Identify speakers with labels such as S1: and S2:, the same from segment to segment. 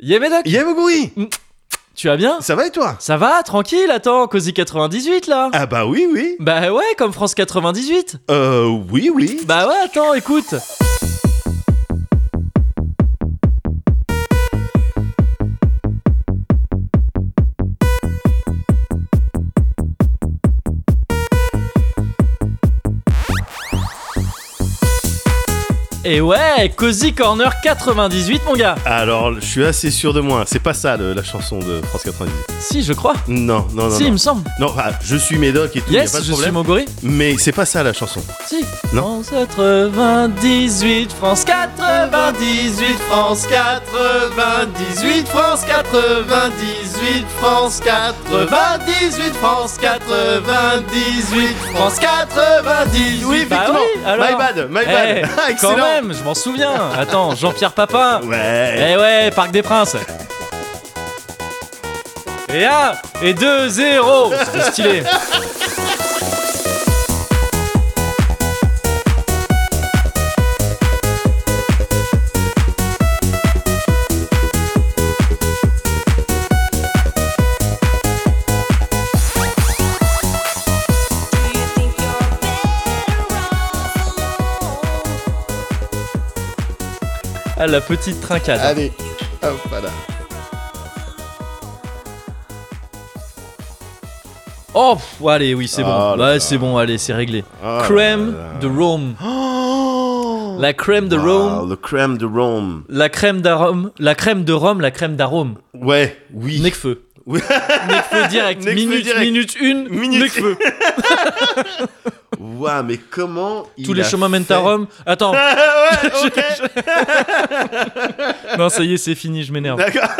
S1: Yé Médoc,
S2: Yamoguri
S1: tu vas bien
S2: Ça va et toi
S1: Ça va, tranquille, attends, Cozy 98 là
S2: Ah bah oui, oui.
S1: Bah ouais, comme France 98
S2: Euh, oui, oui.
S1: Bah ouais, attends, écoute Et ouais, Cozy Corner 98 mon gars
S2: Alors, je suis assez sûr de moi. C'est pas ça le- la chanson de France 90.
S1: Si, je crois
S2: Non, non, non.
S1: Si, il
S2: non.
S1: me semble
S2: Non, ah, je suis Médoc et tout, y a
S1: Yes,
S2: pas de
S1: je suis
S2: problème.
S1: Mogori
S2: Mais c'est pas ça la chanson.
S1: Si.
S2: Non.
S1: France 98, France 98, France 98, France 98, France 98, France 98, France 98.
S2: Oui, effectivement.
S1: Bah alors.
S2: My bad, my
S1: Eh,
S2: bad. Ah,
S1: quand
S2: excellent.
S1: même, je m'en souviens. Attends, Jean-Pierre Papin.
S2: Ouais.
S1: Eh ouais, Parc des Princes. Et 1 et 2 0. C'était stylé.
S3: Do you think you're better off alone?
S1: Ah, la petite trincade.
S2: Allez. Hop, voilà.
S1: Oh, pff, allez, oui, c'est bon.
S2: Ah là
S1: ouais,
S2: là.
S1: c'est bon, allez, c'est réglé.
S2: Ah
S1: crème
S2: là là.
S1: de Rome.
S2: Oh
S1: La crème de
S2: Ah,
S1: Rome.
S2: le crème de Rome.
S1: La crème d'arôme. La crème de Rome, la crème d'arôme.
S2: Ouais, oui.
S1: Necfeu.
S2: Oui.
S1: Necfeu direct.
S2: Necfeu
S1: minute,
S2: direct.
S1: minute une.
S2: Minute.
S1: Necfeu.
S2: Ouah, mais comment
S1: Tous
S2: il
S1: les
S2: a
S1: chemins mènent
S2: fait-
S1: à Rome. Attends,
S2: Ah ouais, ok.
S1: non, ça y est, c'est fini, je m'énerve.
S2: D'accord.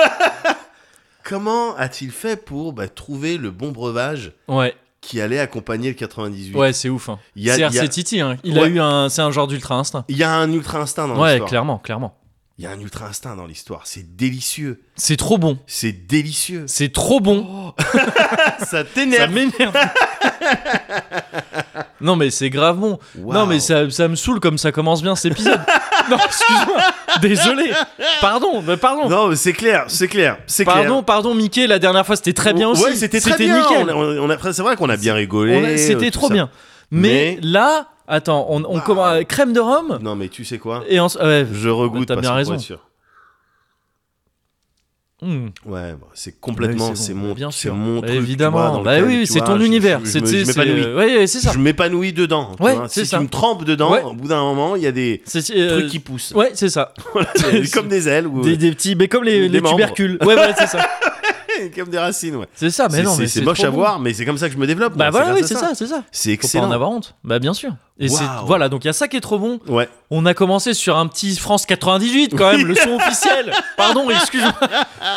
S2: Comment a-t-il fait pour bah, trouver le bon breuvage
S1: Ouais,
S2: qui allait accompagner le 98
S1: ouais, c'est ouf. Hein.
S2: Il y a, il y a-
S1: C'est Titi, hein. il a
S2: Ouais.
S1: eu un. C'est un genre d'ultra instinct.
S2: il y a un ultra instinct dans
S1: Ouais,
S2: l'histoire.
S1: clairement, clairement.
S2: Il y a un ultra instinct dans l'histoire. C'est délicieux.
S1: C'est trop bon.
S2: C'est délicieux.
S1: C'est trop bon.
S2: Ça
S1: Ça
S2: t'énerve.
S1: m'énerve. non, mais c'est grave bon.
S2: Waouh.
S1: Non, mais ça, ça me saoule comme ça commence bien cet épisode. non, excuse-moi. Désolé. Pardon, mais pardon.
S2: Non, mais c'est clair, c'est clair, c'est clair.
S1: pardon, pardon, Mickey. La dernière fois, c'était très bien aussi.
S2: Ouais, c'était très bien.
S1: nickel.
S2: On a- on a- c'est vrai qu'on a bien rigolé.
S1: On a-
S2: euh,
S1: C'était
S2: tout
S1: trop
S2: ça.
S1: bien. Mais,
S2: Mais-
S1: là, attends, on, on
S2: Waouh.
S1: commence- euh, Crème de Rhum
S2: Non, mais tu sais quoi
S1: et en... euh, ouais,
S2: Je regoute.
S1: t'as
S2: parce
S1: bien
S2: que pour
S1: raison.
S2: être sûr.
S1: hmm.
S2: Ouais, bah, c'est complètement,
S1: Ouais,
S2: c'est
S1: bon,
S2: mon,
S1: bien
S2: c'est
S1: sûr.
S2: mon truc.
S1: Évidemment.
S2: tu vois, dans
S1: bah
S2: lequel,
S1: oui,
S2: tu
S1: c'est
S2: vois,
S1: ton
S2: je-
S1: univers.
S2: Je,
S1: C'est
S2: me- je
S1: c'est-
S2: m'épanouis.
S1: euh, ouais, ouais, c'est ça.
S2: Je m'épanouis dedans. tu
S1: Ouais,
S2: vois.
S1: c'est
S2: si
S1: ça.
S2: tu me trempes dedans,
S1: Ouais.
S2: au bout d'un moment, il y a des
S1: C'est euh,
S2: trucs qui poussent.
S1: Ouais, c'est ça.
S2: C'est comme des ailes, ou,
S1: Des, des petits, mais comme les,
S2: Des
S1: les
S2: membres.
S1: tubercules. Ouais, voilà, c'est ça.
S2: comme des racines. Ouais.
S1: C'est ça, Ah, mais
S2: C'est-
S1: non,
S2: c'est-
S1: mais
S2: c'est moche
S1: trop
S2: à
S1: bon.
S2: voir, mais c'est comme ça que je me développe.
S1: Bah
S2: moi,
S1: voilà, oui,
S2: grâce
S1: c'est
S2: à
S1: ça, c'est ça.
S2: C'est
S1: Faut pas en
S2: excellent.
S1: avoir honte. Bah bien sûr. Et
S2: Waouh.
S1: c'est voilà, donc il y a ça qui est trop bon.
S2: Ouais.
S1: On a commencé sur un petit France 98 quand même, le son officiel. Pardon, excuse-moi.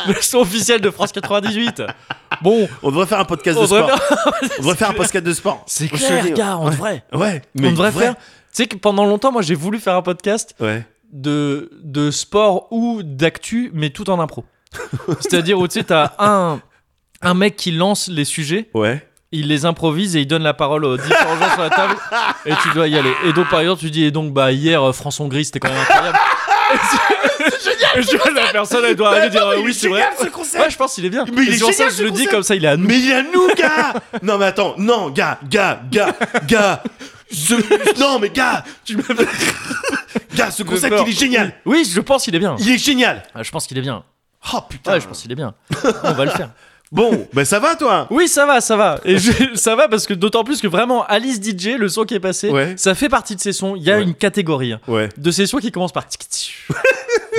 S1: Le son officiel de France 98. Bon,
S2: On devrait faire un podcast
S1: on
S2: de
S1: devrait
S2: sport.
S1: faire-
S2: On devrait faire un podcast de sport.
S1: C'est
S2: Je te
S1: clair,
S2: le dis.
S1: gars, on devrait.
S2: Ouais, mais
S1: On devrait
S2: vrai.
S1: faire. Tu sais que pendant longtemps, moi j'ai voulu faire un podcast
S2: Ouais.
S1: de, de sport ou d'actu, mais tout en impro. C'est-à-dire où tu sais, t'as un, un mec qui lance les sujets
S2: Ouais.
S1: il les improvise et il donne la parole aux différents gens sur la table et tu dois y aller. Et donc par exemple tu dis et donc bah hier euh, France-Hongrie c'était quand même incroyable. C'est génial. la personne elle doit
S2: Ah,
S1: aller dire euh, oui c'est vrai.
S2: Regarde ce concept.
S1: Ouais je pense qu'il est bien.
S2: Mais
S1: Et
S2: il est
S1: c'est pour ça
S2: génial,
S1: que je
S2: ce
S1: le dis
S2: concept.
S1: comme ça il est à nous.
S2: Mais il y a nous, gars Non, mais attends, non, gars, gars, gars, gars ce- Non, mais gars tu m'as- Gars, ce concept,
S1: peur.
S2: il est génial
S1: Oui je pense qu'il est bien.
S2: Il est génial
S1: Ah, Je pense qu'il est bien.
S2: Oh putain
S1: Ouais je pense qu'il est bien. On va le faire.
S2: Bon, bah ça va, toi
S1: Oui ça va ça va. Et je- ça va parce que d'autant plus que vraiment Alice DJ le son qui est passé
S2: Ouais.
S1: ça fait partie de ces sons. Il y a
S2: Ouais.
S1: une catégorie hein,
S2: Ouais.
S1: de ces sons qui commence par tic, tic.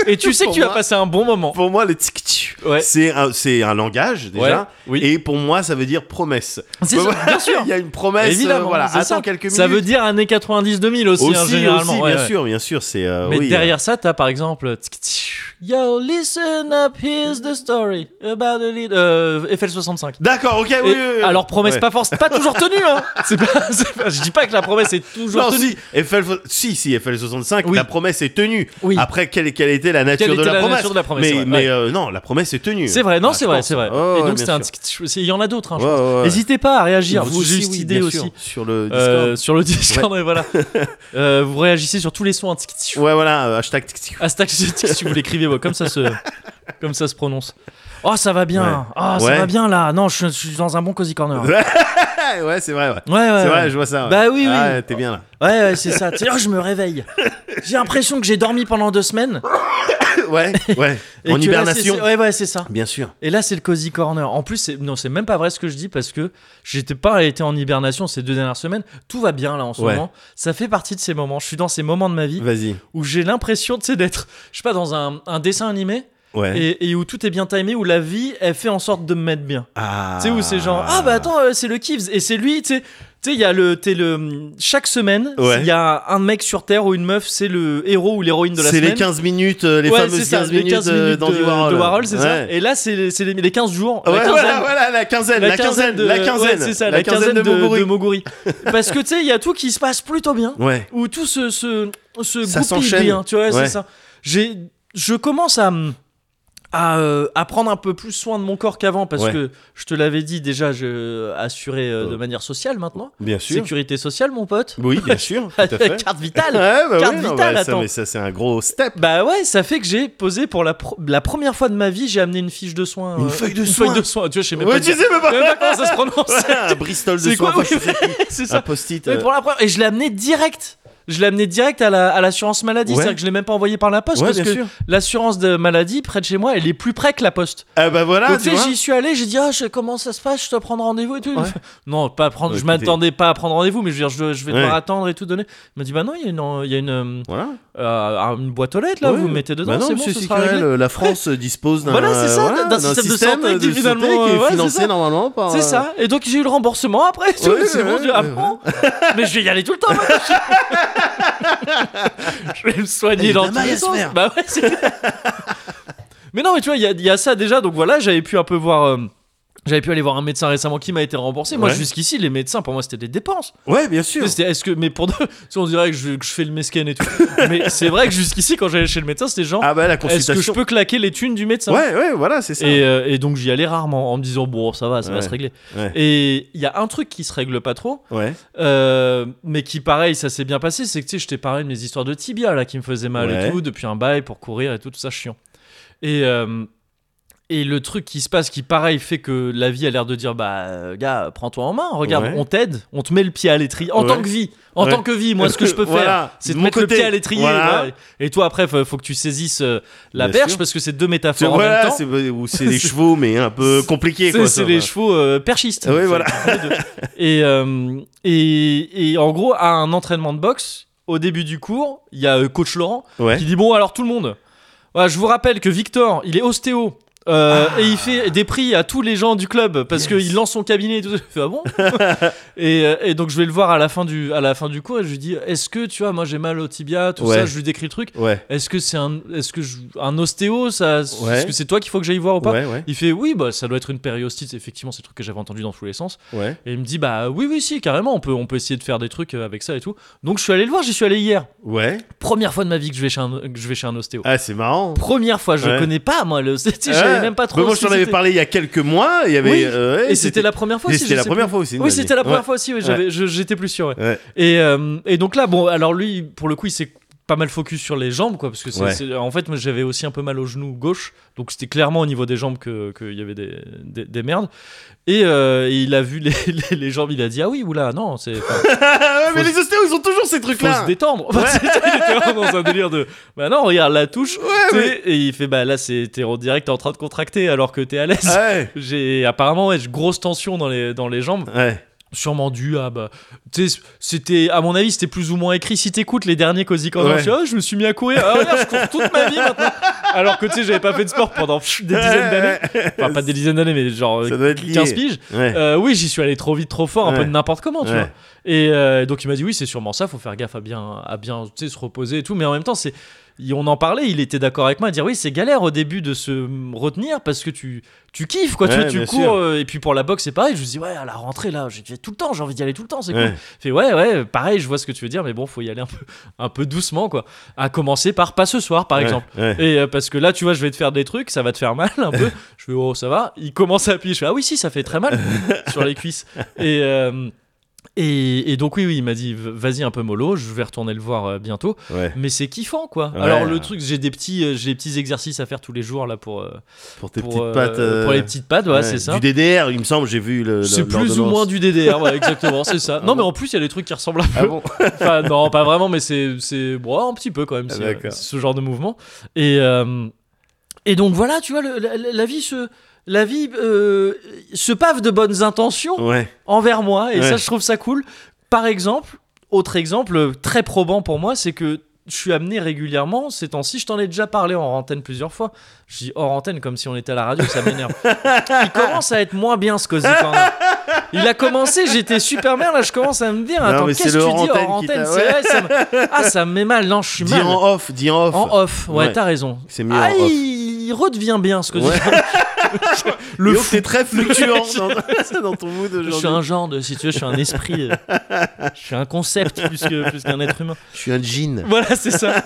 S1: Et tu sais que
S2: Pour
S1: tu vas
S2: moi-
S1: passer un bon moment.
S2: Pour moi, le tic
S1: Ouais.
S2: c'est un, c'est un langage, déjà.
S1: Ouais, oui.
S2: Et pour moi, ça veut dire promesse.
S1: C'est ça, bien sûr.
S2: Il y a une promesse,
S1: Évidemment,
S2: euh, voilà,
S1: c'est
S2: attends
S1: ça.
S2: quelques minutes.
S1: Ça veut dire années 90-2000 aussi,
S2: aussi,
S1: hein, généralement.
S2: aussi,
S1: ouais,
S2: bien
S1: ouais.
S2: sûr, bien sûr, c'est... euh,
S1: Mais
S2: oui,
S1: derrière ça, t'as par exemple. tsk, tsk, Yo, listen up, here's the story about the lead. Euh, FL65.
S2: euh. D'accord, ok,
S1: Et-
S2: oui, oui, oui.
S1: alors promesse
S2: Ouais.
S1: pas force, pas toujours tenue. Hein. C'est pas, c'est pas- je dis pas que la promesse est toujours
S2: Non,
S1: tenue.
S2: si, FL, si, si, FL65,
S1: Oui.
S2: la promesse est tenue.
S1: Oui.
S2: Après, quelle, quelle était la nature,
S1: Quelle
S2: de,
S1: était
S2: la
S1: la
S2: promesse
S1: nature de la promesse,
S2: Mais,
S1: ouais,
S2: mais
S1: ouais.
S2: euh, non, la promesse est tenue.
S1: C'est vrai, non,
S2: Ah,
S1: c'est
S2: je
S1: vrai,
S2: pense.
S1: c'est vrai.
S2: Oh,
S1: Et
S2: ouais,
S1: donc
S2: bien
S1: c'est un.
S2: sûr.
S1: tsk, tsk, c'est- Il y en a d'autres. Hein, je
S2: Ouais,
S1: pense.
S2: ouais, ouais.
S1: N'hésitez pas à réagir.
S2: Vous
S1: Vous, j'ai
S2: aussi,
S1: eu cette
S2: oui,
S1: idée
S2: bien
S1: aussi.
S2: sûr, Sur le
S1: Euh,
S2: Discord.
S1: sur le Discord, et voilà. Euh, vous réagissez sur tous les sons. hein, tsk, tsk,
S2: Ouais, voilà, euh, hashtag. tic, tic.
S1: Hashtag si vous l'écrivez, ouais, comme ça se. comme ça se prononce. Oh, ça va bien.
S2: Ouais.
S1: Ah, ça
S2: Ouais.
S1: va bien là. Non, je, je suis dans un bon cozy corner. Ouais,
S2: Ah, ouais, c'est vrai, ouais.
S1: ouais.
S2: C'est vrai,
S1: ouais.
S2: je vois ça. ouais.
S1: Bah oui, oui.
S2: Ah, ouais, t'es bien là.
S1: Ouais, ouais, c'est ça. Tu sais, oh, je me réveille. J'ai l'impression que j'ai dormi pendant deux semaines.
S2: Ouais, ouais.
S1: et
S2: en
S1: que là, c'est-
S2: hibernation.
S1: c'est- Ouais, ouais, c'est ça.
S2: Bien sûr.
S1: Et là, c'est le cozy corner. En plus, c'est- non, c'est même pas vrai ce que je dis parce que j'étais pas été en hibernation ces deux dernières semaines. Tout va bien là en ce
S2: Ouais.
S1: moment. Ça fait partie de ces moments. Je suis dans ces moments de ma vie
S2: Vas-y.
S1: où j'ai l'impression, tu sais, d'être, je sais pas, dans un, un dessin animé
S2: Ouais.
S1: et, et où tout est bien timé, où la vie, elle fait en sorte de me mettre bien.
S2: Ah.
S1: Tu sais, où c'est genre, ah bah attends, euh, c'est le Kivs. Et c'est lui, tu sais. Tu sais, il y a le, t'es le. Chaque semaine, il
S2: Ouais.
S1: y a un mec sur Terre ou une meuf, c'est le héros ou l'héroïne de la
S2: C'est
S1: semaine.
S2: les 15 minutes, euh, les
S1: Ouais,
S2: fameuses
S1: c'est ça,
S2: 15
S1: les
S2: minutes, euh,
S1: minutes
S2: d'Andy
S1: de,
S2: Warhol.
S1: de Warhol, c'est ça.
S2: Ouais.
S1: Et là, c'est les, c'est les- les 15 jours. la
S2: Ouais,
S1: quinzaine.
S2: voilà, voilà, la quinzaine, la, quinzaine,
S1: de-
S2: la quinzaine.
S1: ouais, c'est ça, la, quinzaine, de,
S2: Moguri.
S1: de Moguri. Parce que tu sais, il y a tout qui se passe plutôt bien,
S2: Ouais.
S1: où tout se, se, se
S2: Ça
S1: goupille
S2: s'enchaîne.
S1: bien, hein, tu vois, c'est
S2: Ouais.
S1: ça. J'ai, je commence à, m- à, euh, à prendre un peu plus soin de mon corps qu'avant, parce
S2: Ouais.
S1: que je te l'avais dit déjà, je assurais euh, de
S2: Ouais.
S1: manière sociale maintenant.
S2: Bien sûr.
S1: Sécurité sociale, mon pote.
S2: Oui, bien sûr.
S1: Ah,
S2: tout à fait.
S1: Carte vitale.
S2: Ouais, bah
S1: Carte
S2: oui, non,
S1: vitale,
S2: bah, ça,
S1: attends.
S2: mais ça, c'est un gros step.
S1: Bah ouais, ça fait que j'ai posé pour la, pro- la première fois de ma vie, j'ai amené une fiche de soins.
S2: Une
S1: euh,
S2: feuille de
S1: une
S2: soins.
S1: feuille de soins, tu vois, je sais même
S2: Ouais,
S1: pas
S2: tu
S1: dire-
S2: sais même
S1: je sais même
S2: pas.
S1: pas comment ça se prononce.
S2: Ouais, un Bristol de
S1: C'est
S2: soins,
S1: quoi
S2: enfin, je
S1: oui,
S2: sais plus.
S1: C'est
S2: Un
S1: ça.
S2: post-it.
S1: Mais
S2: euh,
S1: pour la première- Et je l'ai amené direct. Je l'ai amené direct à la- à l'assurance maladie.
S2: Ouais.
S1: C'est-à-dire que je l'ai même pas envoyé par la poste
S2: Ouais,
S1: parce
S2: bien
S1: que
S2: sûr.
S1: l'assurance de maladie près de chez moi, elle est plus près que la poste.
S2: Ah bah voilà,
S1: Donc, tu
S2: tu
S1: sais,
S2: vois.
S1: j'y suis allé, j'ai dit ah je- comment ça se passe, je dois prendre rendez-vous et tout.
S2: Ouais.
S1: Non, pas à prendre.
S2: Ouais,
S1: je
S2: écoutez.
S1: m'attendais pas à prendre rendez-vous, mais je veux dire, je, je vais devoir
S2: Ouais.
S1: attendre et tout donner. Il m'a dit bah non, il y a une, il y a une, euh,
S2: Voilà.
S1: euh, une boîte aux lettres là,
S2: Ouais.
S1: vous mettez dedans,
S2: Bah non,
S1: c'est bon,
S2: monsieur
S1: ce sera
S2: Sicrel,
S1: réglé.
S2: euh, la France euh, dispose d'un
S1: Voilà, c'est ça,
S2: euh,
S1: d'un
S2: d'un
S1: système de
S2: système
S1: santé qui,
S2: de
S1: finalement,
S2: qui
S1: euh, ouais,
S2: est
S1: c'est
S2: financé
S1: ça.
S2: normalement par.
S1: C'est
S2: euh,
S1: ça. Et donc j'ai eu le remboursement après. tout.
S2: Ouais,
S1: c'est bon,
S2: ouais,
S1: Dieu. Ah bon Mais je vais y aller tout le temps. maintenant. je vais me
S2: Il y
S1: soigner
S2: a
S1: dans
S2: de
S1: tous
S2: la maille
S1: les
S2: à se
S1: sens.
S2: faire.
S1: Bah ouais, c'est clair. Mais non, mais tu vois, il y a- il y, a ça déjà. Donc voilà, j'avais pu un peu voir. euh, J'avais pu aller voir un médecin récemment qui m'a été remboursé. Moi,
S2: Ouais.
S1: jusqu'ici, les médecins, pour moi, c'était des dépenses.
S2: euh, Ouais, bien sûr.
S1: C'était, est-ce que, mais pour deux, si on dirait que je, que je fais le mesquin et tout. mais c'est vrai que jusqu'ici, quand j'allais chez le médecin, c'était genre,
S2: Ah bah la
S1: est-ce que je
S2: consultation.
S1: peux claquer les thunes du médecin
S2: Ouais, ouais, voilà, c'est ça.
S1: et, euh, et donc j'y allais rarement en me disant bon ça va ça va
S2: Ouais.
S1: se régler
S2: Ouais.
S1: et il y a un truc qui se règle pas trop
S2: Ouais.
S1: euh, mais qui pareil ça s'est bien passé c'est que tu sais je t'ai parlé de mes histoires de tibia là qui me faisaient mal et
S2: Ouais.
S1: tout depuis un bail pour courir et tout tout ça chiant et euh, et le truc qui se passe qui pareil fait que la vie a l'air de dire bah euh, gars prends-toi en main regarde
S2: Ouais.
S1: on t'aide on te met le pied à l'étrier en
S2: Ouais.
S1: tant que vie en
S2: Ouais.
S1: tant que vie moi ce que je peux faire
S2: Voilà,
S1: c'est
S2: de
S1: te
S2: mon
S1: mettre
S2: côté.
S1: le pied à l'étrier
S2: Voilà.
S1: ouais. et toi après faut, faut que tu saisisses euh, la
S2: Bien
S1: perche
S2: sûr.
S1: parce que c'est deux
S2: C'est-
S1: métaphores en même
S2: Voilà,
S1: temps
S2: c'est ou c'est les chevaux, mais un peu compliqué
S1: c'est-
S2: quoi.
S1: C'est
S2: ça,
S1: les
S2: voilà.
S1: chevaux euh, perchistes.
S2: Ah oui, voilà.
S1: C'est les deux. et, euh, et, et en gros, à un entraînement de boxe, au début du cours, il y a euh, coach Laurent qui
S2: Ouais.
S1: dit Bon, alors tout le monde, voilà, je vous rappelle que Victor, il est ostéo. euh, Et
S2: Ah.
S1: il fait des prix à tous les gens du club parce qu'il lance son cabinet et tout. Je fais, ah bon et, euh, et donc je vais le voir à la fin du, à la fin du cours et je lui dis Est-ce que tu vois, moi j'ai mal au tibia, tout
S2: Ouais.
S1: ça, je lui décris le truc.
S2: Ouais.
S1: Est-ce que c'est un, est-ce que je- un ostéo ça,
S2: Ouais.
S1: Est-ce que c'est toi qu'il faut que j'aille voir ou pas
S2: Ouais, ouais,
S1: il fait oui, bah ça doit être une périostite, effectivement, c'est le truc que j'avais entendu dans tous les sens.
S2: ouais.
S1: Et il me dit bah oui, oui, si, carrément, on peut, on peut essayer de faire des trucs euh, avec ça et tout. Donc je suis allé le voir, j'y suis allé hier.
S2: Ouais.
S1: Première fois de ma vie que je vais chez un, que je vais chez un ostéo.
S2: Ah, c'est marrant.
S1: Première fois, je
S2: Ouais. Ah
S1: connais pas moi le. Tu sais, je
S2: Ouais.
S1: savais même pas trop.
S2: Mais moi,
S1: ce
S2: je t'en
S1: que
S2: avais
S1: c'était.
S2: parlé il y a quelques mois. Il y avait.
S1: Oui,
S2: euh, ouais,
S1: Et c'était la première fois
S2: Et
S1: aussi.
S2: C'était
S1: je
S2: la
S1: sais
S2: première
S1: plus.
S2: fois aussi.
S1: Oui, c'était la première
S2: Ouais.
S1: fois aussi. oui, j'avais- je- J'étais plus sûr. ouais.
S2: Ouais.
S1: Et, euh, et donc là, bon, alors lui, pour le coup, il s'est pas mal focus sur les jambes, quoi, parce que c'est,
S2: Ouais.
S1: c'est- en fait, moi, j'avais aussi un peu mal au genou gauche, donc c'était clairement au niveau des jambes que- qu'il y avait des, des, des merdes. Et, euh, et il a vu les, les, les jambes, il a dit ah oui, oula, non, c'est enfin,
S2: Ah, mais
S1: Faut-
S2: les ostéos, ils ont toujours ces
S1: faut se
S2: trucs-là.
S1: détendre. Enfin, c'est- il était vraiment dans un délire de bah non, regarde la touche, tu sais, et il fait bah là, c'est t'es en direct t'es en train de contracter alors que t'es à l'aise.
S2: Ouais.
S1: J'ai apparemment ouais, j'ai grosse tension dans les, dans les jambes
S2: Ouais.
S1: sûrement dû à bah tu sais, c'était à mon avis c'était plus ou moins écrit si t'écoutes les derniers cosy corner
S2: Ouais.
S1: tu dis, Ah, je me suis mis à courir ah, regarde je cours toute ma vie maintenant alors que tu sais j'avais pas fait de sport pendant pff, des dizaines d'années enfin pas des dizaines d'années mais genre
S2: Ça doit être lié.
S1: 15 piges
S2: Ouais.
S1: Euh, oui j'y suis allé trop vite trop fort un peu
S2: Ouais.
S1: de n'importe comment tu
S2: Ouais.
S1: vois et euh, donc il m'a dit oui c'est sûrement ça faut faire gaffe à bien à bien tu sais, se reposer et tout mais en même temps c'est il- on en parlait, il était d'accord avec moi à dire oui, c'est galère au début de se mm, retenir parce que tu, tu kiffes quoi, tu,
S2: Ouais,
S1: vois, tu
S2: bien
S1: cours
S2: sûr.
S1: euh, et puis pour la boxe c'est pareil. Je me dis ouais, à la rentrée là, j'ai j'ai tout le temps, j'ai envie d'y aller tout le temps, c'est cool.
S2: Ouais.
S1: Il Fait ouais, ouais, pareil, je vois ce que tu veux dire, mais bon, faut y aller un peu, un peu doucement quoi. À commencer par pas ce soir par
S2: Ouais.
S1: exemple.
S2: Ouais.
S1: Et euh, parce que là, tu vois, je vais te faire des trucs, ça va te faire mal un peu. Je fais, oh, ça va. Il commence à appuyer. Je fais, ah oui, si, ça fait très mal sur les cuisses. Et, euh, Et, et donc, oui, oui, il m'a dit, v- vas-y un peu mollo, je vais retourner le voir euh, bientôt.
S2: Ouais.
S1: Mais c'est kiffant, quoi.
S2: Ouais.
S1: Alors, le truc, j'ai des, petits, euh, j'ai des petits exercices à faire tous les jours, là, pour, euh,
S2: Pour tes
S1: pour,
S2: petites
S1: euh,
S2: pattes. euh,
S1: pour les petites pattes, ouais,
S2: ouais,
S1: c'est ça.
S2: Du DDR, il me semble, j'ai vu le. le-
S1: C'est plus ou
S2: l'ordonnance.
S1: moins du DDR, ouais, exactement, c'est ça. Non,
S2: Ah
S1: mais en plus, il y a des trucs qui ressemblent un peu.
S2: Ah bon
S1: Enfin, non, pas vraiment, mais c'est, c'est bon, un petit peu quand même,
S2: Ah,
S1: c'est-
S2: d'accord.
S1: ce genre de mouvement. Et, euh, et donc voilà, tu vois, le- la, la- la vie se. La vie euh, se pave de bonnes intentions
S2: Ouais.
S1: envers moi, et
S2: Ouais.
S1: ça, je trouve ça cool. Par exemple, autre exemple euh, très probant pour moi, c'est que je suis amené régulièrement, ces temps-ci, je t'en ai déjà parlé en antenne plusieurs fois. Je dis hors antenne comme si on était à la radio, ça m'énerve. Il commence à être moins bien ce Cozy Corner. Il a commencé, j'étais super bien, là je commence à me dire,
S2: Non,
S1: attends,
S2: mais
S1: qu'est-ce
S2: c'est
S1: que tu
S2: le
S1: dis
S2: hors
S1: hors
S2: antenne qui
S1: antenne
S2: t'a-
S1: C'est
S2: ouais.
S1: vrai, ça me- Ah, ça me met mal, non, je suis
S2: Dis
S1: mal.
S2: en off, dis en off.
S1: En off, ouais,
S2: Ouais.
S1: t'as raison.
S2: C'est mieux
S1: Ah,
S2: en off.
S1: il il redevient bien ce Cozy
S2: Ouais.
S1: Corner.
S2: Le fou. T'es très fluctuant dans, dans ton mood
S1: Je suis
S2: aujourd'hui.
S1: un genre de, si tu veux, je suis un esprit, euh, je suis un concept plus que- plus qu'un être humain.
S2: Je suis un jean.
S1: Voilà, c'est ça.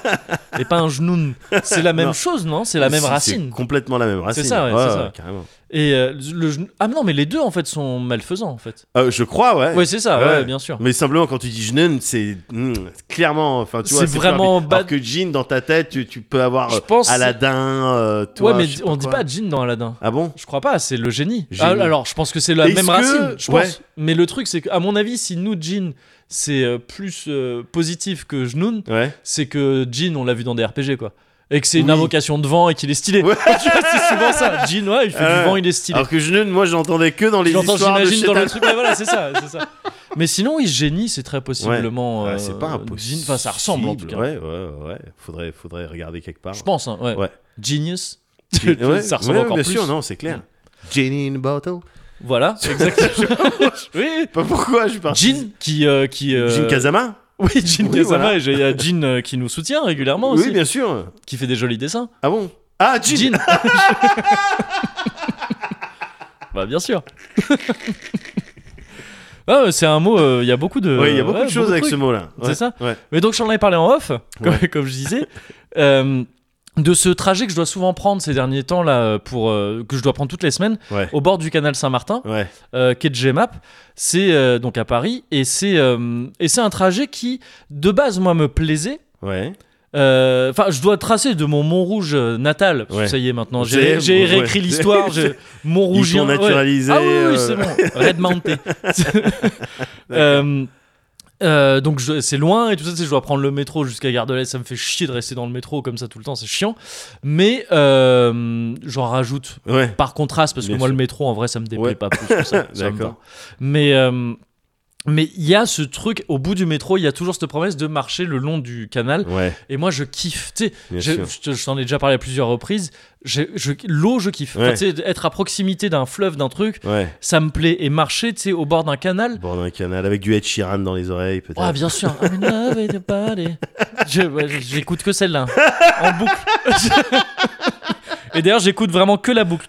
S1: Et pas un genoun. C'est la même
S2: Non.
S1: chose, non C'est la même
S2: C'est-
S1: racine.
S2: C'est complètement la même racine.
S1: ça, ouais, c'est ça.
S2: carrément.
S1: Et euh, le genou- Ah non, mais les deux en fait sont malfaisants en fait.
S2: Euh, je crois, ouais.
S1: Ouais, c'est ça. Ouais,
S2: Ouais.
S1: bien sûr.
S2: Mais simplement, quand tu dis jean, c'est hmm, c'est clairement. Enfin, tu vois,
S1: C'est
S2: plus
S1: vraiment
S2: rapide.
S1: bad.
S2: Alors que jean, dans ta tête, tu, tu peux avoir
S1: Je
S2: euh,
S1: pense-
S2: Aladdin, euh, toi.
S1: ouais, mais
S2: je sais
S1: on dit
S2: quoi.
S1: pas Jin dans Aladdin.
S2: Ah bon
S1: Je crois pas, c'est le génie.
S2: Génie.
S1: Ah, alors, je pense que c'est la
S2: Est-ce
S1: même
S2: que-
S1: racine, je pense.
S2: Ouais.
S1: Mais le truc, c'est qu'à mon avis, si nous, Jin, c'est euh, plus euh, positif que Jnoun,
S2: Ouais.
S1: c'est que Jin, on l'a vu dans des RPG, quoi. Et que c'est une
S2: Oui.
S1: invocation de vent et qu'il est stylé.
S2: Ouais.
S1: Tu vois, c'est souvent ça. Jin, ouais, il fait
S2: Ouais.
S1: du vent, il est stylé.
S2: Alors que jean, moi, je l'entendais que dans les
S1: J'entends,
S2: histoires de
S1: j'imagine dans le
S2: Shetan.
S1: truc, mais voilà, c'est ça, c'est ça. Mais sinon, il génie, c'est très possiblement.
S2: Ouais,
S1: euh,
S2: c'est pas impossible.
S1: Jean- Enfin, ça ressemble en tout cas.
S2: Ouais, ouais, ouais. Faudrait, faudrait regarder quelque part.
S1: Je pense, hein, ouais.
S2: Ouais.
S1: Genius.
S2: Jean- ouais,
S1: ça ressemble
S2: ouais,
S1: encore
S2: bien
S1: plus.
S2: sûr, non, c'est clair. Jenny in a bottle.
S1: Voilà, exactement. oui.
S2: Pas pourquoi je parle.
S1: Jean qui. euh, qui euh,
S2: Jin Kazama
S1: Oui, Jean
S2: Oui,
S1: Kazama.
S2: voilà.
S1: Et j'ai- il y a Jean euh, qui nous soutient régulièrement aussi,
S2: Oui, bien sûr.
S1: qui fait des jolis dessins.
S2: Ah bon Ah, Jin
S1: Jean. bah, bien sûr. Ah, mais c'est un mot, euh, il y a beaucoup de.
S2: Oui, il y a beaucoup
S1: ouais,
S2: de choses avec
S1: trucs.
S2: ce mot-là.
S1: C'est
S2: Ouais,
S1: ça
S2: Ouais.
S1: Mais donc, j'en avais parlé en off, comme,
S2: Ouais.
S1: comme je disais, euh, de ce trajet que je dois souvent prendre ces derniers temps, là, pour, euh, que je dois prendre toutes les semaines,
S2: Ouais.
S1: au bord du canal Saint-Martin,
S2: Ouais.
S1: euh, qui est de GMAP, c'est euh, donc à Paris, et c'est euh, et c'est un trajet qui, de base, moi, me plaisait.
S2: Ouais.
S1: Euh, Enfin, je dois tracer de mon Montrouge euh, natal. parce que
S2: Ouais.
S1: Ça y est, maintenant, j'ai
S2: C'est-
S1: j'ai
S2: ouais.
S1: réécrit l'histoire. je-
S2: Ils
S1: Montrougien.
S2: sont
S1: ouais.
S2: naturalisés.
S1: Ah oui, oui, oui,
S2: euh,
S1: c'est bon. Red Mountain. Euh, euh, donc je- c'est loin et tout ça, tu sais, je dois prendre le métro jusqu'à Gare de l'Est, ça me fait chier de rester dans le métro comme ça tout le temps, c'est chiant. Mais euh, j'en rajoute
S2: Ouais.
S1: par contraste parce que
S2: Bien
S1: moi
S2: sûr.
S1: le métro en vrai ça me déplaît
S2: Ouais.
S1: pas plus que ça. ça me
S2: D'accord.
S1: va. Mais euh, mais il y a ce truc au bout du métro, il y a toujours cette promesse de marcher le long du canal
S2: Ouais.
S1: et moi je kiffe, tu sais,
S2: Bien
S1: je,
S2: sûr.
S1: je te- je t'en ai déjà parlé à plusieurs reprises. j'ai- je- L'eau, je kiffe. Enfin,
S2: Ouais.
S1: tu sais, être à proximité d'un fleuve, d'un truc,
S2: Ouais.
S1: ça me plaît. Et marcher, tu sais, au bord d'un canal.
S2: Bord d'un canal avec du Ed Sheeran dans les oreilles, peut-être.
S1: Ah, bien sûr. I'm in love with your body. Je- ouais, J'écoute que celle-là. En boucle. Et d'ailleurs, j'écoute vraiment que la boucle.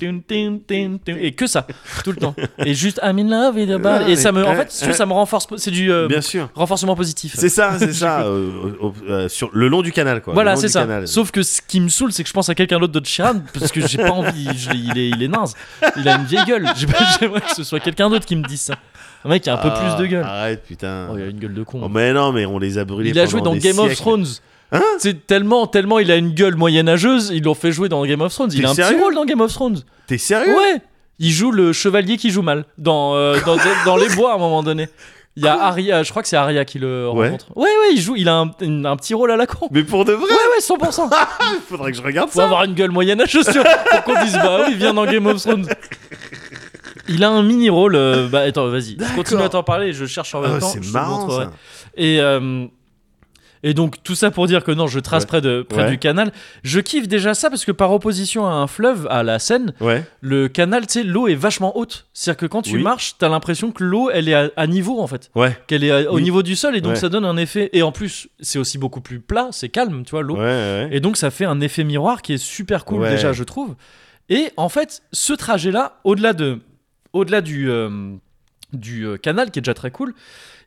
S1: Et que ça, tout le temps. Et juste I'm in love with your body. Et ça me, en fait, si tu veux, ça me renforce. C'est du euh,
S2: Bien sûr.
S1: renforcement positif.
S2: C'est ça, c'est ça. euh, au- au- euh, sur le long du canal, quoi.
S1: Voilà,
S2: Le long
S1: c'est
S2: du
S1: ça.
S2: canal.
S1: Sauf que ce qui me saoule, c'est que je pense à quelqu'un d'autre de Chiran, parce que j'ai pas envie. je- il, est, il est naze. Il a une vieille gueule. J'ai pas- J'aimerais que ce soit quelqu'un d'autre qui me dise ça. Un mec qui a un peu
S2: Ah,
S1: plus de gueule.
S2: Arrête, putain.
S1: Oh, il a une gueule de con.
S2: Oh, mais non, mais on les a brûlés.
S1: il a joué
S2: pendant
S1: dans
S2: des
S1: Game of
S2: siècles. Hein
S1: Thrones. c'est tellement, tellement il a une gueule moyenâgeuse, ils l'ont fait jouer dans Game of Thrones. Il
S2: T'es
S1: a un petit
S2: sérieux Ah
S1: rôle dans Game of Thrones.
S2: T'es sérieux
S1: Ouais. Il joue le chevalier qui joue mal dans, euh, dans, dans les bois à un moment donné. Il y a Arya, je crois que c'est Arya qui le
S2: Ouais.
S1: rencontre. Ouais, ouais, il joue, il a un, une- un petit rôle à la con.
S2: Mais Ah pour de vrai,
S1: Ouais, ouais, 100%.
S2: faudrait que je regarde
S1: Faut
S2: ça.
S1: avoir une gueule moyenne à chaussures pour qu'on dise bah oui, il vient dans Game of Thrones. Il a un mini rôle. euh, bah attends, vas-y,
S2: D'accord.
S1: continue à t'en parler. Je cherche en même
S2: Ah,
S1: temps.
S2: c'est
S1: je te
S2: marrant
S1: montrerai.
S2: ça.
S1: Et euh, et donc tout ça pour dire que non, je trace
S2: Ouais.
S1: près de près
S2: Ouais.
S1: du canal. Je kiffe déjà ça parce que par opposition à un fleuve, à la Seine,
S2: Ouais.
S1: le canal, tu sais, l'eau est vachement haute. C'est-à-dire que quand tu
S2: Oui.
S1: marches, t'as l'impression que l'eau, elle est à, à niveau en fait,
S2: Ouais.
S1: qu'elle est à- au
S2: Oui.
S1: niveau du sol et donc
S2: Ouais.
S1: ça donne un effet. Et en plus, c'est aussi beaucoup plus plat, c'est calme, tu vois, l'eau.
S2: Ouais, ouais.
S1: Et donc ça fait un effet miroir qui est super cool
S2: Ouais.
S1: déjà, je trouve. Et en fait, ce trajet-là, au-delà de, au-delà du euh, du euh, canal qui est déjà très cool,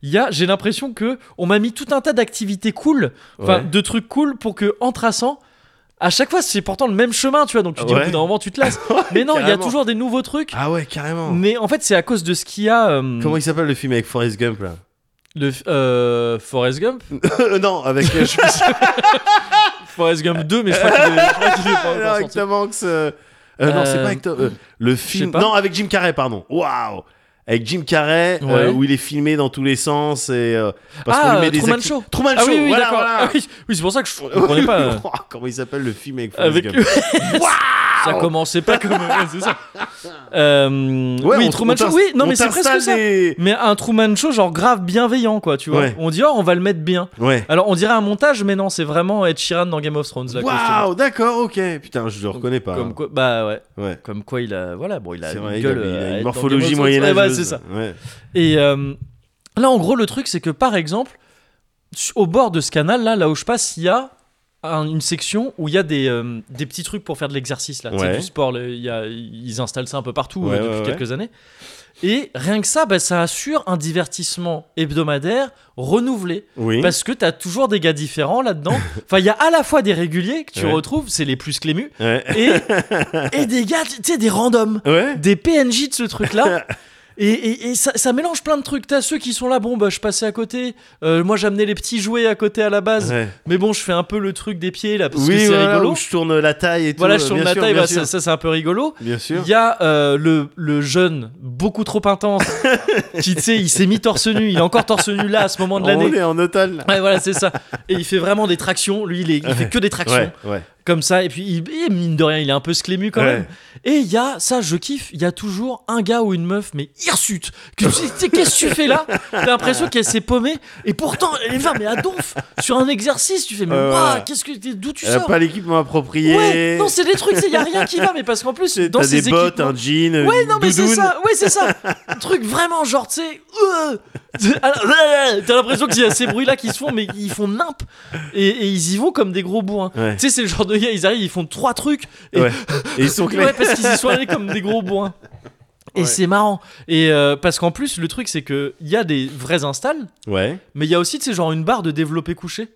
S1: il y a, j'ai l'impression que on m'a mis tout un tas d'activités cool, enfin
S2: Ouais.
S1: de trucs cool pour que en traçant à chaque fois, c'est pourtant le même chemin, tu vois. Donc tu dis, au
S2: Ouais.
S1: bout d'un moment, tu te lasses. mais non, il y a
S2: carrément.
S1: toujours des nouveaux trucs.
S2: Ah ouais, carrément.
S1: Mais en fait, c'est à cause de ce qu'il y a. euh,
S2: Comment il s'appelle le film avec Forrest Gump là
S1: le, euh, Forrest Gump
S2: Euh, Non, avec. euh, je-
S1: Forrest Gump 2, mais je crois qu'il est, je crois qu'il est pas
S2: Ah, non,
S1: encore
S2: avec
S1: sorti.
S2: Tom Hanks. euh, euh, Non, c'est
S1: Euh,
S2: pas avec Tom. euh, le film.
S1: pas.
S2: Non, avec Jim Carrey, pardon. Waouh Avec Jim Carrey, euh,
S1: Ouais.
S2: où il est filmé dans tous les sens et. euh, parce
S1: ah,
S2: qu'on lui met des
S1: Truman
S2: acti-
S1: Show.
S2: Truman
S1: Ah
S2: Show,
S1: oui, oui,
S2: voilà,
S1: d'accord.
S2: voilà.
S1: Ah oui, oui, c'est pour ça que je comprenais pas. euh,
S2: Oh, Comment il s'appelle le film avec Forrest
S1: avec
S2: Gump
S1: ça commençait pas comme ouais, c'est ça. Euh,
S2: Ouais,
S1: oui,
S2: on-
S1: Truman
S2: on t'ins-
S1: Show. Oui, non
S2: on
S1: mais c'est presque
S2: t'installe
S1: ça.
S2: des-
S1: Mais un Truman Show genre grave bienveillant quoi, tu vois.
S2: Ouais.
S1: On dit oh, on va le mettre bien.
S2: Ouais.
S1: Alors on dirait un montage mais non, c'est vraiment Ed Sheeran dans Game of Thrones là. quoi, je te dis.
S2: Waouh, d'accord, ok. Putain, je le reconnais pas.
S1: Comme quoi bah ouais,
S2: Ouais.
S1: comme quoi il a voilà, bon, il a
S2: C'est
S1: une
S2: vrai, il a-
S1: gueule
S2: il
S1: euh, à
S2: a
S1: être
S2: une
S1: dans
S2: morphologie
S1: Game of Thrones. Ouais,
S2: moyenâgeuse.
S1: bah, c'est ça.
S2: Ouais.
S1: Et euh, là, en gros, le truc, c'est que par exemple, su- au bord de ce canal, là, là où je passe, il y a un- une section où il y a des, euh, des petits trucs pour faire de l'exercice, là, tu sais,
S2: Ouais.
S1: du sport. le- il y a- ils installent ça un peu partout
S2: Ouais,
S1: euh, depuis
S2: ouais, ouais.
S1: quelques années. Et rien que ça, bah, ça assure un divertissement hebdomadaire renouvelé.
S2: Oui.
S1: Parce que t'as toujours des gars différents là-dedans. enfin, il y a à la fois des réguliers que tu
S2: Ouais.
S1: retrouves, c'est les plus clémus,
S2: Ouais.
S1: et, et des gars, tu sais, des randoms
S2: Ouais.
S1: des PNJ de ce truc-là. Et, et- et ça, ça mélange plein de trucs. T'as ceux qui sont là, bon, bah je passais à côté. Euh, moi j'amenais les petits jouets à côté à la base.
S2: Ouais.
S1: Mais bon, je fais un peu le truc des pieds là parce que
S2: oui,
S1: c'est
S2: voilà,
S1: rigolo.
S2: où je tourne la taille et tout.
S1: Voilà, je
S2: euh,
S1: tourne
S2: bien
S1: la
S2: sûr,
S1: taille,
S2: bien
S1: bah,
S2: sûr.
S1: ça, ça, c'est un peu rigolo.
S2: Bien sûr.
S1: Il y a euh, le, le jeune, beaucoup trop intense, qui tu sais, il s'est mis torse nu. Il est encore torse nu là à ce moment de
S2: On
S1: l'année.
S2: est en automne. là.
S1: Ouais, voilà, c'est ça. Et il fait vraiment des tractions. Lui, il, est- il fait que des tractions
S2: Ouais, ouais.
S1: comme ça. Et puis, il, et mine de rien, il est un peu sclému quand
S2: Ouais.
S1: même. Et il y a, ça, je kiffe, il y a toujours un gars ou une meuf, mais hirsute. Que tu sais, tu sais, Qu'est-ce que tu fais là T'as l'impression qu'elle s'est paumée. Et pourtant, elle est là, mais à donf, sur un exercice, tu fais, mais
S2: Ouais,
S1: ouah,
S2: ouais.
S1: qu'est-ce que t'es- d'où tu
S2: Elle a
S1: sors
S2: Euh, pas l'équipement approprié.
S1: Ouais, non, c'est des trucs, il y a rien qui va, mais parce qu'en plus, dans
S2: T'as
S1: ces
S2: des bottes,
S1: équipements-
S2: un jean,
S1: Ouais,
S2: une
S1: non, mais c'est
S2: doudoune.
S1: ça, ouais, c'est ça. Un truc vraiment genre, tu sais. euh, alors, euh, T'as l'impression qu'il y a ces bruits-là qui se font, mais ils font nimp. Et, et ils y vont comme des gros bourrins.
S2: Ouais.
S1: Tu sais, c'est le genre de gars, ils arrivent, ils font trois trucs. Et,
S2: Ouais. Et ils sont clairs.
S1: Ouais, parce qu'ils y sont allés comme des gros bourrins. Et
S2: Ouais.
S1: c'est marrant. Et euh, parce qu'en plus, le truc, c'est que il y a des vrais installs,
S2: Ouais.
S1: mais il y a aussi, tu sais, genre une barre de développé couché.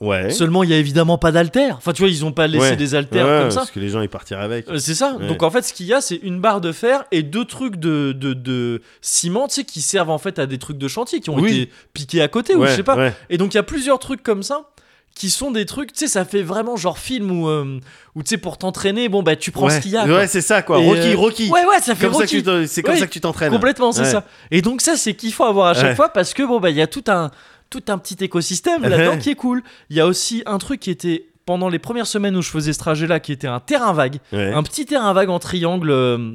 S2: Ouais.
S1: Seulement, il y a évidemment pas d'haltère. Enfin, tu vois, ils ont pas laissé
S2: Ouais.
S1: des
S2: Ouais,
S1: haltères comme ça.
S2: Parce que les gens ils partiraient avec.
S1: Euh, C'est ça.
S2: Ouais.
S1: Donc en fait, ce qu'il y a, c'est une barre de fer et deux trucs de, de, de ciment, tu sais, qui servent en fait à des trucs de chantier qui ont
S2: Oui.
S1: été piqués à côté ou
S2: Ouais,
S1: je sais pas.
S2: ouais.
S1: Et donc il y a plusieurs trucs comme ça qui sont des trucs, tu sais, ça fait vraiment genre film où, euh, où tu sais, pour t'entraîner, bon bah tu prends ce
S2: Ouais,
S1: qu'il y a. quoi.
S2: ouais c'est ça quoi.
S1: Et,
S2: Rocky,
S1: euh,
S2: Rocky.
S1: Ouais, ouais, ça fait
S2: Comme ça que
S1: Rocky.
S2: tu t'en- C'est comme
S1: Ouais.
S2: ça que tu t'entraînes.
S1: Complètement, c'est
S2: Ouais.
S1: ça. Et donc ça, c'est kiffant à voir à chaque
S2: Ouais.
S1: fois parce que bon bah il y a tout un tout un petit écosystème là-dedans
S2: Ouais.
S1: qui est cool. Il y a aussi un truc qui était pendant les premières semaines où je faisais ce trajet-là, qui était un terrain vague,
S2: Ouais.
S1: un petit terrain vague en triangle. euh,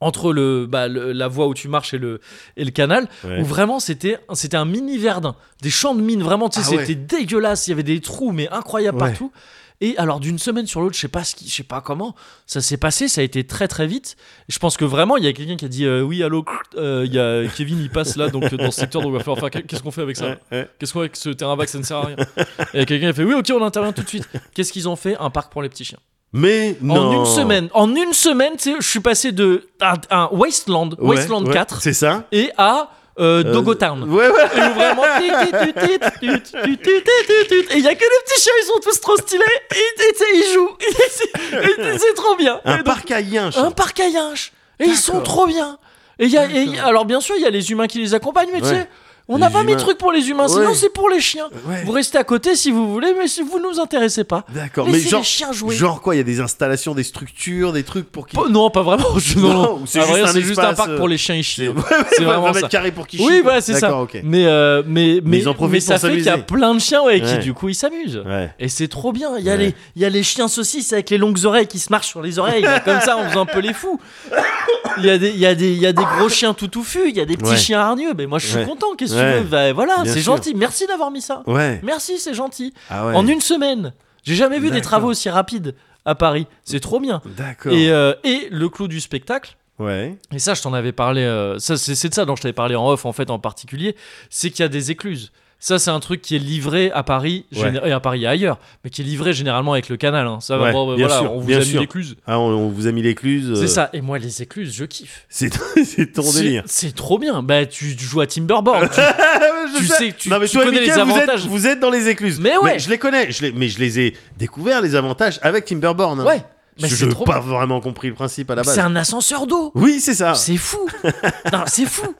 S1: entre le, bah, le- la voie où tu marches et le, et le canal,
S2: Ouais.
S1: où vraiment c'était c'était un mini verdun, des champs de mines, vraiment, tu sais,
S2: Ah ouais.
S1: c'était dégueulasse, il y avait des trous, mais incroyables
S2: Ouais.
S1: partout. Et alors d'une semaine sur l'autre, je sais pas ce qui, je sais pas comment, ça s'est passé, ça a été très très vite. Je pense que vraiment, il y a quelqu'un qui a dit euh, oui, allô, euh, il y a Kevin, il passe là, donc euh, dans ce secteur, donc il va falloir faire qu'est-ce qu'on fait avec ça
S2: Ouais, ouais.
S1: Qu'est-ce qu'on fait avec ce terrain vague, ça ne sert à rien. Et quelqu'un il a fait oui, ok, on intervient tout de suite. Qu'est-ce qu'ils ont fait Un parc pour les petits chiens.
S2: Mais non.
S1: En une semaine, en une semaine, tu sais, je suis passé de à- à un Wasteland,
S2: Ouais,
S1: Wasteland
S2: ouais.
S1: 4,
S2: C'est ça.
S1: et à euh,
S2: Euh,
S1: Dogotown.
S2: Ouais, ouais.
S1: Et où vraiment, tit, tit, tit, tit, tit, tit, tit, tit, tit. et il y a que les petits chiens, ils sont tous trop stylés, et, et, tu sais, ils jouent, Et c'est- et c'est trop bien. Et
S2: Un
S1: donc,
S2: parc à yinche.
S1: un parc à yinche. et ils sont
S2: D'accord.
S1: trop bien. Et il y a, et il y a- alors bien sûr, il y a les humains qui les accompagnent, mais tu
S2: Ouais.
S1: sais, on
S2: Les
S1: n'a pas mis de
S2: humains.
S1: trucs pour les humains, sinon
S2: Ouais.
S1: c'est pour les chiens.
S2: Ouais.
S1: Vous restez à côté si vous voulez, mais si vous nous intéressez pas.
S2: D'accord.
S1: Laissez
S2: Mais
S1: les
S2: genre,
S1: chiens jouer.
S2: genre quoi Il y a des installations, des structures, des trucs pour qu'ils.
S1: Pas- non, pas vraiment. Je- non,
S2: Non,
S1: non.
S2: ou c'est
S1: À
S2: juste
S1: vrai dire,
S2: un
S1: c'est juste un
S2: espace,
S1: parc
S2: euh,
S1: pour les chiens et chiens.
S2: C'est
S1: C'est vraiment
S2: 20
S1: ça.
S2: mètres carrés pour qu'ils
S1: Oui,
S2: chient,
S1: voilà,
S2: quoi.
S1: c'est ça.
S2: D'accord, ok.
S1: Mais, euh, mais, mais,
S2: ils en profitent
S1: mais
S2: pour
S1: ça fait qu'il y a
S2: s'amuser.
S1: plein de chiens ouais, qui,
S2: Ouais.
S1: du coup, ils s'amusent.
S2: Ouais.
S1: Et c'est trop bien. Il y, a
S2: Ouais.
S1: les, il y a les chiens saucisses avec les longues oreilles qui se marchent sur les oreilles, là, comme ça, en faisant un peu les fous. Il y a des, il y a des, il y a des gros chiens tout touffus, il y a des petits
S2: Ouais.
S1: chiens hargneux. Mais moi, je suis
S2: Ouais.
S1: content. Qu'est-ce que
S2: Ouais.
S1: tu veux Bah, Voilà,
S2: Bien
S1: c'est
S2: sûr.
S1: gentil. Merci d'avoir mis ça.
S2: Ouais.
S1: Merci, c'est gentil.
S2: Ah ouais.
S1: En une semaine, j'ai jamais vu des
S2: D'accord.
S1: travaux aussi rapides à Paris. C'est trop bien.
S2: D'accord.
S1: Et, euh, et le clou du spectacle.
S2: Ouais.
S1: Et ça, je t'en avais parlé. euh, ça, c'est c'est de ça dont je t'avais parlé en off, en fait, en particulier. C'est qu'il y a des écluses. Ça, c'est un truc qui est livré à Paris,
S2: Ouais.
S1: géné- et à Paris et ailleurs, mais qui est livré généralement avec le canal. hein. Ça va,
S2: Ouais,
S1: bon,
S2: bien
S1: voilà,
S2: sûr,
S1: on vous
S2: bien
S1: a mis
S2: sûr.
S1: l'écluse.
S2: Ah, on, on vous a mis l'écluse. euh,
S1: C'est ça. Et moi, les écluses, je kiffe.
S2: C'est c'est ton
S1: C'est-
S2: délire.
S1: C'est trop bien. Bah, tu, tu joues à Timberborg. Tu,
S2: Je
S1: tu
S2: c'est
S1: tu
S2: ça.
S1: sais, tu,
S2: non, mais
S1: tu
S2: toi,
S1: connais
S2: Mickaël,
S1: les
S2: vous êtes-
S1: avantages.
S2: Vous êtes, dans les écluses.
S1: Mais ouais.
S2: je les connais, je les- mais je les ai découverts, les avantages, avec Timberborn. hein.
S1: Ouais, mais
S2: Parce que
S1: c'est
S2: je n'ai
S1: trop
S2: pas vraiment compris le principe à la base. Ah.
S1: C'est un ascenseur d'eau.
S2: Oui, c'est ça.
S1: C'est fou. non, c'est fou.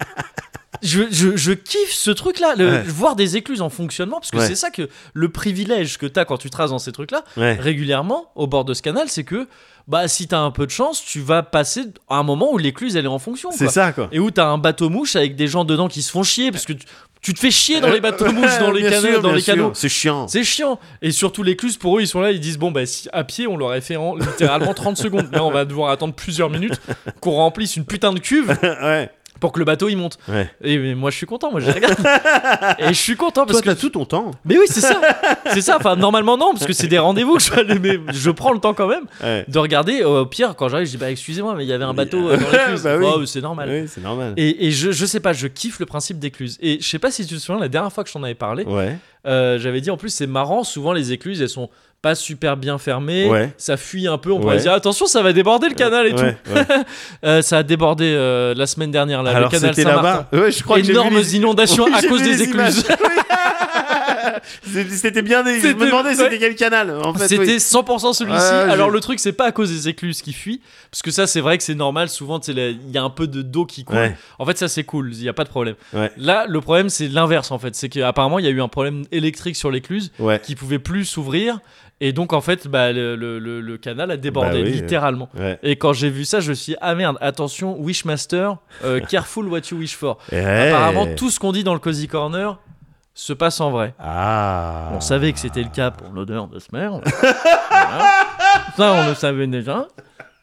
S1: Je, je, je kiffe ce truc-là, le-
S2: Ouais.
S1: voir des écluses en fonctionnement, parce que
S2: Ouais.
S1: c'est ça que le privilège que t'as quand tu traces dans ces trucs-là,
S2: Ouais.
S1: régulièrement au bord de ce canal, c'est que bah si t'as un peu de chance, tu vas passer à un moment où l'écluse elle est en fonction.
S2: C'est
S1: quoi.
S2: ça, quoi.
S1: Et où t'as un bateau mouche avec des gens dedans qui se font chier parce que tu, tu te fais chier dans les bateaux mouches, dans les
S2: Bien
S1: canaux,
S2: sûr,
S1: dans
S2: bien
S1: les
S2: sûr.
S1: canaux.
S2: C'est chiant.
S1: C'est chiant. Et surtout l'écluse pour eux ils sont là, ils disent bon bah si à pied on l'aurait fait en littéralement 30 secondes. Là on va devoir attendre plusieurs minutes qu'on remplisse une putain de cuve
S2: ouais.
S1: pour que le bateau il monte.
S2: Ouais.
S1: Et mais moi je suis content, moi je regarde. Et je suis content parce
S2: Toi,
S1: que
S2: t'as tout ton temps.
S1: mais oui, c'est ça. C'est ça. Enfin, normalement, non, parce que c'est des rendez-vous que je dois aller, mais je prends le temps quand même
S2: Ouais.
S1: de regarder. Euh, Au pire, quand j'arrive, je dis, bah, excusez-moi, mais il y avait un bateau euh, dans l'écluse.
S2: Bah oui.
S1: Oh, c'est normal.
S2: Oui, c'est normal.
S1: Et, et je, je sais pas, je kiffe le principe d'écluse. Et je sais pas si tu te souviens, la dernière fois que je t'en avais parlé,
S2: Ouais.
S1: euh, j'avais dit en plus, c'est marrant, souvent les écluses, elles sont pas super bien fermées.
S2: Ouais.
S1: Ça fuit un peu, on
S2: Ouais.
S1: pourrait dire, ah, attention, ça va déborder le canal et
S2: Ouais,
S1: tout.
S2: ouais.
S1: Euh, ça a débordé euh, la semaine dernière, là,
S2: Alors,
S1: le canal
S2: c'était
S1: Saint-Martin.
S2: là-bas. Ouais, je crois que j'ai vu
S1: Énormes
S2: les-
S1: inondations
S2: Oui,
S1: à
S2: j'ai
S1: cause
S2: vu
S1: des
S2: les
S1: écluses.
S2: images. Oui. C'est- c'était bien. des- Je me
S1: C'était-
S2: demandais c'était
S1: ouais.
S2: quel canal. En fait,
S1: C'était
S2: oui.
S1: 100% celui-ci.
S2: Ah, je-
S1: Alors le truc, c'est pas à cause des écluses qui fuient, parce que ça, c'est vrai que c'est normal. Souvent, tu sais, la- il y a un peu de d'eau qui coule.
S2: Ouais.
S1: En fait, ça c'est cool, il y a pas de problème.
S2: Ouais.
S1: Là, le problème, c'est l'inverse en fait. C'est qu'apparemment, il y a eu un problème électrique sur l'écluse
S2: Ouais.
S1: qui pouvait plus s'ouvrir, et donc en fait, bah, le, le- le- le canal a débordé
S2: Bah oui,
S1: littéralement.
S2: Ouais.
S1: Et quand j'ai vu ça, je me suis dit, ah merde, attention, Wishmaster, euh, careful what you wish for.
S2: Ouais.
S1: Apparemment, tout ce qu'on dit dans le Cozy Corner se passe en vrai.
S2: Ah.
S1: On savait que c'était le cas pour l'odeur de ce merde. Voilà. Ça, on le savait déjà.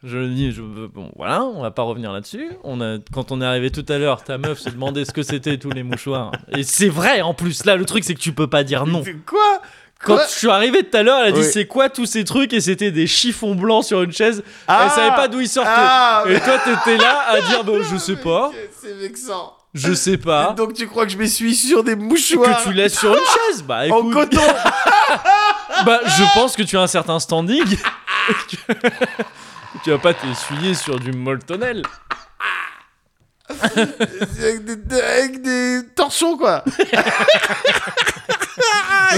S1: Je le dis, je veux- bon, voilà, on va pas revenir là-dessus. On a, quand on est arrivé tout à l'heure, ta meuf se demandait ce que c'était tous les mouchoirs. Et c'est vrai en plus. Là, le truc, c'est que tu peux pas dire non.
S2: C'est Quoi
S1: Quand
S2: Quoi
S1: je suis arrivé tout à l'heure, elle a dit
S2: Oui.
S1: c'est quoi tous ces trucs et c'était des chiffons blancs sur une chaise.
S2: Ah
S1: elle savait pas d'où ils sortaient.
S2: Ah,
S1: Et toi, t'étais là à dire bah, je sais
S2: mais
S1: pas,
S2: c'est- C'est vexant.
S1: je sais pas.
S2: Donc tu crois que je m'essuie sur des mouchoirs
S1: Ah. Que tu laisses sur une chaise. Bah
S2: en
S1: écoute,
S2: coton
S1: Bah, je pense que tu as un certain standing. Que- tu vas pas t'essuyer sur du moltonnel.
S2: avec, des, avec des torchons quoi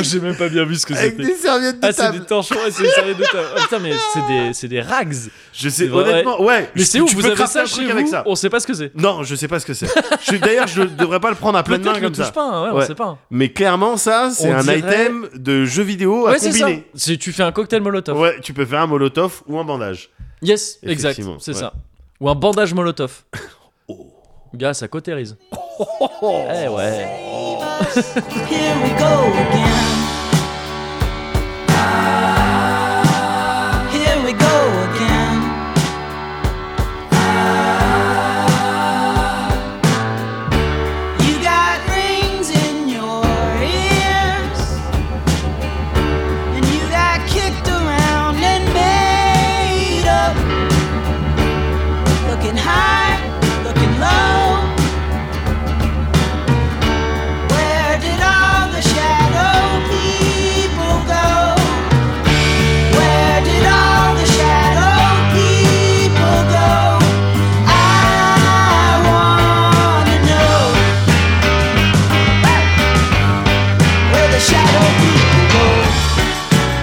S1: J'ai même pas bien vu ce que
S2: Avec
S1: c'était.
S2: des serviettes de
S1: Ah, c'est
S2: table
S1: des torchons, ouais, c'est des serviettes de table. Ah, putain, mais c'est des, c'est des rags.
S2: Je sais,
S1: C'est vrai.
S2: honnêtement, ouais
S1: Mais
S2: je-
S1: c'est où
S2: tu
S1: Vous
S2: peux
S1: avez
S2: crafter
S1: ça
S2: un
S1: chez
S2: truc
S1: vous
S2: avec ça
S1: On sait pas ce que c'est.
S2: Non, je sais pas ce que c'est. Je- D'ailleurs, je devrais pas le prendre à pleine
S1: Peut-être
S2: main
S1: ne le
S2: comme
S1: touche
S2: ça.
S1: pas, hein, ouais, on
S2: Ouais.
S1: sait pas. hein.
S2: Mais clairement, ça, c'est
S1: On
S2: un
S1: dirait-
S2: item de jeu vidéo à
S1: Ouais, c'est ça.
S2: combiner.
S1: C'est- Tu fais un cocktail molotov.
S2: Ouais, tu peux faire un molotov ou un bandage.
S1: Yes, exact.
S2: Effectivement,
S1: C'est
S2: ouais. Oh.
S1: ça. Ou un bandage molotov. Gars, ça cautérise. Eh ouais.
S4: Here we go again. Here we go again. You got rings in your ears, and you got kicked around and made up. Looking high, looking low. Where did all the shadow people go? Where did all the shadow people go? I wanna know where the shadow people go.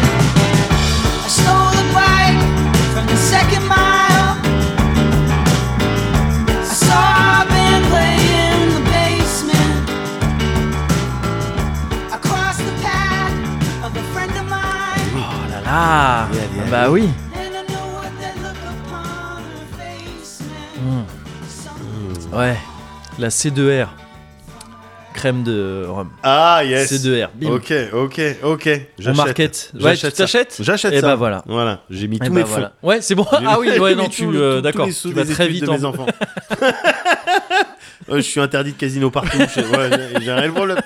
S4: I stole a bike from the second mile. I saw a band playing in the basement. I crossed the path of a friend of mine,
S1: Ah, bah oui.
S4: and I know what that look upon her face meant. Something
S1: Ouais. La C2R. Crème de rhum.
S2: Ah, yes.
S1: C2R. Bim.
S2: Ok, ok, ok.
S1: On
S2: J'achète.
S1: market. Ouais, tu
S2: J'achète ça.
S1: t'achètes
S2: J'achète
S1: Et
S2: ça.
S1: bah voilà.
S2: Voilà, j'ai mis
S1: Eh
S2: tous
S1: bah
S2: mes fonds.
S1: voilà. Ouais, c'est bon.
S2: J'ai
S1: Ah oui,
S2: mis
S1: ouais, non,
S2: tous-
S1: tu
S2: tous-
S1: euh,
S2: tous
S1: d'accord.
S2: les sous
S1: Tu vas
S2: des
S1: très
S2: études
S1: vite
S2: de
S1: en
S2: mes enfants. Euh, je suis interdit de casino partout. je- Ouais, j'ai- j'ai un réel problème.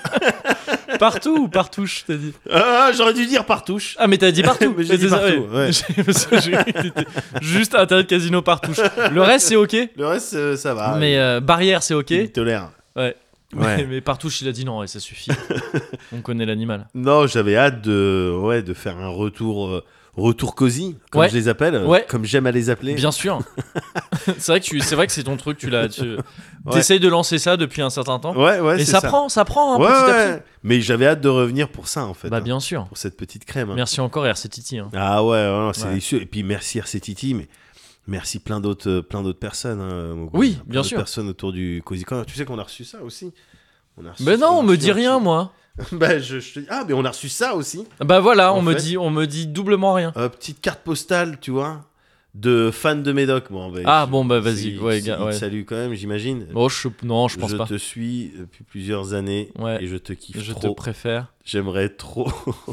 S1: partout ou partout, je t'ai dit.
S2: Ah, j'aurais dû dire par touche.
S1: Ah mais t'as dit partout.
S2: Mais j'ai dit
S1: C'est ça,
S2: partout, ouais.
S1: J'ai- parce que j'ai- t'étais Juste internet casino partout. Le reste c'est ok.
S2: Le reste, euh, ça va.
S1: mais euh, barrière c'est ok.
S2: il- il tolère.
S1: Ouais.
S2: Ouais.
S1: Mais, mais partout, il a dit non, ouais, ça suffit. On connaît l'animal.
S2: Non, j'avais hâte de, ouais, de faire un retour euh, retours cosy, comme
S1: Ouais.
S2: je les appelle, euh,
S1: Ouais.
S2: comme j'aime à les appeler.
S1: Bien sûr. c'est vrai que tu, c'est vrai que c'est ton truc. Tu l'as. Tu
S2: Ouais.
S1: t'essayes de lancer ça depuis un certain temps.
S2: Ouais, ouais,
S1: et
S2: c'est
S1: ça, prend, ça prend. hein,
S2: Ouais,
S1: petit à
S2: ouais. Mais j'avais hâte de revenir pour ça, en fait.
S1: petit. Bah
S2: hein,
S1: bien sûr.
S2: Pour cette petite crème. hein.
S1: Merci encore RC Titi. hein.
S2: Ah ouais, ouais, c'est
S1: Ouais.
S2: délicieux. Et puis merci RC Titi, mais merci plein d'autres, euh, plein d'autres personnes. hein, mon gars.
S1: Oui,
S2: Plein
S1: bien
S2: d'autres
S1: sûr.
S2: Personnes autour du Cozy Corner. Tu sais qu'on a reçu ça aussi. On a reçu-
S1: Mais non,
S2: a
S1: on me
S2: reçu-
S1: dit rien moi.
S2: bah, je, je te dis- Ah, mais on a reçu ça aussi.
S1: Bah voilà,
S2: En
S1: on me
S2: fait.
S1: dit, on me dit doublement rien.
S2: Euh, petite carte postale, tu vois, de fans de Médoc. Bon, bah,
S1: Ah
S2: je-
S1: bon bah
S2: c'est-
S1: vas-y, ouais,
S2: c'est-
S1: gars,
S2: il te
S1: ouais.
S2: salue quand même, j'imagine.
S1: Oh, je, non, je pense
S2: je
S1: pas.
S2: te suis depuis plusieurs années
S1: Ouais.
S2: et je te kiffe
S1: Je te
S2: trop.
S1: préfère.
S2: J'aimerais trop.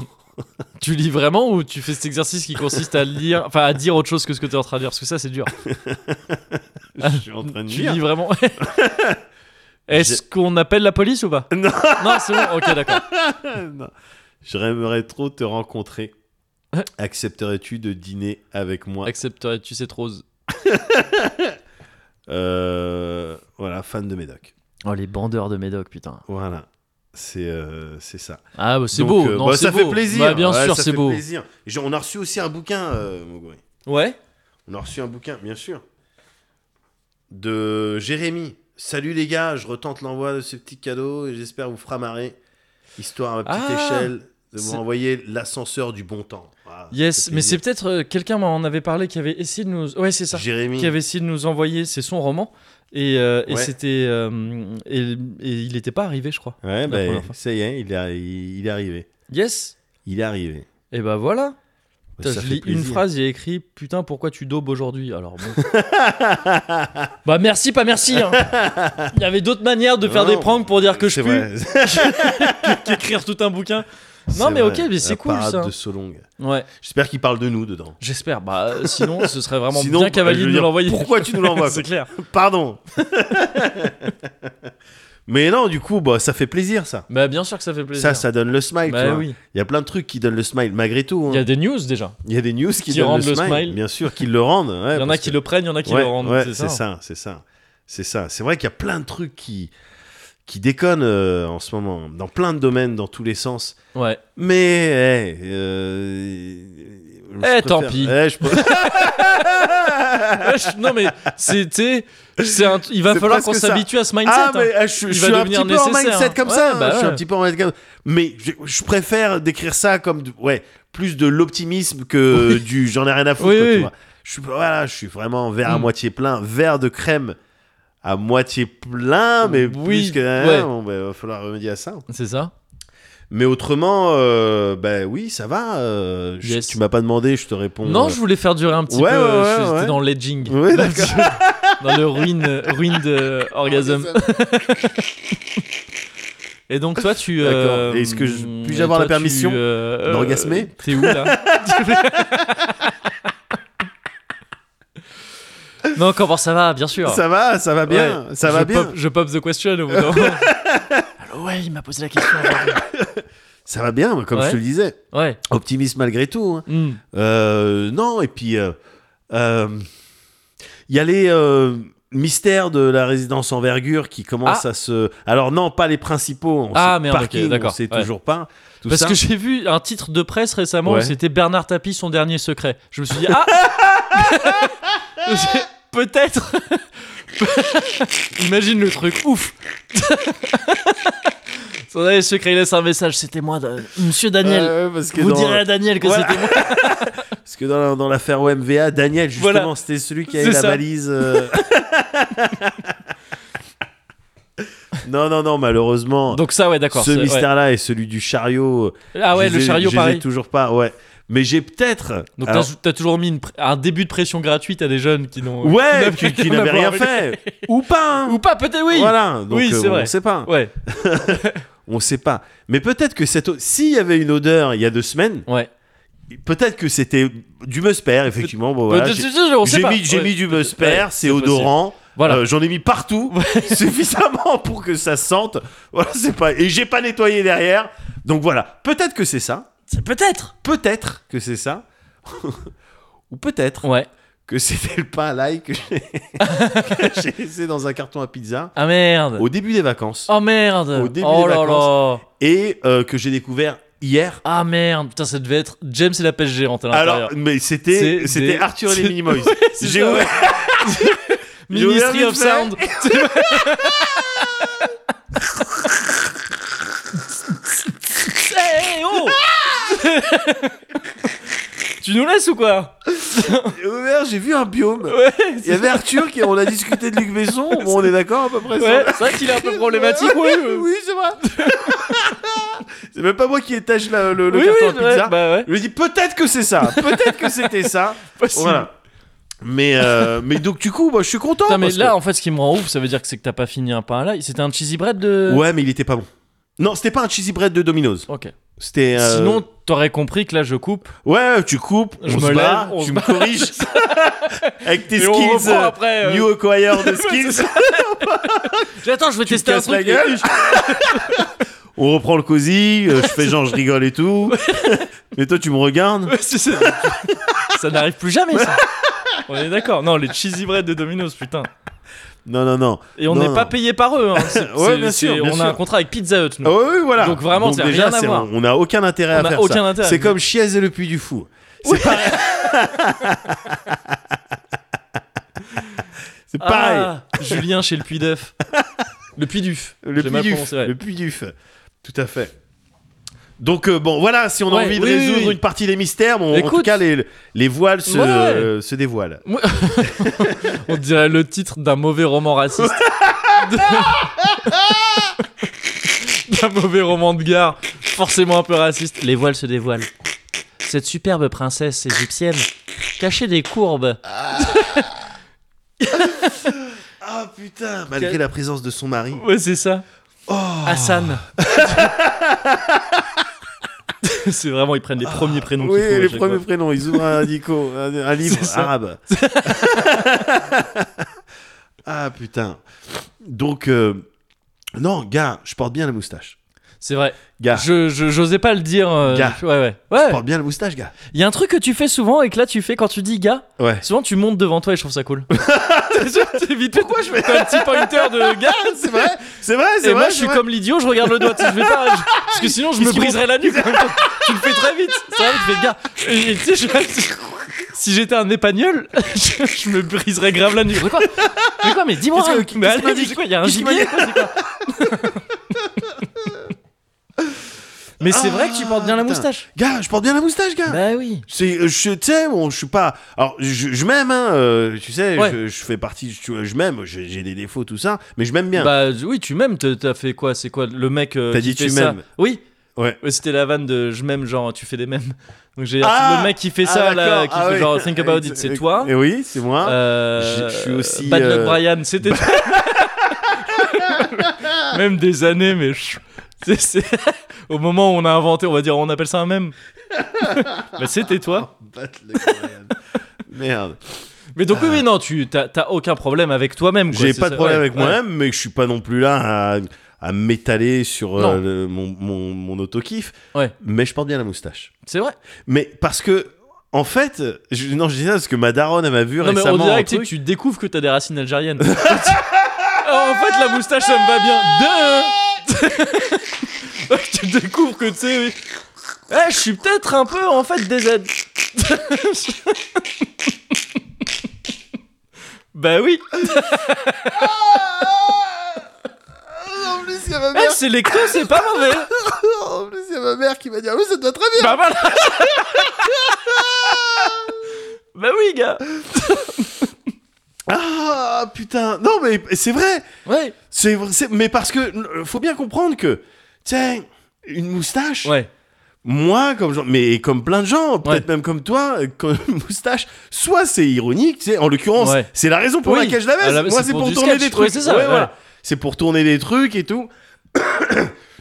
S1: Tu lis vraiment ou tu fais cet exercice qui consiste à lire, enfin à dire autre chose que ce que tu es en train de dire parce que ça c'est dur.
S2: je suis en train de
S1: Tu
S2: lire.
S1: lis vraiment. Est-ce qu'on appelle la police ou pas
S2: Non.
S1: Non, c'est bon. Ok, d'accord.
S2: Non. J'aimerais trop te rencontrer.
S1: Ouais.
S2: Accepterais-tu de dîner avec moi
S1: Accepterais-tu cette rose
S2: Euh, Voilà, fan de Médoc.
S1: Oh les bandeurs de Médoc, putain.
S2: Voilà. C'est euh, c'est ça.
S1: Ah bah, c'est
S2: Donc,
S1: beau.
S2: euh,
S1: non,
S2: bah,
S1: c'est
S2: ça
S1: beau.
S2: fait plaisir.
S1: Bah, bien
S2: Ouais,
S1: sûr,
S2: ça
S1: c'est
S2: fait
S1: beau.
S2: plaisir. Et genre, on a reçu aussi un bouquin, euh, Moguri.
S1: Ouais.
S2: On a reçu un bouquin, bien sûr. De Jérémy. Salut les gars, je retente l'envoi de ce petit cadeau et j'espère vous fera marrer. Histoire à ma petite
S1: Ah,
S2: échelle de vous
S1: c'est-
S2: renvoyer l'ascenseur du bon temps. Voilà, ça
S1: Yes,
S2: fait
S1: mais c'est
S2: plaisir.
S1: peut-être euh, quelqu'un m'en avait parlé qui avait essayé de nous. Ouais, c'est ça.
S2: Jérémy.
S1: qui avait essayé de nous envoyer, c'est son roman. Et, euh, et
S2: Ouais.
S1: c'était euh, et, et il n'était pas arrivé, je crois.
S2: Ouais,
S1: La
S2: ben
S1: première fois.
S2: ça y est, il, est- il- il est arrivé.
S1: Yes.
S2: Il est arrivé.
S1: Et bah voilà.
S2: Bah,
S1: Putain,
S2: ça
S1: je
S2: fait
S1: lis une
S2: plaisir.
S1: phrase, il y a écrit putain pourquoi tu daubes aujourd'hui. Alors bon. bah merci, pas merci. hein. Il y avait d'autres manières de faire
S2: Non,
S1: des pranks pour dire que je
S2: C'est
S1: pue
S2: vrai.
S1: qu'écrire tout un bouquin.
S2: C'est
S1: Non, mais
S2: vrai.
S1: ok, mais c'est
S2: La
S1: cool,
S2: parade
S1: ça.
S2: de Solong.
S1: Ouais.
S2: J'espère qu'il parle de nous dedans.
S1: J'espère. Bah euh, sinon, ce serait vraiment bien
S2: Sinon, bah, je
S1: cavalier
S2: veux
S1: de nous
S2: dire,
S1: l'envoyer.
S2: pourquoi tu nous l'envoies,
S1: C'est clair.
S2: quoi Pardon. mais non, du coup, bah, ça fait plaisir ça.
S1: Bah bien sûr que ça fait plaisir.
S2: Ça, ça donne le smile. tu
S1: Bah
S2: vois.
S1: oui.
S2: Il y a plein de trucs qui donnent le smile malgré tout. hein.
S1: Il y a des news déjà.
S2: Il y a des news qui,
S1: Qui
S2: donnent
S1: rendent
S2: le
S1: le
S2: smile,
S1: smile.
S2: Bien sûr, qui le rendent. ouais,
S1: Il y en a
S2: parce
S1: qui
S2: que-
S1: le prennent, il y en a qui
S2: Ouais,
S1: le rendent.
S2: ouais,
S1: c'est
S2: c'est
S1: ça.
S2: ça, c'est ça, c'est ça. C'est vrai qu'il y a plein de trucs qui qui déconnent euh, en ce moment, dans plein de domaines, dans tous les sens.
S1: Ouais.
S2: Mais, eh, euh, je
S1: Eh, tant
S2: préfère-
S1: pis.
S2: Eh, je préfère-
S1: Ouais, je- non mais c'était c'est un- il va
S2: C'est
S1: falloir
S2: presque
S1: qu'on
S2: ça.
S1: s'habitue à ce mindset.
S2: Ah,
S1: hein.
S2: mais eh, je,
S1: Il
S2: je
S1: va
S2: suis un
S1: devenir
S2: petit peu en
S1: nécessaire,
S2: mindset comme
S1: hein.
S2: ça.
S1: Ouais, bah
S2: hein, Je suis
S1: ouais.
S2: un petit peu en mindset comme Mais je, je préfère décrire ça comme, de- ouais, plus de l'optimisme que du j'en ai rien à foutre.
S1: Oui,
S2: quoi, tu
S1: oui.
S2: vois. Je suis, voilà, je suis vraiment verre à
S1: Mm.
S2: moitié plein, verre de crème à moitié plein, mais
S1: Oui,
S2: plus que.
S1: ouais.
S2: bon, bah, va falloir remédier à ça.
S1: C'est ça.
S2: Mais autrement, euh, bah oui, ça va. euh, je-
S1: Yes.
S2: tu m'as pas demandé, je te réponds.
S1: Non,
S2: euh,
S1: je voulais faire durer un petit
S2: Ouais,
S1: peu.
S2: ouais,
S1: je-
S2: ouais,
S1: J'étais
S2: ouais.
S1: dans l'edging.
S2: Ouais,
S1: dans,
S2: d'accord.
S1: dans le ruin euh, ruin de orgasm. Et donc toi tu. euh,
S2: D'accord. Et est-ce que je-
S1: mm,
S2: puis-je
S1: et
S2: avoir
S1: toi,
S2: la permission
S1: tu, euh,
S2: d'orgasmer
S1: euh, T'es où là Non, comment ça va Bien sûr.
S2: Ça va, ça va bien,
S1: Ouais,
S2: ça
S1: je
S2: va bien,
S1: pop- je pop the question au bout d'un moment. Allô, ouais, il m'a posé la question. aujourd'hui.
S2: ça va bien, comme
S1: Ouais.
S2: je te le disais.
S1: Ouais.
S2: Optimiste malgré tout. hein.
S1: Hmm.
S2: Euh, non, et puis euh, euh, il y a les euh, mystères de la résidence envergure qui commencent à se. Alors non, pas les principaux. On
S1: Ah,
S2: sait
S1: merde, ok,
S2: parking,
S1: d'accord,
S2: On sait
S1: ouais.
S2: toujours pas. Tout
S1: Parce
S2: ça.
S1: que j'ai vu un titre de presse récemment où
S2: Ouais.
S1: c'était Bernard Tapie, son dernier secret. Je me suis dit, ah J'ai- Peut-être Imagine le truc, ouf Son dernier secret, il laisse un message, c'était moi, de- monsieur Daniel.
S2: Euh, ouais, parce que
S1: Vous
S2: dans,
S1: direz à Daniel que
S2: Voilà.
S1: c'était moi.
S2: parce que dans, dans l'affaire OMVA, Daniel justement,
S1: Voilà.
S2: c'était celui qui
S1: C'est
S2: avait la
S1: ça.
S2: valise. euh. non, non, non, malheureusement.
S1: Donc ça, ouais, d'accord.
S2: ce
S1: c'est- ouais.
S2: mystère-là et celui du chariot. euh,
S1: Ah ouais,
S2: je
S1: le
S2: les ai-
S1: chariot,
S2: je les ai
S1: pareil.
S2: toujours pas, ouais. Mais j'ai peut-être.
S1: Donc
S2: Alors,
S1: t'as- t'as toujours mis une pr- un début de pression gratuite à des jeunes qui n'ont...
S2: Ouais,
S1: n'avaient
S2: qui, qui
S1: rien à
S2: n'avait
S1: voir
S2: rien
S1: avec-
S2: fait. Ou pas. hein.
S1: Ou pas, peut-être, oui
S2: Voilà, donc
S1: Oui,
S2: euh,
S1: c'est
S2: on
S1: vrai.
S2: sait pas.
S1: Ouais,
S2: On sait pas. Mais peut-être que cette. o- S'il y avait une odeur il y a deux semaines,
S1: ouais.
S2: peut-être que c'était du Musper, effectivement. Bon, voilà,
S1: Peut-être-
S2: j'ai
S1: on sait
S2: j'ai
S1: pas.
S2: mis, j'ai
S1: Ouais.
S2: mis du Musper,
S1: Ouais,
S2: c'est
S1: possible.
S2: odorant.
S1: Voilà.
S2: Euh, J'en ai mis partout, suffisamment pour que ça sente. Voilà, c'est pas. Et j'ai pas nettoyé derrière. Donc voilà, peut-être que c'est ça.
S1: C'est peut-être.
S2: Peut-être que c'est ça. Ou peut-être
S1: Ouais.
S2: que c'était le pain à l'ail que j'ai que j'ai laissé dans un carton à pizza
S1: Ah merde.
S2: au début des vacances.
S1: Oh merde.
S2: Au début
S1: oh
S2: des
S1: là là.
S2: vacances. et euh, que j'ai découvert hier.
S1: Ah merde, putain, ça devait être James et la pêche géante à l'intérieur.
S2: Alors, mais c'était
S1: C'est
S2: c'était
S1: des-
S2: Arthur et les
S1: c'est-
S2: Minimoys.
S1: Ouais, c'est
S2: J'ai
S1: ça,
S2: ouvert- j'ai ouvert
S1: Ministry
S2: vite
S1: of
S2: fait.
S1: Sound. Hey, oh Tu nous laisses ou quoi
S2: J'ai ouvert, j'ai vu un biome.
S1: Ouais,
S2: Il y avait Arthur qui on a discuté de Luc Besson. Bon, on est d'accord à peu près.
S1: c'est
S2: sur-
S1: ouais, c'est vrai qu'il est un peu problématique, oui.
S2: oui, c'est vrai. c'est même pas moi qui étage la- le, le
S1: oui,
S2: carton
S1: oui,
S2: à
S1: ouais,
S2: pizza.
S1: bah ouais,
S2: Je lui dis peut-être que c'est ça, peut-être que c'était ça.
S1: possible.
S2: Voilà. Mais euh, mais donc du coup, moi je suis content.
S1: Putain, mais
S2: parce que-
S1: là, en fait, ce qui me rend ouf, ça veut dire que c'est que t'as pas fini un pain là. C'était un cheesy bread de.
S2: Ouais, mais il était pas bon. Non, c'était pas un cheesy bread de Domino's.
S1: Ok.
S2: C'était. euh,
S1: Sinon, t'aurais compris que là, je coupe.
S2: ouais, tu coupes,
S1: Je
S2: on
S1: me
S2: se bat,
S1: lève, on se
S2: tu me
S1: bat.
S2: corriges avec tes
S1: Et on
S2: skills,
S1: reprend
S2: euh,
S1: après. euh,
S2: new acquire de skills.
S1: Attends, je vais tester un
S2: casses la
S1: truc.
S2: gueule. on reprend le cosy, euh, je fais genre je rigole et tout. mais toi tu me regardes.
S1: Ouais, c'est ça. Ça n'arrive plus jamais, ça. On est d'accord. Non, les cheesy bread de Domino's, putain.
S2: Non non non.
S1: Et on
S2: Non,
S1: n'est
S2: non.
S1: pas payé par eux. Hein. C'est-
S2: Ouais,
S1: c'est-
S2: bien sûr,
S1: c'est-
S2: bien
S1: on
S2: sûr.
S1: a un contrat avec Pizza Hut. nous.
S2: Ah oui, oui, voilà.
S1: Donc vraiment, c'est
S2: déjà,
S1: rien à
S2: c'est-
S1: voir.
S2: On n'a aucun intérêt
S1: On
S2: à
S1: a
S2: faire
S1: aucun
S2: ça.
S1: intérêt.
S2: C'est comme Chiez et le Puy du Fou. C'est
S1: Ouais.
S2: pareil. c'est
S1: Ah,
S2: pareil.
S1: Julien chez le Puy d'œuf. Le Puy d'Uf.
S2: le
S1: J'ai
S2: Puy
S1: mal
S2: du
S1: prononcé,
S2: Fou.
S1: ouais.
S2: Le Puy du Fou. Tout à fait. Donc euh, bon, voilà, si on a
S1: Ouais,
S2: envie de
S1: oui, oui,
S2: résoudre
S1: oui.
S2: une partie des mystères, bon, en tout
S1: Écoute.
S2: cas, les, les voiles se,
S1: Ouais.
S2: euh, se dévoilent.
S1: On dirait le titre d'un mauvais roman raciste. De- d'un mauvais roman de gare, forcément un peu raciste. Les voiles se dévoilent. Cette superbe princesse égyptienne cachait des courbes.
S2: Ah putain, malgré la présence de son mari.
S1: Ouais, c'est ça.
S2: Oh.
S1: Hassan. c'est vraiment, ils prennent les premiers prénoms
S2: oui,
S1: qu'ils trouvent à
S2: les
S1: chaque
S2: premiers
S1: fois.
S2: prénoms, ils ouvrent un, dico, un, un livre
S1: C'est ça.
S2: arabe. ah putain. Donc, euh, non, gars, je porte bien la moustache.
S1: C'est vrai.
S2: Gars,
S1: Je, je- j'osais pas le dire. euh,
S2: Gars.
S1: Ouais, ouais.
S2: je
S1: Ouais.
S2: porte bien la moustache, gars.
S1: Il y a un truc que tu fais souvent et que là tu fais quand tu dis gars.
S2: Ouais.
S1: Souvent tu montes devant toi et je trouve ça cool. T'es vite pourquoi je fais un petit pointer de gars
S2: C'est vrai, c'est vrai, c'est
S1: Et
S2: vrai.
S1: moi
S2: c'est
S1: je suis
S2: vrai.
S1: comme l'idiot, je regarde le doigt, tu sais, je vais pas. je- Parce que sinon je me
S2: Qu'est-ce qu'il
S1: briserais la nuque. hein. tu le fais très vite. C'est vrai, tu fais gars. Et, et tu sais, je- Si j'étais un épagnol, je, je me briserais grave la nuque. Mais quoi Mais quoi Mais dis-moi.
S2: Qu'est-ce
S1: hein.
S2: que- qu'est-ce
S1: Mais
S2: qu'il m'a
S1: allez,
S2: dit
S1: c'est quoi Il y a un
S2: Qu'est-ce qu'il m'a
S1: gibier quoi, c'est quoi Mais c'est vrai que tu portes bien la
S2: Ah, putain.
S1: moustache.
S2: Gars, je porte bien la moustache, gars.
S1: Bah oui.
S2: C'est, euh, je, tu sais, bon, je suis pas. Alors, je, je m'aime, hein, euh, tu sais,
S1: Ouais.
S2: je, je fais partie, tu vois, je m'aime, je- j'ai des défauts, tout ça, mais je m'aime bien.
S1: Bah oui, tu m'aimes, t'as- t'as fait quoi C'est quoi le mec euh,
S2: T'as
S1: qui
S2: dit
S1: fait
S2: tu
S1: ça
S2: m'aimes.
S1: Oui.
S2: Ouais.
S1: Ouais, C'était la vanne de je m'aime, genre tu fais des mèmes. Donc j'ai
S2: Ah
S1: le mec qui fait
S2: Ah,
S1: ça, là,
S2: d'accord,
S1: qui
S2: ah
S1: fait
S2: oui.
S1: genre think about it, c'est toi.
S2: Et oui, c'est moi.
S1: Euh,
S2: je- je suis aussi,
S1: Bad Luck
S2: euh,
S1: Brian, c'était toi. Même des années, mais. je- c'est- c'est- Au moment où on a inventé, on va dire, on appelle ça un mème. bah, c'était toi.
S2: Battre le Coréen. Merde.
S1: Mais donc, oui, oui, non, tu t'as t'as aucun problème avec toi-même. quoi,
S2: J'ai
S1: c'est
S2: pas
S1: ça,
S2: de problème
S1: ouais,
S2: avec
S1: ouais.
S2: moi-même, mais je suis pas non plus là à, à m'étaler sur euh,
S1: Non.
S2: le- mon, mon, mon auto-kiff.
S1: Ouais.
S2: Mais je porte bien la moustache.
S1: C'est vrai.
S2: Mais parce que, en fait, je, non, je dis ça parce que ma daronne, elle m'a vu
S1: Non, mais
S2: récemment.
S1: on dirait
S2: un
S1: que tu sais,
S2: truc.
S1: tu découvres que t'as des racines algériennes. Ah, en fait, la moustache, ça me va bien. Deux. tu découvres que tu sais. oui. Eh, je suis peut-être un peu en fait des aides. bah oui.
S2: En plus, il y a ma
S1: Eh, c'est lecto, c'est pas mauvais.
S2: en plus, il y a Oh, ma mère qui m'a dit Ah oui, ça te va très
S1: Bah
S2: bien.
S1: voilà. bah oui, gars.
S2: Ah putain. Non, mais c'est vrai.
S1: Ouais.
S2: C'est, vrai, c'est- mais parce que, euh, faut bien comprendre que, tiens, une moustache.
S1: Ouais.
S2: moi comme genre, mais comme plein de gens peut-être
S1: Ouais.
S2: même comme toi euh, comme moustache soit c'est ironique tu sais en l'occurrence
S1: Ouais.
S2: c'est la raison pour
S1: Oui.
S2: laquelle je la
S1: Ah,
S2: mets
S1: là,
S2: moi c'est pour,
S1: du
S2: tourner
S1: sketch.
S2: des trucs
S1: Ouais, c'est ça, ouais.
S2: voilà. c'est pour tourner des trucs et tout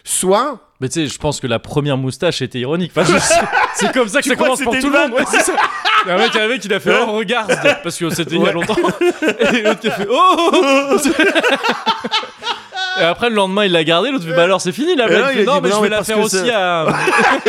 S2: soit
S1: Mais tu sais, je pense que la première moustache était ironique. Enfin, je- c'est- c'est comme ça que
S2: Tu
S1: ça
S2: crois
S1: commence
S2: que
S1: pour
S2: c'était
S1: tout
S2: une
S1: le monde.
S2: vanne
S1: ouais, c'est ça. Il y a un mec, il y a un mec, il a fait Oh, regarde Parce que c'était il y a
S2: Ouais.
S1: longtemps. Et l'autre qui a fait Oh, oh, oh. Et après, le lendemain, il l'a gardé. L'autre fait Bah alors, c'est fini la
S2: Et
S1: blague.
S2: là,
S1: Il
S2: il
S1: fait,
S2: a
S1: Non,
S2: dit,
S1: mais je
S2: bah non,
S1: vais
S2: mais
S1: la
S2: parce
S1: faire
S2: que
S1: aussi
S2: c'est-
S1: à,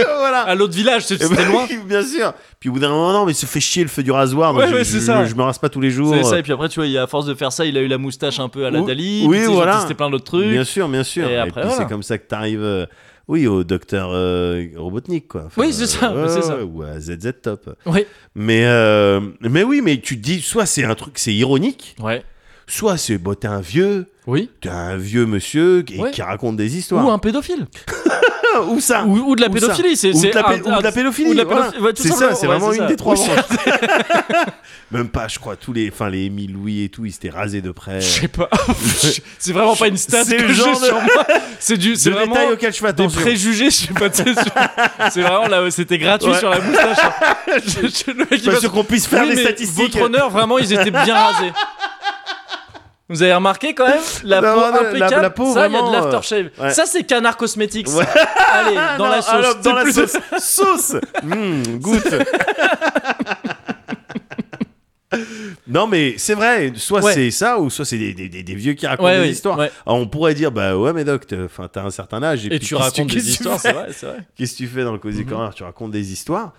S2: voilà
S1: à l'autre village. c'est-
S2: Eh
S1: Ah, C'était
S2: ben,
S1: loin.
S2: bien sûr puis au bout d'un moment non mais se fait chier le feu du rasoir moi,
S1: Ouais,
S2: je,
S1: ouais,
S2: je-
S1: c'est ça.
S2: je me rase pas tous les jours euh,
S1: C'est ça. Et puis après, tu vois, il à force de faire ça, il a eu la moustache un peu à la
S2: Oui,
S1: Dali. puis, tu
S2: oui,
S1: sais, ils ont
S2: voilà.
S1: testé plein d'autres trucs.
S2: bien sûr bien sûr
S1: Et
S2: et,
S1: après,
S2: puis
S1: voilà.
S2: c'est comme ça que t'arrives euh, Oui, au docteur euh, Robotnik, quoi.
S1: Oui, c'est ça,
S2: ouais,
S1: c'est ça.
S2: ouais, Ou à ZZ Top.
S1: Oui.
S2: Mais, euh, mais oui, mais tu te dis, soit c'est un truc, c'est ironique,
S1: Ouais.
S2: soit c'est, bah, t'es un vieux,
S1: Oui.
S2: t'es un vieux monsieur qui,
S1: Ouais.
S2: qui raconte des histoires.
S1: Ou un pédophile.
S2: Ah, ou ça
S1: ou, ou de la
S2: Ou
S1: pédophilie.
S2: ça.
S1: C'est,
S2: Ou de
S1: c'est
S2: la
S1: un-
S2: pé- ou de la
S1: un-
S2: pédophilie,
S1: ou de la
S2: voilà.
S1: pédophilie, ouais, tout
S2: C'est ça,
S1: simplement,
S2: c'est
S1: ouais,
S2: vraiment une
S1: ça.
S2: des trois
S1: Oui, c'est-
S2: Même pas, je crois, tous les, enfin, les Émile Louis et tout, ils s'étaient rasés de près.
S1: Je sais pas. c'est vraiment pas une stat
S2: Euh, C'est
S1: que
S2: le
S1: j'ai
S2: genre de-
S1: sur moi. C'est du, c'est
S2: C'est le
S1: vraiment
S2: détail auquel je fais
S1: des
S2: attention.
S1: préjugés. Je sais pas. tu sais, sur- c'est vraiment là. ouais, C'était gratuit
S2: Ouais.
S1: sur la moustache. Je- je- le mec, il
S2: Je suis
S1: va
S2: pas
S1: se-
S2: sûr qu'on puisse faire
S1: Oui,
S2: des
S1: mais
S2: statistiques.
S1: Votre honneur, vraiment, ils étaient bien rasés. Vous avez remarqué quand même la
S2: Non,
S1: peau
S2: non, la-
S1: impeccable.
S2: la peau,
S1: ça, il y a de
S2: vraiment, euh,
S1: l'aftershave.
S2: ouais.
S1: Ça, c'est canard cosmétique.
S2: Ouais.
S1: Allez, dans
S2: Ah Non,
S1: la sauce.
S2: alors, dans
S1: C'est
S2: la
S1: plus- Hmm,
S2: sauce. Sauce. Mmh, goûte. Non mais c'est vrai, soit
S1: Ouais.
S2: c'est ça ou soit c'est des, des- des- des vieux qui racontent
S1: Ouais,
S2: des
S1: ouais,
S2: histoires.
S1: ouais.
S2: Ah, on pourrait dire bah ouais mais doc, t'es- enfin t'as un certain âge et,
S1: Et
S2: puis
S1: tu
S2: qu'est-ce
S1: racontes
S2: qu'est-ce
S1: des
S2: que tu
S1: histoires,
S2: fais
S1: c'est vrai, c'est vrai.
S2: Qu'est-ce que tu fais dans le Cozy
S1: Mhm.
S2: Corner Tu racontes des histoires,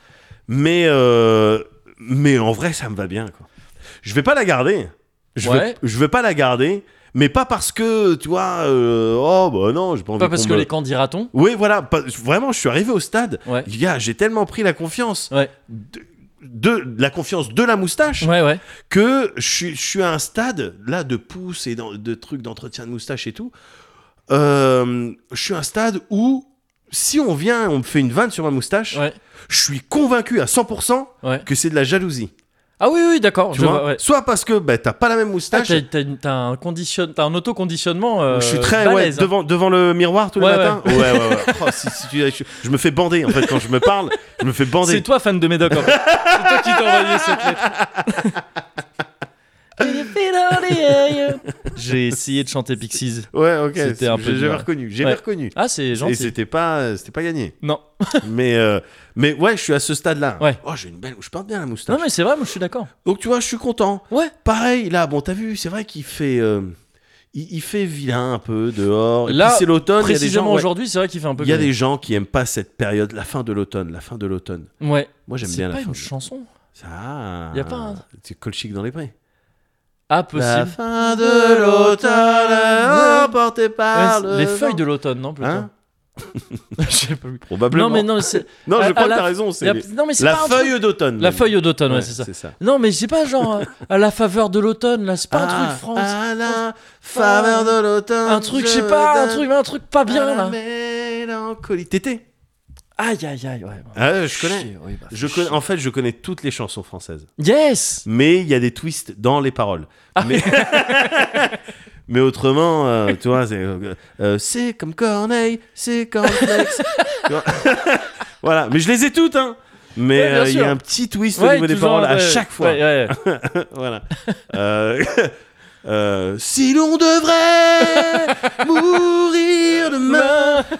S2: mais euh, mais en vrai ça me va bien quoi. Je vais pas la garder. Je
S1: Ouais.
S2: vais je vais pas la garder, mais pas parce que tu vois euh, oh bah non j'ai pas envie.
S1: Pas parce
S2: qu'on
S1: que
S2: me-
S1: les candidatons.
S2: oui, voilà. pas- vraiment, je suis arrivé au stade.
S1: Ouais.
S2: Gars, j'ai tellement pris la confiance.
S1: Ouais.
S2: De, de- de la confiance de la moustache
S1: Ouais, ouais.
S2: que je, suis- je suis à un stade là de pouces et d'en- de trucs d'entretien de moustache et tout Euh, je suis à un stade où si on vient on me fait une vanne sur ma moustache
S1: Ouais.
S2: je suis convaincu à 100%
S1: Ouais.
S2: que c'est de la jalousie
S1: Ah oui, oui, d'accord.
S2: tu
S1: je
S2: vois
S1: vois, ouais.
S2: soit parce que bah, t'as pas la même
S1: Ah,
S2: moustache
S1: t'as, t'as une- t'as un condition... t'as un auto-conditionnement. euh,
S2: je suis très ouais,
S1: balèze, hein.
S2: devant, devant le miroir tous
S1: Ouais,
S2: les matins. Ouais, ouais, ouais. Oh, si- si tu- je, je me fais bander en fait quand je me parle. Je me fais bander.
S1: C'est toi, fan de Médoc. en fait. c'est toi qui t'as envoyé cette lettre. J'ai essayé de chanter Pixies.
S2: Ouais, ok.
S1: C'était
S2: c'est-
S1: un peu
S2: j'ai-
S1: du
S2: J'avais
S1: mal.
S2: reconnu. J'avais
S1: Ouais.
S2: reconnu.
S1: Ah, c'est
S2: Et
S1: gentil.
S2: c'était pas, euh, c'était pas gagné.
S1: Non.
S2: mais, euh, mais ouais, je suis à ce stade-là.
S1: Ouais.
S2: Oh, j'ai une belle. Je porte bien la moustache.
S1: Non, mais c'est vrai, moi je suis d'accord.
S2: Donc tu vois, je suis content.
S1: Ouais.
S2: Pareil, là, bon, t'as vu, c'est vrai qu'il fait. euh, il, il fait vilain un peu dehors. Et
S1: Là,
S2: puis c'est l'automne. il y a des gens-
S1: Précisément
S2: ouais.
S1: aujourd'hui, c'est vrai qu'il fait un peu.
S2: Il y a
S1: gris.
S2: des gens qui aiment pas cette période, la fin de l'automne, la fin de l'automne.
S1: Ouais.
S2: Moi, j'aime
S1: C'est
S2: bien
S1: pas
S2: la fin.
S1: une
S2: de-
S1: chanson.
S2: Ah.
S1: Y a pas un-
S2: C'est Colchic dans les prés.
S1: Ah, possible.
S2: fin de l'automne, emportée par
S1: Ouais, c'est- les feuilles de l'automne, non plutôt.
S2: Hein
S1: Je sais pas.
S2: Probablement.
S1: Non, mais non, c'est.
S2: Non,
S1: à-
S2: je crois
S1: à
S2: que
S1: la-
S2: t'as raison. C'est
S1: la-
S2: les-
S1: Non, mais c'est
S2: la
S1: pas un truc-
S2: feuille d'automne.
S1: La
S2: même.
S1: feuille d'automne, ouais, c'est ça. Non, mais c'est pas genre euh, à la faveur de l'automne, là, c'est pas un
S2: Ah,
S1: truc France.
S2: À la faveur de l'automne.
S1: un truc, je sais pas, un truc, un truc pas bien là.
S2: Mélancolie. Tété.
S1: Aïe, aïe, aïe, ouais. bah,
S2: Ah, je
S1: chier,
S2: connais.
S1: oui, bah,
S2: Je
S1: chier.
S2: connais, en fait, je connais toutes les chansons françaises,
S1: Yes
S2: mais il y a des twists dans les paroles.
S1: Ah
S2: mais... mais autrement, euh, tu vois, c'est euh, euh, c'est comme Corneille, c'est comme Flex. Tu vois voilà, mais je les ai toutes, hein. Mais
S1: Ouais, bien
S2: euh, il y
S1: sûr.
S2: a un petit twist au
S1: Ouais,
S2: niveau des
S1: toujours,
S2: paroles à
S1: ouais,
S2: chaque fois.
S1: ouais, ouais.
S2: voilà. Euh, euh, si l'on devrait mourir demain.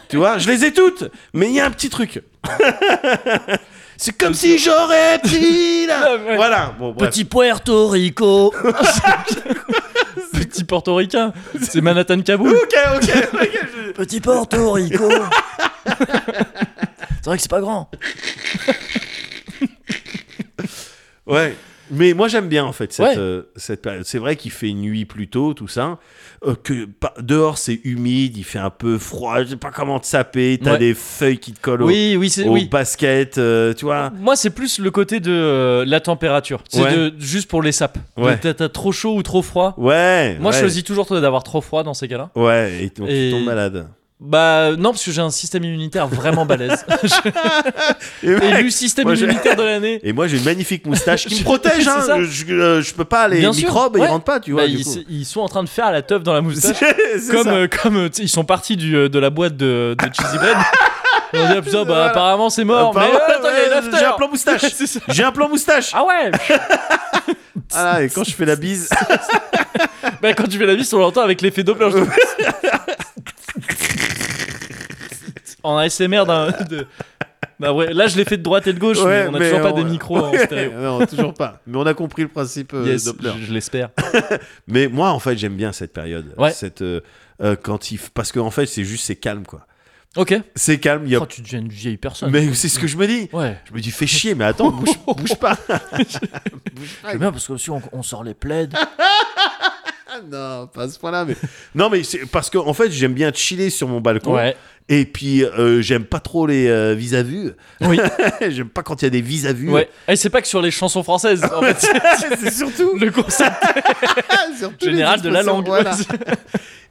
S2: Tu vois, je les ai toutes, mais il y a un petit truc. C'est comme si j'aurais pris la.
S1: Ouais.
S2: Voilà. Bon, bref.
S1: Petit Puerto Rico Petit portoricain C'est Manhattan Kaboul
S2: Ok, ok, ok. je-
S1: Petit Porto Rico C'est vrai que c'est pas grand
S2: Ouais. Mais moi j'aime bien en fait cette,
S1: Ouais.
S2: euh, cette période. C'est vrai qu'il fait nuit plus tôt, tout ça. Euh, que pa- dehors c'est humide, il fait un peu froid. Je sais pas comment te saper. T'as
S1: Ouais.
S2: des feuilles qui te collent au-
S1: Oui, oui, c'est.
S2: au,
S1: Oui.
S2: basket, euh, tu vois.
S1: Moi, c'est plus le côté de euh, la température. C'est
S2: Ouais.
S1: de- juste pour les sapes. De-
S2: Ouais.
S1: T'as t'as trop chaud ou trop froid.
S2: Ouais.
S1: Moi,
S2: ouais.
S1: je choisis toujours d'avoir trop froid dans ces cas-là.
S2: Ouais, et donc
S1: Et-
S2: tu tombes malade.
S1: Bah non parce que j'ai un système immunitaire vraiment balèze. Élu
S2: Et, mec,
S1: système
S2: Moi, je-
S1: immunitaire de l'année.
S2: et moi j'ai une magnifique moustache qui me
S1: Je-
S2: protège.
S1: c'est
S2: hein.
S1: ça.
S2: Je, euh, je peux pas, les
S1: Bien sûr,
S2: microbes
S1: ouais.
S2: ils rentrent pas, tu vois.
S1: Bah,
S2: du
S1: ils,
S2: coup.
S1: se- ils sont en train de faire la teuf dans la moustache.
S2: C'est- c'est
S1: Comme
S2: ça.
S1: euh, comme euh, tu sais, ils sont partis du, euh, de la boîte de, de cheesy bread. On dit ah, putain bah
S2: Voilà.
S1: apparemment c'est mort.
S2: Apparemment,
S1: mais euh, attends il y a une
S2: ouais,
S1: after.
S2: Ah, j'ai un plan moustache.
S1: C'est ça.
S2: J'ai un plan moustache.
S1: Ah ouais.
S2: Ah, et quand je fais la bise,
S1: bah quand tu fais la vis on l'entend avec l'effet Doppler. je trouve. en ASMR d'un de- d'un vrai- Là je l'ai fait de droite et de gauche
S2: Ouais,
S1: mais on a
S2: mais
S1: toujours pas
S2: on-
S1: des micros en stéréo.
S2: non, toujours pas. Mais on a compris le principe euh,
S1: Yes,
S2: Doppler.
S1: je je l'espère.
S2: Mais moi, en fait, j'aime bien cette période.
S1: Ouais.
S2: Cette, euh, euh, quand il f- Parce qu'en fait, c'est juste, c'est calme, quoi.
S1: Ok.
S2: C'est calme. il Y a...
S1: Oh, tu deviens une vieille personne.
S2: Mais c'est ce que je me dis.
S1: Ouais.
S2: Je me dis, fais chier, mais attends, bouge, bouge pas.
S1: C'est bien parce que si on, on sort les plaides,
S2: Ah non, pas à ce point-là, mais. non, mais c'est parce que, en fait, j'aime bien chiller sur mon balcon. Et puis, euh, j'aime pas trop les euh, vis-à-vis.
S1: Oui.
S2: j'aime pas quand il y a des vis-à-vis.
S1: Ouais. Et c'est pas que sur les chansons françaises. En fait, c'est-
S2: c'est surtout.
S1: le concept
S2: surtout les
S1: général de la
S2: expressions,
S1: langue.
S2: voilà.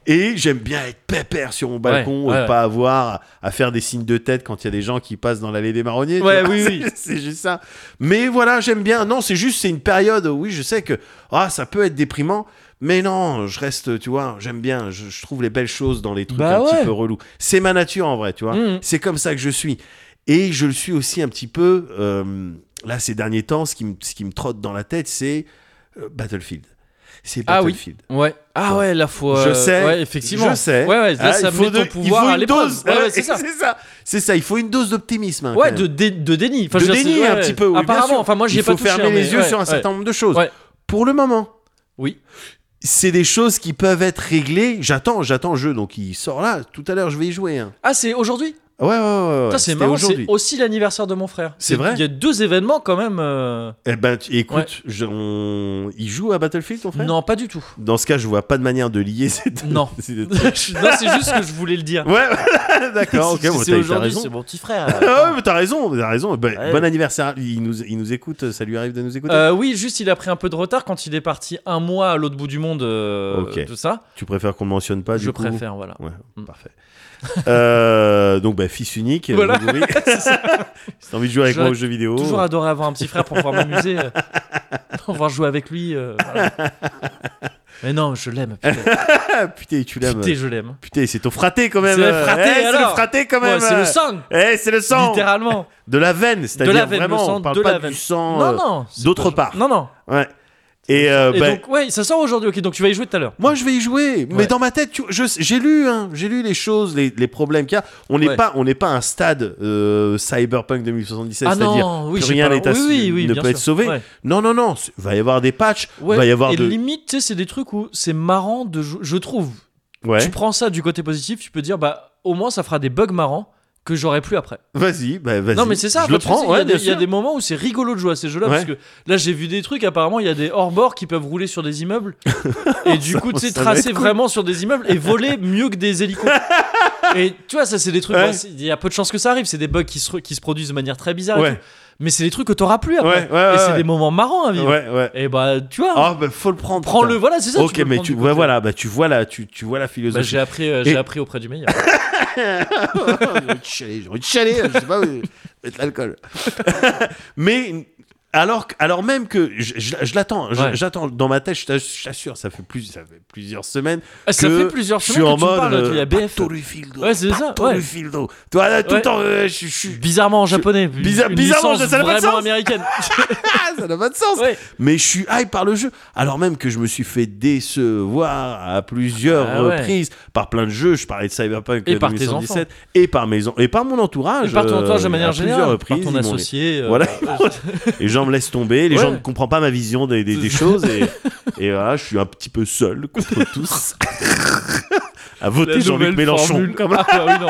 S2: Et j'aime bien être pépère sur mon balcon
S1: Ouais,
S2: et
S1: ouais,
S2: pas avoir à- à faire des signes de tête quand il y a des gens qui passent dans l'allée des marronniers. tu
S1: Ouais,
S2: vois.
S1: oui,
S2: C'est-
S1: oui.
S2: C'est juste ça. Mais voilà, j'aime bien. Non, c'est juste, c'est une période. où, Oui, je sais que ah, ça peut être déprimant. Mais non, je reste, tu vois, j'aime bien. Je, je trouve les belles choses dans les trucs
S1: Bah
S2: un
S1: ouais.
S2: petit peu relous. C'est ma nature en vrai, tu vois.
S1: Mhm.
S2: C'est comme ça que je suis. Et je le suis aussi un petit peu. euh, là, ces derniers temps, ce qui me ce qui me trotte dans la tête, c'est euh, Battlefield. C'est
S1: Ah oui.
S2: Battlefield.
S1: Ouais. Ah ouais, la fois.
S2: Je sais.
S1: Ouais, effectivement.
S2: Je sais.
S1: Ouais, ouais, là,
S2: Ah,
S1: ça
S2: il faut
S1: met
S2: de-
S1: ton
S2: il
S1: pouvoir
S2: faut
S1: à
S2: une
S1: l'épreuve.
S2: dose.
S1: Ouais, ouais, c'est ça.
S2: c'est ça. C'est ça, Il faut une dose d'optimisme. hein,
S1: Ouais,
S2: quand
S1: de,
S2: même.
S1: dé- de déni. Enfin,
S2: De
S1: je veux dire,
S2: déni
S1: c'est-
S2: un
S1: ouais.
S2: petit peu. oui, bien sûr.
S1: Apparemment, enfin, moi, j'y ai
S2: Il faut
S1: pas touché.
S2: fermer
S1: hein, mais
S2: les yeux
S1: ouais,
S2: sur un
S1: ouais.
S2: certain nombre de choses.
S1: Ouais.
S2: Pour le moment,
S1: Oui.
S2: c'est des choses qui peuvent être réglées. J'attends, j'attends le jeu, donc il sort là. Tout à l'heure, je vais y jouer. hein.
S1: Ah, c'est aujourd'hui
S2: Ouais, ouais, ouais. ouais.
S1: Putain, c'est
S2: C'était
S1: marrant, c'est
S2: aujourd'hui.
S1: aussi l'anniversaire de mon frère.
S2: C'est vrai
S1: Il y a deux événements quand même. euh,
S2: Eh ben, tu- écoute,
S1: Ouais.
S2: je- on- il joue à Battlefield, ton frère
S1: Non, pas du tout.
S2: Dans ce cas, je vois pas de manière de lier ces deux.
S1: Non.
S2: ces deux
S1: non,
S2: trucs.
S1: c'est juste que je voulais le dire.
S2: Ouais, d'accord, ok,
S1: Si
S2: bon, t'as-
S1: c'est
S2: t'as
S1: aujourd'hui,
S2: raison.
S1: c'est mon petit frère. Euh,
S2: Ah ouais, mais t'as raison, t'as raison. Ben,
S1: Ouais.
S2: Bon anniversaire. Il nous, il nous écoute, ça lui arrive de nous écouter.
S1: Euh, oui, juste il a pris un peu de retard quand il est parti un mois à l'autre bout du monde, euh,
S2: Ok.
S1: tout ça.
S2: Tu préfères qu'on le mentionne pas du
S1: je
S2: coup
S1: préfère, voilà.
S2: Ouais,
S1: Mm.
S2: parfait. Euh, donc, bah, fils unique. euh,
S1: Voilà.
S2: Moguri. si t'as envie de jouer avec
S1: J'aurais
S2: moi aux jeux vidéo.
S1: Toujours adoré avoir un petit frère pour pouvoir m'amuser, euh, pour pouvoir jouer avec lui. euh, voilà. Mais non, je l'aime. Putain,
S2: Ah, putain, tu l'aimes.
S1: Putain, je l'aime.
S2: Putain, c'est ton fraté quand même.
S1: C'est le
S2: euh.
S1: fraté,
S2: Eh, c'est le
S1: alors.
S2: fraté quand
S1: Ouais,
S2: même.
S1: c'est le
S2: euh.
S1: sang,
S2: Eh, c'est le sang.
S1: littéralement.
S2: De la veine, c'est-à-dire
S1: De la veine, le
S2: vraiment.
S1: sang
S2: on parle
S1: de
S2: pas
S1: la
S2: du
S1: veine.
S2: sang.
S1: non,
S2: euh,
S1: non. c'est
S2: d'autre
S1: pas-
S2: part.
S1: Non, non.
S2: Ouais. Et, euh,
S1: Et
S2: bah,
S1: donc, ouais, ça sort aujourd'hui. Ok, donc tu vas y jouer tout à l'heure.
S2: Moi, je vais y jouer, mais
S1: Ouais.
S2: dans ma tête, tu- je- j'ai lu, hein, j'ai lu les choses, les, les problèmes qu'il y a. On n'est
S1: Ouais.
S2: pas, on n'est pas à un stade euh, Cyberpunk 2077,
S1: Ah
S2: c'est-à-dire
S1: non, oui,
S2: plus
S1: j'ai
S2: rien
S1: pas-
S2: n'est à-
S1: oui, oui, oui,
S2: ne
S1: bien
S2: peut être
S1: sûr.
S2: sauvé.
S1: Ouais.
S2: Non, non, non, c'est- va y avoir des patchs,
S1: Ouais,
S2: va y avoir
S1: et
S2: de,
S1: limite, tu sais, c'est des trucs où c'est marrant de jouer. Je trouve.
S2: ouais.
S1: Tu prends ça du côté positif, tu peux dire, bah, au moins, ça fera des bugs marrants que j'aurais plus après.
S2: Vas-y, bah, vas-y.
S1: Non, mais c'est ça.
S2: Je le
S1: parce que
S2: prends,
S1: c'est- il y a
S2: ouais,
S1: des-
S2: bien
S1: Il y a
S2: sûr.
S1: des moments où c'est rigolo de jouer à ces jeux-là. Parce que là, j'ai vu des trucs. Apparemment, il y a des hors-bords qui peuvent rouler sur des immeubles. et du coup, tu sais,
S2: ça doit
S1: tracer
S2: être cool.
S1: vraiment sur des immeubles et voler mieux que des hélicos. et tu vois, ça, c'est des trucs.
S2: Ouais.
S1: bon, c'est- Il y a peu de chances que ça arrive. C'est des bugs qui se, qui se produisent de manière très bizarre. et
S2: Ouais.
S1: tout. Mais c'est des trucs que t'auras plus après.
S2: Ouais, ouais,
S1: et c'est
S2: ouais.
S1: des moments marrants à vivre.
S2: Ouais, ouais.
S1: Et bah, tu vois.
S2: Ah, bah, faut le prendre.
S1: Prends-le,
S2: putain.
S1: voilà, c'est ça.
S2: ok,
S1: peux le
S2: mais
S1: prendre
S2: tu,
S1: du
S2: ouais,
S1: côté.
S2: voilà, bah, tu vois la, tu, tu vois la
S1: Bah,
S2: philosophie.
S1: j'ai appris, euh, j'ai
S2: Et-
S1: appris auprès du meilleur.
S2: j'ai envie de chialer, j'ai envie de chialer, je sais pas, mais- mettre l'alcool. mais alors, que- alors même que je, je- je l'attends, je-
S1: Ouais.
S2: j'attends dans ma tête, je t'ass- je t'assure, ça fait, plus, ça fait plusieurs semaines.
S1: Ah, ça
S2: que
S1: fait plusieurs
S2: je
S1: semaines
S2: suis en
S1: que tu me
S2: mode.
S1: parles.
S2: euh,
S1: Il y a BF.
S2: Pato Rufildo,
S1: Ouais, c'est ça,
S2: Pato
S1: ouais.
S2: Rufildo. Toi, là, tout
S1: Ouais.
S2: le temps, euh, je je suis.
S1: Bizarrement en japonais. une-
S2: Bizarre-
S1: une
S2: bizarrement,
S1: licence
S2: ça n'a pas de
S1: vraiment
S2: sens.
S1: américaine.
S2: Ah, ça n'a pas de sens.
S1: Ouais.
S2: Mais je suis hype par le jeu. Alors même que je me suis fait décevoir à plusieurs
S1: Ah ouais.
S2: reprises par plein de jeux. Je parlais de Cyberpunk
S1: Et par tes
S2: 2077 et par mes en- et par mon entourage.
S1: Et par ton entourage de
S2: euh, à
S1: manière
S2: plusieurs
S1: générale, par
S2: reprises,
S1: ton
S2: ils m'ont-
S1: associé. euh,
S2: Voilà. les gens me laissent tomber. Les
S1: Ouais.
S2: gens ne comprennent pas ma vision des, des- des choses et, et voilà, je suis un petit peu seul contre tous. à
S1: la
S2: voter Jean-Luc
S1: nouvelle
S2: Mélenchon.
S1: formule. Ah, bah oui, non.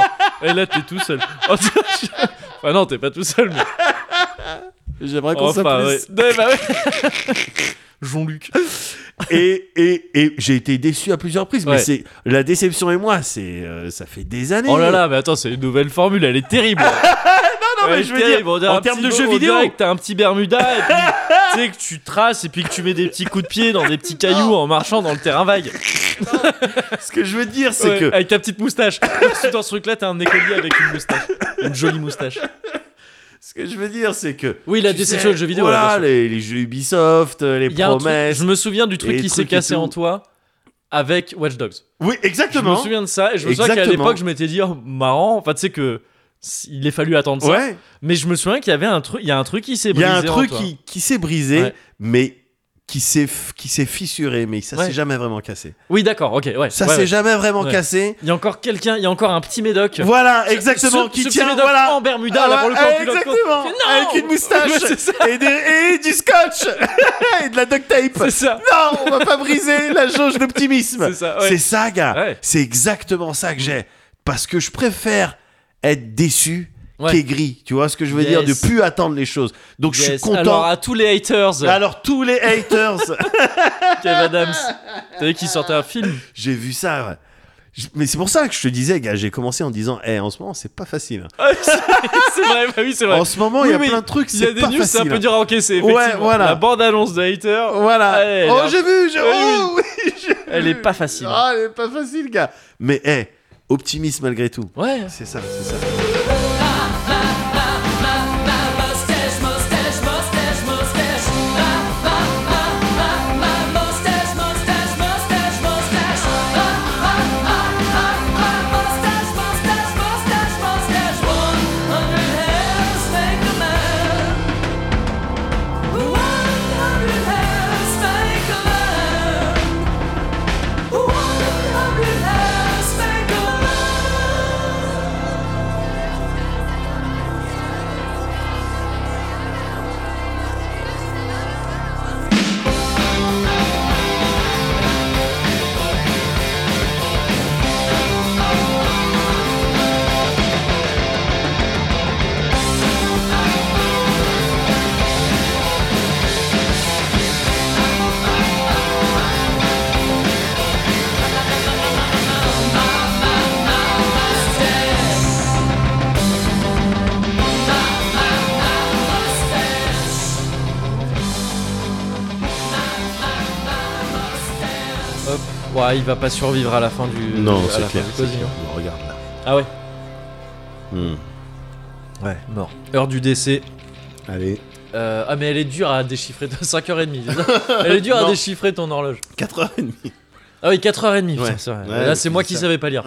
S1: Et là, t'es tout seul. Oh, tu- enfin, non, t'es pas tout seul, mais.
S2: J'aimerais qu'on soit
S1: Enfin, ouais.
S2: plus.
S1: Ouais, bah ouais. Jean-Luc.
S2: Et, et, et j'ai été déçu à plusieurs reprises.
S1: Ouais.
S2: Mais c'est la déception et moi, c'est euh, ça fait des années.
S1: Oh là là, mais attends, c'est une nouvelle formule, elle est terrible.
S2: Non, mais
S1: Elle est
S2: je veux dire,
S1: terrible, on dirait
S2: en
S1: un
S2: termes
S1: petit
S2: de
S1: bo-
S2: jeux
S1: on
S2: vidéo.
S1: dirait que t'as un petit Bermuda et puis tu sais que tu traces et puis que tu mets des petits coups de pied dans des petits cailloux en marchant dans le terrain vague.
S2: Ce que je veux dire, c'est
S1: Ouais,
S2: que
S1: Avec ta petite moustache. Parce que dans ce truc-là, t'es un écolier avec une moustache. Une jolie moustache.
S2: ce que je veux dire, c'est que
S1: Oui, la
S2: tu
S1: déception
S2: sais,
S1: de jeux vidéo. ouais, bien
S2: Voilà,
S1: sûr.
S2: les, les jeux Ubisoft, euh, les
S1: Il y a un truc-
S2: promesses.
S1: je me souviens du truc
S2: les
S1: qui s'est
S2: trucs et
S1: cassé
S2: tout.
S1: en toi avec Watch Dogs.
S2: Oui, exactement.
S1: Je me souviens de ça et je me souviens qu'à
S2: Exactement.
S1: l'époque, je m'étais dit, oh, marrant. Enfin, tu sais que s- il est fallu attendre ça.
S2: Ouais.
S1: Mais je me souviens qu'il y avait un truc, il y a un truc qui s'est
S2: Il y
S1: brisé.
S2: a un
S1: en
S2: truc
S1: toi.
S2: qui, qui s'est brisé,
S1: Ouais.
S2: mais qui s'est f- qui s'est fissuré, mais ça
S1: Ouais.
S2: s'est jamais vraiment cassé.
S1: Oui, d'accord, ok, ouais.
S2: Ça
S1: ouais,
S2: s'est
S1: ouais.
S2: jamais vraiment
S1: Ouais.
S2: cassé.
S1: Il y a encore quelqu'un, il y a encore un petit médoc.
S2: Voilà, exactement,
S1: Ce-
S2: qui
S1: ce petit
S2: tient,
S1: médoc
S2: voilà.
S1: en Bermuda,
S2: Ah
S1: là, pour
S2: ouais,
S1: le coup, en culotte courte.
S2: exactement,
S1: Mais non
S2: avec une
S1: Ouais, c'est
S2: moustache
S1: ça.
S2: et, des- et du scotch et de la duct tape.
S1: C'est ça.
S2: Non, on va pas briser la jauge d'optimisme.
S1: C'est ça, ouais.
S2: C'est ça, gars.
S1: Ouais.
S2: C'est exactement ça que j'ai. Parce que je préfère être déçu
S1: Ouais.
S2: qu'aigri. Tu vois ce que je veux dire De
S1: Yes.
S2: plus attendre les choses. Donc je suis
S1: Yes.
S2: content.
S1: Alors
S2: Alors,
S1: à tous les haters,
S2: tous les haters,
S1: Kev Adams, t'as vu qu'il sortait un film
S2: j'ai vu ça. ouais. J- Mais c'est pour ça que je te disais, gars, j'ai commencé en disant, Eh, en ce moment, c'est pas facile.
S1: Ah, C'est c'est vrai, bah oui c'est vrai.
S2: En ce moment, il y a
S1: Oui, oui,
S2: plein de trucs,
S1: S'il y a
S2: c'est
S1: des
S2: pas
S1: news, c'est
S2: facile.
S1: un peu dur à encaisser.
S2: Ouais,
S1: Effectivement.
S2: voilà.
S1: La bande annonce de haters,
S2: Voilà.
S1: Ouais,
S2: oh,
S1: Ah, elle est
S2: j'ai vu, j'ai
S1: Ouais,
S2: oh, oui, j'ai
S1: elle est
S2: vu.
S1: pas facile.
S2: Ah, elle est pas facile, gars. Mais, eh, optimiste malgré tout.
S1: Ouais.
S2: C'est ça, c'est ça.
S1: Hop. Ouais, il va pas survivre à la fin du.
S2: Non,
S1: à
S2: c'est
S1: la fin
S2: clair.
S1: du
S2: c'est
S1: closing,
S2: clair.
S1: hein.
S2: Regarde là.
S1: Ah ouais.
S2: Hmm.
S1: Ouais, mort. Heure du décès.
S2: Allez.
S1: Euh, ah mais elle est dure à déchiffrer. 5h30. Elle est dure à
S2: Non.
S1: déchiffrer ton horloge.
S2: 4h30.
S1: Ah oui, 4h30,
S2: Ouais.
S1: putain, c'est vrai.
S2: Ouais,
S1: Là, c'est
S2: c'est
S1: moi qui
S2: ça.
S1: savais pas lire.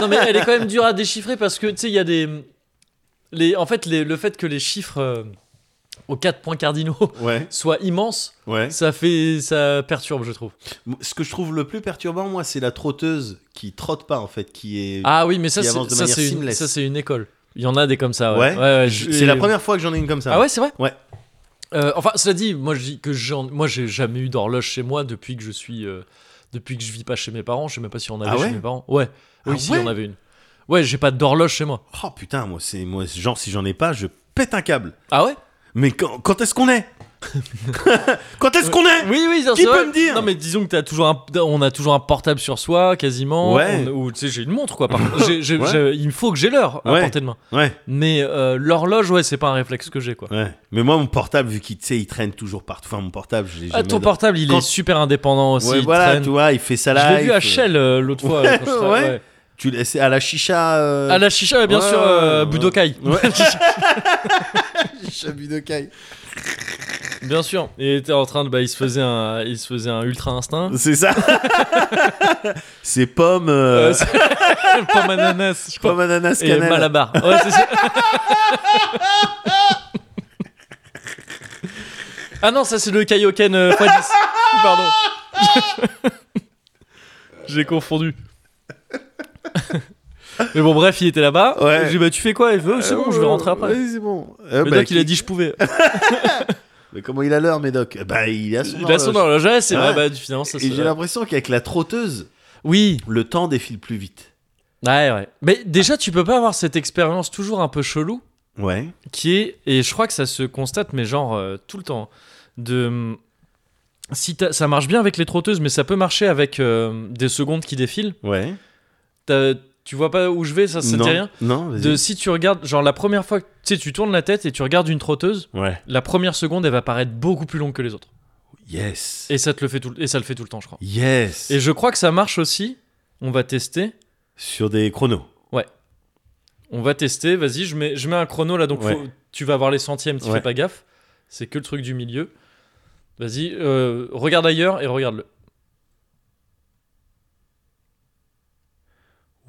S1: non, mais elle est quand même dure à déchiffrer parce que, tu sais, il y a des. Les... En fait, les- le fait que les chiffres euh, aux 4 points cardinaux
S2: Ouais,
S1: soient immenses,
S2: ouais.
S1: ça fait. ça perturbe, je trouve.
S2: Ce que je trouve le plus perturbant, moi, c'est la trotteuse qui trotte pas, en fait, qui est.
S1: Ah oui, mais ça,
S2: Qui
S1: c'est
S2: avance de
S1: ça,
S2: manière
S1: c'est une...
S2: seamless.
S1: ça, c'est une école. Il y en a des comme ça, ouais.
S2: Ouais,
S1: je-
S2: C'est la première fois que j'en ai une comme ça.
S1: Ah ouais, c'est vrai
S2: Ouais.
S1: Euh, enfin, cela dit, moi, je dis que j'en... moi, j'ai jamais eu d'horloge chez moi depuis que je suis. euh, Depuis que je vis pas chez mes parents, je sais même pas si on avait
S2: Ah ouais
S1: chez mes parents. Ouais, oui,
S2: Ah
S1: si,
S2: ouais
S1: on avait une. Ouais, j'ai pas d'horloge chez moi.
S2: Oh putain, moi, c'est. Moi, genre, si j'en ai pas, je pète un câble.
S1: Ah ouais
S2: Mais quand, quand est-ce qu'on est Quand est-ce qu'on est
S1: Oui, oui, ça,
S2: Qui
S1: c'est
S2: peut
S1: vrai.
S2: me dire
S1: Non, mais disons que t'as toujours un, on a toujours un portable sur soi, quasiment.
S2: Ouais.
S1: On- ou tu sais, j'ai une montre, quoi. Par... j'ai- j'ai-
S2: Ouais.
S1: j'ai- il me faut que j'ai l'heure à
S2: Ouais.
S1: portée de main.
S2: Ouais,
S1: Mais euh, l'horloge, ouais, c'est pas un réflexe que j'ai, quoi.
S2: ouais. Mais moi, mon portable, vu qu'il tu sais, il traîne toujours partout. Enfin, mon portable, je l'ai
S1: Ah,
S2: jamais.
S1: ton
S2: dans-
S1: portable, il
S2: Quand-
S1: est super indépendant aussi.
S2: Ouais,
S1: il
S2: voilà,
S1: traîne.
S2: tu vois, il fait ça
S1: Je
S2: live.
S1: l'ai vu à Shell euh, l'autre fois.
S2: Ouais,
S1: quand je travaillais,
S2: ouais. Tu l'as- c'est à la chicha. euh,
S1: À la chicha, bien
S2: ouais,
S1: sûr, euh,
S2: ouais.
S1: Budokai.
S2: Ouais. chicha Budokai.
S1: bien sûr. Et il était en train de. Bah, il se faisait un, il se faisait un ultra instinct.
S2: C'est ça. c'est pomme, euh,
S1: Euh, c'est- Pomme ananas, je crois.
S2: pomme ananas
S1: Et
S2: cannelle.
S1: Malabar. Ouais, c'est ça. ah non, ça c'est le Kaioken euh, x10. Pardon. J'ai confondu. Mais bon, bref, il était là-bas.
S2: Ouais.
S1: J'ai dit, bah, tu fais quoi Il veut, c'est bon, je vais rentrer après.
S2: Ouais, Euh, c'est bon. Euh,
S1: Le
S2: bah,
S1: doc, il a
S2: qui-
S1: dit, je pouvais.
S2: Mais comment il a l'heure, Médoc Euh, Bah, il a son
S1: Il a son
S2: horloge.
S1: horloge, ouais, c'est vrai,
S2: Ouais.
S1: bah, finalement, ça
S2: Et
S1: se-
S2: j'ai l'impression qu'avec la trotteuse,
S1: Oui,
S2: le temps défile plus vite.
S1: ouais, ouais. Mais déjà, tu peux pas avoir cette expérience toujours un peu chelou
S2: Ouais.
S1: qui est, et je crois que ça se constate, mais genre euh, tout le temps, de. hum, Si t'as- ça marche bien avec les trotteuses, mais ça peut marcher avec euh, des secondes qui défilent.
S2: Ouais.
S1: T'as- Tu vois pas où je vais, ça, ça te
S2: non.
S1: dit rien
S2: Non, vas-y.
S1: de, Si tu regardes, genre la première fois que tu sais, tu tournes la tête et tu regardes une trotteuse,
S2: Ouais.
S1: la première seconde, elle va paraître beaucoup plus longue que les autres.
S2: Yes.
S1: Et ça, te le, fait tout, le- et ça le fait tout le temps, je crois.
S2: Yes.
S1: Et je crois que ça marche aussi, on va tester.
S2: Sur des chronos.
S1: On va tester, vas-y, je mets, je mets un chrono là, donc
S2: Ouais.
S1: faut- tu vas avoir les centièmes, tu
S2: Ouais.
S1: fais pas gaffe. C'est que le truc du milieu. Vas-y, euh, regarde ailleurs et regarde-le.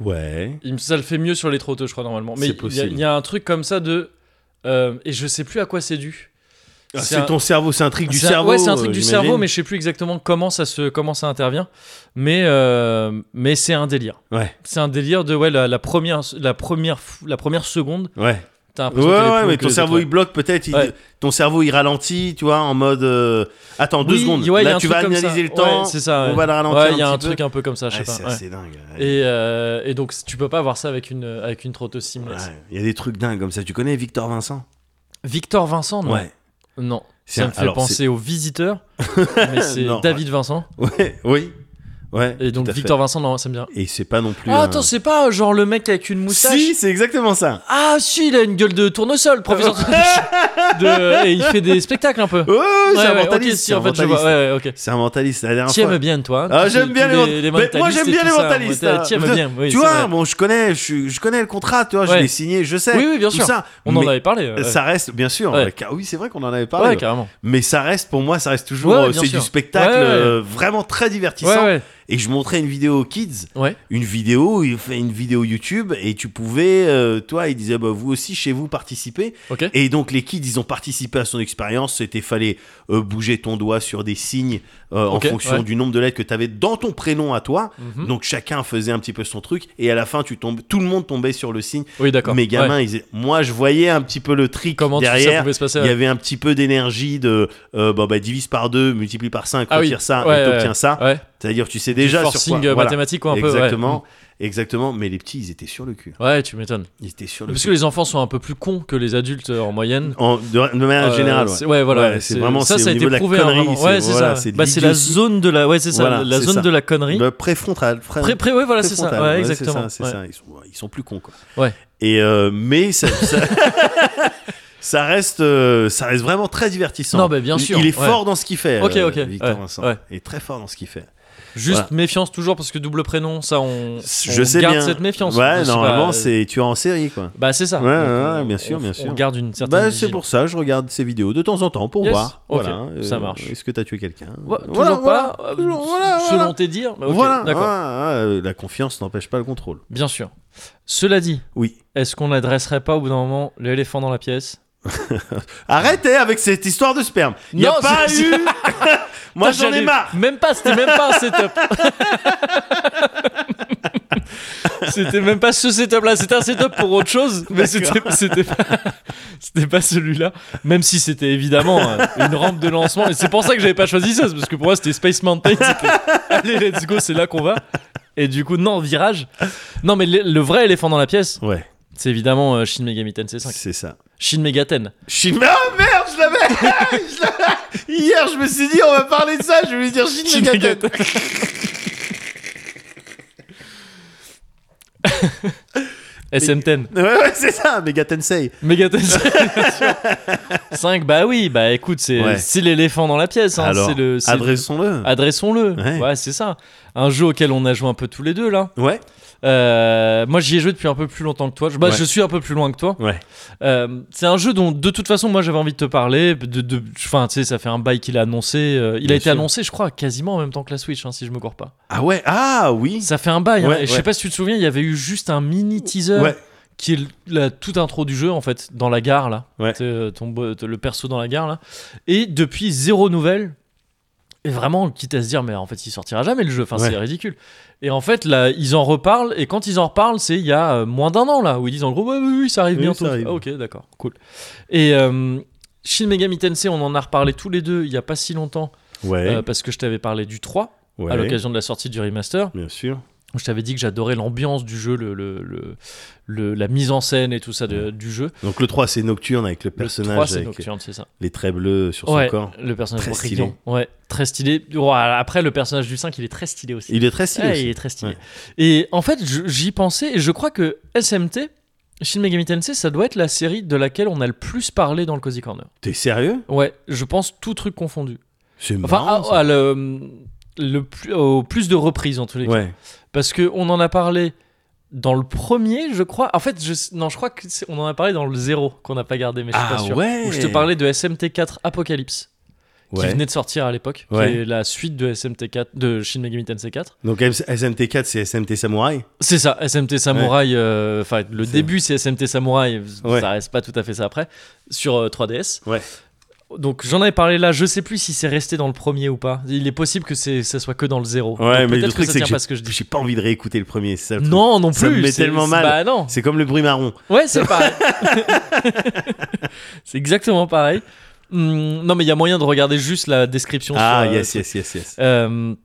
S2: Ouais.
S1: Il me- Ça le fait mieux sur les trotteux, je crois, normalement. Mais
S2: C'est
S1: il y a-
S2: possible.
S1: il y, a un truc comme ça de. euh, et je sais plus à quoi c'est dû.
S2: Ah,
S1: C'est
S2: C'est
S1: un- Ah,
S2: ton cerveau, c'est un truc du
S1: C'est un-
S2: cerveau.
S1: ouais, c'est un truc
S2: euh,
S1: du
S2: j'imagine.
S1: cerveau, mais je sais plus exactement comment ça, se, comment ça intervient. Mais, euh, mais c'est un délire.
S2: Ouais.
S1: C'est un délire de, ouais, la, la première, la, première, fou- la première seconde,
S2: Ouais.
S1: T'as
S2: Ouais,
S1: l'impression qu'il est plus
S2: ouais,
S1: haut
S2: mais
S1: que
S2: ton
S1: les
S2: cerveau
S1: autres,
S2: il bloque peut-être, il-
S1: Ouais.
S2: ton cerveau il ralentit, tu vois, en mode. euh, Attends, deux
S1: Oui,
S2: secondes.
S1: ouais, il y a
S2: Là,
S1: un
S2: tu
S1: truc
S2: vas
S1: comme ça.
S2: analyser le temps.
S1: Ouais, c'est ça.
S2: On va le ralentir.
S1: Ouais, il y a
S2: un
S1: un
S2: petit
S1: truc
S2: peu.
S1: un peu comme ça, je sais
S2: Ouais,
S1: pas.
S2: C'est
S1: ouais.
S2: assez dingue. ouais.
S1: Et, euh, et donc tu peux pas avoir ça avec une euh, avec une trottosim.
S2: Ouais, Il y a des trucs dingues comme ça. Tu connais Victor Vincent
S1: Victor Vincent, non
S2: Ouais.
S1: Non.
S2: C'est
S1: Ça
S2: un-
S1: me fait
S2: alors,
S1: penser aux visiteurs, mais c'est
S2: Non,
S1: David Vincent.
S2: Ouais, oui. Ouais.
S1: Et donc
S2: tout à fait.
S1: Victor Vincent, non, ça me vient.
S2: Et c'est pas non plus.
S1: Ah,
S2: un-
S1: attends, c'est pas euh, genre le mec avec une moustache
S2: Si, c'est exactement ça.
S1: Ah, si, il a une gueule de tournesol, professeur. de... Et il fait des spectacles un peu.
S2: Ouais, ouais, c'est
S1: Ouais,
S2: un
S1: ouais, ok,
S2: mentaliste.
S1: si,
S2: c'est un
S1: en fait, je vois.
S2: mentaliste.
S1: Ouais, ouais, ok.
S2: C'est un mentaliste. La dernière
S1: Tu
S2: fois.
S1: aimes bien, toi.
S2: Ah,
S1: tous
S2: j'aime
S1: tous
S2: bien les
S1: les, les
S2: mentalistes. Mais moi, j'aime
S1: mentalistes et
S2: bien
S1: tout
S2: les
S1: ça,
S2: mentalistes,
S1: mental-
S2: hein.
S1: Tu aimes bien, oui.
S2: tu
S1: c'est
S2: vois,
S1: vrai.
S2: bon, je connais, je, suis- je connais le contrat, tu vois, je
S1: Ouais.
S2: l'ai signé, je sais.
S1: Oui, oui, bien
S2: tout
S1: sûr.
S2: ça.
S1: On en
S2: Mais
S1: avait parlé. ouais.
S2: Ça reste, bien sûr.
S1: Ouais.
S2: euh, car- oui, c'est vrai qu'on en avait
S1: Ouais,
S2: parlé. euh,
S1: carrément.
S2: mais ça reste, pour moi, ça reste toujours.
S1: Ouais,
S2: euh,
S1: bien
S2: c'est
S1: sûr.
S2: du spectacle
S1: Ouais, ouais.
S2: euh, vraiment très divertissant.
S1: Ouais, ouais.
S2: Et je montrais une vidéo aux kids,
S1: Ouais.
S2: une vidéo, il fait une vidéo YouTube, et tu pouvais, euh, toi, il disait, bah, vous aussi, chez vous, participer.
S1: Ok.
S2: Et donc, les kids, ils ont participé à son expérience. C'était, fallait euh, bouger ton doigt sur des signes euh,
S1: Ok,
S2: en fonction
S1: ouais.
S2: du nombre de lettres que tu avais dans ton prénom à toi.
S1: Mhm.
S2: Donc, chacun faisait un petit peu son truc, et à la fin, tu tombes, tout le monde tombait sur le signe.
S1: Oui, d'accord.
S2: Mes gamins,
S1: Ouais.
S2: ils disaient- moi, je voyais un petit peu le trick
S1: Comment tu- ça
S2: derrière.
S1: pouvait se passer
S2: Il y
S1: ouais.
S2: avait un petit peu d'énergie de euh, bah, bah, divise par 2, multiplie par 5,
S1: Ah oui.
S2: retire ça,
S1: Ouais,
S2: et
S1: ouais,
S2: t'obtiens
S1: ouais.
S2: ça.
S1: Ouais.
S2: C'est-à-dire, tu sais
S1: Du
S2: déjà sur
S1: forcing
S2: quoi.
S1: euh,
S2: voilà.
S1: mathématique, quoi, un peu. ouais. Hmm.
S2: exactement, exactement. Mais les petits, ils étaient sur le cul.
S1: Mm. Ouais, tu m'étonnes.
S2: Ils étaient sur le
S1: Parce
S2: cul.
S1: que les enfants sont un peu plus cons que les adultes euh, en moyenne.
S2: En- de, de manière
S1: Euh,
S2: générale, ouais.
S1: c'est- ouais, voilà.
S2: Ouais, c'est vraiment-
S1: ça,
S2: c'est
S1: ça
S2: au
S1: a été
S2: niveau de la
S1: prouvé. hein,
S2: connerie,
S1: vraiment.
S2: c'est-
S1: ouais, c'est
S2: voilà,
S1: ça.
S2: c'est de
S1: Bah, c'est la
S2: l'idiotie.
S1: zone de la, ouais, c'est ça,
S2: Voilà,
S1: la
S2: c'est
S1: zone
S2: ça.
S1: de la connerie.
S2: Le Bah, préfrontal. frère-
S1: Pré- pré- ouais, voilà, c'est ça.
S2: préfrontal,
S1: Ouais,
S2: ouais, c'est
S1: exactement.
S2: ça, c'est
S1: ouais.
S2: ça. Ils, sont, ils sont plus cons, quoi.
S1: Ouais.
S2: Et euh, mais ça, ça, ça reste, euh, ça reste vraiment très divertissant.
S1: Non, bah, bien
S2: Il-
S1: sûr,
S2: Il est
S1: ouais.
S2: fort dans ce qu'il fait.
S1: Ok,
S2: euh,
S1: ok,
S2: Victor
S1: ouais,
S2: Vincent
S1: ouais.
S2: Il est très fort dans ce qu'il fait.
S1: Juste
S2: Voilà.
S1: méfiance toujours parce que double prénom, ça on,
S2: Je
S1: on
S2: sais
S1: garde
S2: bien.
S1: cette méfiance. On
S2: Ouais,
S1: sait pas-
S2: normalement,
S1: euh,
S2: c'est tu es en série, quoi.
S1: Bah c'est ça.
S2: Ouais,
S1: Donc,
S2: ouais,
S1: on-
S2: bien sûr,
S1: on-
S2: bien sûr.
S1: On garde une certaine.
S2: Bah, c'est
S1: vigilance.
S2: pour ça, je regarde ces vidéos de temps en temps pour
S1: Yes,
S2: voir.
S1: ok,
S2: Voilà, Euh,
S1: ça marche.
S2: Est-ce que t'as tué quelqu'un
S1: Ouais, toujours
S2: Voilà,
S1: pas.
S2: voilà,
S1: euh,
S2: toujours, voilà,
S1: selon
S2: voilà.
S1: tes dires. Bah, ok,
S2: Voilà,
S1: D'accord.
S2: ah, ah, euh, la confiance n'empêche pas le contrôle.
S1: Bien sûr. Cela dit,
S2: Oui.
S1: est-ce qu'on n'adresserait pas au bout d'un moment l'éléphant dans la pièce
S2: Arrêtez avec cette histoire de sperme. Il n'y a
S1: Non,
S2: pas
S1: c'est-
S2: eu. Moi,
S1: Putain,
S2: j'en ai
S1: j'allais-
S2: marre.
S1: Même pas, c'était même pas un setup. c'était même pas ce setup là, c'était un setup pour autre chose, mais c'était c'était pas, c'était pas celui-là. Même si c'était évidemment euh, une rampe de lancement, et c'est pour ça que j'avais pas choisi ça, c'est parce que pour moi c'était Space Mountain. c'était, Allez, let's go, c'est là qu'on va. Et du coup, non, virage. Non, mais le, le vrai éléphant dans la pièce,
S2: Ouais,
S1: c'est évidemment euh, Shin Megami Tensei 5.
S2: c'est ça.
S1: Shin Megaten.
S2: Shin. Oh merde, je l'avais. Je l'avais. Hier, je me suis dit, on va parler de ça. Je vais lui dire Shin
S1: Shin
S2: Megaten.
S1: SM10.
S2: Ouais, ouais, c'est ça, Megatensei.
S1: Megaten 5, bah oui, bah écoute, c'est
S2: Ouais.
S1: c'est l'éléphant dans la pièce. hein,
S2: Alors,
S1: c'est le, c'est-
S2: adressons-le.
S1: Adressons-le.
S2: Ouais.
S1: Ouais, c'est ça. Un jeu auquel on a joué un peu tous les deux, là.
S2: Ouais.
S1: Euh, moi, j'y ai joué depuis un peu plus longtemps que toi. Je, bah,
S2: Ouais.
S1: je suis un peu plus loin que toi.
S2: Ouais.
S1: Euh, c'est un jeu dont, de toute façon, moi, j'avais envie de te parler. De, de- enfin, tu sais, ça fait un bail qu'il a annoncé. euh, il
S2: Bien
S1: a été
S2: sûr.
S1: annoncé, je crois, quasiment en même temps que la Switch, hein, si je me cours pas.
S2: Ah ouais. Ah oui.
S1: Ça fait un bail. hein.
S2: Ouais,
S1: Et Je
S2: ouais.
S1: sais pas si tu te souviens, il y avait eu juste un mini teaser
S2: Ouais.
S1: qui est l- la toute intro du jeu en fait dans la gare là
S2: Ouais.
S1: T'es, euh, ton bo- t'es le perso dans la gare là et depuis zéro nouvelle et vraiment quitte à se dire mais en fait il sortira jamais le jeu enfin c'est
S2: Ouais.
S1: ridicule et en fait là ils en reparlent et quand ils en reparlent c'est il y a euh, moins d'un an là où ils disent en gros Ouais, oui, oui ça arrive
S2: Oui,
S1: bientôt
S2: ça arrive.
S1: Ah, ok d'accord cool et euh, Shin Megami Tensei on en a reparlé tous les deux il y a pas si longtemps
S2: Ouais.
S1: euh, parce que je t'avais parlé du 3
S2: ouais.
S1: à l'occasion de la sortie du remaster
S2: Bien sûr.
S1: je t'avais dit que j'adorais l'ambiance du jeu, le, le- le- le- la mise en scène et tout ça de- du jeu.
S2: Donc le 3 c'est nocturne avec le
S1: Le
S2: personnage
S1: 3, c'est
S2: avec
S1: Nocturne, c'est ça.
S2: les traits bleus sur
S1: Ouais,
S2: son corps.
S1: le personnage
S2: Très stylé.
S1: brillant. Ouais, très stylé. Ouah, après, le personnage du 5, il est très stylé aussi.
S2: Il est très stylé.
S1: Ouais,
S2: aussi.
S1: il est très stylé.
S2: Ouais.
S1: Et en fait, je- j'y pensais et je crois que SMT, Shin Megami Tensei, ça doit être la série de laquelle on a le plus parlé dans le Cozy Corner.
S2: T'es sérieux
S1: Ouais, je pense tout truc confondu.
S2: C'est
S1: Enfin,
S2: marrant.
S1: à-
S2: ça.
S1: à le, le plus, au plus de reprises en tous les cas.
S2: Ouais.
S1: Parce que on en a parlé dans le premier, je crois. En fait, je... non, je crois que c'est- on en a parlé dans le zéro qu'on n'a pas gardé, mais je suis
S2: Ah
S1: pas sûr.
S2: ouais.
S1: Où je te parlais de SMT4 Apocalypse, qui
S2: Ouais.
S1: venait de sortir à l'époque,
S2: Ouais.
S1: qui est la suite de SMT4 de Shin Megami Tensei 4.
S2: Donc SMT4 c'est SMT Samouraï.
S1: C'est ça, SMT Samurai. euh, Enfin, le
S2: C'est-
S1: début c'est SMT Samurai,
S2: Ouais.
S1: ça reste pas tout à fait ça après sur euh, 3DS.
S2: Ouais.
S1: Donc j'en avais parlé là, je sais plus si c'est resté dans le premier ou pas. Il est possible que c'est- ça soit que dans le zéro.
S2: Ouais,
S1: Donc
S2: mais
S1: peut-être
S2: le truc,
S1: ça
S2: c'est
S1: tient
S2: que j'ai-
S1: pas ce que je dis.
S2: j'ai pas envie de réécouter le premier, c'est ça le truc.
S1: Non, non plus.
S2: Ça me met
S1: c'est-
S2: tellement
S1: c'est-
S2: mal.
S1: Bah non.
S2: C'est comme le bruit marron.
S1: Ouais, c'est pareil. c'est exactement pareil. Hum, non, mais il y a moyen de regarder juste la description.
S2: Ah,
S1: sur, euh,
S2: yes, yes, yes, yes.
S1: Euh,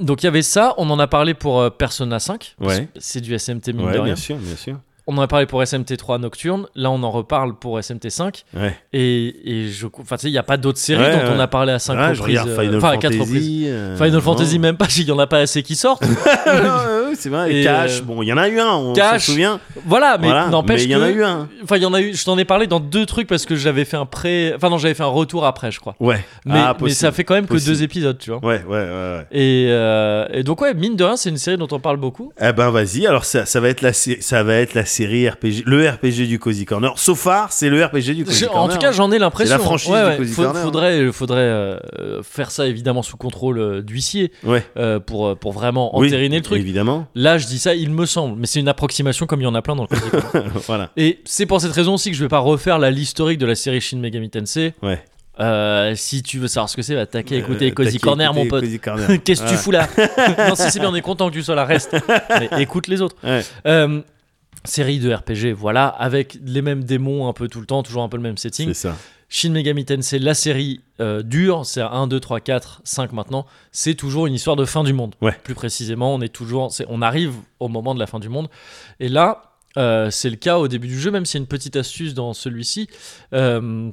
S1: donc il y avait ça, on en a parlé pour euh, Persona 5. parce
S2: Ouais.
S1: que C'est du SMT mine de
S2: Ouais,
S1: rien.
S2: bien sûr, bien sûr.
S1: On en a parlé pour SMT 3 Nocturne. Là, on en reparle pour SMT 5.
S2: Ouais.
S1: Et, et je. Enfin, tu sais, il n'y a pas d'autres séries
S2: Ouais,
S1: dont
S2: ouais.
S1: on a parlé à 5
S2: Ah, je
S1: reprises.
S2: regarde
S1: euh,
S2: Final
S1: enfin, à quatre reprises.
S2: Fantasy. euh,
S1: Final
S2: non.
S1: Fantasy, même pas, il n'y en a pas assez qui sortent.
S2: Ah, ouais, c'est vrai.
S1: Et,
S2: Cash,
S1: euh,
S2: bon, il y en a eu un, on s'en
S1: Cash,
S2: souvient.
S1: voilà, mais
S2: Voilà,
S1: n'empêche
S2: il y en a
S1: que-
S2: eu un.
S1: Enfin, il y en a eu. Je t'en ai parlé dans deux trucs parce que j'avais fait un pré. Enfin, non, j'avais fait un retour après, je crois.
S2: Ouais.
S1: Mais,
S2: Ah,
S1: mais
S2: possible.
S1: ça fait quand même que
S2: Possible.
S1: deux épisodes, tu vois.
S2: Ouais, ouais, ouais, ouais.
S1: Et, euh, et donc, ouais, mine de rien, c'est une série dont on parle beaucoup.
S2: Eh ben vas-y, alors ça, ça va être la sé- ça va être la série RPG, le RPG du Cozy Corner. So far, c'est le RPG du Cozy
S1: Je-
S2: Corner.
S1: en tout cas, j'en ai l'impression.
S2: C'est la franchise
S1: Ouais,
S2: du
S1: ouais.
S2: Cozy
S1: Faut-
S2: Corner, hein.
S1: faudrait, faudrait euh, euh, faire ça évidemment sous contrôle euh, d'huissier
S2: hein. ouais.
S1: euh, pour, euh, pour vraiment
S2: Oui,
S1: entériner le truc.
S2: Évidemment.
S1: Là, je dis ça, il me semble, mais c'est une approximation comme il y en a plein dans le Cozy Corner.
S2: voilà.
S1: Et c'est pour cette raison aussi que je vais pas refaire la liste historique de la série Shin Megami Tensei.
S2: Ouais.
S1: Euh, si tu veux savoir ce que c'est, va taquer, écouter
S2: Euh,
S1: Cozy
S2: taquer,
S1: Corner, mon
S2: écouter
S1: pote.
S2: Cozy Corner.
S1: Qu'est-ce que tu
S2: Voilà.
S1: fous là Non, si c'est bien, on est content que tu sois là, reste. Mais écoute les autres.
S2: Ouais.
S1: Euh, série de RPG, voilà, avec les mêmes démons un peu tout le temps, toujours un peu le même setting.
S2: C'est ça.
S1: Shin Megami Tensei, la série euh, dure, c'est à 1, 2, 3, 4, 5 maintenant, c'est toujours une histoire de fin du monde.
S2: Ouais.
S1: Plus précisément, on, est toujours, c'est- on arrive au moment de la fin du monde. Et là, euh, c'est le cas au début du jeu, même s'il y a une petite astuce dans celui-ci. euh,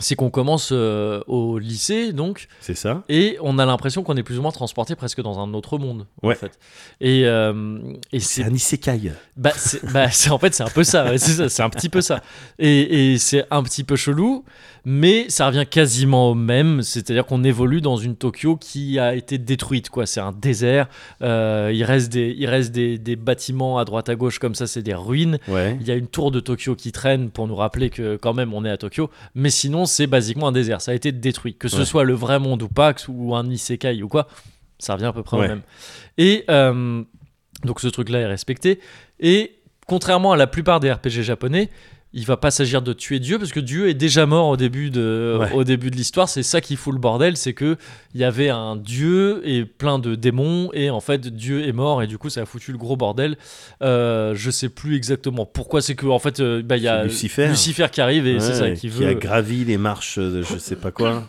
S1: c'est qu'on commence euh, au lycée, donc,
S2: C'est ça.
S1: et on a l'impression qu'on est plus ou moins transporté presque dans un autre monde,
S2: Ouais.
S1: en fait. Et, euh, et
S2: C'est
S1: c'est
S2: un isekai.
S1: bah, c'est, bah, c'est- en fait, c'est un peu ça, ouais, c'est ça, c'est un petit peu ça. Et, et c'est un petit peu chelou, mais ça revient quasiment au même, c'est-à-dire qu'on évolue dans une Tokyo qui a été détruite, quoi. C'est un désert, euh, il reste, des, il reste des, des bâtiments à droite à gauche comme ça, c'est des ruines.
S2: Ouais.
S1: Il y a une tour de Tokyo qui traîne pour nous rappeler que quand même on est à Tokyo, mais sinon c'est basiquement un désert, ça a été détruit. Que ce
S2: Ouais.
S1: soit le vrai monde ou pas, que- ou un isekai ou quoi, ça revient à peu près
S2: Ouais.
S1: au même. Et euh, donc ce truc-là est respecté. Et contrairement à la plupart des RPG japonais, il va pas s'agir de tuer Dieu parce que Dieu est déjà mort au début de
S2: Ouais.
S1: au début de l'histoire. C'est ça qui fout le bordel, c'est que il y avait un Dieu et plein de démons et en fait Dieu est mort et du coup ça a foutu le gros bordel. Euh, je sais plus exactement pourquoi. C'est que en fait euh, bah, il y a
S2: C'est Lucifer.
S1: qui arrive et c'est ça
S2: Ouais,
S1: qui
S2: qui a
S1: veut
S2: gravi les marches de je sais pas quoi,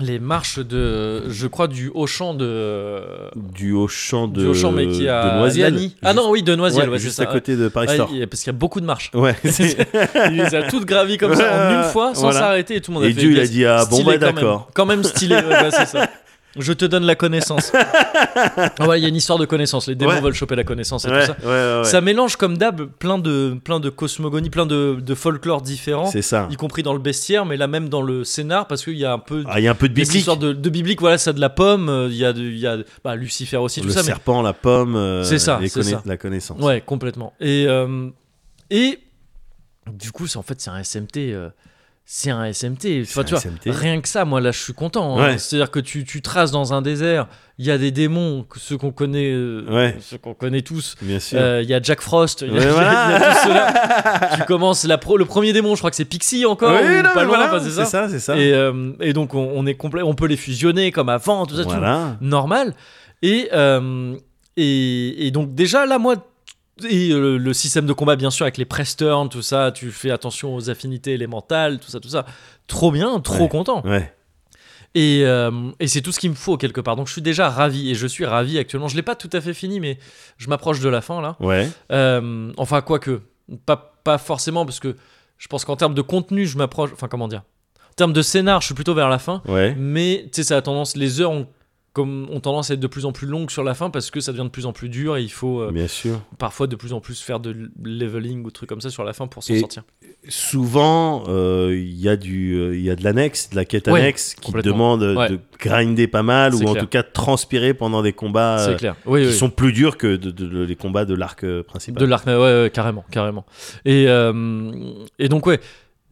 S1: les marches de je crois du Auchan de
S2: du haut champ de,
S1: du Auchan mais qui a
S2: de Noisiel.
S1: Lagny. Ah non oui de Noisiel
S2: Ouais,
S1: ouais, c'est
S2: juste
S1: ça,
S2: à côté de Paris
S1: Ouais,
S2: Store.
S1: il- parce qu'il y a beaucoup de marches.
S2: Ouais. c'est-
S1: il les a toutes gravies comme ça en une fois sans
S2: Voilà.
S1: s'arrêter et tout le monde a
S2: Et
S1: fait,
S2: Dieu, il a
S1: yes,
S2: dit, ah, bon,
S1: stylé
S2: bah,
S1: quand même.
S2: d'accord.
S1: Quand même stylé, ouais, bah, c'est ça. Je te donne la connaissance. Ah ouais, il y a une histoire de connaissance. Les démons
S2: Ouais.
S1: veulent choper la connaissance et
S2: Ouais,
S1: tout ça.
S2: ouais, ouais, ouais.
S1: Ça mélange comme d'hab plein de, plein de cosmogonies, plein de, de folklore différents,
S2: C'est ça.
S1: y compris dans le bestiaire, mais là même dans le scénar, parce qu'il y a un peu
S2: Ah, il y a un peu de
S1: des
S2: biblique.
S1: histoires de, de biblique, voilà, ça a de la pomme, euh, il y a, de- il y a bah, Lucifer aussi, tout
S2: Le
S1: ça, mais
S2: serpent, la pomme, euh,
S1: C'est ça,
S2: les
S1: c'est
S2: conna-
S1: ça.
S2: la connaissance.
S1: Ouais, complètement. Et, euh, et du coup, c'est en fait, c'est un SMT. euh, c'est un SMT. Enfin,
S2: un
S1: tu vois,
S2: SMT.
S1: rien que ça, moi, là, je suis content. hein.
S2: Ouais.
S1: C'est-à-dire que tu, tu traces dans un désert, il y a des démons, que ceux qu'on connaît, euh,
S2: Ouais.
S1: ceux qu'on connaît tous.
S2: Bien sûr.
S1: Euh, Il y a Jack Frost, il y a-
S2: Ouais,
S1: il y a-
S2: voilà.
S1: il y a tout cela. tu commences la pro- le premier démon, je crois que c'est Pixie encore,
S2: Ouais,
S1: ou
S2: non,
S1: pas
S2: mais
S1: loin,
S2: voilà,
S1: enfin, c'est ça.
S2: c'est ça.
S1: Et, euh, et donc on, on est complet, on peut les fusionner comme avant, tout ça, tout,
S2: voilà.
S1: normal. Et, euh, et, et donc déjà là, moi, et euh, le, le système de combat, bien sûr, avec les press turns, tout ça, tu fais attention aux affinités élémentales, tout ça, tout ça. Trop bien, trop
S2: Ouais.
S1: content.
S2: Ouais.
S1: Et, euh, et c'est tout ce qu'il me faut quelque part. Donc je suis déjà ravi et je suis ravi actuellement. Je l'ai pas tout à fait fini, mais je m'approche de la fin là.
S2: Ouais.
S1: Euh, enfin, quoique, pas, pas forcément, parce que je pense qu'en termes de contenu, je m'approche. Enfin, comment dire En termes de scénar, je suis plutôt vers la fin.
S2: Ouais.
S1: Mais tu sais, ça a tendance, les heures ont, comme, ont tendance à être de plus en plus longues sur la fin parce que ça devient de plus en plus dur et il faut euh,
S2: Bien sûr.
S1: parfois de plus en plus faire de l- leveling ou trucs comme ça sur la fin pour s'en
S2: Et-
S1: sortir.
S2: Souvent, euh, il y a du, euh, il y a de l'annexe, de la quête
S1: Ouais,
S2: annexe qui
S1: complètement.
S2: demande euh,
S1: Ouais.
S2: de grinder pas mal ou
S1: C'est
S2: en
S1: clair.
S2: tout cas de transpirer pendant des combats euh,
S1: C'est clair. Oui,
S2: qui
S1: oui.
S2: sont plus durs que de- de- de- les combats de l'arc euh, principal.
S1: De l'arc, mais ouais, ouais, carrément, carrément. Et, euh, et donc, ouais,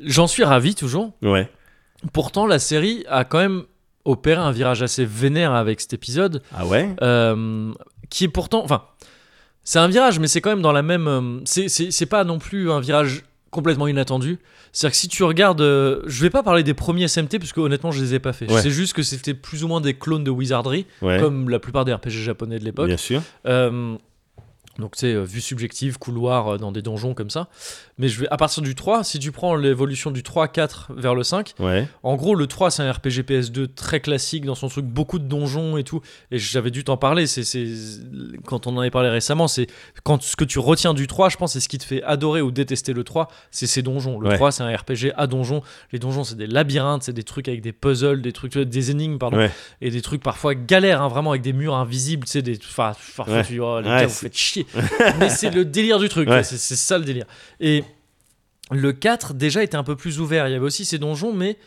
S1: j'en suis ravi toujours.
S2: Ouais.
S1: Pourtant, la série a quand même opéré un virage assez vénère avec cet épisode.
S2: Ah ouais.
S1: Euh, qui est pourtant. Enfin, c'est un virage, mais c'est quand même dans la même. euh, c'est- C'est c'est pas non plus un virage complètement inattendu. C'est-à-dire que si tu regardes, euh, je vais pas parler des premiers SMT parce que honnêtement je les ai pas fait.
S2: Ouais.
S1: C'est juste que c'était plus ou moins des clones de Wizardry,
S2: Ouais,
S1: comme la plupart des RPG japonais de l'époque.
S2: bien sûr.
S1: Euh, donc c'est vue subjective, couloir euh, dans des donjons comme ça. Mais je vais à partir du 3, si tu prends l'évolution du 3 4 vers le 5,
S2: Ouais.
S1: en gros le 3 c'est un RPG PS2 très classique dans son truc beaucoup de donjons et tout et j'avais dû t'en parler, c'est c'est quand on en avait parlé récemment, c'est quand ce que tu retiens du 3, je pense c'est ce qui te fait adorer ou détester le 3, c'est ses donjons. Le
S2: Ouais.
S1: 3 c'est un RPG à donjons, les donjons c'est des labyrinthes, c'est des trucs avec des puzzles, des trucs des énigmes pardon
S2: Ouais.
S1: et des trucs parfois galères, hein, vraiment avec des murs invisibles, tu sais, des, enfin, parfois
S2: Ouais.
S1: tu dis, oh, les
S2: Ouais,
S1: gars, vous
S2: c'est-
S1: faites chier. Mais c'est le délire du truc,
S2: Ouais.
S1: ouais, c'est c'est ça le délire. Et le 4 déjà était un peu plus ouvert, il y avait aussi ces donjons, mais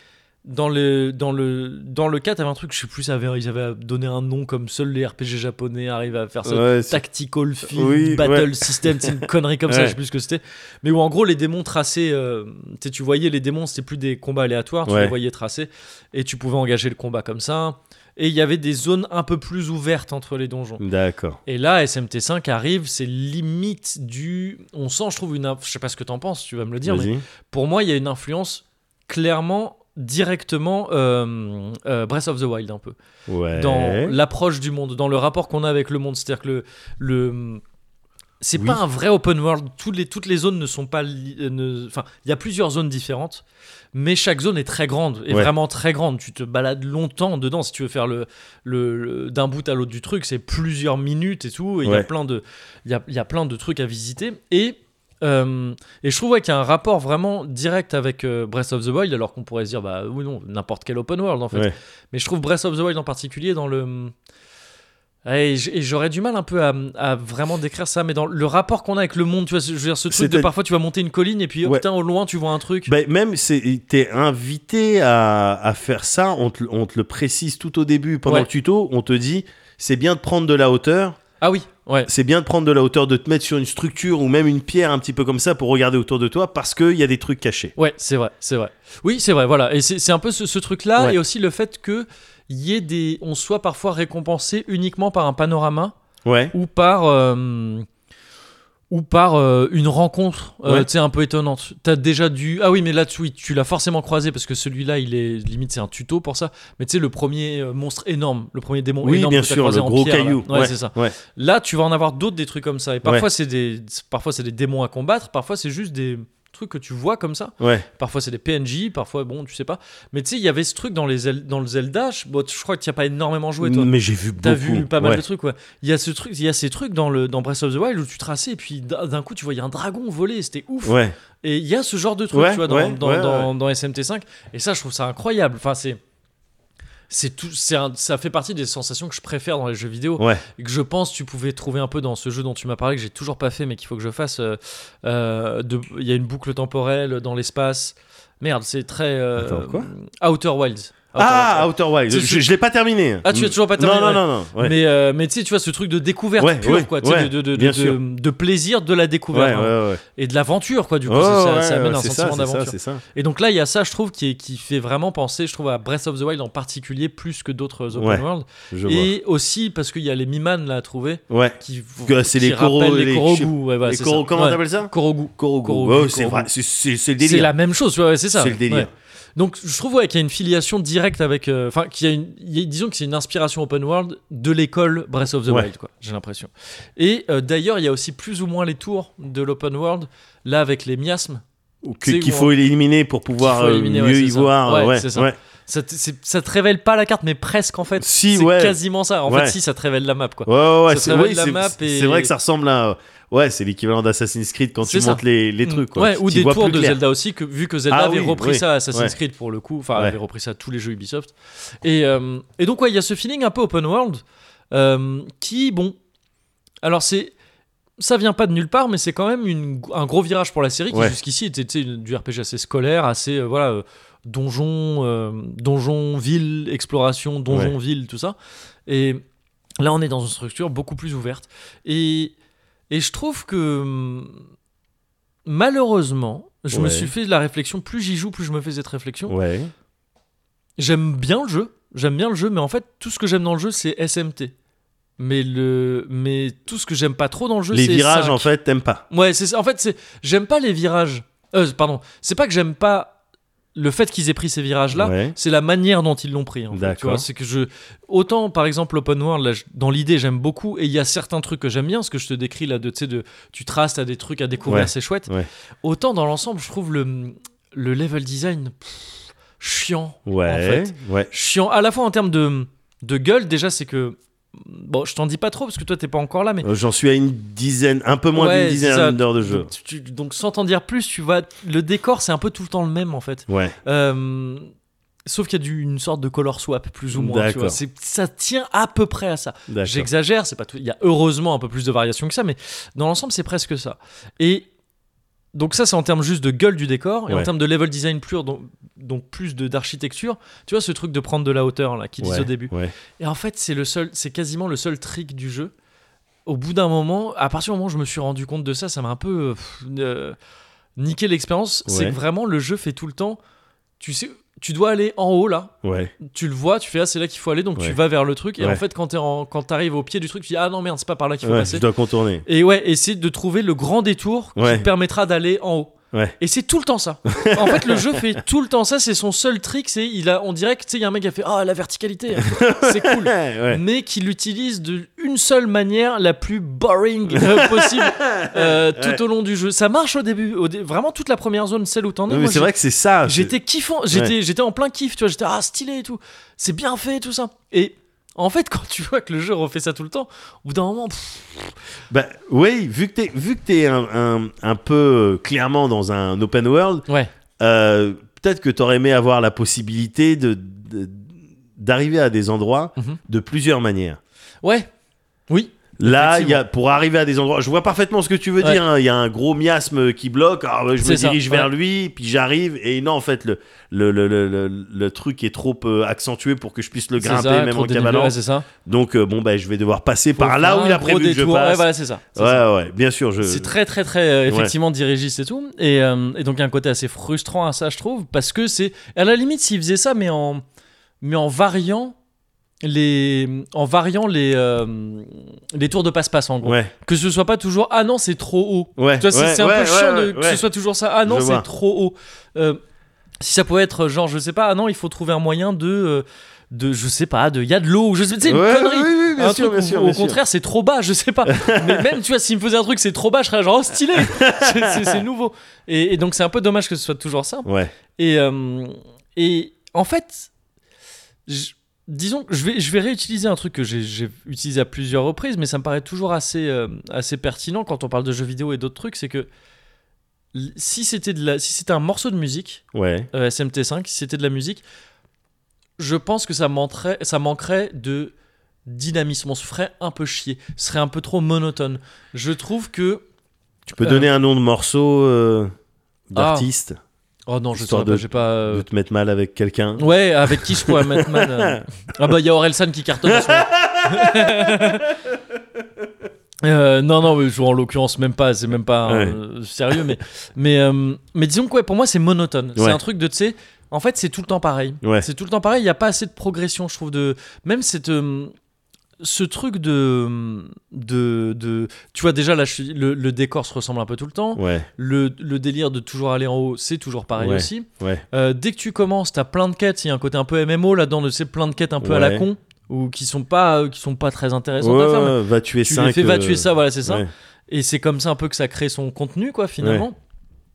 S1: dans le, dans le, dans le 4, il y avait un truc, je sais plus, ça avait- ils avaient donné un nom comme seuls les RPG japonais arrivent à faire ça.
S2: Ouais, Euh, c'est-
S1: Tactical Field
S2: Oui,
S1: Battle
S2: ouais.
S1: System, c'est une connerie comme ça,
S2: Ouais.
S1: je sais plus ce que c'était. Mais où en gros les démons tracés, euh, tu sais, tu voyais les démons, c'était plus des combats aléatoires, tu
S2: Ouais.
S1: les voyais tracés et tu pouvais engager le combat comme ça. Et il y avait des zones un peu plus ouvertes entre les donjons.
S2: D'accord.
S1: Et là, SMT5 arrive, c'est limite du. On sent, je trouve, une. inf- Je sais pas ce que t'en penses, tu vas me le dire, mais
S2: Vas-y.
S1: pour moi, il y a une influence clairement, directement euh, euh, Breath of the Wild un peu
S2: Ouais.
S1: dans l'approche du monde, dans le rapport qu'on a avec le monde. C'est-à-dire que le. le c'est
S2: Oui.
S1: pas un vrai open world. Toutes les, toutes les zones ne sont pas. li- euh, ne- Enfin, il y a plusieurs zones différentes, mais chaque zone est très grande, et
S2: Ouais.
S1: vraiment très grande. Tu te balades longtemps dedans si tu veux faire le, le, le- d'un bout à l'autre du truc. C'est plusieurs minutes et tout. Et il y a
S2: Ouais.
S1: plein de, il y a, il y a plein de trucs à visiter. Et euh, et je trouve ouais, qu'il y a un rapport vraiment direct avec euh, Breath of the Wild, alors qu'on pourrait se dire, bah oui, non, n'importe quel open world en fait.
S2: Ouais.
S1: Mais je trouve Breath of the Wild en particulier dans le. Ouais, Et j- et j'aurais du mal un peu à, à vraiment décrire ça, mais dans le rapport qu'on a avec le monde, tu vois, je veux dire, ce truc de
S2: C'est-à-
S1: parfois tu vas monter une colline et puis oh,
S2: Ouais.
S1: putain, au loin tu vois un truc.
S2: Ben, même c'est t'es invité à, à faire ça, on te, on te le précise tout au début pendant
S1: Ouais.
S2: le tuto, on te dit c'est bien de prendre de la hauteur,
S1: Ah oui, ouais.
S2: c'est bien de prendre de la hauteur, de te mettre sur une structure ou même une pierre un petit peu comme ça pour regarder autour de toi parce qu'il y a des trucs cachés.
S1: Ouais, c'est vrai, c'est vrai. Oui, c'est vrai, voilà. Et c'est c'est un peu ce, ce truc-là,
S2: Ouais.
S1: et aussi le fait que y ait des, on soit parfois récompensé uniquement par un panorama
S2: Ouais.
S1: ou par euh, ou par euh, une rencontre euh,
S2: Ouais.
S1: tu sais un peu étonnante t'as déjà dû ah oui mais là tu, oui, tu l'as forcément croisé parce que celui-là il est limite c'est un tuto pour ça mais tu sais le premier euh, monstre énorme le premier démon
S2: Oui,
S1: énorme
S2: bien
S1: que t'as
S2: sûr,
S1: croisé
S2: le
S1: en
S2: gros
S1: pierre, là.
S2: caillou.
S1: ouais, c'est ça
S2: Ouais.
S1: là tu vas en avoir d'autres des trucs comme ça et parfois c'est des parfois c'est des démons à combattre parfois c'est juste des trucs que tu vois comme ça
S2: Ouais.
S1: Parfois c'est des PNJ, parfois bon, tu sais pas. Mais tu sais, il y avait ce truc dans, les Zel- dans le Zelda. Je, bon, je crois que tu as pas énormément joué toi.
S2: Mais j'ai vu beaucoup.
S1: T'as vu pas mal
S2: Ouais.
S1: de trucs, ouais. Il y a ce truc, il y a ces trucs dans le dans Breath of the Wild où tu traçais et puis d'un d'un coup tu voyais un dragon voler, c'était ouf.
S2: Ouais.
S1: Et il y a ce genre de truc,
S2: Ouais,
S1: tu vois, dans,
S2: ouais,
S1: dans,
S2: ouais,
S1: dans- dans SMT5. Et ça, je trouve ça incroyable. Enfin, c'est c'est tout, c'est un- ça fait partie des sensations que je préfère dans les jeux vidéo
S2: Ouais.
S1: et que je pense tu pouvais trouver un peu dans ce jeu dont tu m'as parlé que j'ai toujours pas fait mais qu'il faut que je fasse. euh, euh, de- Il y a une boucle temporelle dans l'espace. Merde, c'est très euh,
S2: Attends, quoi
S1: Outer Wilds. Outer
S2: Ah,
S1: Wilds.
S2: Outer Wilds.
S1: C'est-
S2: Je, je l'ai pas terminé.
S1: Ah, tu l'as toujours pas terminé,
S2: Non,
S1: ouais.
S2: non, non, non. Ouais.
S1: Mais, euh, mais tu sais, tu vois, ce truc de découverte
S2: Ouais,
S1: pure,
S2: ouais,
S1: quoi, tu sais,
S2: ouais,
S1: de, de, de,
S2: bien
S1: de-
S2: sûr.
S1: de plaisir de la
S2: Ouais,
S1: découverte
S2: ouais,
S1: hein.
S2: ouais.
S1: et de l'aventure, quoi, du coup.
S2: Ouais,
S1: ça, ça
S2: ouais,
S1: amène
S2: ouais,
S1: un
S2: c'est ça,
S1: sentiment
S2: c'est ça,
S1: d'aventure.
S2: C'est ça.
S1: Et donc là, il y a ça, je trouve, qui, est- qui fait vraiment penser, je trouve, à Breath of the Wild en particulier, plus que d'autres open
S2: Ouais,
S1: world.
S2: Je vois.
S1: Et aussi parce qu'il y a les Miman là à trouver,
S2: Ouais.
S1: qui,
S2: Que c'est
S1: qui
S2: les
S1: rappellent
S2: Koro-
S1: les
S2: les-
S1: Korogu. ouais, voilà,
S2: Et
S1: c'est
S2: Koro-
S1: ça.
S2: comment
S1: Ouais,
S2: t'appelles ça
S1: Korogu.
S2: Korogu.
S1: Korogu,
S2: Ouais, c'est
S1: Korogu.
S2: vrai, c'est- c'est c'est le
S1: C'est
S2: délire.
S1: la même chose, ouais, ouais, c'est ça.
S2: C'est le délire.
S1: Ouais. Donc je trouve ouais, qu'il y a une filiation directe avec, euh, enfin qu'il y a une, il y a- disons que c'est une inspiration open world de l'école Breath of the
S2: Ouais.
S1: Wild, quoi. J'ai l'impression. Et euh, d'ailleurs, il y a aussi plus ou moins les tours de l'open world, là avec les miasmes.
S2: Ou que-
S1: Tu sais,
S2: qu'il
S1: où
S2: faut éliminer pour pouvoir
S1: faut
S2: euh,
S1: éliminer, ouais,
S2: mieux
S1: c'est
S2: y
S1: ça.
S2: voir.
S1: Ouais,
S2: euh, Ouais,
S1: c'est ça.
S2: ouais.
S1: Ça, te- c'est- ça te révèle pas la carte, mais presque en fait.
S2: Si,
S1: c'est
S2: ouais.
S1: quasiment ça. En fait,
S2: Ouais.
S1: si ça te révèle la map, quoi.
S2: Ouais, ouais, ouais,
S1: Ça
S2: c'est
S1: te révèle
S2: oui,
S1: la
S2: c'est-
S1: map et-
S2: c'est vrai que ça ressemble à. Ouais, c'est l'équivalent d'Assassin's Creed quand tu
S1: C'est ça. Mm.
S2: montes les, les trucs. Quoi.
S1: Ouais,
S2: Tu
S1: ou
S2: t'y
S1: des
S2: vois
S1: tours
S2: plus
S1: de
S2: clair.
S1: Zelda aussi, que, vu que Zelda
S2: Ah
S1: avait
S2: oui,
S1: repris
S2: oui.
S1: ça à Assassin's
S2: Ouais.
S1: Creed pour le coup, enfin
S2: Ouais.
S1: avait repris ça à tous les jeux Ubisoft. Et, euh, et donc ouais, il y a ce feeling un peu open world euh, qui, bon, alors c'est ça vient pas de nulle part, mais c'est quand même une- un gros virage pour la série qui
S2: Ouais.
S1: jusqu'ici était tu sais, une- du RPG assez scolaire, assez euh, voilà euh, donjon, euh, donjon, ville, exploration, donjon,
S2: Ouais.
S1: ville, tout ça. Et là, on est dans une structure beaucoup plus ouverte. Et, et je trouve que hum, malheureusement, je me
S2: Ouais.
S1: suis fait de la réflexion. Plus j'y joue, plus je me fais cette réflexion.
S2: Ouais.
S1: J'aime bien le jeu, j'aime bien le jeu, mais en fait, tout ce que j'aime dans le jeu, c'est SMT. Mais, le, mais tout ce que j'aime pas trop dans le jeu,
S2: Les
S1: c'est
S2: virages,
S1: cinq.
S2: en fait, t'aimes pas.
S1: Ouais, c'est ça. en fait c'est j'aime pas les virages Euh, pardon, c'est pas que j'aime pas le fait qu'ils aient pris ces virages-là,
S2: Ouais.
S1: c'est la manière dont ils l'ont pris. en fait, tu
S2: D'accord.
S1: vois. C'est que je, autant par exemple Open World, là, je- dans l'idée j'aime beaucoup, et il y a certains trucs que j'aime bien, ce que je te décris là, de, tu sais, de, tu traces, t'as des trucs à découvrir,
S2: Ouais.
S1: c'est chouette.
S2: Ouais.
S1: Autant dans l'ensemble, je trouve le, le level design pff, chiant,
S2: Ouais.
S1: en fait.
S2: Ouais.
S1: chiant à la fois en termes de, de gueule déjà c'est que bon je t'en dis pas trop parce que toi t'es pas encore là mais
S2: Euh, J'en suis à une dizaine, un peu moins
S1: Ouais,
S2: d'une
S1: c'est ça.
S2: dizaine d'heures de jeu.
S1: donc, tu- tu- donc, sans t'en dire plus tu vas le décor c'est un peu tout le temps le même en fait
S2: Ouais.
S1: Euh, sauf qu'il y a du- une sorte de color swap plus ou moins tu vois.
S2: D'accord.
S1: C'est- ça tient à peu près à ça
S2: D'accord.
S1: J'exagère, c'est pas tout. Il y a heureusement un peu plus de variations que ça, mais dans l'ensemble, c'est presque ça. Et donc ça, c'est en termes juste de gueule du décor et en
S2: Ouais.
S1: termes de level design pur, donc, donc plus de d'architecture. Tu vois ce truc de prendre de la hauteur là, qui disent
S2: Ouais,
S1: au début.
S2: ouais.
S1: Et en fait, c'est le seul, c'est quasiment le seul trick du jeu. Au bout d'un moment, à partir du moment où je me suis rendu compte de ça, ça m'a un peu euh, pff, euh, niqué l'expérience. C'est
S2: Ouais.
S1: que vraiment le jeu fait tout le temps. Tu sais, tu dois aller en haut là
S2: Ouais.
S1: tu le vois, tu fais ah c'est là qu'il faut aller, donc tu
S2: Ouais.
S1: vas vers le truc. Et
S2: Ouais.
S1: en fait, quand t'es en- quand t'arrives au pied du truc, tu dis ah non merde, c'est pas par là qu'il faut
S2: Ouais,
S1: passer.
S2: je dois contourner.
S1: Et ouais, essayer de trouver le grand détour qui
S2: Ouais.
S1: te permettra d'aller en haut.
S2: Ouais.
S1: Et c'est tout le temps ça. en fait, le jeu fait tout le temps ça. C'est son seul trick. C'est il a, on dirait que tu sais, il y a un mec qui a fait ah la verticalité, c'est cool.
S2: Ouais, ouais.
S1: Mais qui l'utilise de une seule manière, la plus boring euh, possible, euh, tout au long du jeu. Ça marche au début, au dé- vraiment toute la première zone, celle où t'en es.
S2: Non, mais
S1: moi,
S2: c'est vrai que c'est ça. c'est-
S1: J'étais kiffant, j'étais j'étais en plein kiff, tu vois, j'étais ah stylé et tout. C'est bien fait tout ça. Et en fait, quand tu vois que le jeu refait ça tout le temps, au bout d'un moment, pff,
S2: Bah, oui, vu que t'es, vu que t'es un, un, un peu euh, clairement dans un open world,
S1: ouais.
S2: euh, peut-être que t'aurais aimé avoir la possibilité de, de- d'arriver à des endroits
S1: Mhm.
S2: de plusieurs manières.
S1: Ouais. Oui.
S2: Là, il y a, pour arriver à des endroits, je vois parfaitement ce que tu veux
S1: Ouais.
S2: dire. hein. Il y a un gros miasme qui bloque. Ah, ouais, je
S1: C'est
S2: me
S1: ça,
S2: dirige
S1: ouais.
S2: vers lui, puis j'arrive. Et non, en fait, le, le, le, le, le- le truc est trop euh, accentué pour que je puisse le
S1: C'est
S2: grimper,
S1: ça,
S2: même
S1: trop
S2: en
S1: de dénivelé,
S2: cavalant.
S1: ouais, c'est ça.
S2: Donc, euh, bon, bah, je vais devoir passer
S1: Faut
S2: par là
S1: faire
S2: où
S1: un
S2: il a
S1: gros
S2: prévu que je
S1: détour.
S2: passe.
S1: Ouais, voilà, c'est ça. c'est
S2: Ouais,
S1: ça.
S2: ouais, bien sûr. Je...
S1: C'est très très très euh, effectivement dirigiste et tout et, euh, et donc il y a un côté assez frustrant à ça je trouve parce que c'est à la limite s'il faisait ça mais en mais en variant les en variant les euh, les tours de passe-passe en gros
S2: Ouais,
S1: que ce soit pas toujours ah non c'est trop haut
S2: ouais.
S1: Tu vois, c'est-
S2: ouais,
S1: c'est un
S2: ouais,
S1: peu
S2: ouais,
S1: chiant
S2: ouais,
S1: de- que
S2: ouais.
S1: ce soit toujours ça. Ah non,
S2: Je vois.
S1: c'est trop haut. Euh, si ça pouvait être genre, je sais pas, ah non, il faut trouver un moyen de. euh, de je sais pas, de. Il y a de l'eau, ou je sais pas, une
S2: Ouais,
S1: connerie.
S2: oui, oui, bien
S1: un
S2: sûr,
S1: truc
S2: bien
S1: où,
S2: sûr,
S1: au
S2: bien sûr.
S1: contraire, c'est trop bas, je sais pas. Mais même, tu vois, s'il me faisait un truc, c'est trop bas, je serais genre, oh, stylé, C'est- c'est c'est nouveau. Et, et donc, c'est un peu dommage que ce soit toujours ça.
S2: Ouais,
S1: Et, euh, et en fait, je- disons que je vais, je vais réutiliser un truc que j'ai- j'ai utilisé à plusieurs reprises, mais ça me paraît toujours assez, euh, assez pertinent quand on parle de jeux vidéo et d'autres trucs, c'est que l- si c'était de la- si c'était un morceau de musique,
S2: ouais.
S1: euh, SMT5, si c'était de la musique, je pense que ça manquerait, ça manquerait de dynamisme, on se ferait un peu chier, ce serait un peu trop monotone. Je trouve que...
S2: Tu peux
S1: Euh,
S2: donner un nom de morceau euh, d'artiste,
S1: Oh non, je
S2: Histoire
S1: sais pas,
S2: de-
S1: j'ai pas... Ah. euh,
S2: de te mettre mal avec quelqu'un.
S1: Ouais, avec qui je pourrais mettre man, euh. Ah bah, il y a Orelsan qui cartonne en ce moment. Euh, non, non, mais je- en l'occurrence, même pas, c'est même pas
S2: Ouais.
S1: euh, sérieux, mais, mais, euh, mais disons que ouais, pour moi, c'est monotone. C'est
S2: Ouais.
S1: un truc de, tu sais, en fait, c'est tout le temps pareil.
S2: Ouais.
S1: Bah, C'est tout le temps pareil, il n'y a pas assez de progression, je trouve. De... Même cette, euh, ce truc de, de, de. Tu vois, déjà, là, je suis- le, le décor se ressemble un peu tout le temps.
S2: Ouais,
S1: Le, le délire de toujours aller en haut, c'est toujours pareil
S2: Ouais.
S1: aussi.
S2: ouais.
S1: Euh, dès que tu commences, t'as plein de quêtes. Il y a un côté un peu MMO là-dedans de ces plein de quêtes un peu à la
S2: Ouais.
S1: con ou qui sont pas euh, qui sont pas très intéressantes
S2: Ouais,
S1: à faire. mais
S2: ouais, va tuer euh,
S1: tu les
S2: 5.
S1: fais, va tuer ça, voilà, c'est ça. Et c'est comme ça un peu que ça crée son contenu quoi finalement.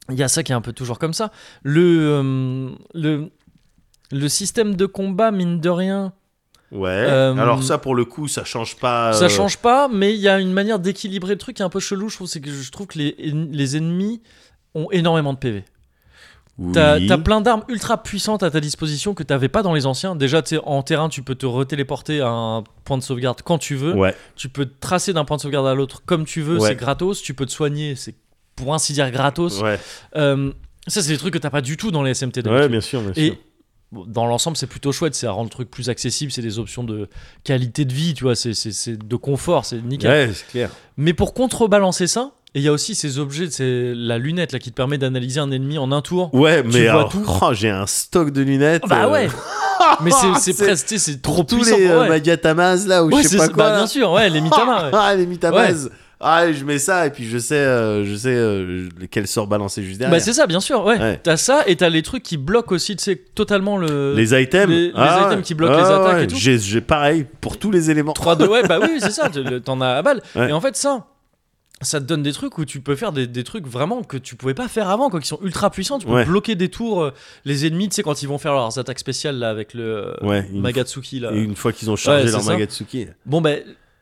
S1: Il y a ça qui est un peu toujours comme ça. Le euh, le le système de combat mine de rien,
S2: Ouais.
S1: Euh,
S2: Alors, ça, pour le coup, ça change pas. euh,
S1: ça change pas, mais il y a une manière d'équilibrer le truc qui est un peu chelou. Je trouve c'est que je trouve que les les ennemis ont énormément de PV.
S2: oui.
S1: T'as t'as plein d'armes ultra puissantes à ta disposition que t'avais pas dans les anciens. Déjà, tu sais, en terrain, tu peux te retéléporter à un point de sauvegarde quand tu veux.
S2: Ouais,
S1: Tu peux te tracer d'un point de sauvegarde à l'autre comme tu veux,
S2: Ouais.
S1: c'est gratos. Tu peux te soigner, c'est pour ainsi dire gratos.
S2: ouais.
S1: Euh, ça, c'est des trucs que t'as pas du tout dans les SMT.
S2: Ouais,
S1: d'habitude.
S2: bien sûr, bien sûr.
S1: Et bon, dans l'ensemble, c'est plutôt chouette. C'est à rendre le truc plus accessible. C'est des options de qualité de vie, tu vois. C'est c'est- c'est de confort, c'est nickel.
S2: Ouais, c'est clair.
S1: Mais pour contrebalancer ça, et il y a aussi ces objets, c'est la lunette là qui te permet d'analyser un ennemi en un tour.
S2: Ouais, mais
S1: vois
S2: alors,
S1: tout.
S2: oh, j'ai un stock de lunettes.
S1: Bah
S2: euh,
S1: ouais. Mais c'est- c'est
S2: C'est-
S1: presque, tu sais, c'est trop
S2: Pour tous
S1: puissant.
S2: les
S1: ouais.
S2: euh, Magatamas, là, ou
S1: Ouais,
S2: je
S1: c'est
S2: sais pas
S1: ça,
S2: quoi.
S1: bah,
S2: là.
S1: bien sûr, ouais, les Mitama. ouais.
S2: Ah, les Mitamas. ah, je mets ça et puis je sais, euh, je sais euh, quel sort balancer juste derrière.
S1: Bah c'est ça, bien sûr, ouais.
S2: Ouais.
S1: T'as ça et t'as les trucs qui bloquent aussi, tu sais, totalement le.
S2: les items,
S1: euh, les- les
S2: Ah,
S1: items qui bloquent
S2: ouais,
S1: les attaques
S2: ouais,
S1: et tout.
S2: J'ai, j'ai pareil pour tous les éléments.
S1: 3-2, ouais, bah oui, c'est ça, tu- le- t'en as à balle.
S2: Ouais.
S1: Et en fait, ça, ça te donne des trucs où tu peux faire des, des trucs vraiment que tu pouvais pas faire avant, quoi, qui sont ultra puissants. Tu peux
S2: Ouais.
S1: bloquer des tours, euh, les ennemis, tu sais, quand ils vont faire leurs attaques spéciales, là, avec le euh,
S2: Ouais, une,
S1: Magatsuki, là.
S2: une fois qu'ils ont chargé
S1: Ouais,
S2: leur
S1: c'est ça.
S2: Magatsuki.
S1: Bon, bah,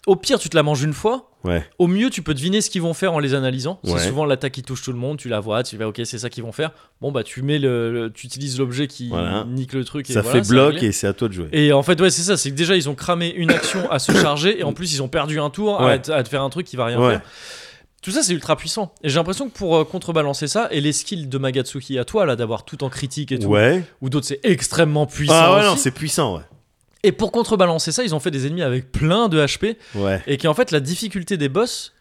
S1: au pire, tu te la manges une fois.
S2: Ouais.
S1: Au mieux, tu peux deviner ce qu'ils vont faire en les analysant.
S2: Ouais.
S1: C'est souvent l'attaque qui touche tout le monde, tu la vois, tu vas, ok, c'est ça qu'ils vont faire. Bon, bah, tu mets le. le- tu utilises l'objet qui
S2: Voilà.
S1: nique le truc. Et
S2: ça
S1: voilà,
S2: fait
S1: c'est
S2: bloc
S1: réglé.
S2: et c'est à toi de jouer.
S1: Et en fait, ouais, c'est ça, c'est que déjà ils ont cramé une action à se charger et en plus ils ont perdu un tour à
S2: Ouais.
S1: te- à, te faire un truc qui va rien
S2: Ouais.
S1: faire. Tout ça, c'est ultra puissant. Et j'ai l'impression que pour euh, contrebalancer ça, et les skills de Magatsuki à toi, là, d'avoir tout en critique et tout,
S2: ouais.
S1: ou d'autres, c'est extrêmement puissant.
S2: Ah ouais, non,
S1: aussi.
S2: c'est puissant, ouais.
S1: Et pour contrebalancer ça, ils ont fait des ennemis avec plein de HP
S2: Ouais.
S1: et qui, en fait, la difficulté des boss,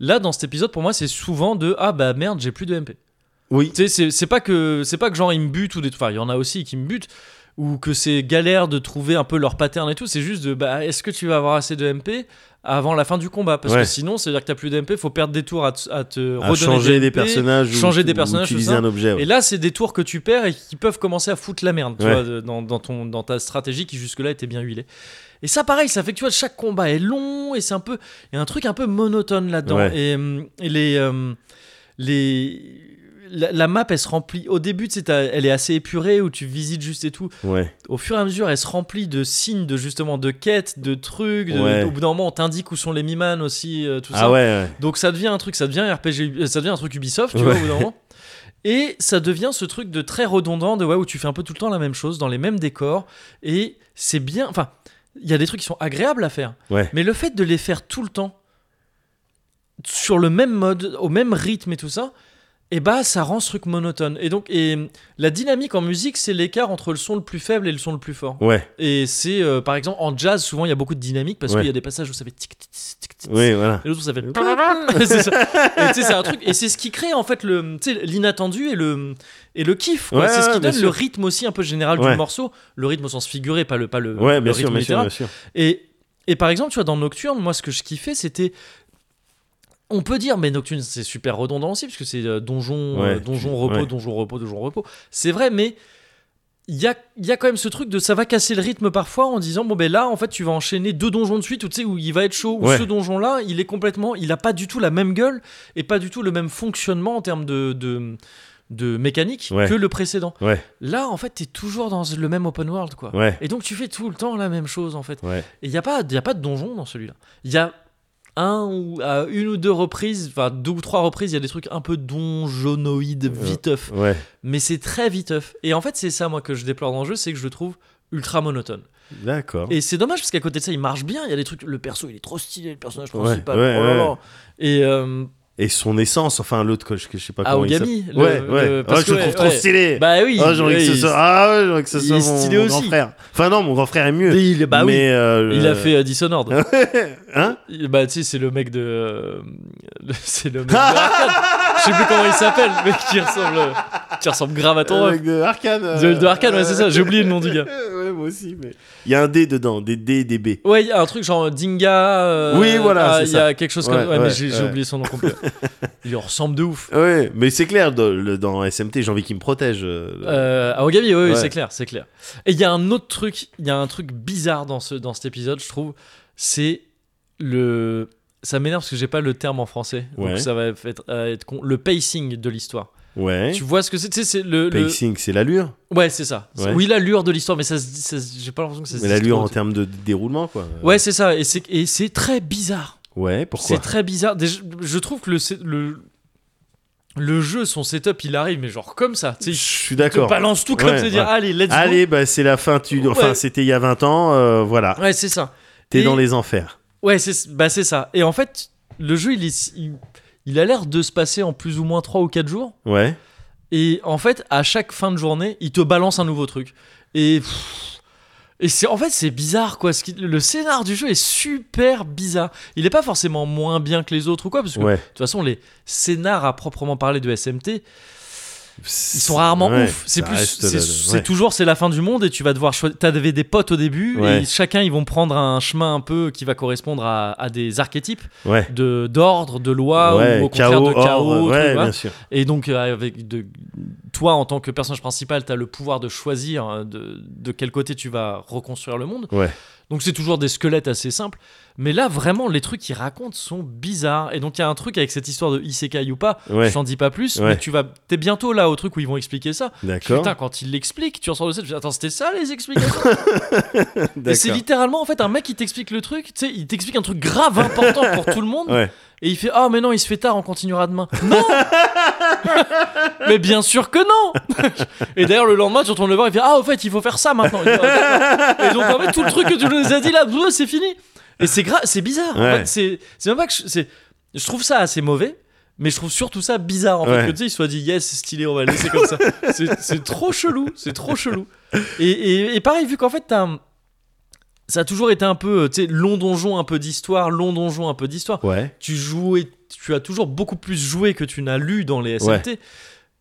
S1: là, dans cet épisode, pour moi, c'est souvent de ah bah merde, j'ai plus de MP.
S2: Oui.
S1: Tu sais, c'est- c'est pas que c'est pas que genre ils me butent ou des enfin il y en a aussi qui me butent ou que c'est galère de trouver un peu leur pattern et tout, c'est juste de bah est-ce que tu vas avoir assez de MP avant la fin du combat parce
S2: Ouais.
S1: que sinon c'est à dire que t'as plus d'MP, faut perdre des tours à, te- à te
S2: À
S1: redonner
S2: Ah, changer des
S1: MP.
S2: personnages, ou-
S1: changer des
S2: ou
S1: personnages, tout
S2: utiliser
S1: ça.
S2: un objet. ouais.
S1: Et là, c'est des tours que tu perds et qui peuvent commencer à foutre la merde, tu
S2: Ouais.
S1: vois, de- dans, dans ton, dans ta stratégie qui jusque-là était bien huilée. Et ça, pareil, ça fait que tu vois, chaque combat est long et c'est un peu. Il y a un truc un peu monotone là-dedans.
S2: Ouais.
S1: Et, hum, et les. hum, les la, la map, elle se remplit. Au début, tu sais, t'as- elle est assez épurée où tu visites juste et tout.
S2: Ouais.
S1: Au fur et à mesure, elle se remplit de signes, de justement, de quêtes, de trucs. de-
S2: Ouais.
S1: Au bout d'un moment, on t'indique où sont les Miman aussi, euh, tout ça.
S2: Ah ouais, ouais.
S1: Donc ça devient un truc, ça devient un RPG, euh, ça devient un truc Ubisoft, tu
S2: Ouais.
S1: vois, au bout d'un moment. Et ça devient ce truc de très redondant, de ouais, où tu fais un peu tout le temps la même chose, dans les mêmes décors, et c'est bien. Enfin, il y a des trucs qui sont agréables à faire,
S2: Ouais.
S1: mais le fait de les faire tout le temps, sur le même mode, au même rythme et tout ça, et bah ça rend ce truc monotone. Et donc, et la dynamique en musique, c'est l'écart entre le son le plus faible et le son le plus fort.
S2: Ouais.
S1: Et c'est, euh, par exemple, en jazz, souvent il y a beaucoup de dynamique parce
S2: Ouais.
S1: qu'il y a des passages où ça fait tic tic tic tic.
S2: Oui, voilà.
S1: Et l'autre, ça fait. c'est ça. Et tu sais, c'est un truc. Et c'est ce qui crée, en fait, le, tu sais, l'inattendu et le, et le kiff. quoi.
S2: Ouais,
S1: c'est ce
S2: ouais,
S1: qui
S2: bien
S1: donne
S2: sûr.
S1: le rythme aussi un peu général
S2: Ouais.
S1: du morceau. Le rythme au sens figuré, pas le, pas le,
S2: Ouais,
S1: le
S2: bien
S1: rythme
S2: sûr, bien sûr,
S1: littéral.
S2: bien sûr.
S1: Et, et par exemple, tu vois, dans Nocturne, moi, ce que je kiffais, c'était. On peut dire, mais Nocturne, c'est super redondant aussi, parce que c'est euh, donjon, euh,
S2: Ouais,
S1: donjon,
S2: tu-
S1: repos,
S2: ouais.
S1: donjon, repos, donjon, repos. C'est vrai, mais il y a, il y a quand même ce truc de ça va casser le rythme parfois en disant, bon, ben là, en fait, tu vas enchaîner deux donjons de suite, ou tu sais, où il va être chaud, ou
S2: Ouais.
S1: ce donjon-là, il est complètement, il a pas du tout la même gueule, et pas du tout le même fonctionnement en termes de. de de mécanique
S2: Ouais.
S1: que le précédent.
S2: Ouais.
S1: Là, en fait, t'es toujours dans le même open world, quoi.
S2: Ouais.
S1: Et donc, tu fais tout le temps la même chose, en fait.
S2: Ouais.
S1: Et il n'y a, pas- y a pas de donjon dans celui-là. Il y a un ou, à une ou deux reprises, enfin deux ou trois reprises, il y a des trucs un peu donjonoïdes, viteuf.
S2: Ouais.
S1: Mais c'est très viteuf. Et en fait, c'est ça, moi, que je déplore dans le jeu, c'est que je le trouve ultra monotone.
S2: D'accord.
S1: Et c'est dommage parce qu'à côté de ça, il marche bien. Il y a des trucs, le perso, il est trop stylé, le personnage
S2: Ouais,
S1: principal.
S2: ouais,
S1: oh là là.
S2: ouais.
S1: Et euh,
S2: Et son essence, enfin l'autre coach que je sais pas comment il s'appelle.
S1: Aogami, Ah, le-
S2: Ouais,
S1: le-
S2: ouais. Oh,
S1: parce
S2: je le
S1: que,
S2: trouve
S1: ouais,
S2: trop
S1: ouais.
S2: stylé.
S1: bah oui,
S2: oh, j'ai envie que
S1: ouais,
S2: ce
S1: il-
S2: soit, ah, ouais, j'ai envie que ce
S1: il
S2: soit
S1: est
S2: mon,
S1: stylé
S2: mon grand
S1: aussi.
S2: frère. Enfin non, mon grand frère est mieux.
S1: Et il- bah oui.
S2: Mais, euh,
S1: Il a
S2: euh,
S1: fait euh, Dishonored.
S2: hein
S1: Bah, tu sais, c'est le mec de. euh, le- C'est le mec de Arkane. Je sais plus comment il s'appelle, mais qui ressemble, euh, qui ressemble grave à ton
S2: Euh,
S1: ref.
S2: mec de Arkane.
S1: De, de Arkane, ouais, c'est ça, j'ai oublié le nom du gars.
S2: ouais, moi aussi, mais. Il y a un D dedans, des D et des B.
S1: Ouais, il y a un truc genre Dinga. euh,
S2: Oui, voilà,
S1: ah,
S2: c'est
S1: Il y a quelque chose comme.
S2: Ouais,
S1: Ouais,
S2: ouais,
S1: mais j'ai j'ai
S2: ouais.
S1: oublié son nom complet. il ressemble de ouf.
S2: Ouais, mais c'est clair, dans, le- dans SMT, j'ai envie qu'il me protège. euh,
S1: Euh, Aogami, oui, oui,
S2: Ouais.
S1: c'est clair, c'est clair. Et il y a un autre truc, il y a un truc bizarre dans, ce, dans cet épisode, je trouve. C'est le. Ça m'énerve parce que j'ai pas le terme en français.
S2: Ouais.
S1: Donc ça va être, être con. Le pacing de l'histoire.
S2: Ouais.
S1: Tu vois ce que c'est Tu sais, c'est le. le-
S2: Pacing, c'est l'allure.
S1: Ouais, c'est ça.
S2: Ouais.
S1: Oui, l'allure de l'histoire, mais ça, se dit- ça se- j'ai pas l'impression que ça se
S2: Mais
S1: dise
S2: l'allure
S1: trop.
S2: en termes de déroulement, quoi.
S1: Ouais, c'est ça. Et c'est, et c'est très bizarre.
S2: Ouais, pourquoi
S1: c'est très bizarre. Déjà, je trouve que le, set- le, le jeu, son setup, il arrive, mais genre comme ça.
S2: Je
S1: Tu sais,
S2: suis
S1: il te
S2: d'accord.
S1: balance tout comme
S2: Ouais,
S1: ça, dire
S2: ouais.
S1: allez, let's go.
S2: Allez, bah, c'est la fin. Tu... Enfin,
S1: Ouais.
S2: c'était il y a 20 ans. euh, voilà.
S1: Ouais, c'est ça.
S2: T'es
S1: Et-
S2: dans les enfers.
S1: Ouais, c'est, bah, c'est ça. Et en fait, le jeu, il, est, il, il a l'air de se passer en plus ou moins 3 ou 4 jours.
S2: Ouais.
S1: Et en fait, à chaque fin de journée, il te balance un nouveau truc. Et pff, et c'est en fait c'est bizarre quoi. Ce qui- le scénar du jeu est super bizarre. Il est pas forcément moins bien que les autres ou quoi, parce que
S2: Ouais.
S1: de toute façon les scénars à proprement parler de SMT, Ils sont rarement
S2: Ouais,
S1: ouf. C'est
S2: ça
S1: plus,
S2: reste
S1: c'est
S2: le-
S1: c'est
S2: ouais.
S1: toujours, c'est la fin du monde et tu vas devoir choisir. T'avais des potes au début
S2: Ouais.
S1: et chacun ils vont prendre un chemin un peu qui va correspondre à, à des archétypes
S2: Ouais.
S1: de d'ordre, de loi
S2: ouais,
S1: ou au contraire de
S2: or,
S1: chaos. truc, hein.
S2: ouais,
S1: voilà.
S2: bien sûr.
S1: Et donc euh, avec de, toi en tant que personnage principal, t'as le pouvoir de choisir euh, de, de quel côté tu vas reconstruire le monde.
S2: Ouais.
S1: Donc c'est toujours des squelettes assez simples, mais là vraiment les trucs qu'ils racontent sont bizarres. Et donc il y a un truc avec cette histoire de isekai ou pas.
S2: Ouais,
S1: Je t'en dis pas plus,
S2: Ouais.
S1: mais tu vas, t'es bientôt là au truc où ils vont expliquer ça.
S2: d'accord.
S1: Putain, quand il l'explique, tu ressors de ça, tu fais, attends, c'était ça les explications Et c'est
S2: D'accord.
S1: littéralement, en fait, un mec qui t'explique le truc, tu sais, il t'explique un truc grave, important pour tout le monde,
S2: Ouais.
S1: et il fait, ah, mais non, il se fait tard, on continuera demain. Non Mais bien sûr que non Et d'ailleurs, le lendemain, tu retournes le voir, il fait, ah, au fait, il faut faire ça maintenant. Il fait, Ah, d'accord. et donc, en fait, tout le truc que tu nous as dit là, bleu, c'est fini. Et c'est gra- c'est bizarre. En
S2: Ouais.
S1: fait, c'est c'est même pas que je, c'est- je trouve ça assez mauvais. Mais je trouve surtout ça bizarre en
S2: Ouais.
S1: fait que tu sais, il soit dit yes, c'est stylé, on va le laisser comme ça. C'est- c'est trop chelou, c'est trop chelou. Et, et- et pareil, vu qu'en fait, t'as un- ça a toujours été un peu, euh, tu sais, long donjon, un peu d'histoire, long donjon, un peu d'histoire.
S2: Ouais.
S1: Tu jouais, tu as toujours beaucoup plus joué que tu n'as lu dans les SMT.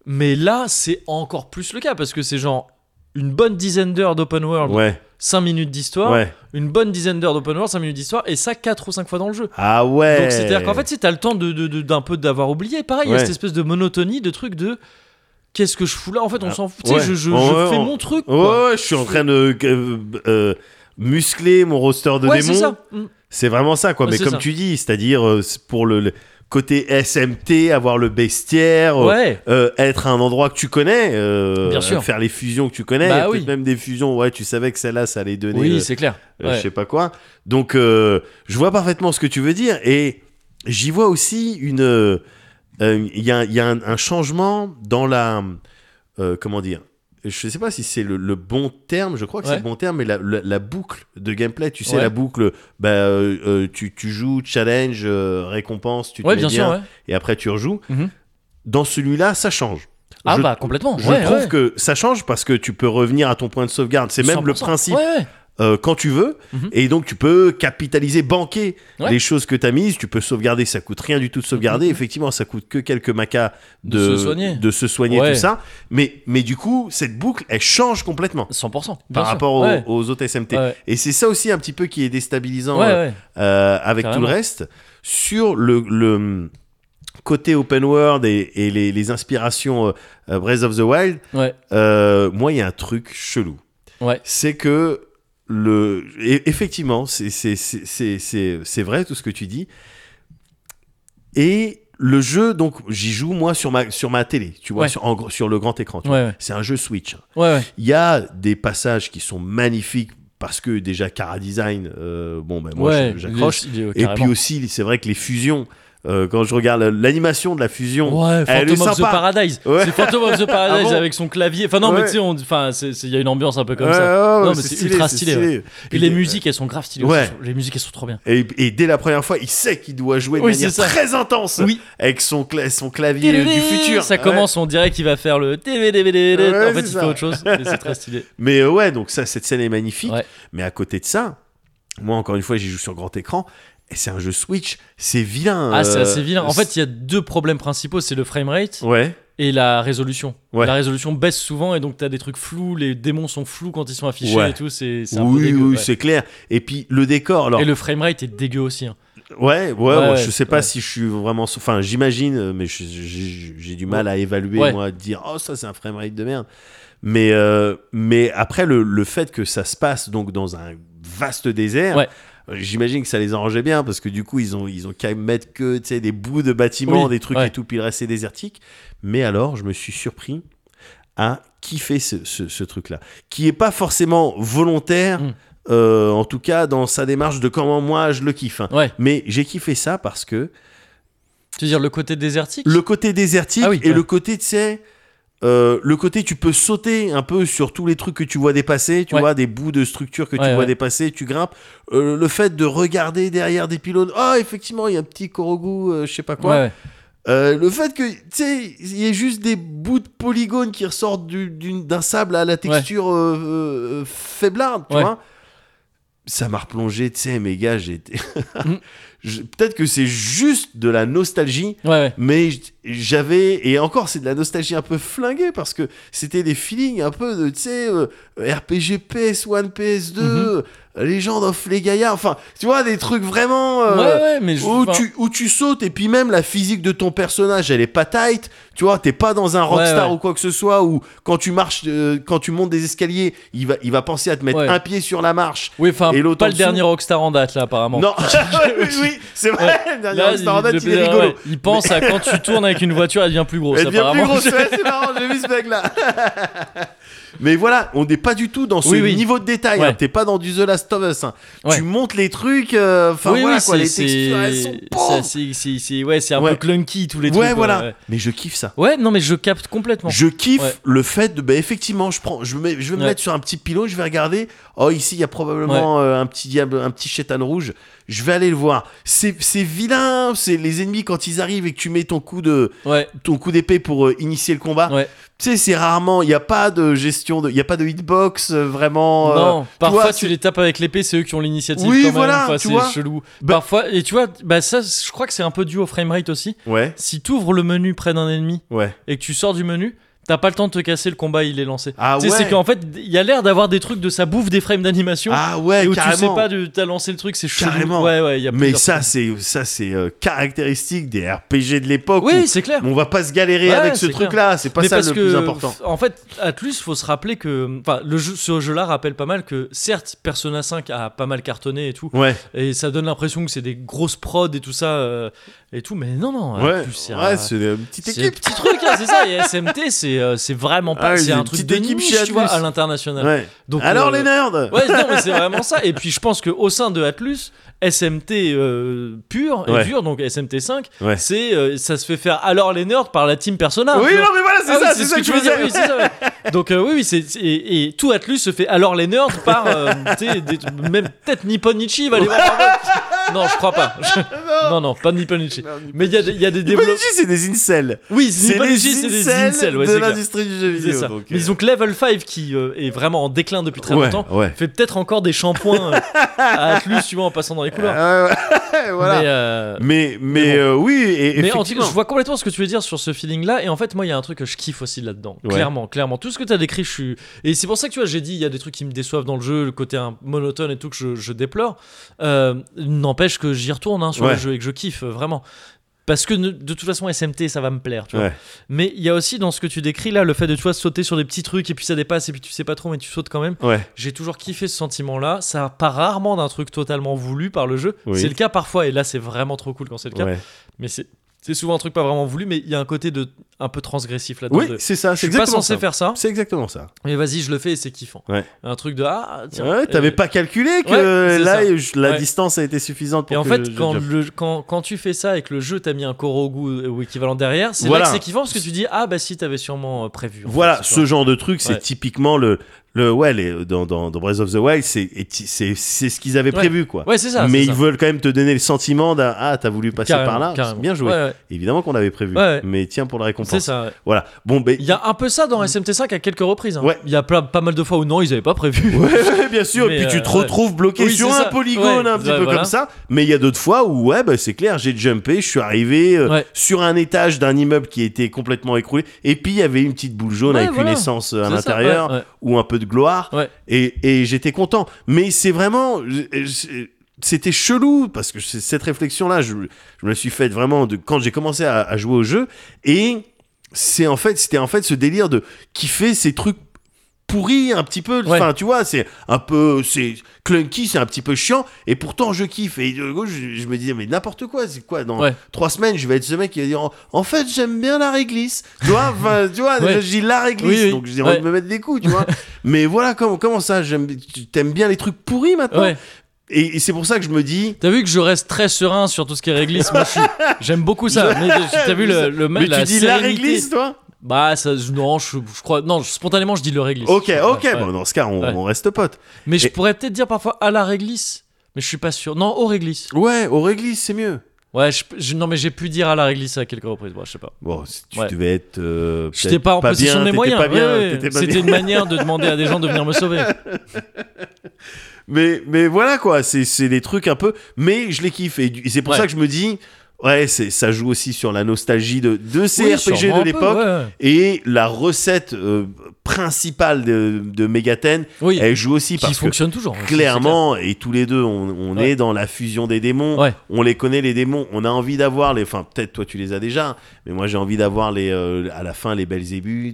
S1: Mais là, c'est encore plus le cas parce que c'est genre une bonne dizaine d'heures d'open world,
S2: Ouais.
S1: 5 minutes d'histoire,
S2: Ouais.
S1: une bonne dizaine d'heures d'open world, 5 minutes d'histoire, et ça 4 ou 5 fois dans le jeu.
S2: Ah ouais.
S1: Donc c'est-à-dire qu'en fait, si t'as le temps de, de- de- d'un peu d'avoir oublié, pareil, il y a
S2: Ouais.
S1: cette espèce de monotonie, de truc de qu'est-ce que je fous là En fait, on
S2: Ah,
S1: s'en fout. Tu sais,
S2: ouais.
S1: je, je- je
S2: Ouais,
S1: fais
S2: on-
S1: mon truc.
S2: Ouais,
S1: quoi.
S2: ouais, je suis en train de euh, euh, muscler mon roster de
S1: Ouais, c'est
S2: démons.
S1: ça. Mm.
S2: C'est vraiment ça, quoi.
S1: Ouais,
S2: Mais
S1: c'est
S2: comme
S1: ça.
S2: tu dis, c'est-à-dire euh, c'est pour le, le côté SMT, avoir le bestiaire, euh,
S1: Ouais.
S2: euh, être à un endroit que tu connais, euh,
S1: Bien sûr.
S2: faire les fusions que tu connais,
S1: Bah
S2: et peut-être
S1: oui.
S2: même des fusions, ouais, tu savais que celle-là, ça allait donner
S1: Oui,
S2: euh,
S1: c'est clair.
S2: euh,
S1: Ouais.
S2: je sais pas quoi. Donc, euh, je vois parfaitement ce que tu veux dire, et j'y vois aussi une, euh, euh, il y a, il y a un, un changement dans la, euh, comment dire. Je sais pas si c'est le, le bon terme, je crois que
S1: Ouais.
S2: c'est le bon terme, mais la, la- la boucle de gameplay, tu sais,
S1: Ouais.
S2: la boucle, bah, euh, euh, tu, tu joues, challenge, euh, récompense, tu te
S1: Ouais,
S2: mets
S1: bien sûr.
S2: bien,
S1: Ouais.
S2: et après tu rejoues.
S1: Mhm.
S2: Dans celui-là, ça change.
S1: Ah
S2: Je-
S1: bah complètement.
S2: je
S1: ouais,
S2: trouve
S1: ouais.
S2: que ça change parce que tu peux revenir à ton point de sauvegarde. C'est même le
S1: 100%.
S2: principe
S1: Ouais, ouais.
S2: euh, quand tu veux.
S1: Mhm.
S2: Et donc, tu peux capitaliser, banquer
S1: Ouais. Mhm.
S2: les choses que tu as mises. Tu peux sauvegarder. Ça coûte rien du tout de sauvegarder. Effectivement, ça coûte que quelques macas de,
S1: De se soigner.
S2: de se soigner,
S1: Ouais.
S2: tout ça. Mais, mais du coup, cette boucle, elle change complètement
S1: 100%. bien
S2: par
S1: sûr.
S2: rapport aux,
S1: Ouais.
S2: aux autres SMT.
S1: Ouais.
S2: Et c'est ça aussi un petit peu qui est déstabilisant
S1: Ouais,
S2: euh,
S1: ouais.
S2: euh, avec
S1: Carrément.
S2: tout le reste. Sur le, le, hum, côté open world et, et les, les inspirations euh, euh, Breath of the Wild,
S1: Ouais.
S2: euh, moi, il y a un truc chelou.
S1: Ouais.
S2: C'est que, le... e- effectivement, c'est- c'est- c'est c'est- c'est- c'est vrai tout ce que tu dis. Et le jeu, donc, j'y joue, moi, sur ma, sur ma télé, tu vois,
S1: Ouais.
S2: sur, en gros, sur le grand écran. tu
S1: Ouais,
S2: vois.
S1: ouais.
S2: C'est un jeu Switch. hein.
S1: Ouais, ouais.
S2: Il y a des passages qui sont magnifiques parce que déjà, Cara Design, euh, bon, ben moi,
S1: ouais.
S2: je- j'accroche.
S1: il est- il est-
S2: Et
S1: carrément.
S2: puis aussi, c'est vrai que les fusions, euh, quand je regarde l'animation de la fusion,
S1: Ouais,
S2: Elle
S1: Phantom
S2: est
S1: of the
S2: sympa.
S1: Paradise.
S2: Ouais.
S1: C'est Phantom of the Paradise
S2: Ah bon
S1: avec son clavier. Enfin, non, mais
S2: Ouais.
S1: tu sais, on- enfin, c'est- c'est- il y a une ambiance un peu comme
S2: Ouais,
S1: ça.
S2: ouais, ouais,
S1: Non, mais c'est ultra stylé, Et
S2: Puis
S1: les
S2: des-
S1: musiques, elles sont grave stylées.
S2: Ouais.
S1: aussi. Les musiques, elles sont trop bien.
S2: Et, et dès la première fois, il sait qu'il doit jouer de
S1: Oui,
S2: manière
S1: c'est ça.
S2: très intense
S1: Oui.
S2: avec son, cla- son clavier euh, du futur.
S1: Ça
S2: Ouais.
S1: commence, on dirait qu'il va faire le TVDVD.
S2: Ouais,
S1: en fait,
S2: c'est
S1: il
S2: ça.
S1: fait autre chose. et C'est très stylé.
S2: Mais euh, ouais, donc ça, cette scène est magnifique.
S1: Ouais.
S2: Mais à côté de ça, moi, encore une fois, j'y joue sur grand écran. Et c'est un jeu Switch. C'est vilain.
S1: Ah, c'est
S2: euh,
S1: assez vilain. En fait,
S2: c'est-
S1: il y a deux problèmes principaux c'est le framerate
S2: Ouais.
S1: et la résolution.
S2: Ouais.
S1: La résolution baisse souvent et donc t'as des trucs flous. Les démons sont flous quand ils sont affichés
S2: Ouais.
S1: et tout. C'est c'est un peu
S2: Oui,
S1: dégueu.
S2: oui,
S1: ouais.
S2: c'est clair. Et puis le décor, alors.
S1: Et le framerate est dégueu aussi. hein.
S2: Ouais, ouais,
S1: Ouais,
S2: ouais,
S1: ouais,
S2: je sais pas
S1: ouais.
S2: si je suis vraiment. Enfin, j'imagine, euh, mais je- j'ai j'ai du mal à évaluer,
S1: Ouais.
S2: moi, de dire, oh, ça, c'est un framerate de merde. Mais, euh, mais après, le, le fait que ça se passe donc dans un vaste désert,
S1: Ouais.
S2: euh, j'imagine que ça les arrangeait bien, parce que du coup, ils ont, ils ont qu'à mettre que tu sais, des bouts de bâtiments,
S1: Oui,
S2: des trucs
S1: ouais.
S2: et tout, puis le reste, c'est désertique. Mais alors, je me suis surpris à kiffer ce, ce- ce truc-là, qui est pas forcément volontaire.
S1: Mm.
S2: euh, en tout cas, dans sa démarche de comment moi je le kiffe. hein.
S1: Ouais.
S2: Mais j'ai kiffé ça parce que
S1: Tu veux dire le côté désertique
S2: le côté désertique
S1: Ah oui,
S2: et
S1: ouais.
S2: le côté, tu sais, euh, le côté tu peux sauter un peu sur tous les trucs que tu vois dépasser, tu
S1: Ouais.
S2: vois, des bouts de structure que tu
S1: Ouais,
S2: vois
S1: ouais.
S2: dépasser, tu grimpes. Euh, le fait de regarder derrière des pylônes, ah, effectivement, il y a un petit Korogu, euh, je sais pas
S1: Ouais,
S2: quoi.
S1: ouais.
S2: Euh, le fait que, tu sais, il y ait juste des bouts de polygones qui ressortent du- d'une- d'un sable à la texture euh, euh, euh, faiblarde, tu
S1: Ouais.
S2: vois. Ça m'a replongé, tu sais, mes
S1: Mm.
S2: gars, j'étais. Je- Peut-être que c'est juste de la nostalgie,
S1: ouais, ouais.
S2: mais j- j'avais et encore c'est de la nostalgie un peu flinguée parce que c'était des feelings un peu de tu sais euh, RPG PS1 PS2
S1: Mhm.
S2: euh, Legend of les gaillards enfin tu vois des trucs vraiment euh,
S1: ouais, ouais, mais je.
S2: où
S1: enfin,
S2: tu où tu sautes et puis même la physique de ton personnage elle est pas tight tu vois t'es pas dans un rockstar
S1: ouais.
S2: ou quoi que ce soit où quand tu marches euh, quand tu montes des escaliers il va il va penser à te mettre
S1: Ouais.
S2: un pied sur la marche
S1: Oui, enfin,
S2: et l'autre en
S1: pas le
S2: dessous.
S1: dernier Rockstar en date, là, apparemment.
S2: non oui, oui, c'est vrai le dernier
S1: Là,
S2: rockstar en date,
S1: le
S2: il est
S1: PDR,
S2: rigolo
S1: ouais, il pense à quand tu tournes avec une voiture, elle devient plus grosse,
S2: Elle devient plus
S1: apparemment.
S2: grosse, ouais, c'est marrant, j'ai vu ce mec là. Mais voilà, on n'est pas du tout dans ce
S1: Oui, oui.
S2: niveau de détail.
S1: Ouais.
S2: hein. T'es pas dans du The Last of Us. hein.
S1: Ouais.
S2: Tu montes les trucs, euh, enfin
S1: oui,
S2: voilà
S1: oui,
S2: quoi, les
S1: c'est-
S2: textures elles sont
S1: c'est-
S2: pauvres.
S1: c'est- c'est- c'est- ouais, c'est un
S2: Ouais.
S1: peu clunky tous les trucs.
S2: Ouais,
S1: quoi,
S2: voilà.
S1: ouais.
S2: Mais je kiffe ça.
S1: Ouais, non, mais je capte complètement.
S2: Je kiffe
S1: Ouais.
S2: le fait de, bah, effectivement, je prends, je, me mets- je vais me
S1: Ouais.
S2: mettre sur un petit pilon, je vais regarder. Oh, ici, il y a probablement euh, un petit diable, un petit chétan rouge. Je vais aller le voir. C'est c'est vilain, c'est les ennemis quand ils arrivent et que tu mets ton coup de,
S1: Ouais,
S2: ton coup d'épée pour euh, initier le combat.
S1: ouais.
S2: Tu sais, c'est rarement, il n'y a pas de gestion, il n'y a pas de hitbox euh, vraiment. euh,
S1: non, parfois
S2: toi,
S1: tu
S2: c'est-
S1: les tapes avec l'épée, c'est eux qui ont l'initiative.
S2: Oui,
S1: quand même,
S2: voilà,
S1: enfin,
S2: tu
S1: c'est
S2: vois.
S1: chelou.
S2: Bah-
S1: Parfois, et tu vois, bah ça, je crois que c'est un peu dû au framerate aussi.
S2: Ouais,
S1: Si t'ouvres le menu près d'un ennemi
S2: ouais.
S1: et que tu sors du menu, t'as pas le temps de te casser, le combat il est lancé.
S2: Ah
S1: Tu sais,
S2: ouais.
S1: c'est qu'en fait, il y a l'air d'avoir des trucs de sa bouffe des frames d'animation.
S2: Ah ouais,
S1: et où
S2: carrément.
S1: tu sais pas, de- t'as lancé le truc, c'est chelou.
S2: Carrément.
S1: Ouais, ouais, il y a
S2: Mais
S1: plusieurs-
S2: ça, c'est ça, c'est euh, caractéristique des RPG de l'époque.
S1: Oui,
S2: où
S1: c'est clair.
S2: On va pas se galérer
S1: Ouais,
S2: avec ce
S1: c'est
S2: truc-là. C'est pas
S1: mais
S2: ça
S1: parce
S2: le
S1: que,
S2: plus important.
S1: f- En fait, Atlus, faut se rappeler que, enfin, le jeu, ce jeu-là rappelle pas mal que, certes, Persona 5 a pas mal cartonné et tout,
S2: Ouais,
S1: et ça donne l'impression que c'est des grosses prods et tout ça euh, et tout, mais non, non.
S2: ouais,
S1: Atlus, c'est un-
S2: ouais, c'est une petite
S1: c'est un
S2: équipe.
S1: petit truc, hein, c'est ça. Et SMT, c'est euh, c'est vraiment pas,
S2: Ah, il y
S1: c'est
S2: a
S1: un
S2: une
S1: truc
S2: petite
S1: de
S2: équipe
S1: niche,
S2: chez
S1: tu vois,
S2: Atlus.
S1: à l'international.
S2: Ouais.
S1: Donc
S2: Alors
S1: euh,
S2: les nerds.
S1: Ouais, non, mais c'est vraiment ça. Et puis je pense qu'au sein de Atlus, SMT euh, pur et
S2: Ouais.
S1: dur, donc SMT 5,
S2: Ouais.
S1: c'est euh, ça se fait faire alors les nerds par la team Persona.
S2: Oui,
S1: tu vois.
S2: non, mais voilà, c'est
S1: Ah oui,
S2: ça, c'est
S1: ce
S2: ça que
S1: tu
S2: je veux dire.
S1: oui, c'est ça, ouais. Donc euh, oui, oui, c'est c'est- et, et tout Atlus se fait alors les nerds par euh, tu sais, des- même peut-être Nippon Ichi va les voir. par là. Non, je crois pas. Je- Non, non, pas Nippon Ichi. Mais il y a des, il y a des
S2: Nippon
S1: développeurs.
S2: Ichi, c'est des incels.
S1: Oui,
S2: C'est
S1: Nippon
S2: les
S1: Ichi, c'est des incels, ouais,
S2: de
S1: c'est clair.
S2: l'industrie du jeu
S1: C'est
S2: vidéo.
S1: ça.
S2: donc,
S1: Mais
S2: euh,
S1: ils ont que Level 5 qui euh, est vraiment en déclin depuis très
S2: ouais,
S1: longtemps
S2: Ouais.
S1: fait peut-être encore des shampoings euh, à Atlus, tu vois, en passant dans les couleurs.
S2: Ouais, ouais, voilà.
S1: Mais, euh,
S2: Mais, mais,
S1: bon.
S2: euh, oui,
S1: mais en tout
S2: et
S1: cas,
S2: effectivement.
S1: je vois complètement ce que tu veux dire sur ce feeling-là. Et en fait, moi, il y a un truc que je kiffe aussi là-dedans.
S2: Ouais.
S1: Clairement, clairement. Tout ce que tu as décrit, je suis. Et c'est pour ça que tu vois, j'ai dit, il y a des trucs qui me déçoivent dans le jeu, le côté un, monotone et tout que je, je déplore. Euh, N'empêche que j'y retourne hein, sur
S2: Ouais.
S1: le jeu et que je kiffe, euh, vraiment. Parce que ne- de toute façon, SMT, ça va me plaire, tu vois.
S2: Ouais.
S1: Mais il y a aussi dans ce que tu décris là, le fait de tu vois, sauter sur des petits trucs et puis ça dépasse et puis tu sais pas trop, mais tu sautes quand même.
S2: Ouais.
S1: J'ai toujours kiffé ce sentiment-là. Ça part rarement d'un truc totalement voulu par le jeu.
S2: Oui.
S1: C'est le cas parfois, et là c'est vraiment trop cool quand c'est le cas.
S2: ouais.
S1: Mais c'est c'est souvent un truc pas vraiment voulu, mais il y a un côté de un peu transgressif là-dedans.
S2: Oui,
S1: de-
S2: c'est ça,
S1: euh, Je
S2: c'est
S1: suis pas
S2: exactement
S1: censé
S2: ça.
S1: faire ça,
S2: C'est exactement ça.
S1: mais vas-y, je le fais et c'est kiffant.
S2: Ouais.
S1: Un truc de ah tiens.
S2: Ouais, t'avais
S1: euh,
S2: pas calculé que
S1: ouais,
S2: euh,
S1: c'est
S2: là
S1: ça.
S2: je- la
S1: Ouais.
S2: distance a été suffisante pour
S1: Et en
S2: que
S1: fait,
S2: je- je
S1: quand,
S2: jump.
S1: le, quand, quand tu fais ça et que le jeu t'a mis un Korogu euh, ou équivalent derrière, c'est
S2: Voilà.
S1: là que c'est kiffant parce que tu dis ah bah si t'avais sûrement euh, prévu. en
S2: voilà,
S1: fait, tu
S2: ce genre de truc, c'est
S1: Ouais.
S2: typiquement le le ouais, les- dans, dans, dans Breath of the Wild, c'est et ti- c'est c'est ce qu'ils avaient
S1: Ouais.
S2: prévu quoi.
S1: vois. Ouais c'est ça.
S2: Mais
S1: c'est
S2: ils
S1: ça.
S2: veulent quand même te donner le sentiment d'un ah t'as voulu passer
S1: Carrément,
S2: par là,
S1: carrément.
S2: bien joué.
S1: Ouais, ouais,
S2: Évidemment qu'on avait prévu,
S1: Ouais, ouais.
S2: mais tiens pour la
S1: c'est
S2: récompense.
S1: ça. ouais.
S2: Voilà. Bon ben
S1: Il y a un peu ça dans SMT5 à quelques reprises. hein.
S2: Ouais.
S1: Il y a plein- pas mal de fois où non, ils avaient pas prévu.
S2: Ouais, bien sûr, et
S1: Mais,
S2: puis tu
S1: euh,
S2: te
S1: ouais.
S2: retrouves bloqué
S1: Oui,
S2: sur
S1: c'est
S2: un
S1: ça.
S2: polygone
S1: Ouais,
S2: un petit
S1: ouais,
S2: peu
S1: voilà.
S2: comme ça, mais il y a d'autres fois où, ouais, bah, c'est clair, j'ai jumpé, je suis arrivé euh,
S1: Ouais.
S2: sur un étage d'un immeuble qui était complètement écroulé, et puis il y avait une petite boule jaune
S1: Ouais,
S2: avec
S1: voilà.
S2: une essence euh, à
S1: C'est ça,
S2: l'intérieur,
S1: ouais, ouais.
S2: ou un peu de gloire,
S1: Ouais.
S2: et, et j'étais content. Mais c'est vraiment... je- je- C'était chelou, parce que c'est- cette réflexion-là, je, je me la suis faite vraiment de, quand j'ai commencé à, à jouer au jeu, et c'est en fait c'était en fait ce délire de kiffer ces trucs pourris un petit peu
S1: Ouais.
S2: enfin tu vois c'est un peu c'est clunky c'est un petit peu chiant et pourtant je kiffe et de gauche, je, je me disais mais n'importe quoi c'est quoi dans
S1: Ouais.
S2: trois semaines je vais être ce mec qui va dire en, en fait j'aime bien la réglisse tu vois enfin, tu vois
S1: Ouais.
S2: je dis la réglisse
S1: Oui, oui.
S2: donc j'ai envie
S1: Ouais.
S2: de me mettre des coups tu vois mais voilà comment comment ça j'aime tu t'aimes bien les trucs pourris maintenant
S1: Ouais.
S2: et, et c'est pour ça que je me dis
S1: T'as vu que je reste très serein sur tout ce qui est réglisse. Moi, je suis- j'aime beaucoup ça. Mais t'as vu le, le
S2: mais
S1: la
S2: tu dis la
S1: sérénité.
S2: réglisse toi
S1: Bah, ça, je- non, je, je crois. Non, je- spontanément, je dis le réglisse.
S2: ok ok
S1: Ouais, ouais.
S2: bon dans ce cas on,
S1: Ouais.
S2: on reste potes
S1: Mais je
S2: Et-
S1: pourrais peut-être dire parfois à la réglisse. Mais je suis pas sûr. Non, au réglisse.
S2: ouais au réglisse c'est mieux
S1: Ouais, je, je- non, mais j'ai pu dire à la réglisse à quelques reprises. Bon, je sais pas.
S2: Bon, si tu
S1: Ouais.
S2: devais être. euh,
S1: J'étais
S2: peut-être
S1: pas en
S2: bien,
S1: possession des
S2: t'étais
S1: moyens.
S2: pas bien,
S1: ouais, ouais.
S2: t'étais pas
S1: C'était
S2: bien.
S1: une manière de demander à des gens de venir me sauver.
S2: Mais, mais voilà quoi, c'est c'est des trucs un peu. Mais je les kiffe et, du- et c'est pour
S1: Ouais.
S2: ça que je me dis. ouais, c'est, ça joue aussi sur la nostalgie de, de ces
S1: Oui,
S2: RPG
S1: sûrement un
S2: de
S1: peu,
S2: l'époque.
S1: ouais.
S2: Et la recette euh, principale de, de Megaten,
S1: Oui,
S2: elle joue aussi
S1: qui
S2: parce que
S1: fonctionne toujours. hein, c'est- c'est
S2: clairement, et tous les deux, on, on
S1: Ouais.
S2: est dans la fusion des démons.
S1: Ouais.
S2: On les connaît, les démons. On a envie d'avoir les. Enfin, peut-être toi, tu les as déjà. Mais moi, j'ai envie d'avoir les. euh, à la fin, les Belzébuth.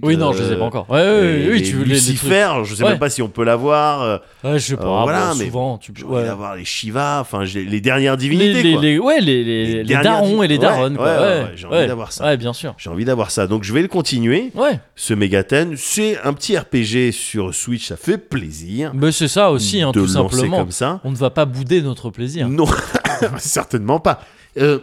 S1: clair. Oui, non, je
S2: euh,
S1: sais pas encore. Ouais, ouais,
S2: les-
S1: oui,
S2: les
S1: tu veux les- les trucs.
S2: Lucifer, je sais
S1: Ouais.
S2: même pas si on peut l'avoir. euh,
S1: Ouais, je sais
S2: Euh,
S1: pas.
S2: voilà,
S1: bon,
S2: mais
S1: souvent, tu
S2: J'ai
S1: ouais.
S2: envie d'avoir les Shiva, enfin j'ai- les dernières
S1: les,
S2: divinités.
S1: les,
S2: quoi.
S1: les- ouais, les, les, les
S2: dernières
S1: darons
S2: di-
S1: et les
S2: Ouais,
S1: daronnes.
S2: ouais,
S1: quoi,
S2: ouais, ouais, j'ai envie
S1: ouais.
S2: d'avoir ça.
S1: Ouais, bien sûr.
S2: J'ai envie d'avoir ça. Donc je vais le continuer.
S1: Ouais,
S2: Ce Megaten, c'est un petit RPG sur Switch, ça fait plaisir
S1: mais c'est ça aussi, hein,
S2: de
S1: tout
S2: le lancer
S1: simplement. hein.
S2: comme ça. Mm.
S1: On ne va pas bouder notre plaisir.
S2: Non, certainement pas. Euh,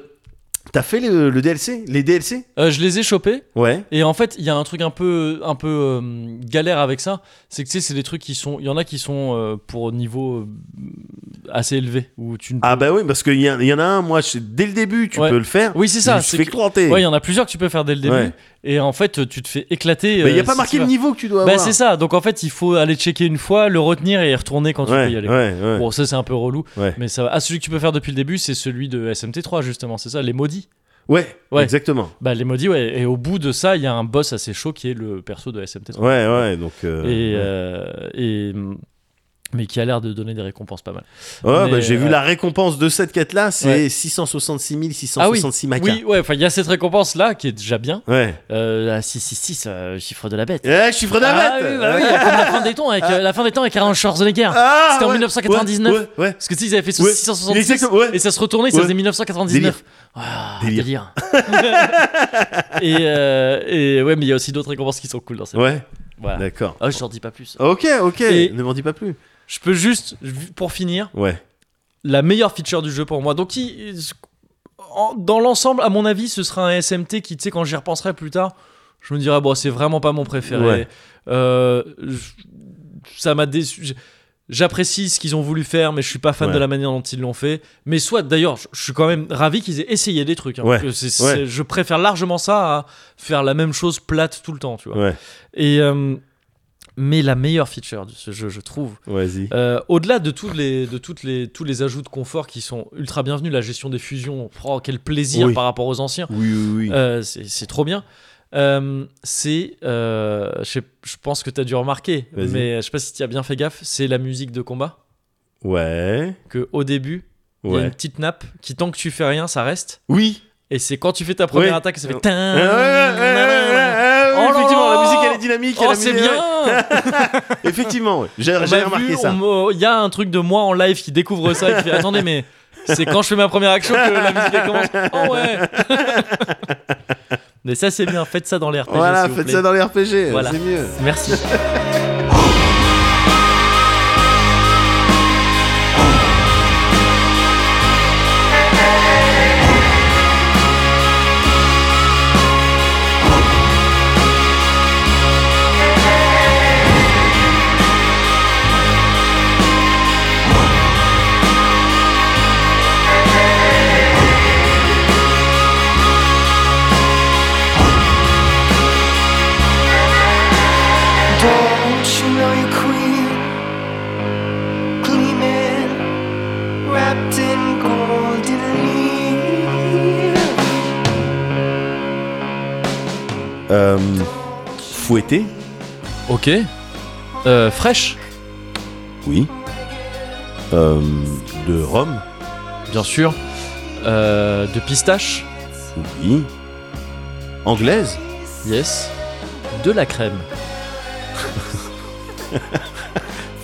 S2: T'as fait le, le DLC Les DLC
S1: Euh, je les ai chopés.
S2: Ouais.
S1: Et en fait, il y a un truc un peu, un peu euh, galère avec ça, c'est que tu sais, c'est des trucs qui sont, il y en a qui sont euh, pour niveau euh, assez élevé où tu ne.
S2: Ah bah oui, parce qu'il y, en- il y en a un, moi, je- dès le début, tu
S1: Ouais.
S2: peux le faire.
S1: oui, c'est ça.
S2: Je
S1: c'est
S2: fais
S1: que-
S2: que planter.
S1: Ouais, il y en a plusieurs que tu peux faire dès le début.
S2: Ouais.
S1: Et en fait, tu te fais éclater.
S2: Mais il n'y
S1: euh,
S2: a pas
S1: si
S2: marqué
S1: tu
S2: le
S1: vas-
S2: niveau hein. que tu dois
S1: Bah
S2: avoir.
S1: c'est ça. Donc en fait, il faut aller checker une fois, le retenir et y retourner quand
S2: Ouais,
S1: tu peux y aller.
S2: ouais, ouais.
S1: Bon, ça c'est un peu relou,
S2: Ouais.
S1: mais ça va. Ah, celui que tu peux faire depuis le début, c'est celui de SMT3 justement, c'est ça, les maudits.
S2: Ouais,
S1: Ouais.
S2: exactement.
S1: Bah les maudits, ouais. Et au bout de ça, il y a un boss assez chaud qui est le perso de SMT3.
S2: Ouais, ouais, donc... euh,
S1: et,
S2: ouais.
S1: euh, et mais qui a l'air de donner des récompenses pas mal.
S2: Ouais,
S1: Mais,
S2: bah, j'ai
S1: ouais.
S2: vu la récompense de cette quête-là, c'est
S1: euh, Ouais.
S2: 666
S1: Ah oui,
S2: 666 macas.
S1: oui, ouais. Enfin, il y a cette récompense là qui est déjà bien.
S2: Ouais.
S1: Euh, à 666, euh, chiffre de la bête.
S2: Eh, chiffre
S1: Ah
S2: d'arrête
S1: oui, bah oui, comme la fin des temps avec euh, la fin des temps avec Arnold Schwarzenegger.
S2: Ah,
S1: C'était en
S2: ouais,
S1: 1999.
S2: Ouais, ouais.
S1: Parce que tu sais, ils avaient fait
S2: Ouais,
S1: 666
S2: exactement, ouais.
S1: et ça se retournait, ça
S2: Ouais.
S1: faisait 1999.
S2: Délire.
S1: Waouh,
S2: Délire.
S1: délire. et, euh, et ouais, mais il y a aussi d'autres récompenses qui sont cool dans cette.
S2: Ouais,
S1: Voilà.
S2: d'accord.
S1: Ah, je t'en dis pas plus.
S2: Ok, ok,
S1: Et-
S2: ne m'en dis pas plus.
S1: Je peux juste, pour finir,
S2: Ouais.
S1: la meilleure feature du jeu pour moi. Donc, il- en- dans l'ensemble, à mon avis, ce sera un SMT qui, tu sais, quand j'y repenserai plus tard, je me dirai, bon, c'est vraiment pas mon préféré.
S2: Ouais.
S1: Euh, je- ça m'a déçu. J'- J'apprécie ce qu'ils ont voulu faire, mais je suis pas fan
S2: Ouais.
S1: de la manière dont ils l'ont fait. Mais soit, d'ailleurs, je je suis quand même ravi qu'ils aient essayé des trucs. hein,
S2: Ouais.
S1: parce que c'est-
S2: Ouais.
S1: c'est- Je préfère largement ça à faire la même chose plate tout le temps, tu vois.
S2: Ouais,
S1: Et, euh, mais la meilleure feature de ce jeu, je trouve,
S2: vas-y.
S1: euh, Au-delà de, tous les, de toutes les, tous les ajouts de confort qui sont ultra bienvenus, la gestion des fusions, oh, quel plaisir
S2: Oui.
S1: par rapport aux anciens,
S2: Oui, oui, oui.
S1: Euh, c'est c'est trop bien. Euh, c'est, euh, je sais- je pense que tu as dû remarquer,
S2: Vas-y.
S1: mais je sais pas si tu as bien fait gaffe, c'est la musique de combat.
S2: Ouais,
S1: Que au début, il y a
S2: ouais.
S1: une petite nappe qui, tant que tu fais rien, ça reste.
S2: Oui.
S1: Et c'est quand tu fais ta première
S2: Ouais.
S1: attaque, ça fait.
S2: Ah, ouais, ouais, ouais, ouais, ouais,
S1: Oh là
S2: euh, effectivement,
S1: là
S2: la musique elle est dynamique. elle
S1: Oh,
S2: a
S1: c'est
S2: mis- euh,
S1: bien!
S2: Effectivement, ouais. j'ai
S1: On
S2: j'ai
S1: m'a vu,
S2: remarqué ça.
S1: on me- Il y a un truc de moi en live qui découvre ça et qui fait Attendez, mais c'est quand je fais ma première action que la musique elle commence. Oh ouais Mais ça, c'est bien. Faites ça dans les RPG.
S2: Voilà,
S1: s'il vous
S2: faites
S1: plaît.
S2: ça dans les RPG,
S1: Voilà.
S2: c'est mieux.
S1: Merci.
S5: Don't you know you're queen? Gleaming, wrapped in golden leaves.
S2: Euh, fouetté
S1: Ok. Euh, fraîche,
S2: Oui. Euh, de Rome
S1: bien sûr. Euh, de pistache,
S2: Oui. Anglaise
S1: yes. De la crème.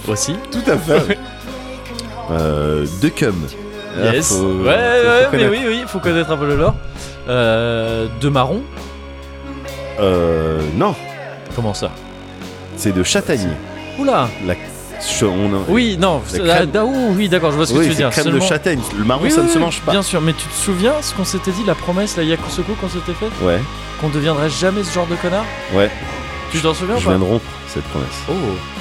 S1: Aussi.
S2: Tout à fait. euh, de cum. Là,
S1: Yes.
S2: Ah, faut-
S1: ouais,
S2: faut
S1: ouais, mais
S2: connaître.
S1: oui, oui, faut connaître un peu le lore. Euh, de marron,
S2: Euh, non,
S1: comment ça
S2: c'est de châtaignier.
S1: Oula
S2: La... ch- on a-
S1: Oui, non,
S2: La
S1: la-
S2: crème.
S1: da- ouh, oui, d'accord, je vois ce que
S2: Oui,
S1: tu veux
S2: c'est
S1: dire.
S2: crème
S1: seulement-
S2: de châtaigne. Le marron,
S1: Oui,
S2: ça
S1: oui,
S2: ne se
S1: oui,
S2: mange pas.
S1: Bien sûr, mais tu te souviens ce qu'on s'était dit, la promesse, la Yakusoko qu'on s'était faite
S2: Ouais,
S1: Qu'on deviendrait jamais ce genre de connard
S2: ouais.
S1: Tu t'en souviens ou
S2: Je
S1: pas
S2: viens de rompre cette promesse.
S1: Oh,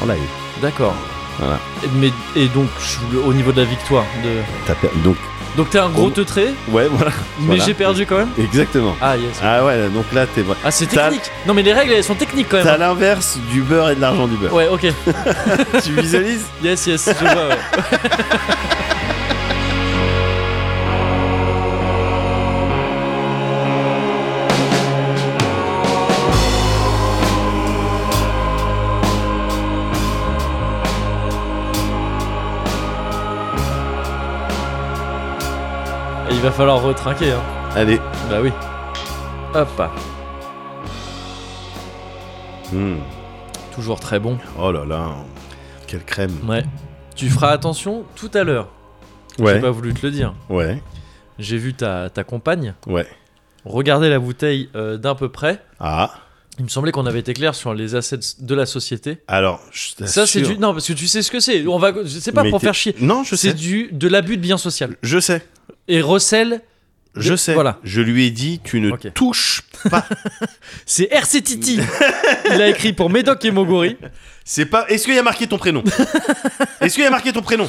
S2: En live.
S1: d'accord.
S2: Voilà.
S1: Et- Mais, et donc, je suis au niveau de la victoire. De...
S2: T'as per- Donc,
S1: Donc, t'es un gros
S2: Oh.
S1: teutré,
S2: ouais, voilà.
S1: mais
S2: Voilà.
S1: j'ai perdu quand même
S2: Exactement.
S1: Ah, yes.
S2: Ah ouais, donc là, t'es vrai.
S1: Ah, c'est
S2: T'as-
S1: technique Non, mais les règles, elles sont techniques quand
S2: T'as
S1: même.
S2: l'inverse du beurre et de l'argent du beurre.
S1: Ouais, ok.
S2: Tu visualises
S1: Yes, yes, je vois, ouais.
S5: Don't
S1: va falloir retrinquer. Hein.
S2: Allez.
S1: Bah oui. Hop.
S2: Hmm.
S1: Toujours très bon.
S2: Oh là là. Quelle crème.
S1: Ouais. Tu feras attention tout à l'heure. J'ai
S2: Ouais.
S1: pas voulu te le dire.
S2: Ouais.
S1: J'ai vu ta, ta compagne
S2: Ouais.
S1: regarder la bouteille euh, d'un peu près.
S2: Ah.
S1: Il me semblait qu'on avait été clair sur les assets de la société.
S2: Alors, je t'assure-
S1: Ça, c'est du. Non, parce que tu sais ce que c'est. On va. C'est pas
S2: Mais
S1: pour
S2: t'es-
S1: faire chier.
S2: Non, je sais.
S1: C'est du de l'abus de bien social.
S2: Je sais.
S1: Et recèle,
S2: Je
S1: De-
S2: sais.
S1: voilà.
S2: Je lui ai dit, tu ne
S1: Ok.
S2: touches.
S1: c'est RC Titi. Il a écrit pour Médoc et Mogori.
S2: C'est pas. Est-ce qu'il y a marqué ton prénom Est-ce qu'il y a marqué ton prénom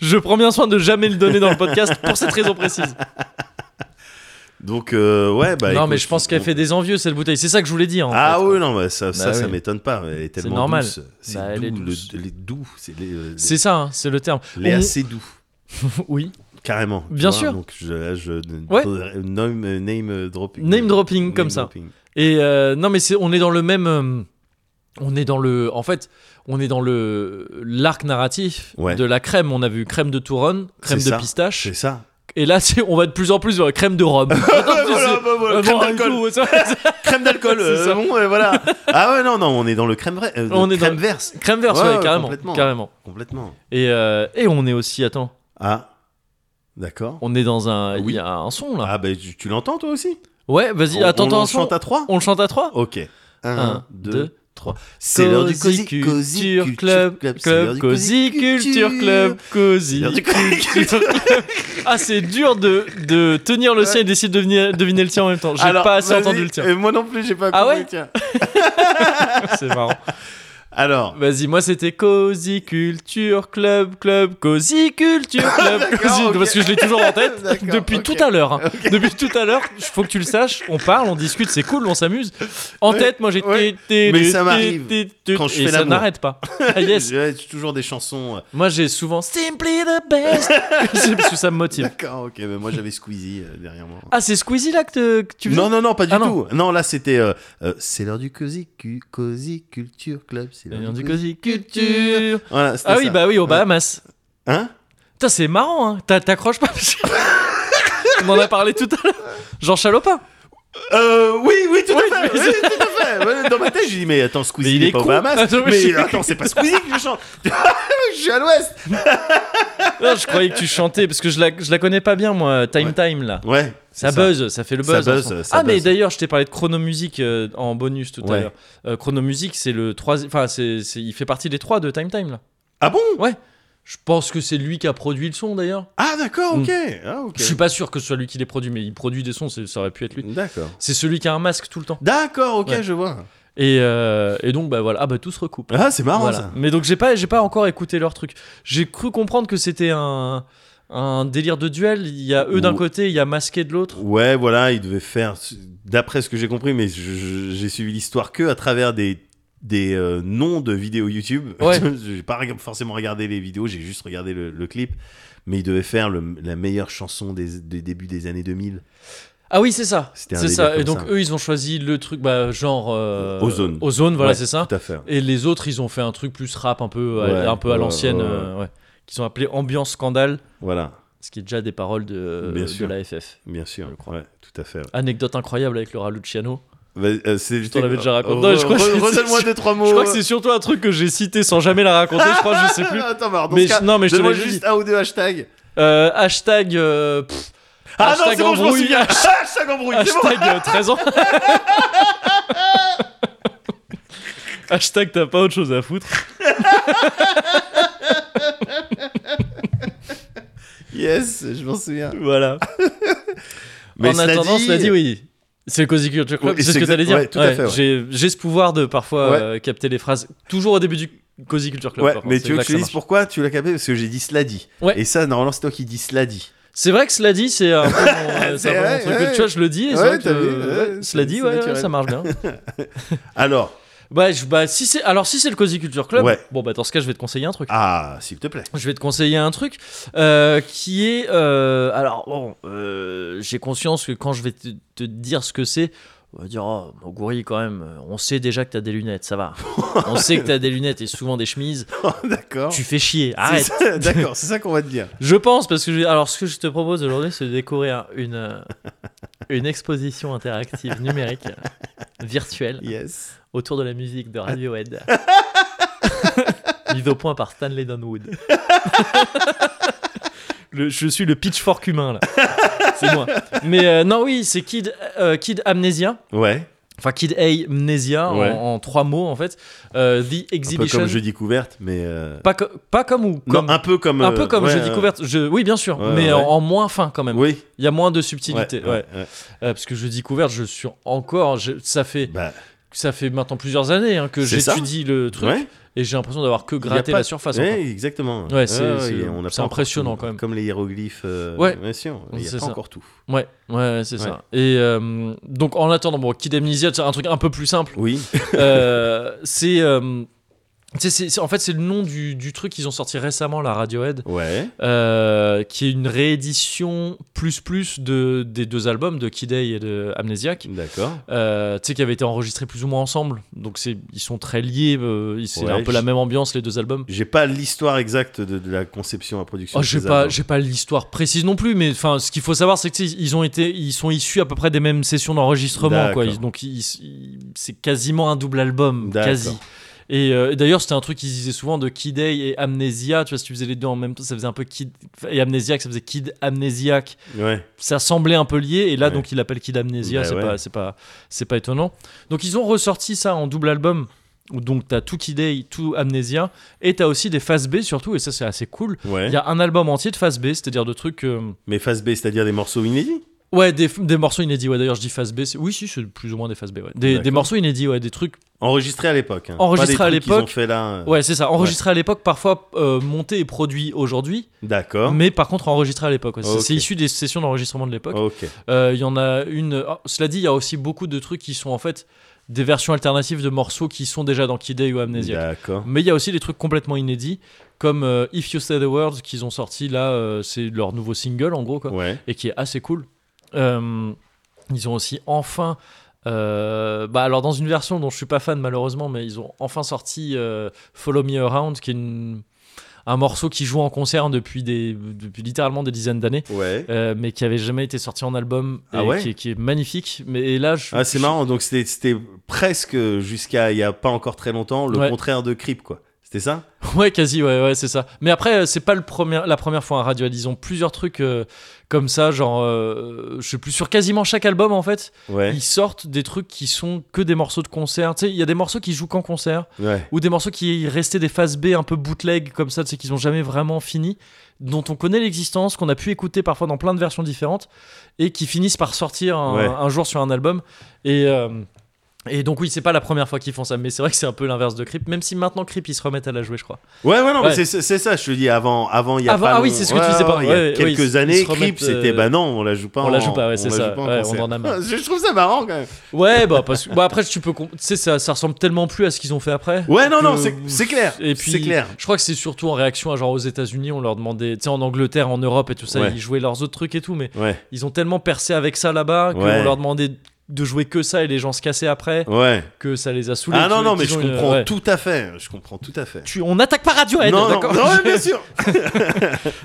S1: Je prends bien soin de jamais le donner dans le podcast pour cette raison précise.
S2: Donc, euh, ouais, bah.
S1: non,
S2: écoute,
S1: mais je pense qu'elle
S2: on-
S1: fait des envieux cette bouteille. C'est ça que je voulais dire. en
S2: Ah
S1: fait.
S2: oui, non, bah, ça, ça, ça
S1: oui.
S2: m'étonne pas. Elle est tellement
S1: normal.
S2: douce. C'est
S1: Bah, elle est
S2: doux,
S1: douce.
S2: le- les doux, c'est les, euh,
S1: C'est ça, hein, c'est le terme.
S2: les- les
S1: On-
S2: assez doux,
S1: Oui.
S2: carrément. tu
S1: Bien
S2: vois,
S1: sûr.
S2: Donc je, là, je
S1: Ouais.
S2: euh, name, euh, name, euh, dropping.
S1: Name dropping, comme ça.
S2: dropping.
S1: Et euh, non, mais c'est, on est dans le même. euh, on est dans le. En fait, on est dans le l'arc narratif
S2: Ouais.
S1: de la crème. On a vu crème de Touronne, crème
S2: C'est
S1: de
S2: ça.
S1: pistache.
S2: C'est ça.
S1: Et là, c'est, on va de plus en plus vers la crème de Rome. Attends, tu
S2: Voilà,
S1: sais,
S2: bah, voilà,
S1: euh,
S2: crème
S1: bon, et
S2: d'alcool.
S1: tout, ça-
S2: Crème d'alcool,
S1: C'est
S2: euh,
S1: ça.
S2: bon, euh, voilà. Ah ouais, non, non, on est dans le crème, vrai- euh,
S1: On est
S2: crème
S1: dans-
S2: verse,
S1: crème verse,
S2: Ouais,
S1: ouais,
S2: ouais,
S1: carrément,
S2: complètement.
S1: carrément.
S2: complètement.
S1: Et, euh, et on est aussi, attends,
S2: Ah, d'accord.
S1: on est dans un,
S2: Oui.
S1: il y a un son là.
S2: Ah bah tu, tu l'entends toi aussi
S1: Ouais, vas-y,
S2: On-
S1: attends,
S2: on
S1: attends,
S2: le
S1: un son.
S2: chante à trois
S1: On le chante à trois.
S2: Ok. Un, deux,
S1: trois.
S2: c'est l'heure du
S1: Cozy
S2: Cozy
S1: Culture
S2: Culture
S1: Club,
S2: Club, c'est l'heure
S1: Club,
S2: du
S1: Cozy
S2: Cozy
S1: Culture
S2: Culture.
S1: Club, Cozy
S2: L'heure du
S1: Culture Club. Ah, c'est dur de, de tenir le sien et d'essayer de deviner, deviner le tien en même temps. J'ai
S2: Alors,
S1: pas assez
S2: vas-y,
S1: entendu le tien.
S2: euh, moi non plus, j'ai pas
S1: Ah
S2: compris
S1: ouais
S2: le tien.
S1: C'est marrant.
S2: Alors,
S1: Vas-y, moi c'était Cozy Culture Club, Club, Cozy Culture Club,
S2: Ah, D'accord,
S1: Cozy.
S2: ok.
S1: Parce que je l'ai toujours en tête
S2: D'accord,
S1: depuis
S2: ok.
S1: tout à l'heure. hein. Depuis tout à l'heure, il faut que tu le saches. On parle, on discute, c'est cool, on s'amuse. En
S2: Ouais,
S1: tête, moi j'ai.
S2: ouais.
S1: té- té-
S2: Mais ça
S1: té-
S2: m'arrive
S1: té- té-
S2: quand je
S1: Et
S2: fais
S1: ça
S2: l'amour.
S1: n'arrête pas. Ah, yes.
S2: j'ai toujours des chansons. euh,
S1: Moi j'ai souvent Simply the best. C'est parce que ça me motive.
S2: D'accord, ok, mais moi j'avais Squeezie euh, derrière moi.
S1: Ah, c'est Squeezie là que, te- que tu faisais
S2: Non, non, non, pas du
S1: Ah, non.
S2: tout. Non, là c'était. euh, euh, c'est l'heure du Cozy, Cu- Cozy Culture Club. C'est
S1: Il
S2: l'heure
S1: vient du Cozy Culture.
S2: Voilà, c'était
S1: Ah oui,
S2: ça.
S1: bah oui, aux Bahamas.
S2: Hein
S1: Putain, c'est marrant, hein. T'a- T'accroches pas parce que- On en a parlé tout à l'heure. Jean Chalopin.
S2: Euh, oui, oui, tout
S1: Oui,
S2: à fait.
S1: mais
S2: oui, tout à fait. Ouais, dans ma tête, j'ai dit, mais attends, Squeezie,
S1: Mais il
S2: il est
S1: est
S2: pas au
S1: con.
S2: Bahamas.
S1: Attends, mais
S2: mais
S1: je-
S2: attends, c'est pas Squeezie que je chante. je suis à l'ouest.
S1: Non, je croyais que tu chantais parce que je la, je la connais pas bien, moi. Time
S2: Ouais.
S1: Time là.
S2: Ouais.
S1: Ça,
S2: c'est
S1: buzz, ça fait le
S2: Ça
S1: buzz.
S2: buzz,
S1: ensemble.
S2: ça
S1: ah, mais
S2: buzz.
S1: d'ailleurs, je t'ai parlé de Chronomusique euh, en bonus tout à
S2: Ouais.
S1: l'heure. Euh, Chronomusique, c'est le troisième. Enfin, c'est, c'est- il fait partie des trois de Time Time là.
S2: Ah bon
S1: Je pense que c'est lui qui a produit le son d'ailleurs.
S2: Ah, d'accord,
S1: Mm.
S2: ok. Ah, ok.
S1: Je suis pas sûr que Mm. ce soit lui qui les produit, mais il produit des sons, c'est- ça aurait pu être lui.
S2: D'accord.
S1: C'est celui qui a un masque tout le temps.
S2: D'accord, ok,
S1: Ouais.
S2: je vois.
S1: Et, euh, et donc, bah voilà. Ah, bah tout se recoupe.
S2: Ah, c'est marrant
S1: Voilà.
S2: ça.
S1: Mais donc, j'ai pas, j'ai pas encore écouté leur truc. J'ai cru comprendre que c'était un, un délire de duel. Il y a eux d'un
S2: Ou-
S1: côté, il y a masqué de l'autre.
S2: Ouais, voilà, il devait faire, d'après ce que j'ai compris, mais je- je- j'ai suivi l'histoire que à travers des, des euh, noms de vidéos YouTube.
S1: Ouais.
S2: j'ai pas reg- forcément regardé les vidéos, j'ai juste regardé le, le clip. Mais il devait faire le- la meilleure chanson des, des débuts des années 2000.
S1: Ah oui, c'est ça.
S2: C'était un
S1: C'est
S2: délire
S1: ça. Et
S2: comme
S1: donc,
S2: ça.
S1: eux, ils ont choisi le truc, bah, genre. euh,
S2: Ozone.
S1: Ozone, voilà,
S2: Ouais,
S1: c'est ça.
S2: Tout à fait.
S1: Et les autres, ils ont fait un truc plus rap, un peu, à-
S2: Ouais,
S1: un peu à
S2: ouais,
S1: l'ancienne,
S2: ouais, ouais.
S1: euh, ouais, qu'ils ont appelé Ambiance Scandale,
S2: Voilà,
S1: ce qui est déjà des paroles de,
S2: Bien
S1: de
S2: sûr.
S1: la FF.
S2: bien sûr. Ouais, tout à fait.
S1: Anecdote incroyable avec Laura Luciano.
S2: Vas- euh, c'est-
S1: t'en avais déjà raconté.
S2: Re-
S1: Non, je crois que
S2: re-
S1: c'est-
S2: Redonne-moi deux, trois mots.
S1: Je crois que c'est surtout un truc que j'ai cité sans jamais la raconter, je crois, je sais plus.
S2: Attends, mais alors, dans
S1: Mais
S2: ce cas,
S1: je- non, mais je te
S2: donne-moi
S1: l'avais
S2: juste
S1: dit.
S2: un ou deux hashtags.
S1: Euh, hashtag. euh, pff,
S2: Ah non,
S1: hashtag
S2: c'est bon, je m'en
S1: embrouille,
S2: souviens. Hashtag embrouille, c'est bon.
S1: Hashtag euh, 13 ans. Hashtag t'as pas autre chose à foutre.
S2: Yes, je m'en souviens.
S1: Voilà.
S2: Mais
S1: en
S2: cela
S1: attendant,
S2: dit-
S1: cela dit, oui. C'est le Cozy Culture Club,
S2: Oui,
S1: c'est ce
S2: c'est
S1: que t'allais
S2: exact-
S1: dire.
S2: ouais, tout à fait, ouais.
S1: J'ai, j'ai ce pouvoir de parfois
S2: Ouais.
S1: euh, capter les phrases toujours au début du Cozy Culture Club.
S2: Ouais,
S1: par contre,
S2: mais
S1: c'est
S2: tu veux
S1: là
S2: que je te
S1: ça
S2: dise
S1: marche.
S2: pourquoi tu l'as capté Parce que j'ai dit cela dit.
S1: Ouais.
S2: Et ça, normalement, c'est toi qui dis cela dit.
S1: C'est vrai que cela dit, c'est un peu mon, euh, c'est un peu mon
S2: Ouais,
S1: truc.
S2: ouais.
S1: Tu vois, je le dis et c'est
S2: Ouais,
S1: vrai que,
S2: t'as vu,
S1: euh,
S2: ouais,
S1: ouais, cela
S2: c'est-
S1: dit,
S2: c'est
S1: ouais, ouais,
S2: naturel.
S1: ça marche bien.
S2: Alors,
S1: bah, je- bah, si c'est, alors si c'est le Cozy Culture Club,
S2: Ouais.
S1: bon bah dans ce cas, je vais te conseiller un truc.
S2: ah, s'il te plaît.
S1: je vais te conseiller un truc euh, qui est euh, alors bon euh, j'ai conscience que quand je vais te, te dire ce que c'est on va dire, oh, Moguri, quand même, euh, on sait déjà que t'as des lunettes, ça va. on sait que t'as des lunettes et souvent des chemises.
S2: D'accord.
S1: Tu fais chier,
S2: C'est
S1: arrête.
S2: ça- D'accord, c'est ça qu'on va te dire.
S1: Je pense, parce que je- alors ce que je te propose aujourd'hui, c'est de découvrir une, euh, une exposition interactive numérique euh, virtuelle
S2: Yes.
S1: autour de la musique
S2: Ah.
S1: de Radiohead. Mise au point par Stanley Donwood. Le- je suis le pitchfork humain là. C'est moi. Mais euh, non, oui, c'est Kid, euh, Kid Amnesia.
S2: Ouais.
S1: Enfin, Kid Amnesia
S2: Ouais.
S1: en, en trois mots en fait. Euh, the
S2: Un peu
S1: Exhibition.
S2: comme jeudi couverte, mais. euh,
S1: Pas, co- pas comme ou
S2: non,
S1: comme.
S2: un peu comme.
S1: un
S2: euh,
S1: peu comme
S2: ouais,
S1: j'ai
S2: euh,
S1: découvert. Je... Oui, bien sûr,
S2: Ouais,
S1: mais
S2: ouais.
S1: En, en moins fin quand même.
S2: Oui.
S1: Il y a moins de subtilité.
S2: Ouais,
S1: ouais.
S2: ouais, ouais.
S1: Euh, parce que je découverte, je suis encore. je- Ça fait
S2: Bah,
S1: ça fait maintenant plusieurs années hein, que
S2: C'est ça.
S1: j'étudie le truc
S2: ouais.
S1: et j'ai l'impression d'avoir que
S2: Il y a
S1: gratté
S2: pas-
S1: la surface.
S2: Ouais,
S1: encore.
S2: exactement.
S1: Ouais, c'est- c'est-
S2: et on a
S1: c'est
S2: pas encore
S1: impressionnant,
S2: tout.
S1: quand même.
S2: Comme les hiéroglyphes. euh,
S1: Ouais.
S2: bien sûr. Il n'y a
S1: C'est
S2: pas
S1: ça.
S2: encore tout.
S1: Ouais, ouais, ouais, c'est ça. Et euh, donc en attendant, bon, Kid Amnesia, c'est un truc un peu plus simple.
S2: Oui.
S1: Euh, c'est euh, tu sais, c'est- c'est- en fait, c'est le nom du, du truc qu'ils ont sorti récemment, la Radiohead,
S2: Ouais.
S1: euh, qui est une réédition plus plus de, des deux albums de Kid A et de Amnesiac.
S2: D'accord.
S1: euh, tu sais, qui avaient été enregistrés plus ou moins ensemble. Donc c'est, ils sont très liés, euh, ils- c'est
S2: Ouais,
S1: un peu
S2: je-
S1: la même ambiance les deux albums.
S2: J'ai pas l'histoire exacte de, de la conception à production.
S1: Oh,
S2: de
S1: j'ai
S2: ces
S1: pas,
S2: albums.
S1: j'ai pas l'histoire précise non plus, mais enfin, ce qu'il faut savoir, c'est que tu sais, ils ont été, ils sont issus à peu près des mêmes sessions d'enregistrement, quoi.
S2: D'accord.
S1: Ils- donc ils- ils- c'est quasiment un double album,
S2: D'accord.
S1: quasi. Et euh, et d'ailleurs, c'était un truc qu'ils disaient souvent de Kid A et Amnesia. Tu vois, si tu faisais les deux en même temps, ça faisait un peu Kid et Amnesiac, ça faisait Kid Amnesiac.
S2: Ouais.
S1: ça semblait un peu lié et là
S2: Ouais.
S1: donc il l'appelle Kid Amnesia
S2: Bah
S1: c'est
S2: ouais.
S1: pas c'est pas c'est pas étonnant donc ils ont ressorti ça en double album où donc t'as tout Kid A tout Amnesia et t'as aussi des phases B surtout et ça c'est assez cool
S2: Ouais.
S1: il y a un album entier de phase B c'est-à-dire de trucs euh,
S2: Mais face B, c'est-à-dire des morceaux inédits
S1: ouais des, des morceaux inédits ouais d'ailleurs je dis phase B c'est- oui si c'est plus ou moins des phases B ouais des,
S2: D'accord.
S1: des morceaux inédits ouais des trucs
S2: Enregistrés à l'époque. hein.
S1: Enregistrés
S2: Pas des
S1: à
S2: trucs qu'ils ont
S1: l'époque.
S2: fait là. euh,
S1: ouais c'est ça enregistrés à l'époque parfois euh, montés et produits aujourd'hui
S2: D'accord.
S1: mais par contre enregistrés à l'époque ouais. C'est-
S2: Ah. Ok. Oh.
S1: c'est issu des sessions d'enregistrement de l'époque
S2: Ok.
S1: Euh, Il y en a une. oh, cela dit, il y a aussi beaucoup de trucs qui sont en fait des versions alternatives de morceaux qui sont déjà dans Kid A ou Amnesia.
S2: D'accord.
S1: Mais il y a aussi des trucs complètement inédits, comme euh, If You Say the Words qu'ils ont sorti là, euh, c'est leur nouveau single en gros, quoi,
S2: Ouais.
S1: et qui est assez cool. Euh, ils ont aussi enfin. euh, bah alors dans une version dont je suis pas fan malheureusement mais ils ont enfin sorti euh, Follow Me Around qui est une- un morceau qui joue en concert depuis des depuis littéralement des dizaines d'années
S2: Ouais.
S1: euh, mais qui avait jamais été sorti en album et
S2: Ah ouais
S1: qui, est- qui est magnifique mais et là je,
S2: Ah, c'est
S1: je-
S2: marrant. Donc, c'était- c'était presque jusqu'à il y a pas encore très longtemps le
S1: Ouais.
S2: contraire de Creep, quoi. C'était ça
S1: ouais quasi ouais ouais c'est ça mais après euh, c'est pas le premier la première fois à Radiohead ils ont plusieurs trucs euh, comme ça genre euh, je suis plus sur quasiment chaque album en fait
S2: Ouais.
S1: ils sortent des trucs qui sont que des morceaux de concert tu sais il y a des morceaux qui jouent qu'en concert
S2: Ouais.
S1: ou des morceaux qui restaient des phases B un peu bootleg comme ça, tu sais, qu'ils ont jamais vraiment fini, dont on connaît l'existence, qu'on a pu écouter parfois dans plein de versions différentes, et qui finissent par sortir un,
S2: Ouais.
S1: un jour sur un album. Et, euh, et donc oui, c'est pas la première fois qu'ils font ça, mais c'est vrai que c'est un peu l'inverse de Creep, même si maintenant Creep, ils se remettent à la jouer, je crois.
S2: Ouais, ouais, non,
S1: Ouais.
S2: mais c'est- c'est c'est ça, je te dis, avant, avant, il y a
S1: Avant-
S2: pas
S1: ah oui,
S2: long-
S1: c'est ce que tu
S2: ouais,
S1: disais, pardon.
S2: ouais, Il y a
S1: Ouais, ouais,
S2: quelques
S1: ils se
S2: années,
S1: remettent,
S2: Creep, c'était,
S1: euh,
S2: bah non, on la joue pas
S1: on
S2: en-
S1: la joue pas, ouais,
S2: on
S1: c'est
S2: la
S1: ça.
S2: joue pas en
S1: Ouais, on
S2: concert.
S1: en a marre.
S2: Je trouve ça marrant, quand même.
S1: Ouais, bah, parce que, bah après, tu peux, com- tu sais, ça, ça ressemble tellement plus à ce qu'ils ont fait après.
S2: Ouais, non, non,
S1: que-
S2: c'est c'est clair.
S1: Et puis,
S2: c'est clair.
S1: je crois que c'est surtout en réaction à genre aux États-Unis, on leur demandait, tu sais, en Angleterre, en Europe et tout ça,
S2: Ouais.
S1: ils jouaient leurs autres trucs et tout, mais
S2: Ouais,
S1: ils ont tellement percé avec ça là-bas qu'on
S2: Ouais.
S1: leur demandait de jouer que ça et les gens se cassaient après
S2: ouais.
S1: que ça les a saoulés.
S2: Ah non,
S1: qu'ils-
S2: non, mais
S1: qu'ils
S2: je
S1: ont une-
S2: comprends
S1: ouais.
S2: tout à fait. Je comprends tout à fait.
S1: Tu- on n'attaque pas Radiohead,
S2: non, non,
S1: d'accord
S2: non, ouais, bien sûr.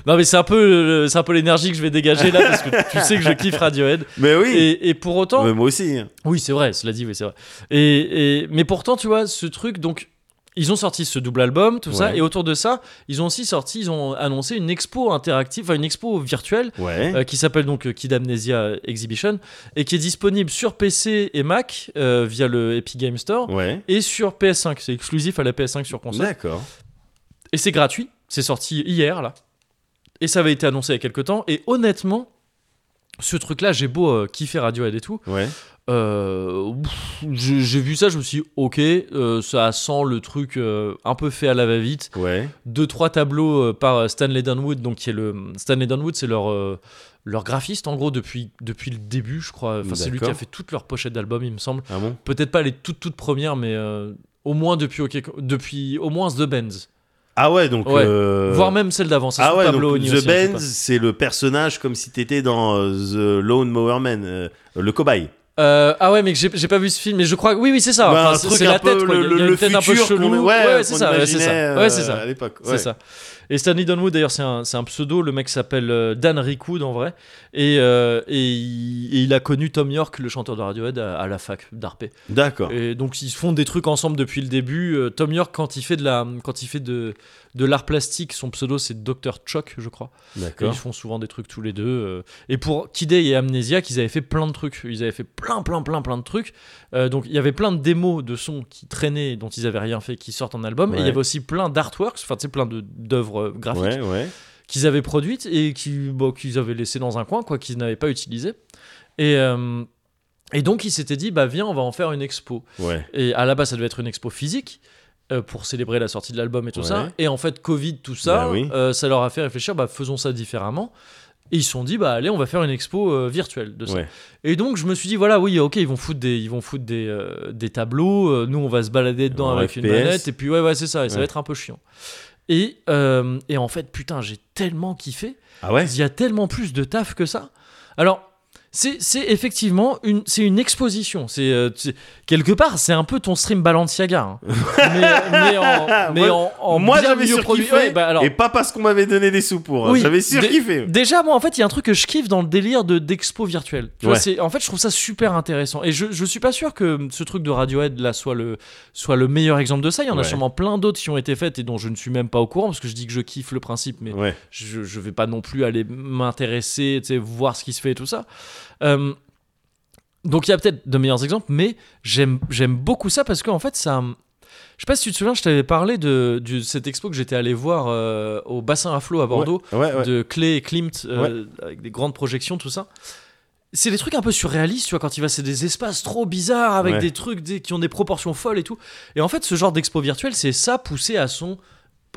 S1: Non, mais c'est un peu, euh, c'est un peu l'énergie que je vais dégager là parce que tu sais que je kiffe Radiohead.
S2: Mais oui.
S1: Et, et pour autant,
S2: Mais moi aussi. hein.
S1: oui, c'est vrai, cela dit, oui, c'est vrai. Et, et- mais pourtant, tu vois, ce truc, donc, ils ont sorti ce double album, tout ça,
S2: Ouais.
S1: et autour de ça, ils ont aussi sorti, ils ont annoncé une expo interactive, enfin une expo virtuelle
S2: Ouais.
S1: euh, qui s'appelle donc euh, Kid Amnesia Exhibition et qui est disponible sur PC et Mac euh, via le Epic Game Store
S2: Ouais.
S1: et sur PS5. C'est exclusif à la PS5 sur console.
S2: D'accord.
S1: Et c'est gratuit. C'est sorti hier là. Et ça avait été annoncé il y a quelques temps. Et honnêtement, ce truc-là, j'ai beau euh, kiffer Radiohead et tout.
S2: Ouais.
S1: euh, pff, je- j'ai vu ça, je me suis dit, ok, euh, ça sent le truc euh, un peu fait à la va-vite
S2: Ouais.
S1: deux trois tableaux euh, par euh, Stanley Dunwood donc qui est le Stanley Dunwood c'est leur euh, leur graphiste en gros depuis depuis le début je crois enfin c'est lui qui a
S2: D'accord.
S1: fait toutes leurs pochettes d'albums il me semble
S2: Ah bon
S1: peut-être pas les toutes toutes premières mais euh, au moins depuis OK depuis au moins The Benz
S2: Ah ouais, donc.
S1: Ouais.
S2: euh,
S1: voire même celle d'avant c'est
S2: Ah
S1: son
S2: ouais,
S1: tableau
S2: donc
S1: Oni
S2: The
S1: aussi, hein, je sais
S2: Benz, c'est le personnage comme si t'étais dans euh, The Lone Mowerman, Man, euh, le cobaye.
S1: Euh, ah ouais, mais que j'ai j'ai pas vu ce film, mais je crois que oui, oui, c'est ça.
S2: Bah,
S1: Ah, Enfin,
S2: un
S1: c'est
S2: truc
S1: c'est
S2: un
S1: la
S2: peu
S1: tête, quoi. Il
S2: le,
S1: y a
S2: le-
S1: une
S2: le
S1: tête un peu
S2: futur
S1: chelou.
S2: qu'on- ouais,
S1: c'est
S2: qu'on
S1: ça, ouais, c'est ça.
S2: imaginait,
S1: Ouais, c'est
S2: euh,
S1: ça.
S2: À l'époque,
S1: C'est
S2: ouais.
S1: ça. Et Stanley Donwood, d'ailleurs, c'est un, c'est un pseudo. Le mec s'appelle euh, Dan Rickwood en vrai. Et, euh, et, il, et il a connu Tom York, le chanteur de Radiohead, à, à la fac d'Arpé.
S2: D'accord.
S1: Et donc, ils font des trucs ensemble depuis le début. Euh, Tom York, quand il fait de la, quand il fait de, de l'art plastique, son pseudo c'est Dr. Choc, je crois. Et
S2: D'accord.
S1: ils font souvent des trucs tous les deux. euh. Et pour Kid A et Amnesiac, ils avaient fait plein de trucs. Ils avaient fait plein, plein, plein, plein de trucs. Euh, donc il y avait plein de démos de sons qui traînaient, dont ils avaient rien fait, qui sortent en album. Et il y
S2: Ouais.
S1: avait aussi plein d'artworks, enfin, tu sais, plein de- d'œuvres euh, graphiques
S2: Ouais, ouais.
S1: qu'ils avaient produites et qui, bon, qu'ils avaient laissées dans un coin, quoi, qu'ils n'avaient pas utilisé. Et. euh, et donc, ils s'étaient dit, bah viens, on va en faire une expo.
S2: Ouais.
S1: Et à la base, ça devait être une expo physique euh, pour célébrer la sortie de l'album et tout
S2: Ouais.
S1: ça. Et en fait, Covid, tout ça,
S2: Bah oui.
S1: euh, ça leur a fait réfléchir, bah, faisons ça différemment. Et ils se sont dit, bah allez, on va faire une expo euh, virtuelle de ça.
S2: Ouais.
S1: Et donc, je me suis dit, voilà, oui, ok, ils vont foutre des, ils vont foutre des, euh, des tableaux. euh, nous, on va se balader dedans
S2: En
S1: avec une
S2: FPS.
S1: manette. Et puis, ouais, ouais, c'est ça. Et ça va
S2: Ouais.
S1: être un peu chiant. Et, euh, et en fait, putain, j'ai tellement kiffé.
S2: Ah ouais
S1: Il y a tellement plus de taf que ça. Alors, c'est c'est effectivement une, c'est une exposition. C'est euh, c'est- quelque part, c'est un peu ton stream Balenciaga. hein. mais, mais en, mais en- en
S2: Moi,
S1: bien
S2: j'avais
S1: mieux produit.
S2: surkiffé.
S1: Ouais, bah alors,
S2: Et pas parce qu'on m'avait donné des sous pour. hein.
S1: Oui,
S2: J'avais
S1: des-
S2: surkiffé.
S1: Déjà, moi, en fait, il y a un truc que je kiffe dans le délire de d'expo virtuelle. Tu vois,
S2: Ouais.
S1: c'est- en fait, je trouve ça super intéressant. Et je, je suis pas sûr que ce truc de Radiohead là soit le soit le meilleur exemple de ça. Il y en a
S2: Ouais.
S1: sûrement plein d'autres qui ont été faites et dont je ne suis même pas au courant parce que je dis que je kiffe le principe, mais
S2: Ouais.
S1: je, je vais pas non plus aller m'intéresser, tu sais, voir ce qui se fait et tout ça. Euh, donc il y a peut-être de meilleurs exemples, mais j'aime j'aime beaucoup ça parce qu'en fait, ça. Je sais pas si tu te souviens, je t'avais parlé de, de cette expo que j'étais allé voir euh, au bassin à flot à Bordeaux,
S2: Ouais, ouais.
S1: de Clé et Klimt, euh, avec des grandes projections, tout ça. C'est des trucs un peu surréalistes, tu vois, quand il va, c'est des espaces trop bizarres avec
S2: Ouais.
S1: des trucs des- qui ont des proportions folles et tout. Et en fait, ce genre d'expo virtuelle, c'est ça poussé à son.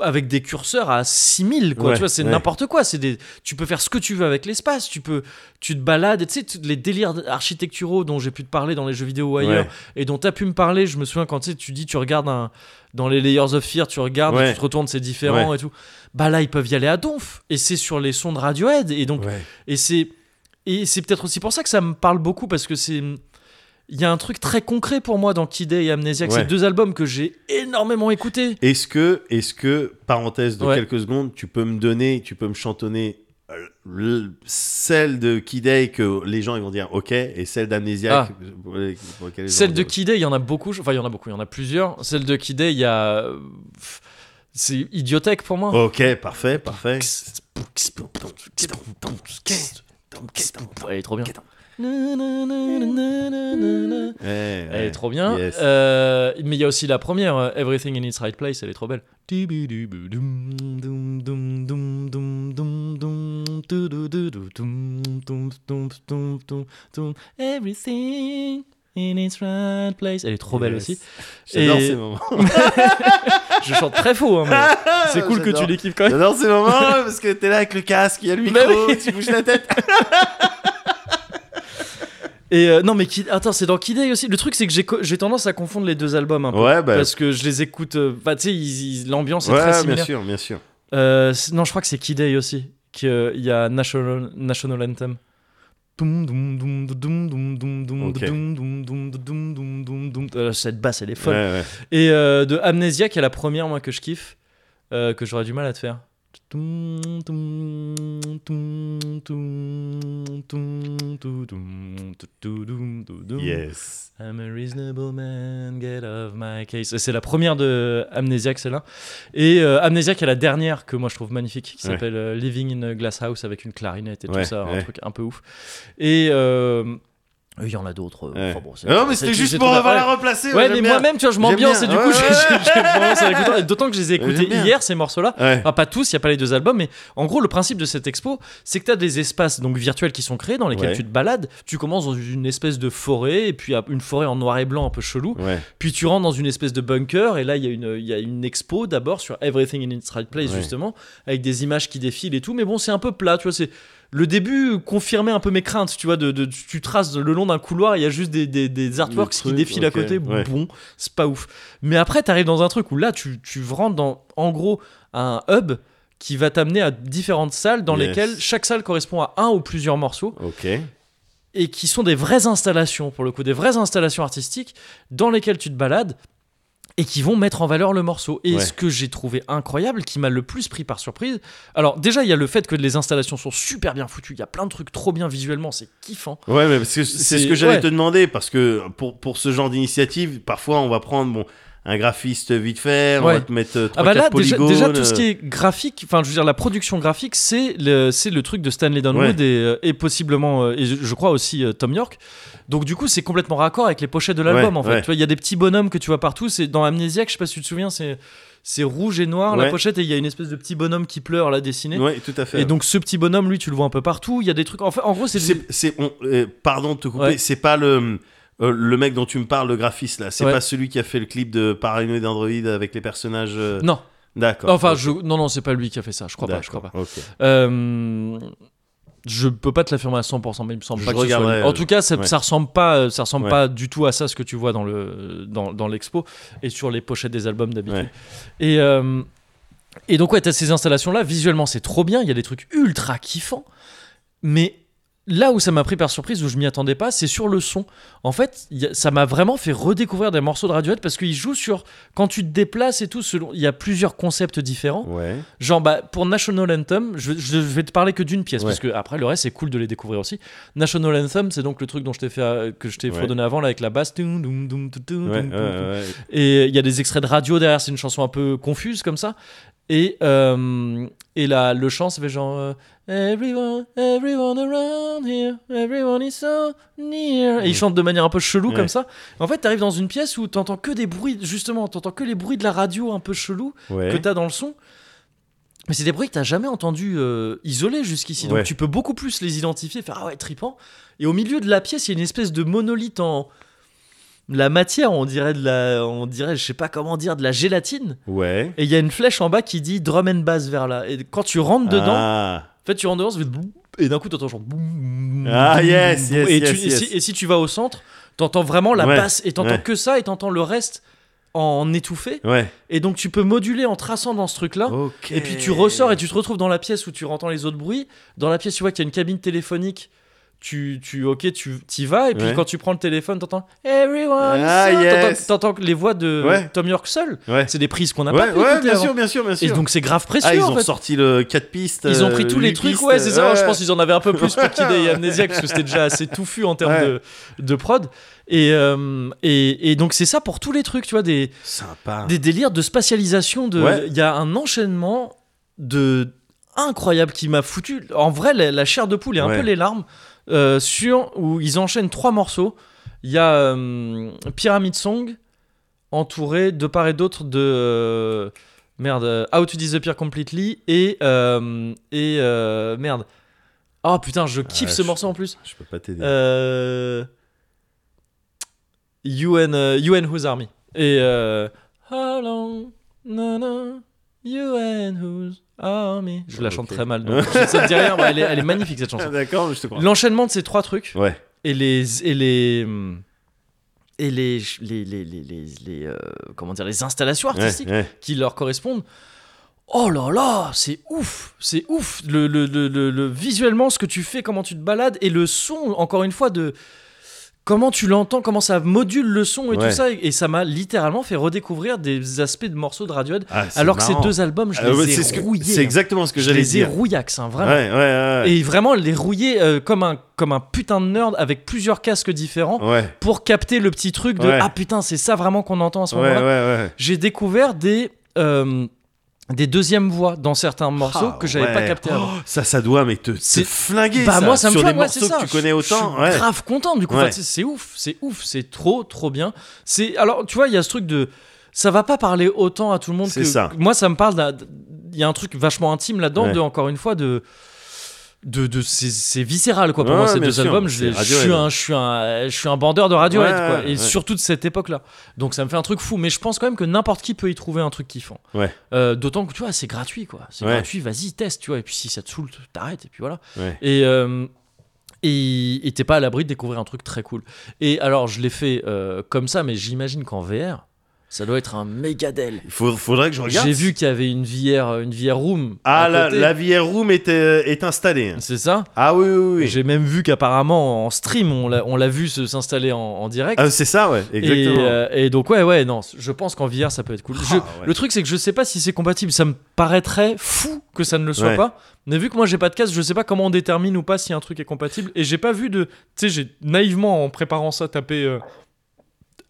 S1: avec des curseurs à 6000, quoi.
S2: Ouais,
S1: tu vois, c'est
S2: ouais.
S1: n'importe quoi. C'est des, tu peux faire ce que tu veux avec l'espace, tu peux. tu te balades, et tu sais, tu- les délires architecturaux dont j'ai pu te parler dans les jeux vidéo ou ailleurs
S2: Ouais.
S1: et dont t'as pu me parler, je me souviens quand tu sais, tu dis, tu regardes un. Dans les Layers of Fear, tu regardes,
S2: Ouais.
S1: tu te retournes, c'est différent et tout bah là ils peuvent y aller à donf et c'est sur les sons de Radiohead et donc
S2: Ouais.
S1: et c'est et c'est peut-être aussi pour ça que ça me parle beaucoup parce que c'est il y a un truc très concret pour moi dans Kid A et Amnesiac
S2: Ouais.
S1: c'est deux albums que j'ai énormément écoutés
S2: Est-ce que, est-ce que, parenthèse de
S1: Ouais.
S2: quelques secondes, tu peux me donner, tu peux me chantonner euh, le- celle de Kid A que les gens ils vont dire ok et celle d'Amnésiac pour les- pour lesquelles les gens
S1: Ah. Celle
S2: vont
S1: de
S2: dire-
S1: Kid A, il y en a beaucoup. je- Enfin, il y en a beaucoup, il y en a plusieurs. Celle de Kid A, il y a. euh, pff, C'est idiothèque pour moi.
S2: ok parfait parfait
S1: Elle est trop bien. Elle
S2: Eh, ouais.
S1: est trop bien.
S2: Yes.
S1: Euh, mais il y a aussi la première, euh, Everything in its right place, elle est trop belle. Everything in its right place, elle est trop belle
S2: Yes.
S1: aussi.
S2: j'adore
S1: Et-
S2: ces moments
S1: Je chante très faux, hein, mais c'est cool que tu
S2: J'adore.
S1: les kiffes quand même.
S2: j'adore ces moments parce que t'es là avec le casque il y a le
S1: Bah
S2: micro
S1: oui.
S2: tu bouges la tête
S1: Et euh, non, mais Kid- attends, c'est dans Kid A aussi. Le truc, c'est que j'ai co- j'ai tendance à confondre les deux albums un peu.
S2: ouais bah
S1: Parce que je les écoute, euh, bah, tu sais, ils- ils- l'ambiance est
S2: ouais,
S1: très
S2: bien
S1: similaire.
S2: sûr bien sûr
S1: Euh, c- non, je crois que c'est Kid A aussi. qu'il y a National, National Anthem.
S2: Ok.
S1: Euh, Cette basse, elle est folle.
S2: Ouais, ouais.
S1: Et euh, de Amnesia, qui est la première, moi, que je kiffe, euh, que j'aurais du mal à te faire.
S2: yes
S1: I'm a reasonable man, get off my case. C'est la première de Amnesiac, celle-là. Et euh, Amnesiac est la dernière que moi je trouve magnifique, qui
S2: Ouais.
S1: s'appelle euh, Living in a Glass House avec une clarinette et
S2: Ouais,
S1: tout ça, un
S2: ouais.
S1: truc un peu ouf. Et euh, il y en a d'autres. euh,
S2: Ouais.
S1: enfin bon, c'est-
S2: non mais
S1: c'est-
S2: c'était
S1: c'est-
S2: juste
S1: c'est
S2: pour
S1: tout-
S2: avoir
S1: ouais.
S2: la replacer
S1: Ouais,
S2: j'aime
S1: mais
S2: bien.
S1: moi-même, tu vois, je m'ambiance et
S2: J'aime
S1: du
S2: bien.
S1: coup,
S2: Ouais,
S1: j'ai-
S2: ouais.
S1: j'ai commencé à l'écouter. D'autant que je les ai écoutés
S2: J'aime bien.
S1: hier, ces morceaux-là.
S2: ouais
S1: Enfin, pas tous, il n'y a pas les deux albums, mais en gros, le principe de cette expo, c'est que tu as des espaces donc, virtuels qui sont créés dans lesquels
S2: Ouais.
S1: tu te balades. Tu commences dans une espèce de forêt, et puis à- une forêt en noir et blanc un peu chelou.
S2: ouais
S1: Puis tu rentres dans une espèce de bunker, et là, il y, a une- il y a une expo d'abord sur Everything in its Right Place,
S2: Ouais.
S1: justement, avec des images qui défilent et tout. Mais bon, c'est un peu plat, tu vois. c'est Le début confirmait un peu mes craintes, tu vois. De, de- tu tu traces le long d'un couloir, il y a juste des, des- des artworks qui
S2: truc,
S1: défilent
S2: ok,
S1: à côté.
S2: ouais.
S1: Bon, c'est pas ouf. Mais après, t'arrives dans un truc où là, tu, tu rentres dans, en gros, un hub qui va t'amener à différentes salles dans
S2: Yes.
S1: lesquelles chaque salle correspond à un ou plusieurs morceaux.
S2: ok
S1: et qui sont des vraies installations, pour le coup, des vraies installations artistiques dans lesquelles tu te balades et qui vont mettre en valeur le morceau. Et
S2: Ouais.
S1: ce que j'ai trouvé incroyable, qui m'a le plus pris par surprise, alors déjà, il y a le fait que les installations sont super bien foutues, il y a plein de trucs trop bien visuellement, c'est kiffant.
S2: Ouais, mais parce que c'est
S1: C'est-
S2: ce que j'allais
S1: ouais.
S2: te demander, parce que pour, pour ce genre d'initiative, parfois on va prendre bon, un graphiste vite fait, on va
S1: Ouais.
S2: te mettre 3
S1: Ah bah là, déjà,
S2: polygones.
S1: déjà, tout ce qui est graphique, enfin, je veux dire, la production graphique, c'est le, c'est le truc de Stanley Donwood et, euh, et possiblement, euh, et je, je crois aussi euh, Tom York. Donc, du coup, c'est complètement raccord avec les pochettes de l'album,
S2: Ouais,
S1: en fait.
S2: ouais.
S1: Tu vois, il y a des petits bonhommes que tu vois partout. C'est dans Amnésiaque, je sais pas si tu te souviens, c'est, c'est rouge et noir,
S2: Ouais.
S1: la pochette, et il y a une espèce de petit bonhomme qui pleure, là, dessiné.
S2: euh, Ouais, tout à fait.
S1: Et donc, ce petit bonhomme, lui, tu le vois un peu partout. Il y a des trucs. En, fait, en gros, c'est.
S2: c'est, c'est- on- euh, pardon de te couper,
S1: Ouais.
S2: c'est pas le, euh, le mec dont tu me parles, le graphiste là, c'est
S1: Ouais.
S2: pas celui qui a fait le clip de Paranoid Android avec les personnages. euh,
S1: Non,
S2: D'accord.
S1: enfin,
S2: Ok.
S1: je... non, non, c'est pas lui qui a fait ça. Je crois pas, je crois pas.
S2: D'accord, ok.
S1: Euh, je peux pas te l'affirmer à 100%, mais il me semble
S2: Je
S1: pas que ce soit
S2: regarderai, euh,
S1: lui. En tout cas, ça,
S2: ouais.
S1: ça ressemble pas, euh, ça ressemble
S2: Ouais.
S1: pas du tout à ça ce que tu vois dans le dans, dans l'expo et sur les pochettes des albums d'habitude.
S2: Ouais.
S1: Et euh, et donc ouais, t'as ces installations là. Visuellement, c'est trop bien. Il y a des trucs ultra kiffants, mais Là où ça m'a pris par surprise, où je m'y attendais pas, c'est sur le son. En fait, il y a- ça m'a vraiment fait redécouvrir des morceaux de Radiohead parce qu'ils jouent sur quand tu te déplaces et tout. Selon, il y a plusieurs concepts différents.
S2: Ouais.
S1: Genre, bah, pour National Anthem, je, je vais te parler que d'une pièce,
S2: Ouais.
S1: parce que après, le reste, c'est cool de les découvrir aussi. National Anthem, c'est donc le truc dont je t'ai fait, euh, que je t'ai
S2: Ouais.
S1: fredonné avant, là, avec la basse. Doum, doum, doum, doum, doum,
S2: Ouais,
S1: doum,
S2: ouais,
S1: doum.
S2: ouais.
S1: Et il y a des extraits de radio derrière, c'est une chanson un peu confuse, comme ça. Et, euh, et là, le chant, ça fait genre. euh, Everyone, everyone around here, everyone is so near. Et
S2: Mm.
S1: il chante de manière un peu chelou
S2: Ouais.
S1: comme ça. En fait, t'arrives dans une pièce où t'entends que des bruits, justement, t'entends que les bruits de la radio un peu chelou
S2: Ouais.
S1: que t'as dans le son. Mais c'est des bruits que t'as jamais entendu euh, isolés jusqu'ici. Donc
S2: Ouais.
S1: tu peux beaucoup plus les identifier, faire ah ouais, tripant. Et au milieu de la pièce, il y a une espèce de monolithe en. La matière, on dirait de la. On dirait, je sais pas comment dire, de la gélatine.
S2: Ouais.
S1: Et il y a une flèche en bas qui dit drum and bass vers là. Et quand tu rentres dedans,
S2: Ah.
S1: en fait, tu rentres dedans, ça fait boum, et d'un coup, t'entends genre. boum,
S2: Ah,
S1: boum,
S2: yes,
S1: boum,
S2: yes,
S1: et,
S2: yes,
S1: tu- et
S2: yes.
S1: si, et si tu vas au centre, t'entends vraiment la
S2: Ouais,
S1: basse et t'entends
S2: ouais.
S1: que ça et t'entends le reste en étouffé.
S2: Ouais.
S1: Et donc, tu peux moduler en traçant dans ce truc-là.
S2: Ok.
S1: Et puis tu ressors et tu te retrouves dans la pièce où tu entends les autres bruits. Dans la pièce, tu vois qu'il y a une cabine téléphonique. Tu, tu, ok, tu t'y vas. Et puis
S2: Ouais.
S1: quand tu prends le téléphone, t'entends Everyone. is
S2: Ah,
S1: out. T'entends-
S2: yes.
S1: T'entends les voix de
S2: Ouais.
S1: Tom York seul.
S2: Ouais.
S1: C'est des prises qu'on n'a pas
S2: Ouais,
S1: pu
S2: ouais,
S1: écouter
S2: bien
S1: avant.
S2: sûr, bien sûr, bien sûr.
S1: Et donc c'est grave précieux
S2: ah, ils
S1: en
S2: ont
S1: fait.
S2: sorti le 4 pistes.
S1: bah, Ils ont
S2: euh,
S1: pris tous les
S2: huit
S1: trucs,
S2: pistes, euh,
S1: ouais, c'est ça.
S2: ouais.
S1: Je pense qu'ils en avaient un peu plus pour Kid et Amnésiaque parce que c'était déjà assez touffu en termes
S2: Ouais.
S1: de, de prod. Et, euh, et, et donc, c'est ça pour tous les trucs, tu vois, des,
S2: Sympa.
S1: des délires de spatialisation. de- Il
S2: Ouais.
S1: y a un enchaînement de incroyable qui m'a foutu. En vrai, la, la chair de poule et un
S2: Ouais.
S1: peu les larmes euh, sur où ils enchaînent trois morceaux. Il y a euh, Pyramid Song entouré de part et d'autre de euh, merde euh, How to Disappear Completely et euh, et euh, merde. Oh putain, je kiffe
S2: Ouais,
S1: ce
S2: Ah, je-
S1: morceau en plus.
S2: Je peux pas t'aider.
S1: Euh, you and, euh, you and Whose Army. Et euh, How long na, na, You and Whose Army. Je la chante
S2: Ok.
S1: très mal, donc ça me dit rien, mais elle, est, elle est magnifique cette
S2: Ah,
S1: chanson.
S2: D'accord, mais je te crois.
S1: L'enchaînement de ces trois trucs
S2: Ouais.
S1: et les et les hum, et les les les les, les- les, euh, comment dire les installations
S2: Ouais,
S1: artistiques
S2: ouais.
S1: qui leur correspondent. Oh là là, c'est ouf, c'est ouf. Le, le, le, le- le- visuellement, ce que tu fais, comment tu te balades et le son, encore une fois, de comment tu l'entends, comment ça module le son et
S2: Ouais.
S1: tout ça. Et, et ça m'a littéralement fait redécouvrir des aspects de morceaux de Radiohead.
S2: Ah, c'est
S1: Alors que
S2: marrant.
S1: ces deux albums, je
S2: Ah, ouais,
S1: les ai
S2: c'est ce que-
S1: rouillés. hein.
S2: C'est exactement ce que
S1: je
S2: j'allais
S1: les ai
S2: dire.
S1: rouillax, hein,
S2: Ouais,
S1: vraiment.
S2: ouais, ouais. ouais.
S1: Et vraiment, les rouiller euh, comme, un, comme un putain de nerd avec plusieurs casques différents
S2: Ouais,
S1: pour capter le petit truc de
S2: Ouais.
S1: Ah putain, c'est ça vraiment qu'on entend à ce
S2: ouais, ouais,
S1: moment-là
S2: ouais.
S1: j'ai découvert des euh, des deuxièmes voix dans certains morceaux
S2: Ah,
S1: que j'avais pas
S2: ouais.
S1: capté avant.
S2: Oh, ça, ça doit, mais te, te
S1: C'est-
S2: flinguer.
S1: bah
S2: ça,
S1: moi ça me
S2: sur
S1: fait
S2: des
S1: ouais,
S2: morceaux
S1: c'est ça.
S2: que tu connais
S1: Je- je
S2: autant.
S1: suis
S2: ouais.
S1: grave content du coup.
S2: Ouais.
S1: Enfin, c'est- c'est ouf, c'est ouf, c'est trop trop bien. C'est alors tu vois il y a ce truc de ça va pas parler autant à tout le monde
S2: C'est
S1: que
S2: ça.
S1: que- moi ça me parle d'un- il y a un truc vachement intime là-dedans
S2: Ouais.
S1: de encore une fois de de, de- c'est, c'est viscéral quoi pour
S2: Ouais,
S1: moi ces
S2: bien
S1: deux
S2: sûr,
S1: albums je, les-
S2: c'est
S1: je suis
S2: Radiohead.
S1: un je suis un je suis un bandeur de Radiohead
S2: Ouais,
S1: quoi
S2: ouais,
S1: et
S2: ouais.
S1: surtout de cette époque là donc ça me fait un truc fou mais je pense quand même que n'importe qui peut y trouver un truc kiffant
S2: Ouais.
S1: Euh, d'autant que tu vois c'est gratuit quoi c'est
S2: Ouais.
S1: gratuit vas-y teste tu vois et puis si ça te saoule t'arrêtes et puis voilà
S2: Ouais.
S1: et euh, et et t'es pas à l'abri de découvrir un truc très cool. Et alors, je l'ai fait euh, comme ça, mais j'imagine qu'en VR, Ça doit être un Megadel.
S2: Il faut- faudrait que je regarde.
S1: J'ai vu qu'il y avait une VR, une VR room.
S2: Ah,
S1: à
S2: la,
S1: côté.
S2: la VR Room est, euh, est installée.
S1: C'est ça.
S2: Ah oui, oui, oui.
S1: J'ai même vu qu'apparemment en stream, on l'a, on l'a vu se- s'installer en, en direct.
S2: Ah, c'est ça, ouais,
S1: et,
S2: exactement.
S1: euh, et donc ouais ouais non je pense qu'en VR ça peut être cool.
S2: Ah,
S1: Je-
S2: ouais.
S1: Le truc c'est que je sais pas si c'est compatible ça me paraîtrait fou que ça ne le soit
S2: Ouais.
S1: pas mais vu que moi j'ai pas de casque je sais pas comment on détermine ou pas si un truc est compatible et j'ai pas vu de tu sais j'ai naïvement en préparant ça tapé euh,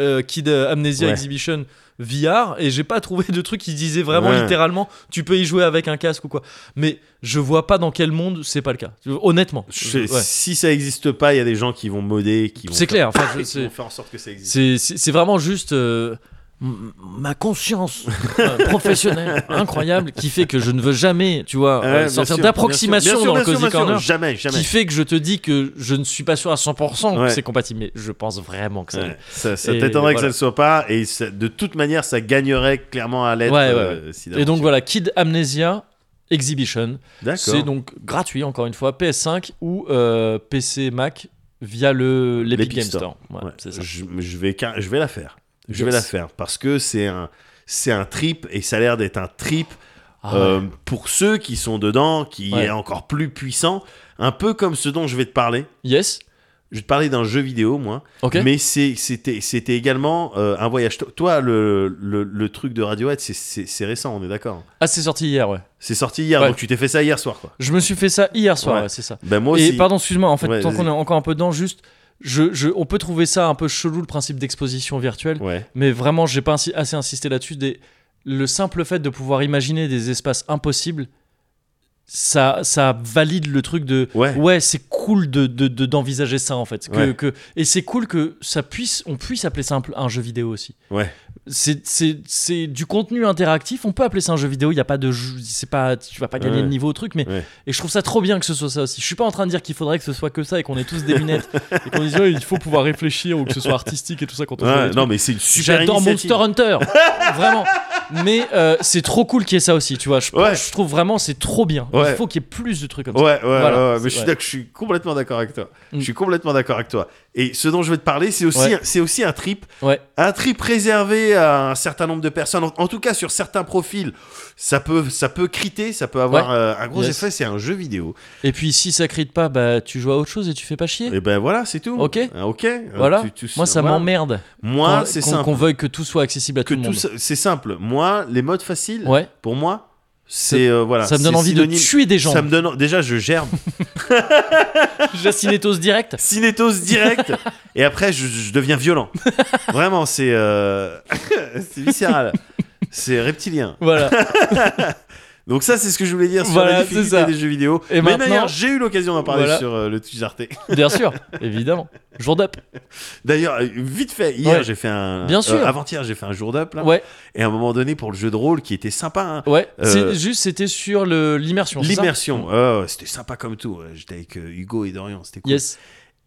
S1: euh, Kid euh, Amnesia
S2: Ouais.
S1: Exhibition VR et j'ai pas trouvé de truc qui disait vraiment
S2: Ouais.
S1: littéralement tu peux y jouer avec un casque ou quoi mais je vois pas dans quel monde c'est pas le cas honnêtement
S2: Je sais-
S1: Ouais.
S2: Si ça existe pas, il y a des gens qui vont modder, qui vont,
S1: c'est clair
S2: faire,
S1: enfin, je-
S2: qui
S1: c'est-
S2: vont faire en sorte que ça existe.
S1: c'est- C'est c'est vraiment juste euh, m- ma conscience euh, professionnelle incroyable qui fait que je ne veux jamais, tu vois,
S2: Ouais,
S1: euh,
S2: bien
S1: sortir
S2: sûr, bien
S1: d'approximation
S2: sûr,
S1: dans le
S2: bien sûr,
S1: Cozy
S2: bien sûr.
S1: Corner.
S2: Jamais, jamais.
S1: Qui fait que je te dis que je ne suis pas sûr à 100%
S2: Ouais.
S1: que c'est compatible, mais je pense vraiment que ça.
S2: Ouais, ça, ça
S1: Et
S2: t'étonnerait que
S1: voilà.
S2: ça ne soit pas, et ça- de toute l'anière, ça gagnerait clairement à l'être.
S1: Ouais, ouais,
S2: euh, si
S1: Et donc
S2: d'aventure.
S1: voilà, Kid Amnesia Exhibition. C'est
S2: D'accord.
S1: donc gratuit, encore une fois, PS5 ou euh, PC Mac via le l'Epic
S2: L'Epic
S1: Game
S2: Store.
S1: Store. Ouais,
S2: Ouais, Euh,
S1: c'est ça.
S2: Je, je vais, car- je vais la faire. Je
S1: Yes.
S2: vais la faire parce que c'est un, c'est un trip et ça a l'air d'être un trip
S1: Ah ouais.
S2: euh, pour ceux qui sont dedans, qui
S1: Ouais.
S2: est encore plus puissant. Un peu comme ce dont je vais te parler.
S1: Yes,
S2: Je vais te parler d'un jeu vidéo, moi.
S1: ok.
S2: Mais c'est- c'était c'était également euh, un voyage. To- Toi, le, le, le truc de Radiohead, c'est- c'est c'est récent, on est d'accord.
S1: Ah, c'est sorti hier, ouais.
S2: C'est sorti hier,
S1: Ouais.
S2: donc tu t'es fait ça hier soir, quoi.
S1: Je me suis fait ça hier soir,
S2: Ouais.
S1: ouais, c'est ça.
S2: Ben moi
S1: Et
S2: aussi.
S1: pardon, excuse-moi, en fait,
S2: Ouais,
S1: tant qu'on
S2: vas-y.
S1: est encore un peu dedans, juste, je, je- on peut trouver ça un peu chelou le principe d'exposition virtuelle,
S2: Ouais.
S1: mais vraiment, j'ai pas insi- assez insisté là-dessus. Des, le simple fait de pouvoir imaginer des espaces impossibles, ça, ça valide le truc de.
S2: Ouais.
S1: Ouais, c'est cool de de- de- d'envisager ça en fait. Que,
S2: Ouais.
S1: que- et c'est cool que ça puisse, on puisse appeler ça un, pl- un jeu vidéo aussi.
S2: Ouais.
S1: C'est- C'est c'est du contenu interactif. On peut appeler ça un jeu vidéo. Il y a pas de, jeu- c'est pas, tu vas pas gagner
S2: Ouais.
S1: de niveau au truc, mais
S2: Ouais.
S1: et je trouve ça trop bien que ce soit ça aussi. Je suis pas en train de dire qu'il faudrait que ce soit que ça et qu'on ait tous des lunettes et qu'on dise ouais, il faut pouvoir réfléchir ou que ce soit artistique et tout ça quand on
S2: Ouais,
S1: joue à des
S2: non,
S1: trucs.
S2: mais c'est une super
S1: J'adore
S2: initiative.
S1: Monster Hunter, vraiment. Mais euh, c'est trop cool qu'il y ait ça aussi, tu vois. Je,
S2: Ouais.
S1: je trouve vraiment c'est trop bien.
S2: Ouais.
S1: Il faut qu'il y ait plus de trucs comme ça.
S2: Ouais, ouais,
S1: Voilà,
S2: ouais, ouais,
S1: c'est-
S2: mais je suis,
S1: ouais.
S2: d'ac- je suis complètement d'accord avec toi.
S1: Mm.
S2: Je suis complètement d'accord avec toi. Et ce dont je veux te parler, c'est aussi,
S1: Ouais.
S2: un- c'est aussi un trip.
S1: Ouais.
S2: Un trip réservé à un certain nombre de personnes. En, en tout cas, sur certains profils, ça peut, ça peut criter, ça peut avoir euh, un gros
S1: Yes.
S2: effet. C'est un jeu vidéo.
S1: Et puis si ça crite pas, bah tu joues à autre chose et tu fais pas chier.
S2: Et ben voilà, c'est tout.
S1: Ok.
S2: Ah, Ok. Euh,
S1: Voilà.
S2: tu- tu-
S1: Moi ça
S2: voilà.
S1: m'emmerde.
S2: Moi,
S1: qu'on-
S2: c'est
S1: qu'on-
S2: simple.
S1: Qu'on veuille que tout soit accessible à
S2: que
S1: tout le
S2: tout
S1: monde.
S2: ça- c'est simple. Moi, les modes faciles,
S1: Ouais.
S2: pour moi, c'est euh, voilà.
S1: ça me
S2: c'est
S1: donne envie de
S2: synonyme-
S1: tuer des gens.
S2: Ça me donne déjà, je gerbe.
S1: Jacinétose direct.
S2: Cinétose direct et après je, je deviens violent. Vraiment, c'est euh, c'est viscéral. C'est reptilien.
S1: Voilà.
S2: Donc ça, c'est ce que je voulais dire sur
S1: Voilà,
S2: la
S1: c'est
S2: difficulté
S1: ça.
S2: des jeux vidéo.
S1: Et
S2: Mais
S1: maintenant-
S2: d'ailleurs, j'ai eu l'occasion d'en parler
S1: Voilà.
S2: sur euh, le Twitch Arte.
S1: Bien sûr, évidemment. Jour d'up.
S2: D'ailleurs, euh, vite fait, hier
S1: Ouais.
S2: j'ai fait un...
S1: Bien
S2: euh,
S1: sûr.
S2: Avant-hier, j'ai fait un jour d'up. là.
S1: Ouais.
S2: Et à un moment donné, pour le jeu de rôle, qui était sympa, hein,
S1: Ouais,
S2: Euh,
S1: c'est juste c'était sur le l'immersion. c'est ça Mm.
S2: l'immersion, ouais, ouais, c'était sympa comme tout. J'étais avec euh, Hugo et Dorian, c'était cool.
S1: Yes.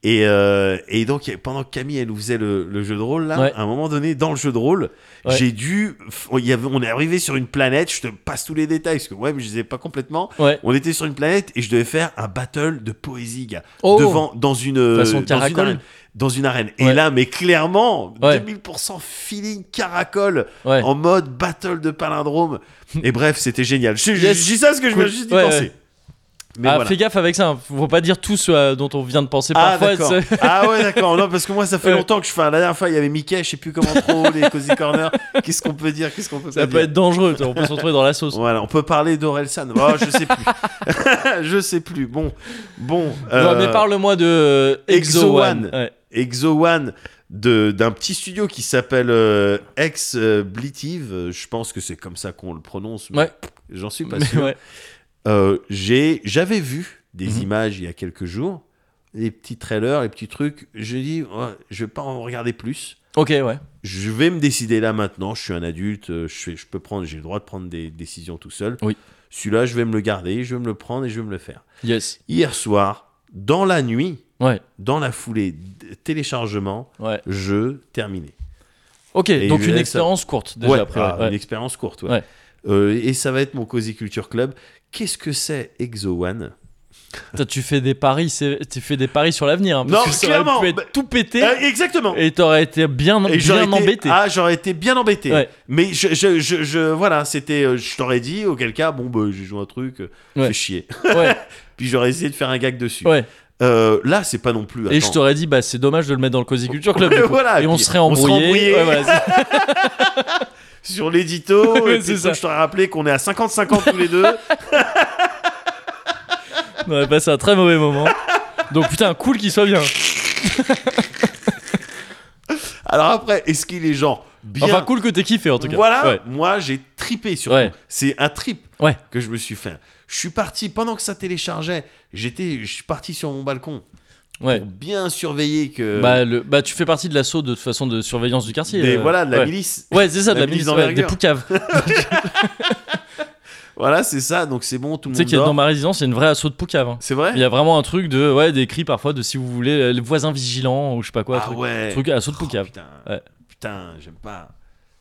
S2: Et, euh, et donc, il y a- pendant que Camille, elle nous faisait le, le jeu de rôle, là,
S1: Ouais.
S2: à un moment donné, dans le jeu de rôle,
S1: Ouais.
S2: j'ai dû. f- il y avait- on est arrivé sur une planète, je te passe tous les détails, parce que ouais, mais je les ai pas complètement.
S1: Ouais.
S2: On était sur une planète et je devais faire un battle de poésie, gars.
S1: Oh.
S2: devant, dans une.
S1: Façon
S2: dans une
S1: caracole.
S2: arène. Dans une arène. Et
S1: Ouais.
S2: là, mais clairement,
S1: Ouais.
S2: 2000% feeling caracole,
S1: Ouais.
S2: en mode battle de palindrome. et bref, c'était génial. Je, je-
S1: Yes.
S2: je dis ça parce que je
S1: Cool.
S2: me suis dit
S1: Ouais,
S2: penser.
S1: ouais.
S2: Mais
S1: ah,
S2: voilà.
S1: fais gaffe avec ça. hein. Faut pas dire tout ce euh, dont on vient de penser
S2: Ah
S1: parfois.
S2: d'accord.
S1: c'est-
S2: Ah ouais d'accord. Non parce que moi ça fait
S1: Ouais.
S2: longtemps que je fais. La dernière fois il y avait Mickey, je sais plus comment trop les cozy corner. Qu'est-ce qu'on peut dire Qu'est-ce qu'on peut
S1: Ça
S2: pas
S1: peut
S2: dire
S1: être dangereux. toi, On peut se retrouver dans la sauce.
S2: Voilà, on peut parler d'Orelsan. Oh, je sais plus. je sais plus. Bon, bon.
S1: Non,
S2: euh,
S1: mais parle-moi de euh, Exo
S2: Exo
S1: One.
S2: One.
S1: Ouais.
S2: Exo One de d'un petit studio qui s'appelle euh, Ex euh, Blitive. Euh, Je pense que c'est comme ça qu'on le prononce. mais
S1: Ouais.
S2: J'en suis pas
S1: Mais
S2: sûr.
S1: ouais.
S2: Euh, j'ai, j'avais vu des
S1: Mhm.
S2: images il y a quelques jours, les petits trailers, les petits trucs. Je dis, ouais, je vais pas en regarder plus.
S1: Ok, ouais.
S2: Je vais me décider là maintenant. Je suis un adulte. euh, Je, fais- je peux prendre, j'ai le droit de prendre des décisions tout seul.
S1: Oui.
S2: Celui-là, je vais me le garder, je vais me le prendre et je vais me le faire.
S1: Yes.
S2: Hier soir, dans la nuit,
S1: Ouais.
S2: dans la foulée, d- téléchargement,
S1: Ouais.
S2: jeu terminé.
S1: Ok.
S2: Et
S1: donc une
S2: US,
S1: expérience courte déjà.
S2: Ouais,
S1: après,
S2: ah,
S1: ouais.
S2: une expérience courte. ouais.
S1: Ouais.
S2: Euh, et ça va être mon Cozy Culture Club. Qu'est-ce que c'est Exo One
S1: Putain, tu fais des paris, c'est- tu fais des paris sur l'avenir. hein, parce
S2: Non,
S1: que ça aurait
S2: clairement,
S1: pu être
S2: bah-
S1: tout pété
S2: Euh, exactement.
S1: et t'aurais été bien,
S2: Et j'aurais
S1: bien
S2: été-
S1: embêté.
S2: Ah, j'aurais été bien embêté.
S1: Ouais.
S2: Mais je, je, je, je- voilà, c'était, euh, je t'aurais dit, auquel cas, bon, bah, j'ai joué un truc, euh,
S1: Ouais.
S2: fais chier.
S1: Ouais,
S2: Puis j'aurais essayé de faire un gag dessus.
S1: ouais.
S2: Euh, là, c'est pas non plus.
S1: Et
S2: attends.
S1: je t'aurais dit, bah c'est dommage de le mettre dans le Cozy Culture Club.
S2: Ouais,
S1: du coup.
S2: voilà,
S1: et
S2: et
S1: on
S2: puis
S1: serait
S2: on serait
S1: embrouillé.
S2: embrouillé.
S1: Ouais, voilà, c'est-
S2: Sur l'édito, et
S1: Ouais,
S2: puis
S1: c'est
S2: donc,
S1: ça.
S2: je t'aurais rappelé qu'on est à 50-50 tous les deux.
S1: on aurait passé un très mauvais moment. Donc putain, cool qu'il soit bien.
S2: Alors après, est-ce qu'il est genre bien
S1: Enfin, cool que t'aies kiffé en tout cas.
S2: Voilà,
S1: Ouais.
S2: moi j'ai tripé sur
S1: Ouais.
S2: C'est un trip
S1: Ouais.
S2: que je me suis fait. Je suis parti pendant que ça téléchargeait. J'étais, je suis parti sur mon balcon
S1: ouais.
S2: pour bien surveiller que.
S1: Bah, le, bah tu fais partie de l'assaut de toute façon de surveillance du quartier.
S2: euh, des-
S1: euh,
S2: voilà, de la
S1: ouais.
S2: milice.
S1: Ouais, c'est ça, de
S2: La
S1: la
S2: milice
S1: milice, ouais, des
S2: d'envergure.
S1: poucaves.
S2: Voilà, c'est ça. Donc c'est bon, tout le
S1: tu sais
S2: monde
S1: qu'il y a
S2: dort.
S1: dans ma résidence, il y a une vraie assaut de poucaves. hein.
S2: C'est vrai.
S1: Il y a vraiment un truc de, ouais, des cris parfois de si vous voulez, euh, les voisins vigilants ou je sais pas quoi.
S2: ah
S1: truc,
S2: ouais.
S1: truc assaut de
S2: Oh,
S1: poucaves.
S2: putain.
S1: Ouais.
S2: Putain, j'aime pas.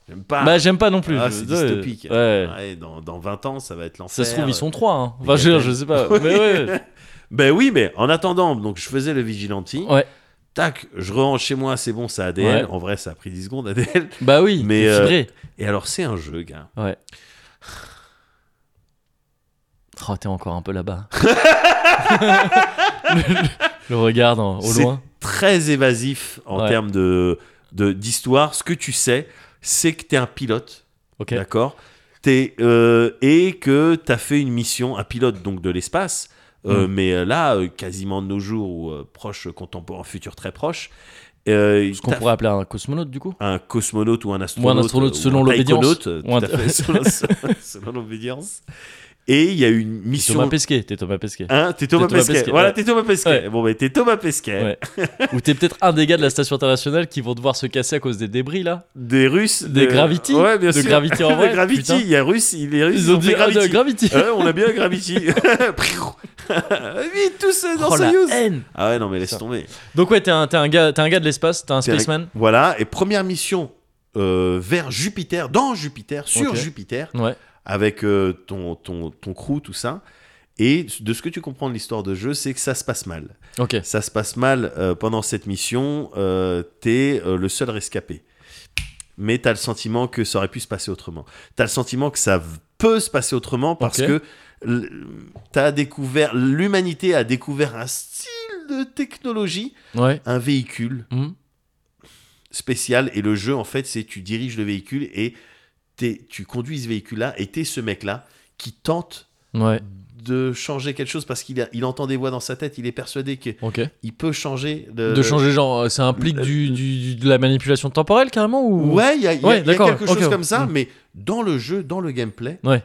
S2: J'aime pas.
S1: Bah, j'aime pas non plus.
S2: Ah,
S1: je-
S2: c'est
S1: ouais,
S2: dystopique.
S1: Ouais.
S2: Ouais, dans, dans 20 ans, ça va être
S1: Ça
S2: l'enfer.
S1: se trouve, ils sont trois. hein. Enfin, je, je sais pas.
S2: Oui.
S1: Mais ouais.
S2: Ben oui, mais en attendant, donc je faisais le vigilanti.
S1: Ouais.
S2: Tac, je rentre chez moi, c'est bon, ça ADL.
S1: Ouais.
S2: En vrai, ça a pris 10 secondes ADL.
S1: Bah oui,
S2: Mais,
S1: mais
S2: euh,
S1: fibré.
S2: Et alors, c'est un jeu, gars.
S1: Ouais. Oh, t'es encore un peu là-bas. le, le regard dans- au
S2: C'est
S1: loin.
S2: Très évasif en
S1: Ouais.
S2: termes de de- d'histoire. Ce que tu sais, c'est que t'es un pilote,
S1: Ok.
S2: d'accord T'es, euh, Et que t'as fait une mission, un pilote donc de l'espace. euh,
S1: Hmm.
S2: Mais euh, là, euh, quasiment de nos jours, ou euh, proche, euh, contemporain, futur très proche. euh,
S1: Ce qu'on
S2: t'as-
S1: pourrait appeler un cosmonaute, du coup.
S2: un cosmonaute ou un astronaute,
S1: Ou un astronaute
S2: euh, ou
S1: selon
S2: un
S1: l'obédience.
S2: taïkonaute, euh,
S1: Ou un-
S2: tout à fait, selon, selon l'obédience. Et il y a une
S1: Thomas
S2: mission.
S1: Pesquet, t'es Thomas Pesquet.
S2: Hein, t'es Thomas
S1: T'es Thomas
S2: Pesquet.
S1: Pesquet,
S2: Voilà,
S1: ouais.
S2: t'es Thomas Pesquet.
S1: Ouais.
S2: Bon, mais t'es Thomas Pesquet.
S1: Ouais. Ou t'es peut-être un des gars de la station internationale qui vont devoir se casser à cause des débris, là.
S2: Des Russes.
S1: Des
S2: de-
S1: Gravity.
S2: Ouais, bien
S1: De
S2: sûr.
S1: Gravity en
S2: De
S1: vrai,
S2: Gravity.
S1: putain.
S2: Il y a Russe, il est Russe.
S1: Ils ont dit ah,
S2: Gravity. Euh,
S1: de Gravity.
S2: Ouais, on a bien Gravity. Priou. Vite, tous euh, dans
S1: Oh, la
S2: Soyuz.
S1: haine.
S2: Ah ouais, non, mais laisse
S1: Ça.
S2: tomber.
S1: Donc, ouais, t'es un, t'es un gars, t'es un gars de l'espace, t'es un
S2: T'es un-
S1: spaceman.
S2: Voilà, et première mission euh, vers Jupiter, dans Jupiter, sur
S1: Ok.
S2: Jupiter.
S1: Ouais.
S2: avec euh, ton, ton, ton crew, tout ça. Et de ce que tu comprends de l'histoire de jeu, c'est que ça se passe mal.
S1: Ok.
S2: Ça se passe mal euh, pendant cette mission, euh, t'es euh, le seul rescapé. Mais t'as le sentiment que ça aurait pu se passer autrement. T'as le sentiment que ça v- peut se passer autrement parce
S1: Ok.
S2: que l- t'as découvert, l'humanité a découvert un style de technologie,
S1: Ouais.
S2: un véhicule
S1: Mhm.
S2: spécial. Et le jeu, en fait, c'est tu diriges le véhicule et t'es- tu conduis ce véhicule-là et t'es ce mec-là qui tente
S1: Ouais.
S2: de changer quelque chose parce qu'il a- il entend des voix dans sa tête, il est persuadé qu'il
S1: Ok.
S2: peut changer. le-
S1: de changer genre, euh, ça implique
S2: le-
S1: du, du- du- de la manipulation temporelle carrément ou
S2: Ouais, il y a, il y a-
S1: Ouais,
S2: il y a
S1: d'accord,
S2: quelque chose
S1: ok,
S2: comme ça,
S1: mm.
S2: mais dans le jeu, dans le gameplay,
S1: Ouais.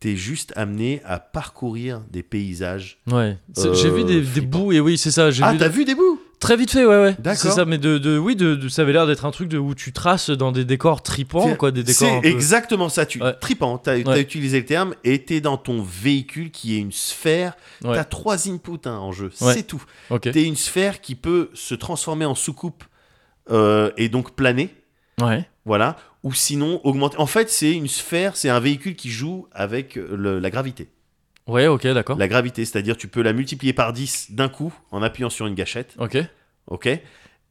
S2: t'es juste amené à parcourir des paysages.
S1: Ouais. C'est- J'ai vu des,
S2: Euh,
S1: des
S2: flippant.
S1: bouts et oui c'est ça. J'ai
S2: Ah,
S1: vu
S2: t'as vu des bouts
S1: très vite fait ouais ouais.
S2: D'accord.
S1: C'est ça mais de, de oui de, de- ça avait l'air d'être un truc de où tu traces dans des décors tripants
S2: C'est-
S1: quoi des décors. un
S2: C'est
S1: peu-
S2: exactement ça, tu
S1: Ouais.
S2: tripant, t'as t'as
S1: Ouais.
S2: utilisé le terme, et t'es dans ton véhicule qui est une sphère,
S1: Ouais.
S2: t'as trois inputs hein, en jeu,
S1: Ouais.
S2: c'est tout.
S1: Ok.
S2: T'es une sphère qui peut se transformer en soucoupe euh, et donc planer,
S1: Ouais.
S2: voilà, ou sinon augmenter. En fait, c'est une sphère, c'est un véhicule qui joue avec euh, le- la gravité.
S1: Ouais ok d'accord.
S2: La gravité, c'est-à-dire tu peux la multiplier par 10 d'un coup en appuyant sur une gâchette,
S1: Ok.
S2: ok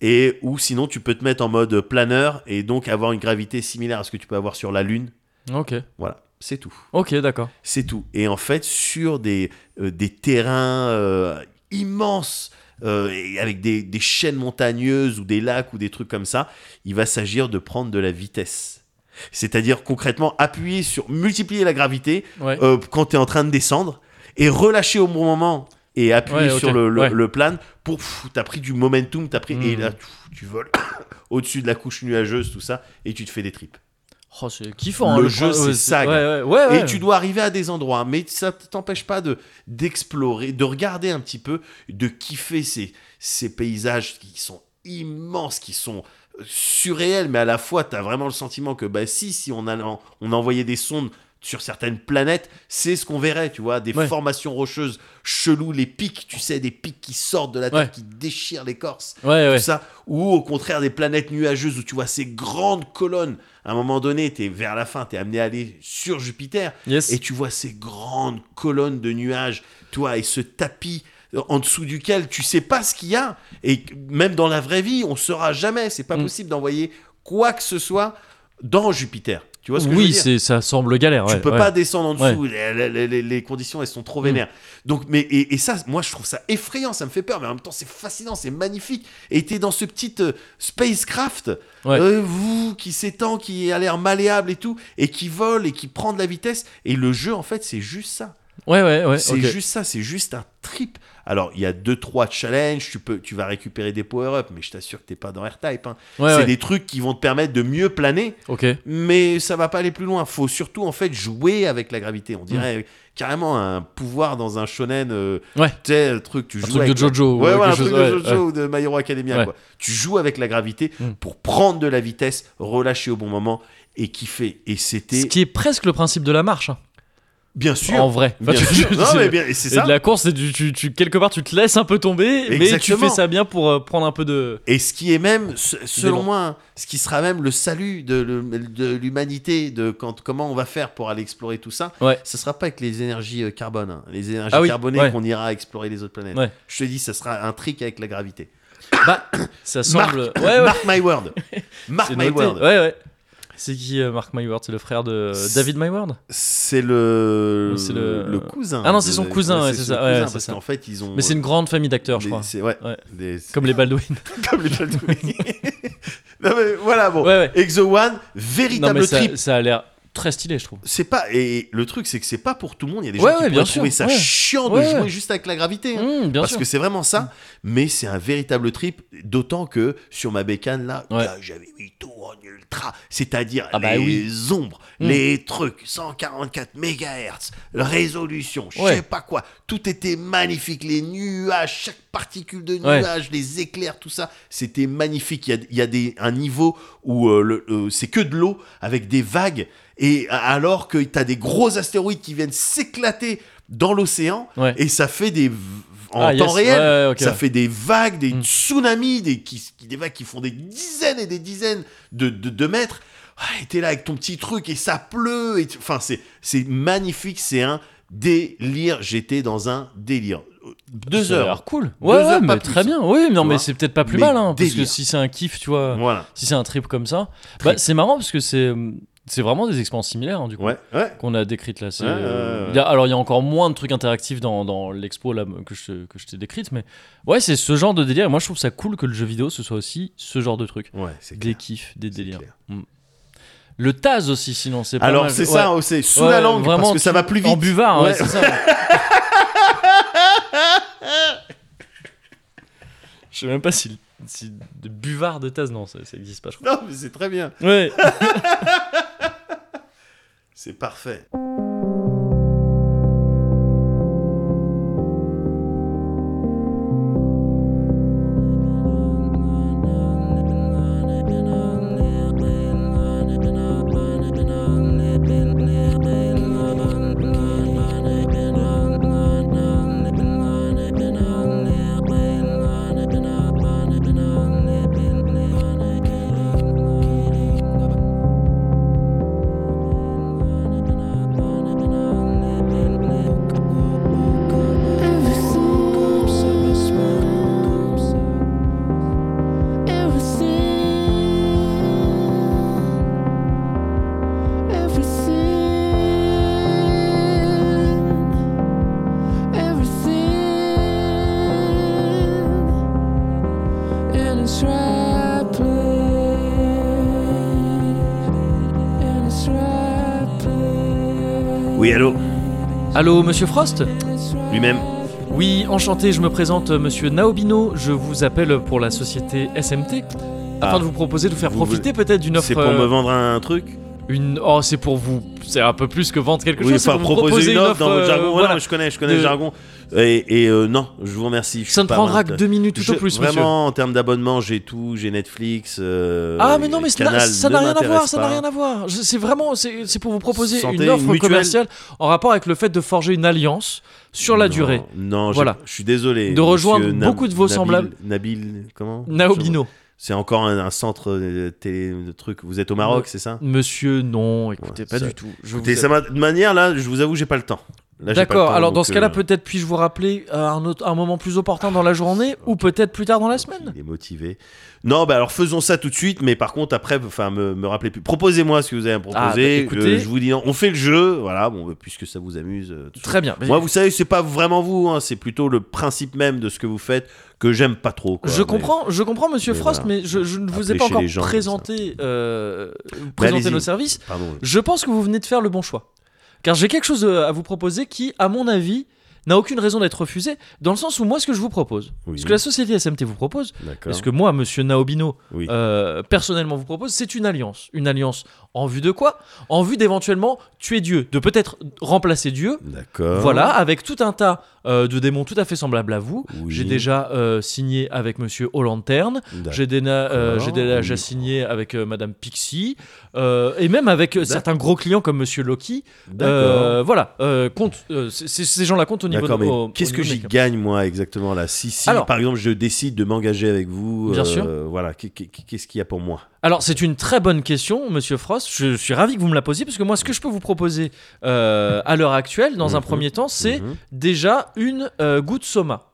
S2: et ou sinon tu peux te mettre en mode planeur et donc avoir une gravité similaire à ce que tu peux avoir sur la lune.
S1: Ok.
S2: Voilà, c'est tout.
S1: Ok d'accord.
S2: C'est tout. Et en fait, sur des, euh, des terrains euh, immenses, euh, et avec des, des chaînes montagneuses ou des lacs ou des trucs comme ça, il va s'agir de prendre de la vitesse. C'est-à-dire concrètement appuyer sur, multiplier la gravité
S1: Ouais.
S2: euh, quand tu es en train de descendre et relâcher au bon moment et appuyer
S1: Ouais, ok,
S2: sur le, le,
S1: ouais.
S2: le plan pour pff, t'as pris du momentum, t'as pris et
S1: Mm.
S2: là pff, tu voles au-dessus de la couche nuageuse, tout ça, et tu te fais des tripes.
S1: Oh c'est kiffant. hein,
S2: le jeu,
S1: pro-
S2: c'est
S1: ouais,
S2: ça,
S1: Ouais ouais ouais.
S2: Et
S1: ouais.
S2: tu dois arriver à des endroits, mais ça t'empêche pas de d'explorer, de regarder un petit peu, de kiffer ces, ces paysages qui sont immenses, qui sont euh, surréels, mais à la fois, tu as vraiment le sentiment que, bah si, si on, a, on envoyait des sondes sur certaines planètes, c'est ce qu'on verrait, tu vois, des
S1: Ouais.
S2: formations rocheuses cheloues, les pics, tu sais, des pics qui sortent de la terre,
S1: Ouais.
S2: qui déchirent l'écorce
S1: Ouais, ouais.
S2: tout ça, ou au contraire des planètes nuageuses où tu vois ces grandes colonnes. À un moment donné, t'es vers la fin, t'es amené à aller sur Jupiter
S1: Yes.
S2: et tu vois ces grandes colonnes de nuages, toi, et ce tapis euh, en dessous duquel tu sais pas ce qu'il y a. Et que- même dans la vraie vie, on saura jamais. C'est pas
S1: Mm.
S2: possible d'envoyer quoi que ce soit dans Jupiter. Tu vois ce que je veux
S1: oui,
S2: dire
S1: c'est ça semble galère.
S2: tu
S1: ouais,
S2: peux
S1: ouais. Mm.
S2: pas descendre en dessous. Les, les- les- les conditions, elles sont trop vénères. Donc, mais et, et ça, moi, je trouve ça effrayant. Ça me fait peur, mais en même temps, c'est fascinant, c'est magnifique. Et t'es dans ce petit euh, spacecraft,
S1: Ouais.
S2: euh, vous, qui s'étend, qui a l'air malléable et tout, et qui vole et qui prend de la vitesse. Et le jeu, en fait, c'est juste ça.
S1: Ouais, ouais, ouais.
S2: c'est
S1: ok.
S2: juste ça. C'est juste un trip. Alors, il y a deux trois challenges. Tu peux, tu vas récupérer des power-ups, mais je t'assure que t'es pas dans R-Type. hein.
S1: Ouais,
S2: c'est
S1: ouais.
S2: des trucs qui vont te permettre de mieux planer
S1: Ok.
S2: mais ça va pas aller plus loin. Faut surtout en fait jouer avec la gravité.
S1: Mm.
S2: On dirait carrément un pouvoir dans un shonen. euh,
S1: Ouais.
S2: Tu sais, le truc, tu joues
S1: truc
S2: avec
S1: de
S2: la-
S1: Jojo,
S2: Ouais,
S1: ou
S2: ouais,
S1: quelque
S2: un truc
S1: chose,
S2: de
S1: ouais,
S2: Jojo ou de My Hero Academia.
S1: Ouais.
S2: Quoi. Tu joues avec la gravité
S1: Mm.
S2: pour prendre de la vitesse, relâcher au bon moment et kiffer. Et
S1: Ce
S2: c'était
S1: qui est presque le principe de la marche, hein,
S2: bien sûr.
S1: en vrai.
S2: bien
S1: Enfin, tu-
S2: sûr.
S1: tu-
S2: Non,
S1: tu-
S2: mais bien, et c'est
S1: et
S2: ça.
S1: de la course, c'est du- tu, tu- quelque part, tu te laisses un peu tomber, mais tu
S2: Exactement.
S1: fais ça bien pour euh, prendre un peu de.
S2: Et ce qui est même, ce- selon
S1: Démon.
S2: moi, hein, ce qui sera même le salut de, le- de l'humanité, de quand, comment on va faire pour aller explorer tout ça,
S1: Ouais.
S2: ce sera pas avec les énergies euh, carbone, hein, les énergies
S1: Ah oui,
S2: carbonées
S1: ouais.
S2: qu'on ira explorer les autres planètes.
S1: Ouais.
S2: Je te dis, ça sera un trick avec la gravité.
S1: Bah, ça semble.
S2: Mark,
S1: ouais, ouais.
S2: Mark my word. Mark
S1: c'est
S2: my
S1: noté.
S2: word.
S1: Ouais, ouais. C'est qui euh, Mark Mayward C'est le frère de euh,
S2: C'est-
S1: David Mayward
S2: C'est le,
S1: C'est le-
S2: cousin.
S1: Ah non, c'est son
S2: de-
S1: cousin, ouais, c'est
S2: son
S1: ça, ouais,
S2: cousin,
S1: c'est
S2: parce
S1: ça.
S2: qu'en fait, ils ont.
S1: Mais c'est une grande famille d'acteurs, je
S2: des-
S1: crois.
S2: c'est- ouais,
S1: Ouais.
S2: des-
S1: Comme les Baldwin.
S2: comme les Baldwin. non mais voilà bon.
S1: Ouais, ouais.
S2: Exo One,
S1: non,
S2: véritable
S1: mais
S2: trip.
S1: ça, ça a l'air très stylé, je trouve.
S2: c'est pas et le truc c'est que c'est pas pour tout le monde il y a des
S1: Ouais,
S2: gens
S1: ouais,
S2: qui
S1: bien
S2: pourraient
S1: sûr,
S2: trouver ça
S1: ouais.
S2: chiant de
S1: Ouais,
S2: jouer
S1: ouais.
S2: juste avec la gravité hein.
S1: Hum, bien
S2: parce
S1: sûr.
S2: que c'est vraiment ça mais c'est un véritable trip d'autant que sur ma bécane là,
S1: Ouais.
S2: là, j'avais mis tout en ultra c'est-à-dire
S1: Ah bah
S2: les
S1: oui.
S2: ombres
S1: Mm.
S2: les trucs 144 MHz résolution je
S1: Ouais.
S2: sais pas quoi tout était magnifique les nuages chaque particule de
S1: Ouais.
S2: nuage les éclairs tout ça c'était magnifique il y a, il y a des, un niveau où euh, le- euh, c'est que de l'eau avec des vagues et alors que t'as des gros astéroïdes qui viennent s'éclater dans l'océan
S1: Ouais.
S2: et ça fait des v- en
S1: Ah,
S2: temps
S1: yes,
S2: réel
S1: ouais, ouais, ok,
S2: ça
S1: ouais.
S2: fait des vagues des
S1: Mm.
S2: tsunamis des qui, qui- des vagues qui font des dizaines et des dizaines de, de, de mètres ah, et t'es là avec ton petit truc et ça pleut et tu- enfin c'est c'est magnifique c'est un délire j'étais dans un délire deux
S1: Ça a
S2: heures
S1: l'air cool.
S2: Deux
S1: Ouais,
S2: heures,
S1: ouais,
S2: pas
S1: mais
S2: plus.
S1: très bien. Oui, non,
S2: Tu
S1: mais
S2: vois
S1: c'est peut-être pas plus
S2: Mais
S1: mal, hein, parce que
S2: délire.
S1: si c'est un kiff, tu vois,
S2: voilà
S1: si c'est un trip comme ça, bah
S2: Trip.
S1: c'est marrant parce que c'est c'est vraiment des expériences similaires hein, du coup.
S2: ouais ouais
S1: Qu'on a décrites là. C'est,
S2: Ouais, ouais,
S1: euh,
S2: ouais.
S1: il y a- alors, il y a encore moins de trucs interactifs dans, dans l'expo là, que, je, que je t'ai décrite, mais ouais, c'est ce genre de délire. Et moi, je trouve ça cool que le jeu vidéo, ce soit aussi ce genre de truc.
S2: ouais c'est
S1: Des
S2: clair.
S1: kiffs, des
S2: C'est
S1: délires. Mm.
S2: clair.
S1: Le Taz aussi, sinon, c'est pas
S2: alors
S1: mal.
S2: c'est
S1: Ouais.
S2: ça c'est sous
S1: Ouais,
S2: la langue
S1: vraiment,
S2: parce que ça
S1: tu-
S2: va plus vite
S1: En buvard, ouais,
S2: Ouais.
S1: c'est ça. hein. Je sais même pas si, si de buvard de Taz, non, ça, ça existe pas, je crois.
S2: non mais c'est très bien
S1: Ouais.
S2: c'est parfait oui allô
S1: Allô, monsieur Frost
S2: lui-même
S1: Oui, enchanté, je me présente, euh, monsieur Naobino. Je vous appelle pour la société SMT afin
S2: Ah.
S1: de vous proposer de vous faire
S2: Vous
S1: profiter peut-être d'une offre.
S2: c'est pour
S1: euh,
S2: me vendre un truc
S1: Une... Oh, c'est pour vous. C'est un peu plus que vendre quelque
S2: Oui,
S1: chose. c'est
S2: enfin,
S1: pour vous
S2: proposer une offre dans votre
S1: euh,
S2: jargon. Ouais,
S1: voilà.
S2: non, mais je connais, je connais
S1: De-
S2: le jargon. Et, et, euh, non, je vous remercie. je suis
S1: Ça ne
S2: pas
S1: prendra que
S2: vendeur.
S1: deux minutes tout au
S2: Je-
S1: plus,
S2: Vraiment,
S1: monsieur.
S2: en termes d'abonnement, j'ai tout, j'ai Netflix. euh,
S1: Ah mais non mais ça n'a-
S2: Canal
S1: ça
S2: ne
S1: n'a rien à
S2: m'intéresse
S1: voir, ça n'a
S2: pas.
S1: rien à voir. Je- C'est vraiment c'est c'est pour vous proposer
S2: Santé,
S1: une offre
S2: mutuelle.
S1: commerciale en rapport avec le fait de forger une alliance sur la
S2: Non,
S1: durée.
S2: Non, je-
S1: Voilà.
S2: je suis désolé.
S1: De rejoindre
S2: monsieur Nab-
S1: beaucoup de vos
S2: Nabil-
S1: semblables.
S2: Nabil, comment
S1: Naobino.
S2: C'est encore un, un centre euh, télé de truc. Vous êtes au Maroc, c'est ça
S1: Monsieur non, écoutez
S2: Ouais,
S1: pas
S2: ça-
S1: du tout. Je
S2: Écoutez,
S1: vous-
S2: ça m'a- de manière là, je vous avoue, j'ai pas le temps. Là, j'ai pas le
S1: D'accord.
S2: temps,
S1: Alors
S2: donc,
S1: dans ce cas-là
S2: euh,
S1: peut-être puis-je vous rappeler à un autre un moment plus opportun dans la journée ou peut-être plus tard dans la semaine.
S2: Il est motivé. Non, bah alors faisons ça tout de suite, mais par contre après, enfin me, me rappelez plus. Proposez-moi ce que vous avez à me
S1: Ah, bah,
S2: proposer.
S1: écoutez.
S2: je, je vous dis, non. on fait le jeu, voilà. Bon, euh, puisque ça vous amuse. euh, tout ça.
S1: Très bien.
S2: Moi, vous savez, c'est pas vraiment vous, hein, c'est plutôt le principe même de ce que vous faites que j'aime pas trop. quoi,
S1: je
S2: mais-
S1: comprends, je comprends, Monsieur
S2: mais
S1: Frost,
S2: voilà.
S1: mais je, je ne vous
S2: Appelez
S1: ai pas
S2: chez
S1: encore
S2: les gens, comme ça.
S1: présenté, euh, présenté
S2: allez-y.
S1: nos services.
S2: Pardon.
S1: Je pense que vous venez de faire le bon choix. Car j'ai quelque chose euh, à vous proposer qui, à mon avis, n'a aucune raison d'être refusé, dans le sens où moi, ce que je vous propose,
S2: Oui,
S1: ce que la société SMT vous propose,
S2: D'accord.
S1: et ce que moi, monsieur Naobino,
S2: Oui.
S1: euh, personnellement vous propose, c'est une alliance. Une alliance en vue de quoi En vue d'éventuellement tuer Dieu, de peut-être remplacer Dieu.
S2: D'accord.
S1: Voilà, avec tout un tas euh, de démons tout à fait semblables à vous.
S2: Oui.
S1: J'ai déjà euh, signé avec monsieur Hollanterne.
S2: D'accord.
S1: J'ai déjà, euh, j'ai
S2: D'accord.
S1: déjà signé avec euh, Madame Pixie euh, et même avec euh,
S2: D'ac-
S1: certains gros clients comme Monsieur Loki.
S2: D'accord.
S1: Euh, voilà, euh, compte, euh, c- c- ces gens-là comptent au niveau
S2: D'accord,
S1: de.
S2: mais
S1: au- au
S2: qu'est-ce que
S1: niveau
S2: j'y
S1: des-
S2: gagne moi exactement là Si, si
S1: Alors-
S2: par exemple je décide de m'engager avec vous,
S1: Bien
S2: euh,
S1: sûr.
S2: voilà, qu'est- qu'est- qu'est-ce qu'il y a pour moi
S1: Alors, c'est une très bonne question, Monsieur Frost. Je suis ravi que vous me la posiez parce que moi, ce que je peux vous proposer euh, à l'heure actuelle, dans un
S2: Mhm.
S1: premier temps, c'est
S2: Mhm.
S1: déjà une euh, goutte Soma.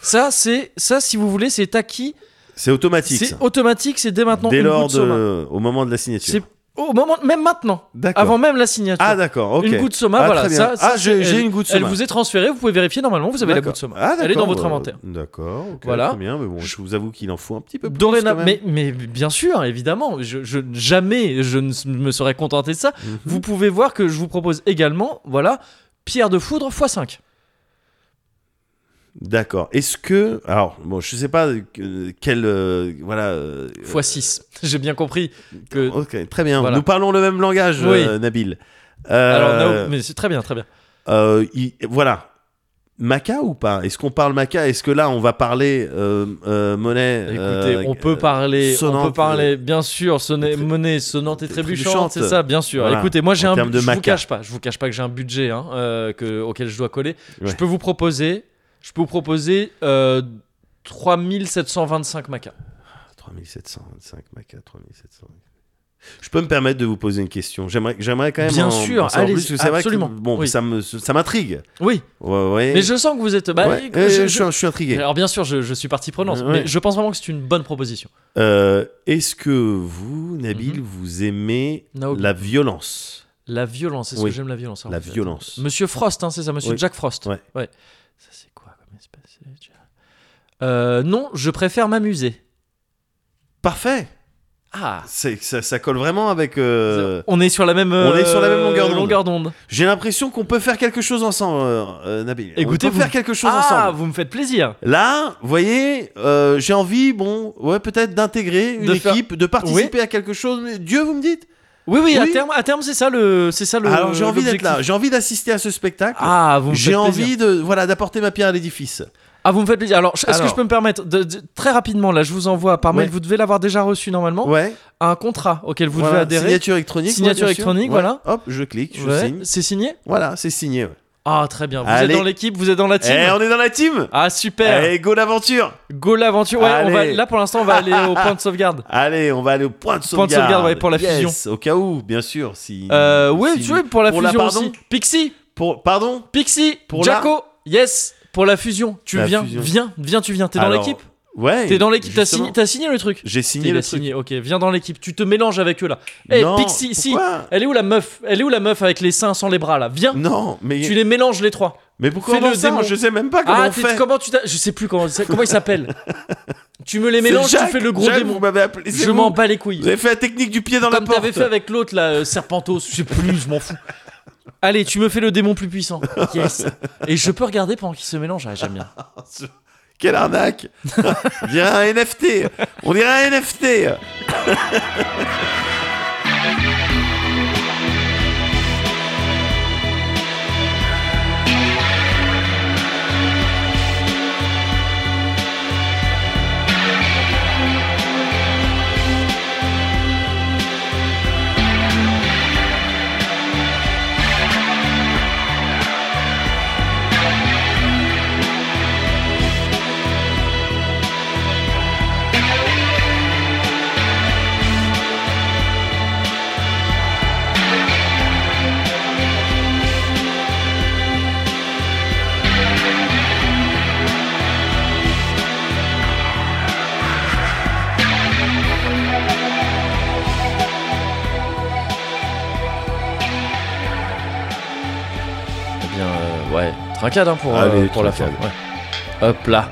S1: Ça, c'est ça, si vous voulez, c'est acquis.
S2: C'est automatique.
S1: C'est
S2: ça.
S1: automatique. C'est dès maintenant
S2: Dès
S1: une
S2: lors
S1: goutte Soma.
S2: de, au moment de la
S1: C'est
S2: signature.
S1: au moment, même maintenant,
S2: D'accord.
S1: avant même la signature.
S2: Ah d'accord, ok.
S1: Une goutte soma,
S2: Ah,
S1: voilà.
S2: très bien.
S1: Ça, ça,
S2: ah, j'ai
S1: c'est-
S2: j'ai
S1: elle-
S2: une goutte
S1: Elle
S2: soma.
S1: vous est transférée, vous pouvez vérifier normalement, vous avez la
S2: D'accord.
S1: goutte soma.
S2: Ah,
S1: elle est
S2: d'accord,
S1: dans votre
S2: euh,
S1: inventaire.
S2: D'accord, ok,
S1: Voilà.
S2: très bien. Mais bon, je vous avoue qu'il en faut un petit peu Ah, plus.
S1: Dorénavant,
S2: quand même.
S1: mais, mais bien sûr, évidemment, je, je- jamais je ne s- me serais contenté de ça.
S2: Mhm.
S1: Vous pouvez voir que je vous propose également, voilà, pierre de foudre x5.
S2: D'accord. Est-ce que. Alors, bon, je sais pas euh, quel. euh, voilà. euh,
S1: x6. J'ai bien compris que.
S2: Ok, très bien.
S1: Voilà.
S2: Nous parlons le même langage,
S1: Oui.
S2: euh, Nabil.
S1: Alors,
S2: Euh,
S1: Nao- mais c'est très bien, très bien.
S2: Euh, il- voilà. Maca ou pas Est-ce qu'on parle Maca Est-ce que là on va parler euh, euh, monnaie
S1: Écoutez,
S2: euh,
S1: on peut parler, on
S2: sonnante,
S1: peut parler, bien sûr, sonner,
S2: très-
S1: monnaie sonnante et
S2: très-
S1: trébuchante,
S2: trébuchante.
S1: c'est ça, bien sûr.
S2: Voilà.
S1: Écoutez, moi j'ai
S2: En
S1: un,
S2: termes de
S1: je vous
S2: maca.
S1: cache pas, je vous cache pas que j'ai un budget hein, euh, que, auquel je dois coller. Je
S2: Ouais.
S1: peux vous proposer, je peux vous proposer euh, 3725 maca.
S2: 3725 Maca, 3725. Je peux me permettre de vous poser une question. J'aimerais, j'aimerais quand même.
S1: Bien
S2: en-
S1: sûr,
S2: en savoir
S1: allez-y,
S2: plus, parce que c'est vrai que-
S1: absolument.
S2: bon,
S1: Oui.
S2: ça me, ça m'intrigue.
S1: Oui,
S2: Ouais, ouais.
S1: mais je sens que vous êtes. bah,
S2: Ouais,
S1: écoute,
S2: euh,
S1: je- je-
S2: je, suis- je suis intrigué.
S1: Alors bien sûr, je, je suis partie prenante,
S2: Ouais.
S1: mais je pense vraiment que c'est une bonne proposition.
S2: Euh, est-ce que vous, Nabil,
S1: Mhm.
S2: vous aimez
S1: Naomi.
S2: la violence
S1: La violence, est-ce
S2: Oui.
S1: que j'aime la violence hein,
S2: La
S1: en fait
S2: violence.
S1: Monsieur Frost, hein, c'est ça, Monsieur
S2: Oui.
S1: Jack Frost.
S2: Ouais.
S1: Ça c'est quoi comme espèce déjà Euh, Non, je préfère m'amuser.
S2: Parfait.
S1: Ah.
S2: C'est, ça, ça colle vraiment avec. euh,
S1: On est sur la même.
S2: on est sur la même
S1: euh,
S2: longueur d'onde.
S1: d'onde.
S2: J'ai l'impression qu'on peut faire quelque chose ensemble, euh, euh, Nabil.
S1: Écoutez,
S2: on peut
S1: vous-
S2: faire quelque chose
S1: ah,
S2: ensemble.
S1: vous me faites plaisir.
S2: Là, vous voyez, euh, j'ai envie, bon, ouais, peut-être d'intégrer une
S1: De faire-
S2: équipe, de participer à quelque chose. Mais Dieu, vous me dites
S1: Oui, oui, à
S2: Oui.
S1: terme, à terme, c'est ça le, c'est ça le.
S2: Alors, j'ai envie d'être
S1: l'objectif.
S2: là. J'ai envie d'assister à ce spectacle.
S1: Ah, vous me
S2: j'ai
S1: faites plaisir.
S2: envie de, voilà, d'apporter ma pierre à l'édifice.
S1: Ah, vous me faites plaisir. Alors, je- est-ce que
S2: Alors.
S1: je peux me permettre de, de- très rapidement là, je vous envoie par mail.
S2: Ouais.
S1: Vous devez l'avoir déjà reçu normalement.
S2: Ouais.
S1: Un contrat auquel vous devez
S2: voilà,
S1: adhérer.
S2: Signature électronique.
S1: Signature
S2: bien sûr.
S1: électronique, voilà.
S2: Hop, je clique, je
S1: Ouais,
S2: signe.
S1: C'est signé.
S2: Voilà, c'est signé. ouais.
S1: Ah, très bien. Vous
S2: Allez.
S1: êtes dans l'équipe, vous êtes dans la team.
S2: Eh, on est dans la team.
S1: Ah super.
S2: Allez, go l'aventure.
S1: Go l'aventure. Ouais, on va,
S2: Allez.
S1: là pour l'instant, on va aller au point de sauvegarde.
S2: Allez, on va aller au point de
S1: Point
S2: sauvegarde.
S1: de sauvegarde, ouais, pour la
S2: Yes,
S1: fusion.
S2: Au cas où, bien sûr, si.
S1: Euh, oui,
S2: si-
S1: tu vois, pour la
S2: pour la-
S1: fusion
S2: pardon
S1: aussi. Pixie.
S2: Pour, pardon.
S1: Pixie,
S2: Pour
S1: Jaco, yes, pour la fusion. Tu
S2: La
S1: viens,
S2: fusion.
S1: viens, viens, tu viens. T'es dans
S2: Alors,
S1: l'équipe.
S2: Ouais.
S1: T'es dans l'équipe. T'as
S2: justement.
S1: signé, t'as signé le truc.
S2: J'ai
S1: T'es
S2: signé le truc.
S1: signé. Ok, viens dans l'équipe. Tu te mélanges avec eux là. Eh,
S2: non,
S1: Pixie, si.
S2: pourquoi
S1: Elle est où la meuf Elle est où la meuf avec les seins sans les bras là Viens.
S2: Non, mais
S1: Tu les mélanges les trois.
S2: mais pourquoi
S1: Fais-le,
S2: on ça
S1: démon.
S2: Je sais même pas comment
S1: ah,
S2: on
S1: t'es-
S2: fait.
S1: comment tu t'as Je sais plus comment comment il s'appelle. tu me les
S2: C'est
S1: mélanges,
S2: Jacques,
S1: tu fais le gros
S2: Jacques,
S1: démon.
S2: Vous m'avez appelé. c'est
S1: Je
S2: vous.
S1: m'en bats les
S2: Vous
S1: couilles.
S2: avez fait la technique du pied dans la
S1: Comme
S2: porte.
S1: t'avais fait avec l'autre là, euh, Serpentos, je sais plus, je m'en fous. Allez, tu me fais le démon plus puissant. Yes. Et je peux regarder pendant qu'il se mélange. Ah, j'aime bien.
S2: Quelle arnaque On dirait un NFT. On dirait un NFT.
S1: Eh Trincade hein, pour,
S2: Allez,
S1: euh, pour la fin.
S2: trincade.
S1: ouais. Hop là.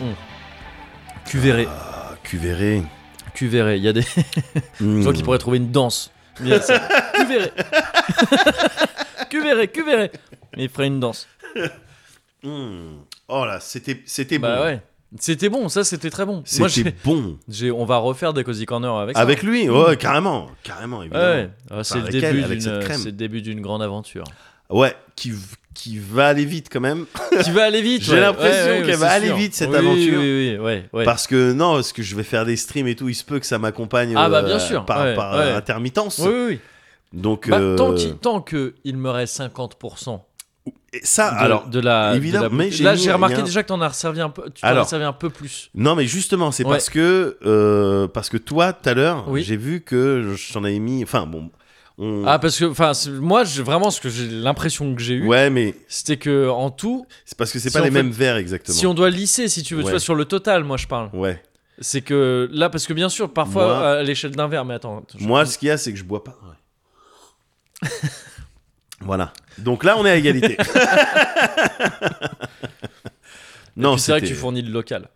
S1: Hmm. Tu verrais,
S2: Ah, Cuvéré.
S1: tu verrais. Il y a des
S2: Mm.
S1: gens qui pourraient trouver une danse. Mais là, c'est- Tu verrais. tu verrais, tu verrais. Mais il ferait une danse.
S2: Mm. Oh là, c'était c'était
S1: Bah
S2: bon.
S1: ouais. C'était bon, ça c'était très bon. Moi,
S2: C'était Ah
S1: j'ai,
S2: bon.
S1: j'ai- on va refaire des Cozy Corner avec ça.
S2: Avec lui, ouais, carrément, carrément
S1: Ouais,
S2: évidemment.
S1: Hmm. ouais. Ah, c'est, le
S2: avec elle,
S1: début
S2: avec
S1: d'une,
S2: cette crème.
S1: c'est le début d'une grande aventure.
S2: Ouais, qui, qui va aller vite quand même.
S1: Qui va aller vite.
S2: J'ai
S1: ouais.
S2: l'impression
S1: Ouais, ouais,
S2: qu'elle
S1: ouais,
S2: va
S1: c'est
S2: aller
S1: sûr.
S2: vite, cette
S1: Oui,
S2: aventure.
S1: Oui, oui, oui, ouais, ouais.
S2: Parce que non, parce que je vais faire des streams et tout, il se peut que ça m'accompagne euh,
S1: Ah bah, bien sûr,
S2: par,
S1: ouais,
S2: par
S1: ouais.
S2: intermittence.
S1: Oui, oui, oui.
S2: Donc
S1: Bah,
S2: euh,
S1: tant, qu'il, tant que il me reste 50%
S2: et
S1: de,
S2: ça, Ah, alors
S1: de la.
S2: évidemment,
S1: de la-
S2: mais j'ai
S1: Là,
S2: mis-
S1: j'ai remarqué
S2: il y a un-
S1: déjà que t'en as servi un peu, tu t'en
S2: Alors.
S1: as servi un peu plus.
S2: non, mais justement, c'est
S1: Ouais.
S2: parce que euh, parce que toi, tout à l'heure,
S1: Oui.
S2: j'ai vu que je t'en avais mis. Enfin bon, on-
S1: Ah, parce que enfin, c'est- moi, j'ai- vraiment, ce que j'ai l'impression que j'ai eu,
S2: ouais, mais
S1: c'était que en tout,
S2: c'est parce que c'est
S1: Si
S2: pas
S1: on
S2: les
S1: fait-
S2: mêmes verres exactement.
S1: si on doit lisser, si tu veux, tu
S2: Ouais.
S1: vois, sur le total, moi, je parle.
S2: Ouais.
S1: C'est que là, parce que bien sûr, parfois,
S2: Moi-
S1: à l'échelle d'un verre, mais attends. je-
S2: Moi, ce qu'il y a, c'est que je bois pas. voilà. Donc là, on est à égalité.
S1: Puis
S2: non,
S1: c'est vrai que
S2: c'était-
S1: tu fournis le local.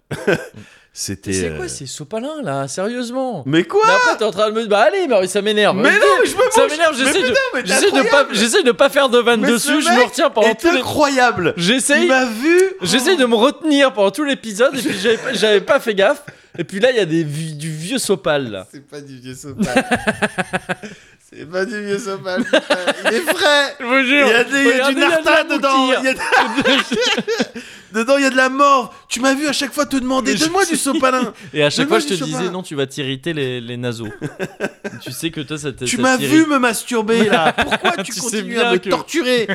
S2: C'était.
S1: C'est
S2: euh,
S1: quoi ces sopalins là Sérieusement
S2: Mais quoi
S1: Mais après, t'es en train de me dire, bah allez, mais ça m'énerve.
S2: Mais non, mais je me
S1: ça
S2: mange-
S1: m'énerve,
S2: mais
S1: j'essaie de,
S2: putain, mais t'es
S1: j'essaie de pas,
S2: incroyable.
S1: j'essaie de pas faire de vanne
S2: Mais ce
S1: dessus, je
S2: mec
S1: me retiens pendant
S2: est
S1: tout les...
S2: incroyable.
S1: J'essaye,
S2: Il m'a vu.
S1: j'essaie de me retenir pendant tout l'épisode, et puis j'avais pas, j'avais pas fait gaffe. Et puis là, il y a des, vi- du vieux sopal là.
S2: C'est pas du vieux sopal. c'est pas du vieux sopal. putain. Il est frais.
S1: Je vous
S2: Il
S1: jure.
S2: y a, des- il y a
S1: regardez,
S2: du
S1: il y a de la
S2: narta dedans.
S1: moutarde.
S2: Il y a de- dedans, il y a de la mort. Tu m'as vu à chaque fois te demander
S1: Mais je-
S2: donne-moi du sopalin.
S1: Et à chaque
S2: Mais
S1: fois,
S2: moi,
S1: je te
S2: je suis
S1: disais,
S2: pas.
S1: non, tu vas t'irriter les, les naseaux. tu sais que toi, ça t'est.
S2: Tu
S1: ça
S2: m'as vu
S1: t'irrite.
S2: me masturber là. Pourquoi tu,
S1: Tu sais
S2: continues
S1: bien
S2: à me
S1: que-
S2: torturer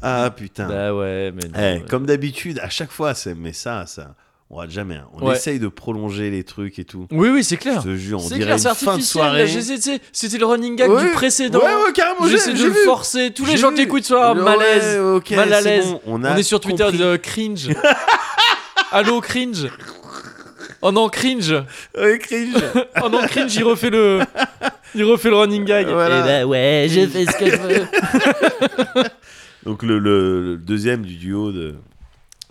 S2: Ah putain.
S1: Bah ouais, mais. non,
S2: Eh,
S1: ouais.
S2: Comme d'habitude, à chaque fois, c'est mais ça, ça, on rate jamais. hein. On
S1: Ouais.
S2: essaye de prolonger les trucs et tout.
S1: Oui, oui, c'est
S2: Je
S1: clair.
S2: te jure, on
S1: C'est
S2: dirait
S1: clair, c'est
S2: une fin de
S1: artificiel.
S2: soirée.
S1: là, j'essaie, tu sais, C'était le running gag
S2: Ouais,
S1: du précédent.
S2: Ouais, ouais, carrément, j'ai
S1: J'essaie de
S2: j'ai
S1: le
S2: vu.
S1: forcer. Tous les
S2: J'ai
S1: gens
S2: vu.
S1: qui écoutent sont à
S2: Ouais,
S1: malaise.
S2: ok,
S1: mal à
S2: c'est
S1: l'aise.
S2: bon, on,
S1: On
S2: a
S1: est sur Twitter,
S2: compris.
S1: de cringe. Allô, cringe. Oh non, cringe.
S2: Ouais, cringe.
S1: Oh non, cringe, il refait le, il refait le running gag.
S2: Voilà.
S1: Eh ben ouais, je fais ce que je veux.
S2: Donc le, le- le deuxième du duo de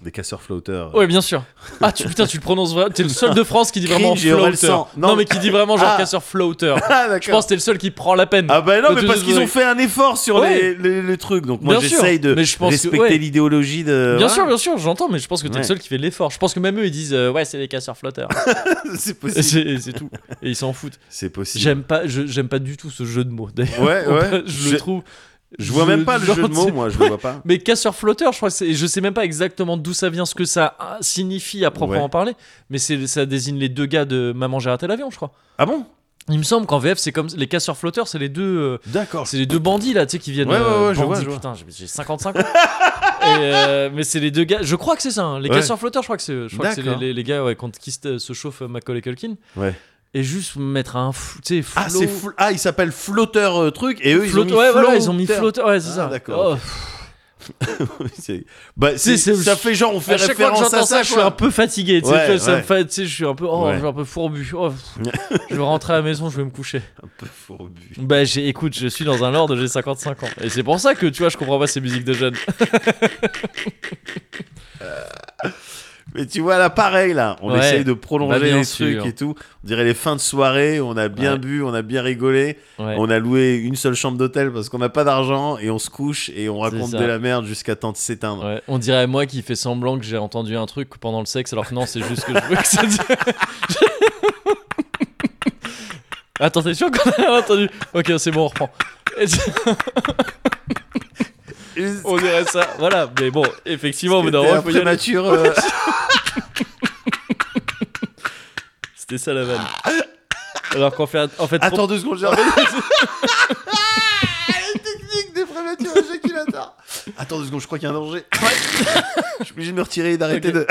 S2: des casseurs flotteurs.
S1: Ouais, bien sûr. Ah, tu, putain, tu le prononces vraiment. T'es le seul de France qui dit vraiment
S2: Cringe et Aurel
S1: floater.
S2: San.
S1: Non,
S2: Non,
S1: mais qui dit vraiment genre
S2: Ah.
S1: casseur floater.
S2: Ah
S1: Je
S2: d'accord.
S1: pense que t'es le seul qui prend la peine.
S2: Ah bah non,
S1: Le
S2: mais parce
S1: deuxième
S2: qu'ils
S1: degré.
S2: ont fait un effort sur
S1: Ouais.
S2: les, les- les trucs. Donc moi
S1: Bien sûr.
S2: j'essaye de
S1: Mais je pense que-
S2: respecter
S1: ouais.
S2: l'idéologie de.
S1: Bien
S2: voilà.
S1: sûr, bien sûr, j'entends, mais je pense que t'es
S2: euh, Ouais.
S1: le seul qui fait l'effort. Je pense que même eux, ils disent euh, ouais, c'est des casseurs flotteurs.
S2: c'est
S1: Et
S2: possible.
S1: c'est c'est tout. Et ils s'en foutent.
S2: C'est possible.
S1: J'aime pas, je- j'aime pas du tout ce jeu de mots. D'ailleurs,
S2: Ouais, ouais.
S1: je
S2: Je-
S1: le trouve.
S2: Je vois même pas le jeu de mots, moi, je le vois pas.
S1: Mais casseur flotteur, je crois que c'est. Je sais même pas exactement d'où ça vient, ce que ça ah, signifie à proprement
S2: Ouais.
S1: parler, mais c'est- ça désigne les deux gars de Maman, j'ai raté l'avion, je crois.
S2: Ah bon
S1: Il me semble qu'en VF, c'est comme. Les casseurs flotteurs, c'est les deux. euh,
S2: D'accord.
S1: c'est les deux bandits là, tu sais, qui viennent.
S2: Ouais, ouais,
S1: euh,
S2: ouais, je vois,
S1: bandits,
S2: je vois.
S1: Putain, j'ai- j'ai 55 ans. Et, euh, mais c'est les deux gars. Je crois que c'est ça, hein, les
S2: Ouais.
S1: casseurs flotteurs, je crois que c'est je crois que c'est les,
S2: D'accord.
S1: les- les gars ouais, contre qui se, se chauffe euh, Macaulay Culkin.
S2: Ouais.
S1: Et juste mettre un. fou- Tu sais,
S2: Ah,
S1: flow-
S2: c'est fl- ah, il s'appelle flotteur euh, truc et eux ils ont
S1: flotte-
S2: mis
S1: ouais, voilà, ils ont mis
S2: flotteur.
S1: flotteur. Ouais, c'est
S2: Ah,
S1: ça. Oh,
S2: d'accord, ok. C'est- bah,
S1: C'est-
S2: c'est,
S1: c'est-
S2: ça fait genre on fait
S1: à chaque fois que
S2: référence
S1: j'entends
S2: à
S1: ça,
S2: ça.
S1: je suis un peu fatigué. Tu sais,
S2: Ouais,
S1: tu vois, ça me
S2: ouais.
S1: fait- tu sais, je suis un peu, oh,
S2: Ouais.
S1: je suis un peu fourbu. oh, je vais rentrer à la maison, je vais me coucher.
S2: un peu fourbu.
S1: Bah, j'ai, écoute, je suis dans un ordre, j'ai 55 ans. Et c'est pour ça que tu vois, je comprends pas ces musiques de jeunes.
S2: Mais tu vois là, pareil là, on
S1: Ouais.
S2: essaye de
S1: Bah,
S2: prolonger
S1: bien
S2: les
S1: sûr.
S2: trucs et tout. On dirait les fins de soirée, on a bien
S1: Ouais.
S2: bu, on a bien rigolé,
S1: Ouais.
S2: on a loué une seule chambre d'hôtel parce qu'on n'a pas d'argent et on se couche et on
S1: C'est
S2: raconte
S1: ça.
S2: de la merde jusqu'à temps de s'éteindre.
S1: Ouais, on dirait à moi qui fait semblant que j'ai entendu un truc pendant le sexe alors que non, c'est juste que je veux que ça dure. Attends, t'es sûr qu'on a entendu Ok, c'est bon, on reprend. Et c'est-
S2: Et
S1: on dirait ça, voilà, mais bon, effectivement, au bout d'un
S2: c'était
S1: moment,
S2: un
S1: faut y aller.
S2: prématuré, euh,
S1: C'était ça la vanne. Alors qu'en fait, en fait, trop-
S2: Attends deux secondes, j'ai Les techniques des prématures éjaculateurs. Attends deux secondes, je crois qu'il y a un danger. je suis obligé de me retirer et d'arrêter
S1: Ok.
S2: de.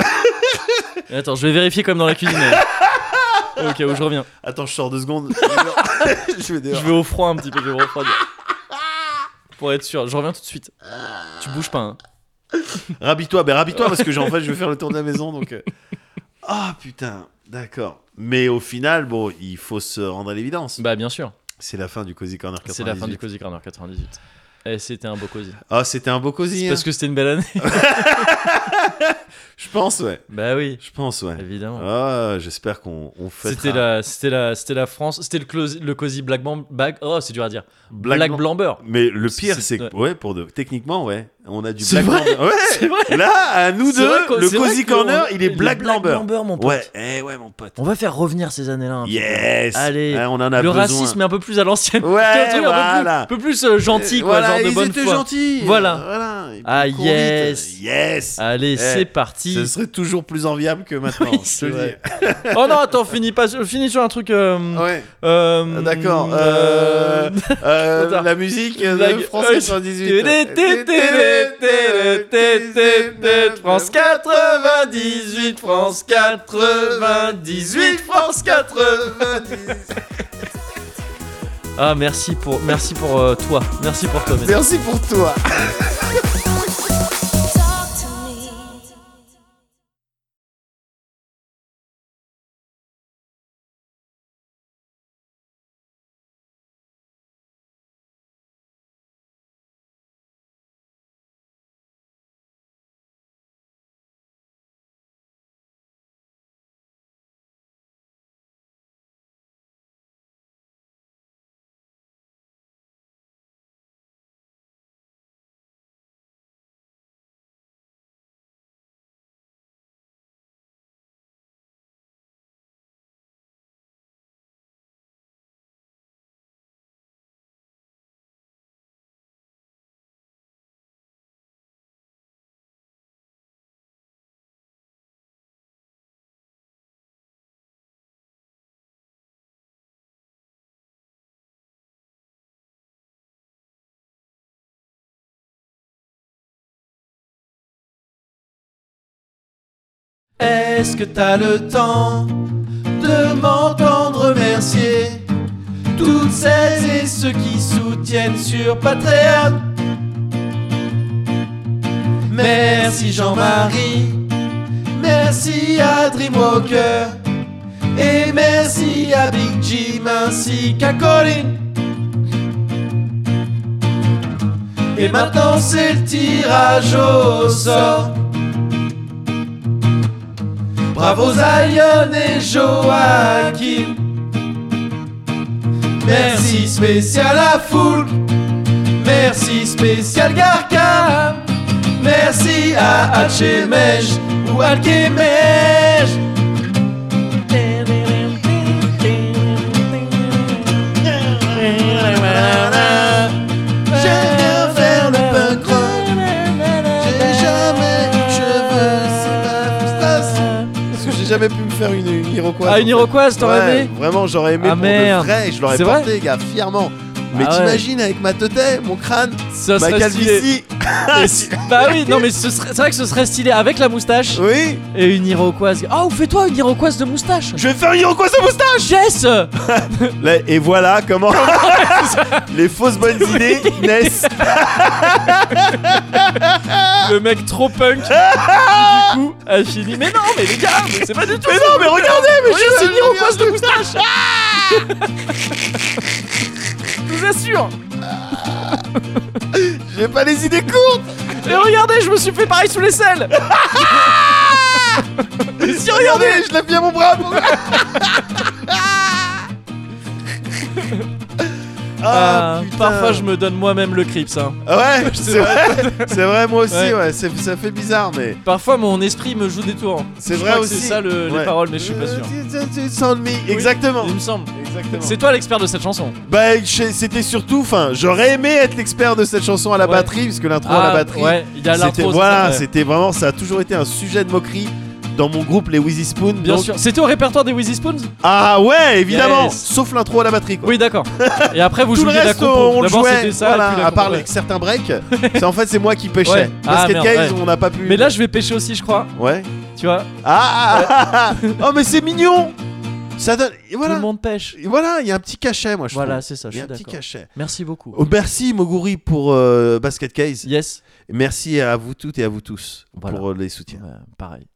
S1: Attends, je vais vérifier comme dans la cuisine. alors. ok, où je reviens.
S2: Attends, je sors deux secondes. je
S1: Je
S2: vais dehors.
S1: vais au froid un petit peu, je vais me refroidir. Pour être sûr, je reviens tout de suite. Tu bouges pas, hein.
S2: Rabis-toi, ben rabis-toi parce que j'ai en fait, je vais faire le tour de la maison donc. euh. Ah putain, d'accord. Mais au final, bon, il faut se rendre à l'évidence.
S1: Bah, bien sûr.
S2: C'est la fin du Cozy Corner 98.
S1: C'est la fin du Cozy Corner 98. Et c'était un beau Cozy.
S2: Ah, c'était un beau Cozy.
S1: C'est
S2: hein.
S1: parce que c'était une belle année.
S2: Je pense, ouais.
S1: bah oui,
S2: Je pense, ouais.
S1: évidemment.
S2: Ah, j'espère qu'on on fêtera
S1: C'était la, c'était la, c'était la France, c'était le, clos- le Cozy Black Bam- Bag. Oh, c'est dur à dire.
S2: Black,
S1: Black,
S2: Blanc.
S1: Blamber.
S2: Mais le pire,
S1: C'est-
S2: c'est que, ouais, pour de... techniquement, ouais, on a du
S1: C'est
S2: Black
S1: vrai
S2: Blamber. Ouais.
S1: C'est vrai.
S2: Là, à nous
S1: C'est
S2: deux,
S1: vrai qu'on-
S2: le
S1: c'est vrai
S2: Cozy
S1: qu'on-
S2: Corner, il est
S1: le
S2: Black Blamber.
S1: mon pote.
S2: Ouais, eh ouais, mon pote.
S1: On va faire revenir ces années-là. un peu.
S2: Yes.
S1: Allez.
S2: Ah, on en a
S1: le
S2: besoin.
S1: racisme est un peu plus à l'ancienne.
S2: Ouais,
S1: Un truc un peu plus-
S2: voilà.
S1: Un peu plus, euh, gentil, quoi,
S2: Voilà,
S1: genre de
S2: ils
S1: bonne
S2: étaient
S1: foi.
S2: gentils.
S1: Voilà.
S2: voilà. Et puis
S1: Ah,
S2: qu'on
S1: yes.
S2: dise, Yes.
S1: Allez, c'est parti.
S2: Ce serait toujours plus enviable que maintenant.
S1: Oui,
S2: je te
S1: c'est
S2: le
S1: vrai. Oh non, attends, finis pas, finis sur un truc. euh,
S2: dis. Ouais.
S1: euh,
S2: D'accord. Euh,
S1: trop
S2: euh,
S1: tard.
S2: la musique de
S1: La-
S2: France
S1: euh,
S2: 98.
S1: France 98, France 98, France 98.
S2: 98.
S1: Ah merci pour, merci pour euh, toi, merci pour toi. Ménard.
S2: Merci pour toi.
S3: Talk to me.
S6: Est-ce que t'as le temps de m'entendre remercier toutes celles et ceux qui soutiennent sur Patreon Merci Jean-Marie, merci à Dreamwalker et merci à Big Jim ainsi qu'à Colin. Et maintenant c'est le tirage au sort. Bravo Zion et Joachim. Merci spécial à Foulk. Merci spécial Garka. Merci à Hachemej ou Alkemej. J'aime bien faire le punk rock. J'ai jamais eu de cheveux, c'est ma frustration.
S2: Parce que j'ai jamais pu me faire une, une Iroquoise.
S1: Ah une Iroquoise, t'aurais
S2: Ouais,
S1: aimé
S2: Vraiment, j'aurais aimé
S1: Ah,
S2: pour
S1: merde.
S2: de vrai. et Je l'aurais
S1: C'est vrai
S2: porté, gars, fièrement. Mais
S1: Ah ouais.
S2: t'imagines avec ma teuté, mon crâne,
S1: Ça
S2: ma
S1: serait stylé.
S2: calvitie.
S1: Et si- bah oui, non mais ce serait- c'est vrai que ce serait stylé avec la moustache
S2: Oui.
S1: et une Iroquoise. Oh, fais-toi une Iroquoise de moustache.
S2: Je vais faire une Iroquoise à moustache.
S1: Jess
S2: Là, et voilà comment les fausses bonnes idées naissent.
S1: Le mec trop punk qui, du coup a fini. Mais non, mais les gars, mais c'est pas du tout.
S2: Mais non, mais regardez, mais juste une Iroquoise de moustache.
S1: Je vous assure.
S2: J'ai pas les idées courtes.
S1: Et regardez, je me suis fait pareil sous les selles.
S2: Si regardez, je lève bien mon bras. mon gars. Ah,
S1: Ah,
S2: putain.
S1: parfois je me donne moi-même le crips. Hein.
S2: Ouais, c'est vrai, c'est vrai, moi aussi, ouais,
S1: Ouais.
S2: c'est- ça fait bizarre, mais
S1: Parfois mon esprit me joue des tours.
S2: c'est
S1: Je
S2: vrai
S1: crois que
S2: aussi.
S1: C'est ça le-
S2: Ouais.
S1: les paroles, mais je suis pas sûr.
S2: Sound me, exactement.
S1: Il me semble.
S2: Exactement.
S1: C'est toi l'expert de cette chanson.
S2: Bah, je- c'était surtout, enfin, j'aurais aimé être l'expert de cette chanson à la
S1: Ouais.
S2: batterie, puisque l'intro à la batterie,
S1: Ah, ouais, il y a
S2: c'était
S1: l'intro.
S2: voilà,
S1: c'est ça, ouais.
S2: c'était vraiment, ça a toujours été un sujet de moquerie dans mon groupe les Wheezy Spoon.
S1: Bien
S2: donc-
S1: sûr. C'était au répertoire des Wheezy Spoons
S2: Ah ouais, évidemment,
S1: Yes.
S2: sauf l'intro à la batterie. Quoi.
S1: Oui, d'accord. Et après vous
S2: Tout le
S1: jouiez la
S2: reste,
S1: compo.
S2: on le
S1: D'abord
S2: jouait,
S1: c'était ça,
S2: voilà,
S1: et puis la
S2: à part
S1: compo, ouais.
S2: les- certains breaks. c'est en fait, c'est moi qui pêchais.
S1: Ouais. Ah,
S2: Basket
S1: merde,
S2: Case,
S1: ouais.
S2: on n'a pas pu.
S1: Mais là je vais pêcher aussi, je crois.
S2: ouais.
S1: Tu vois,
S2: Ah, ah, ah, ah. oh mais c'est mignon. Ça donne. Et
S1: tout
S2: voilà,
S1: le monde pêche.
S2: Et voilà, il y a un petit cachet, moi je
S1: Voilà,
S2: trouve.
S1: c'est ça,
S2: Il
S1: je
S2: y a un
S1: suis
S2: petit
S1: d'accord.
S2: cachet.
S1: Merci beaucoup.
S2: Oh, merci Moguri pour euh, Basket Case.
S1: Yes.
S2: Merci à vous toutes et à vous tous
S1: Voilà.
S2: pour euh, les soutiens.
S1: Ouais, pareil.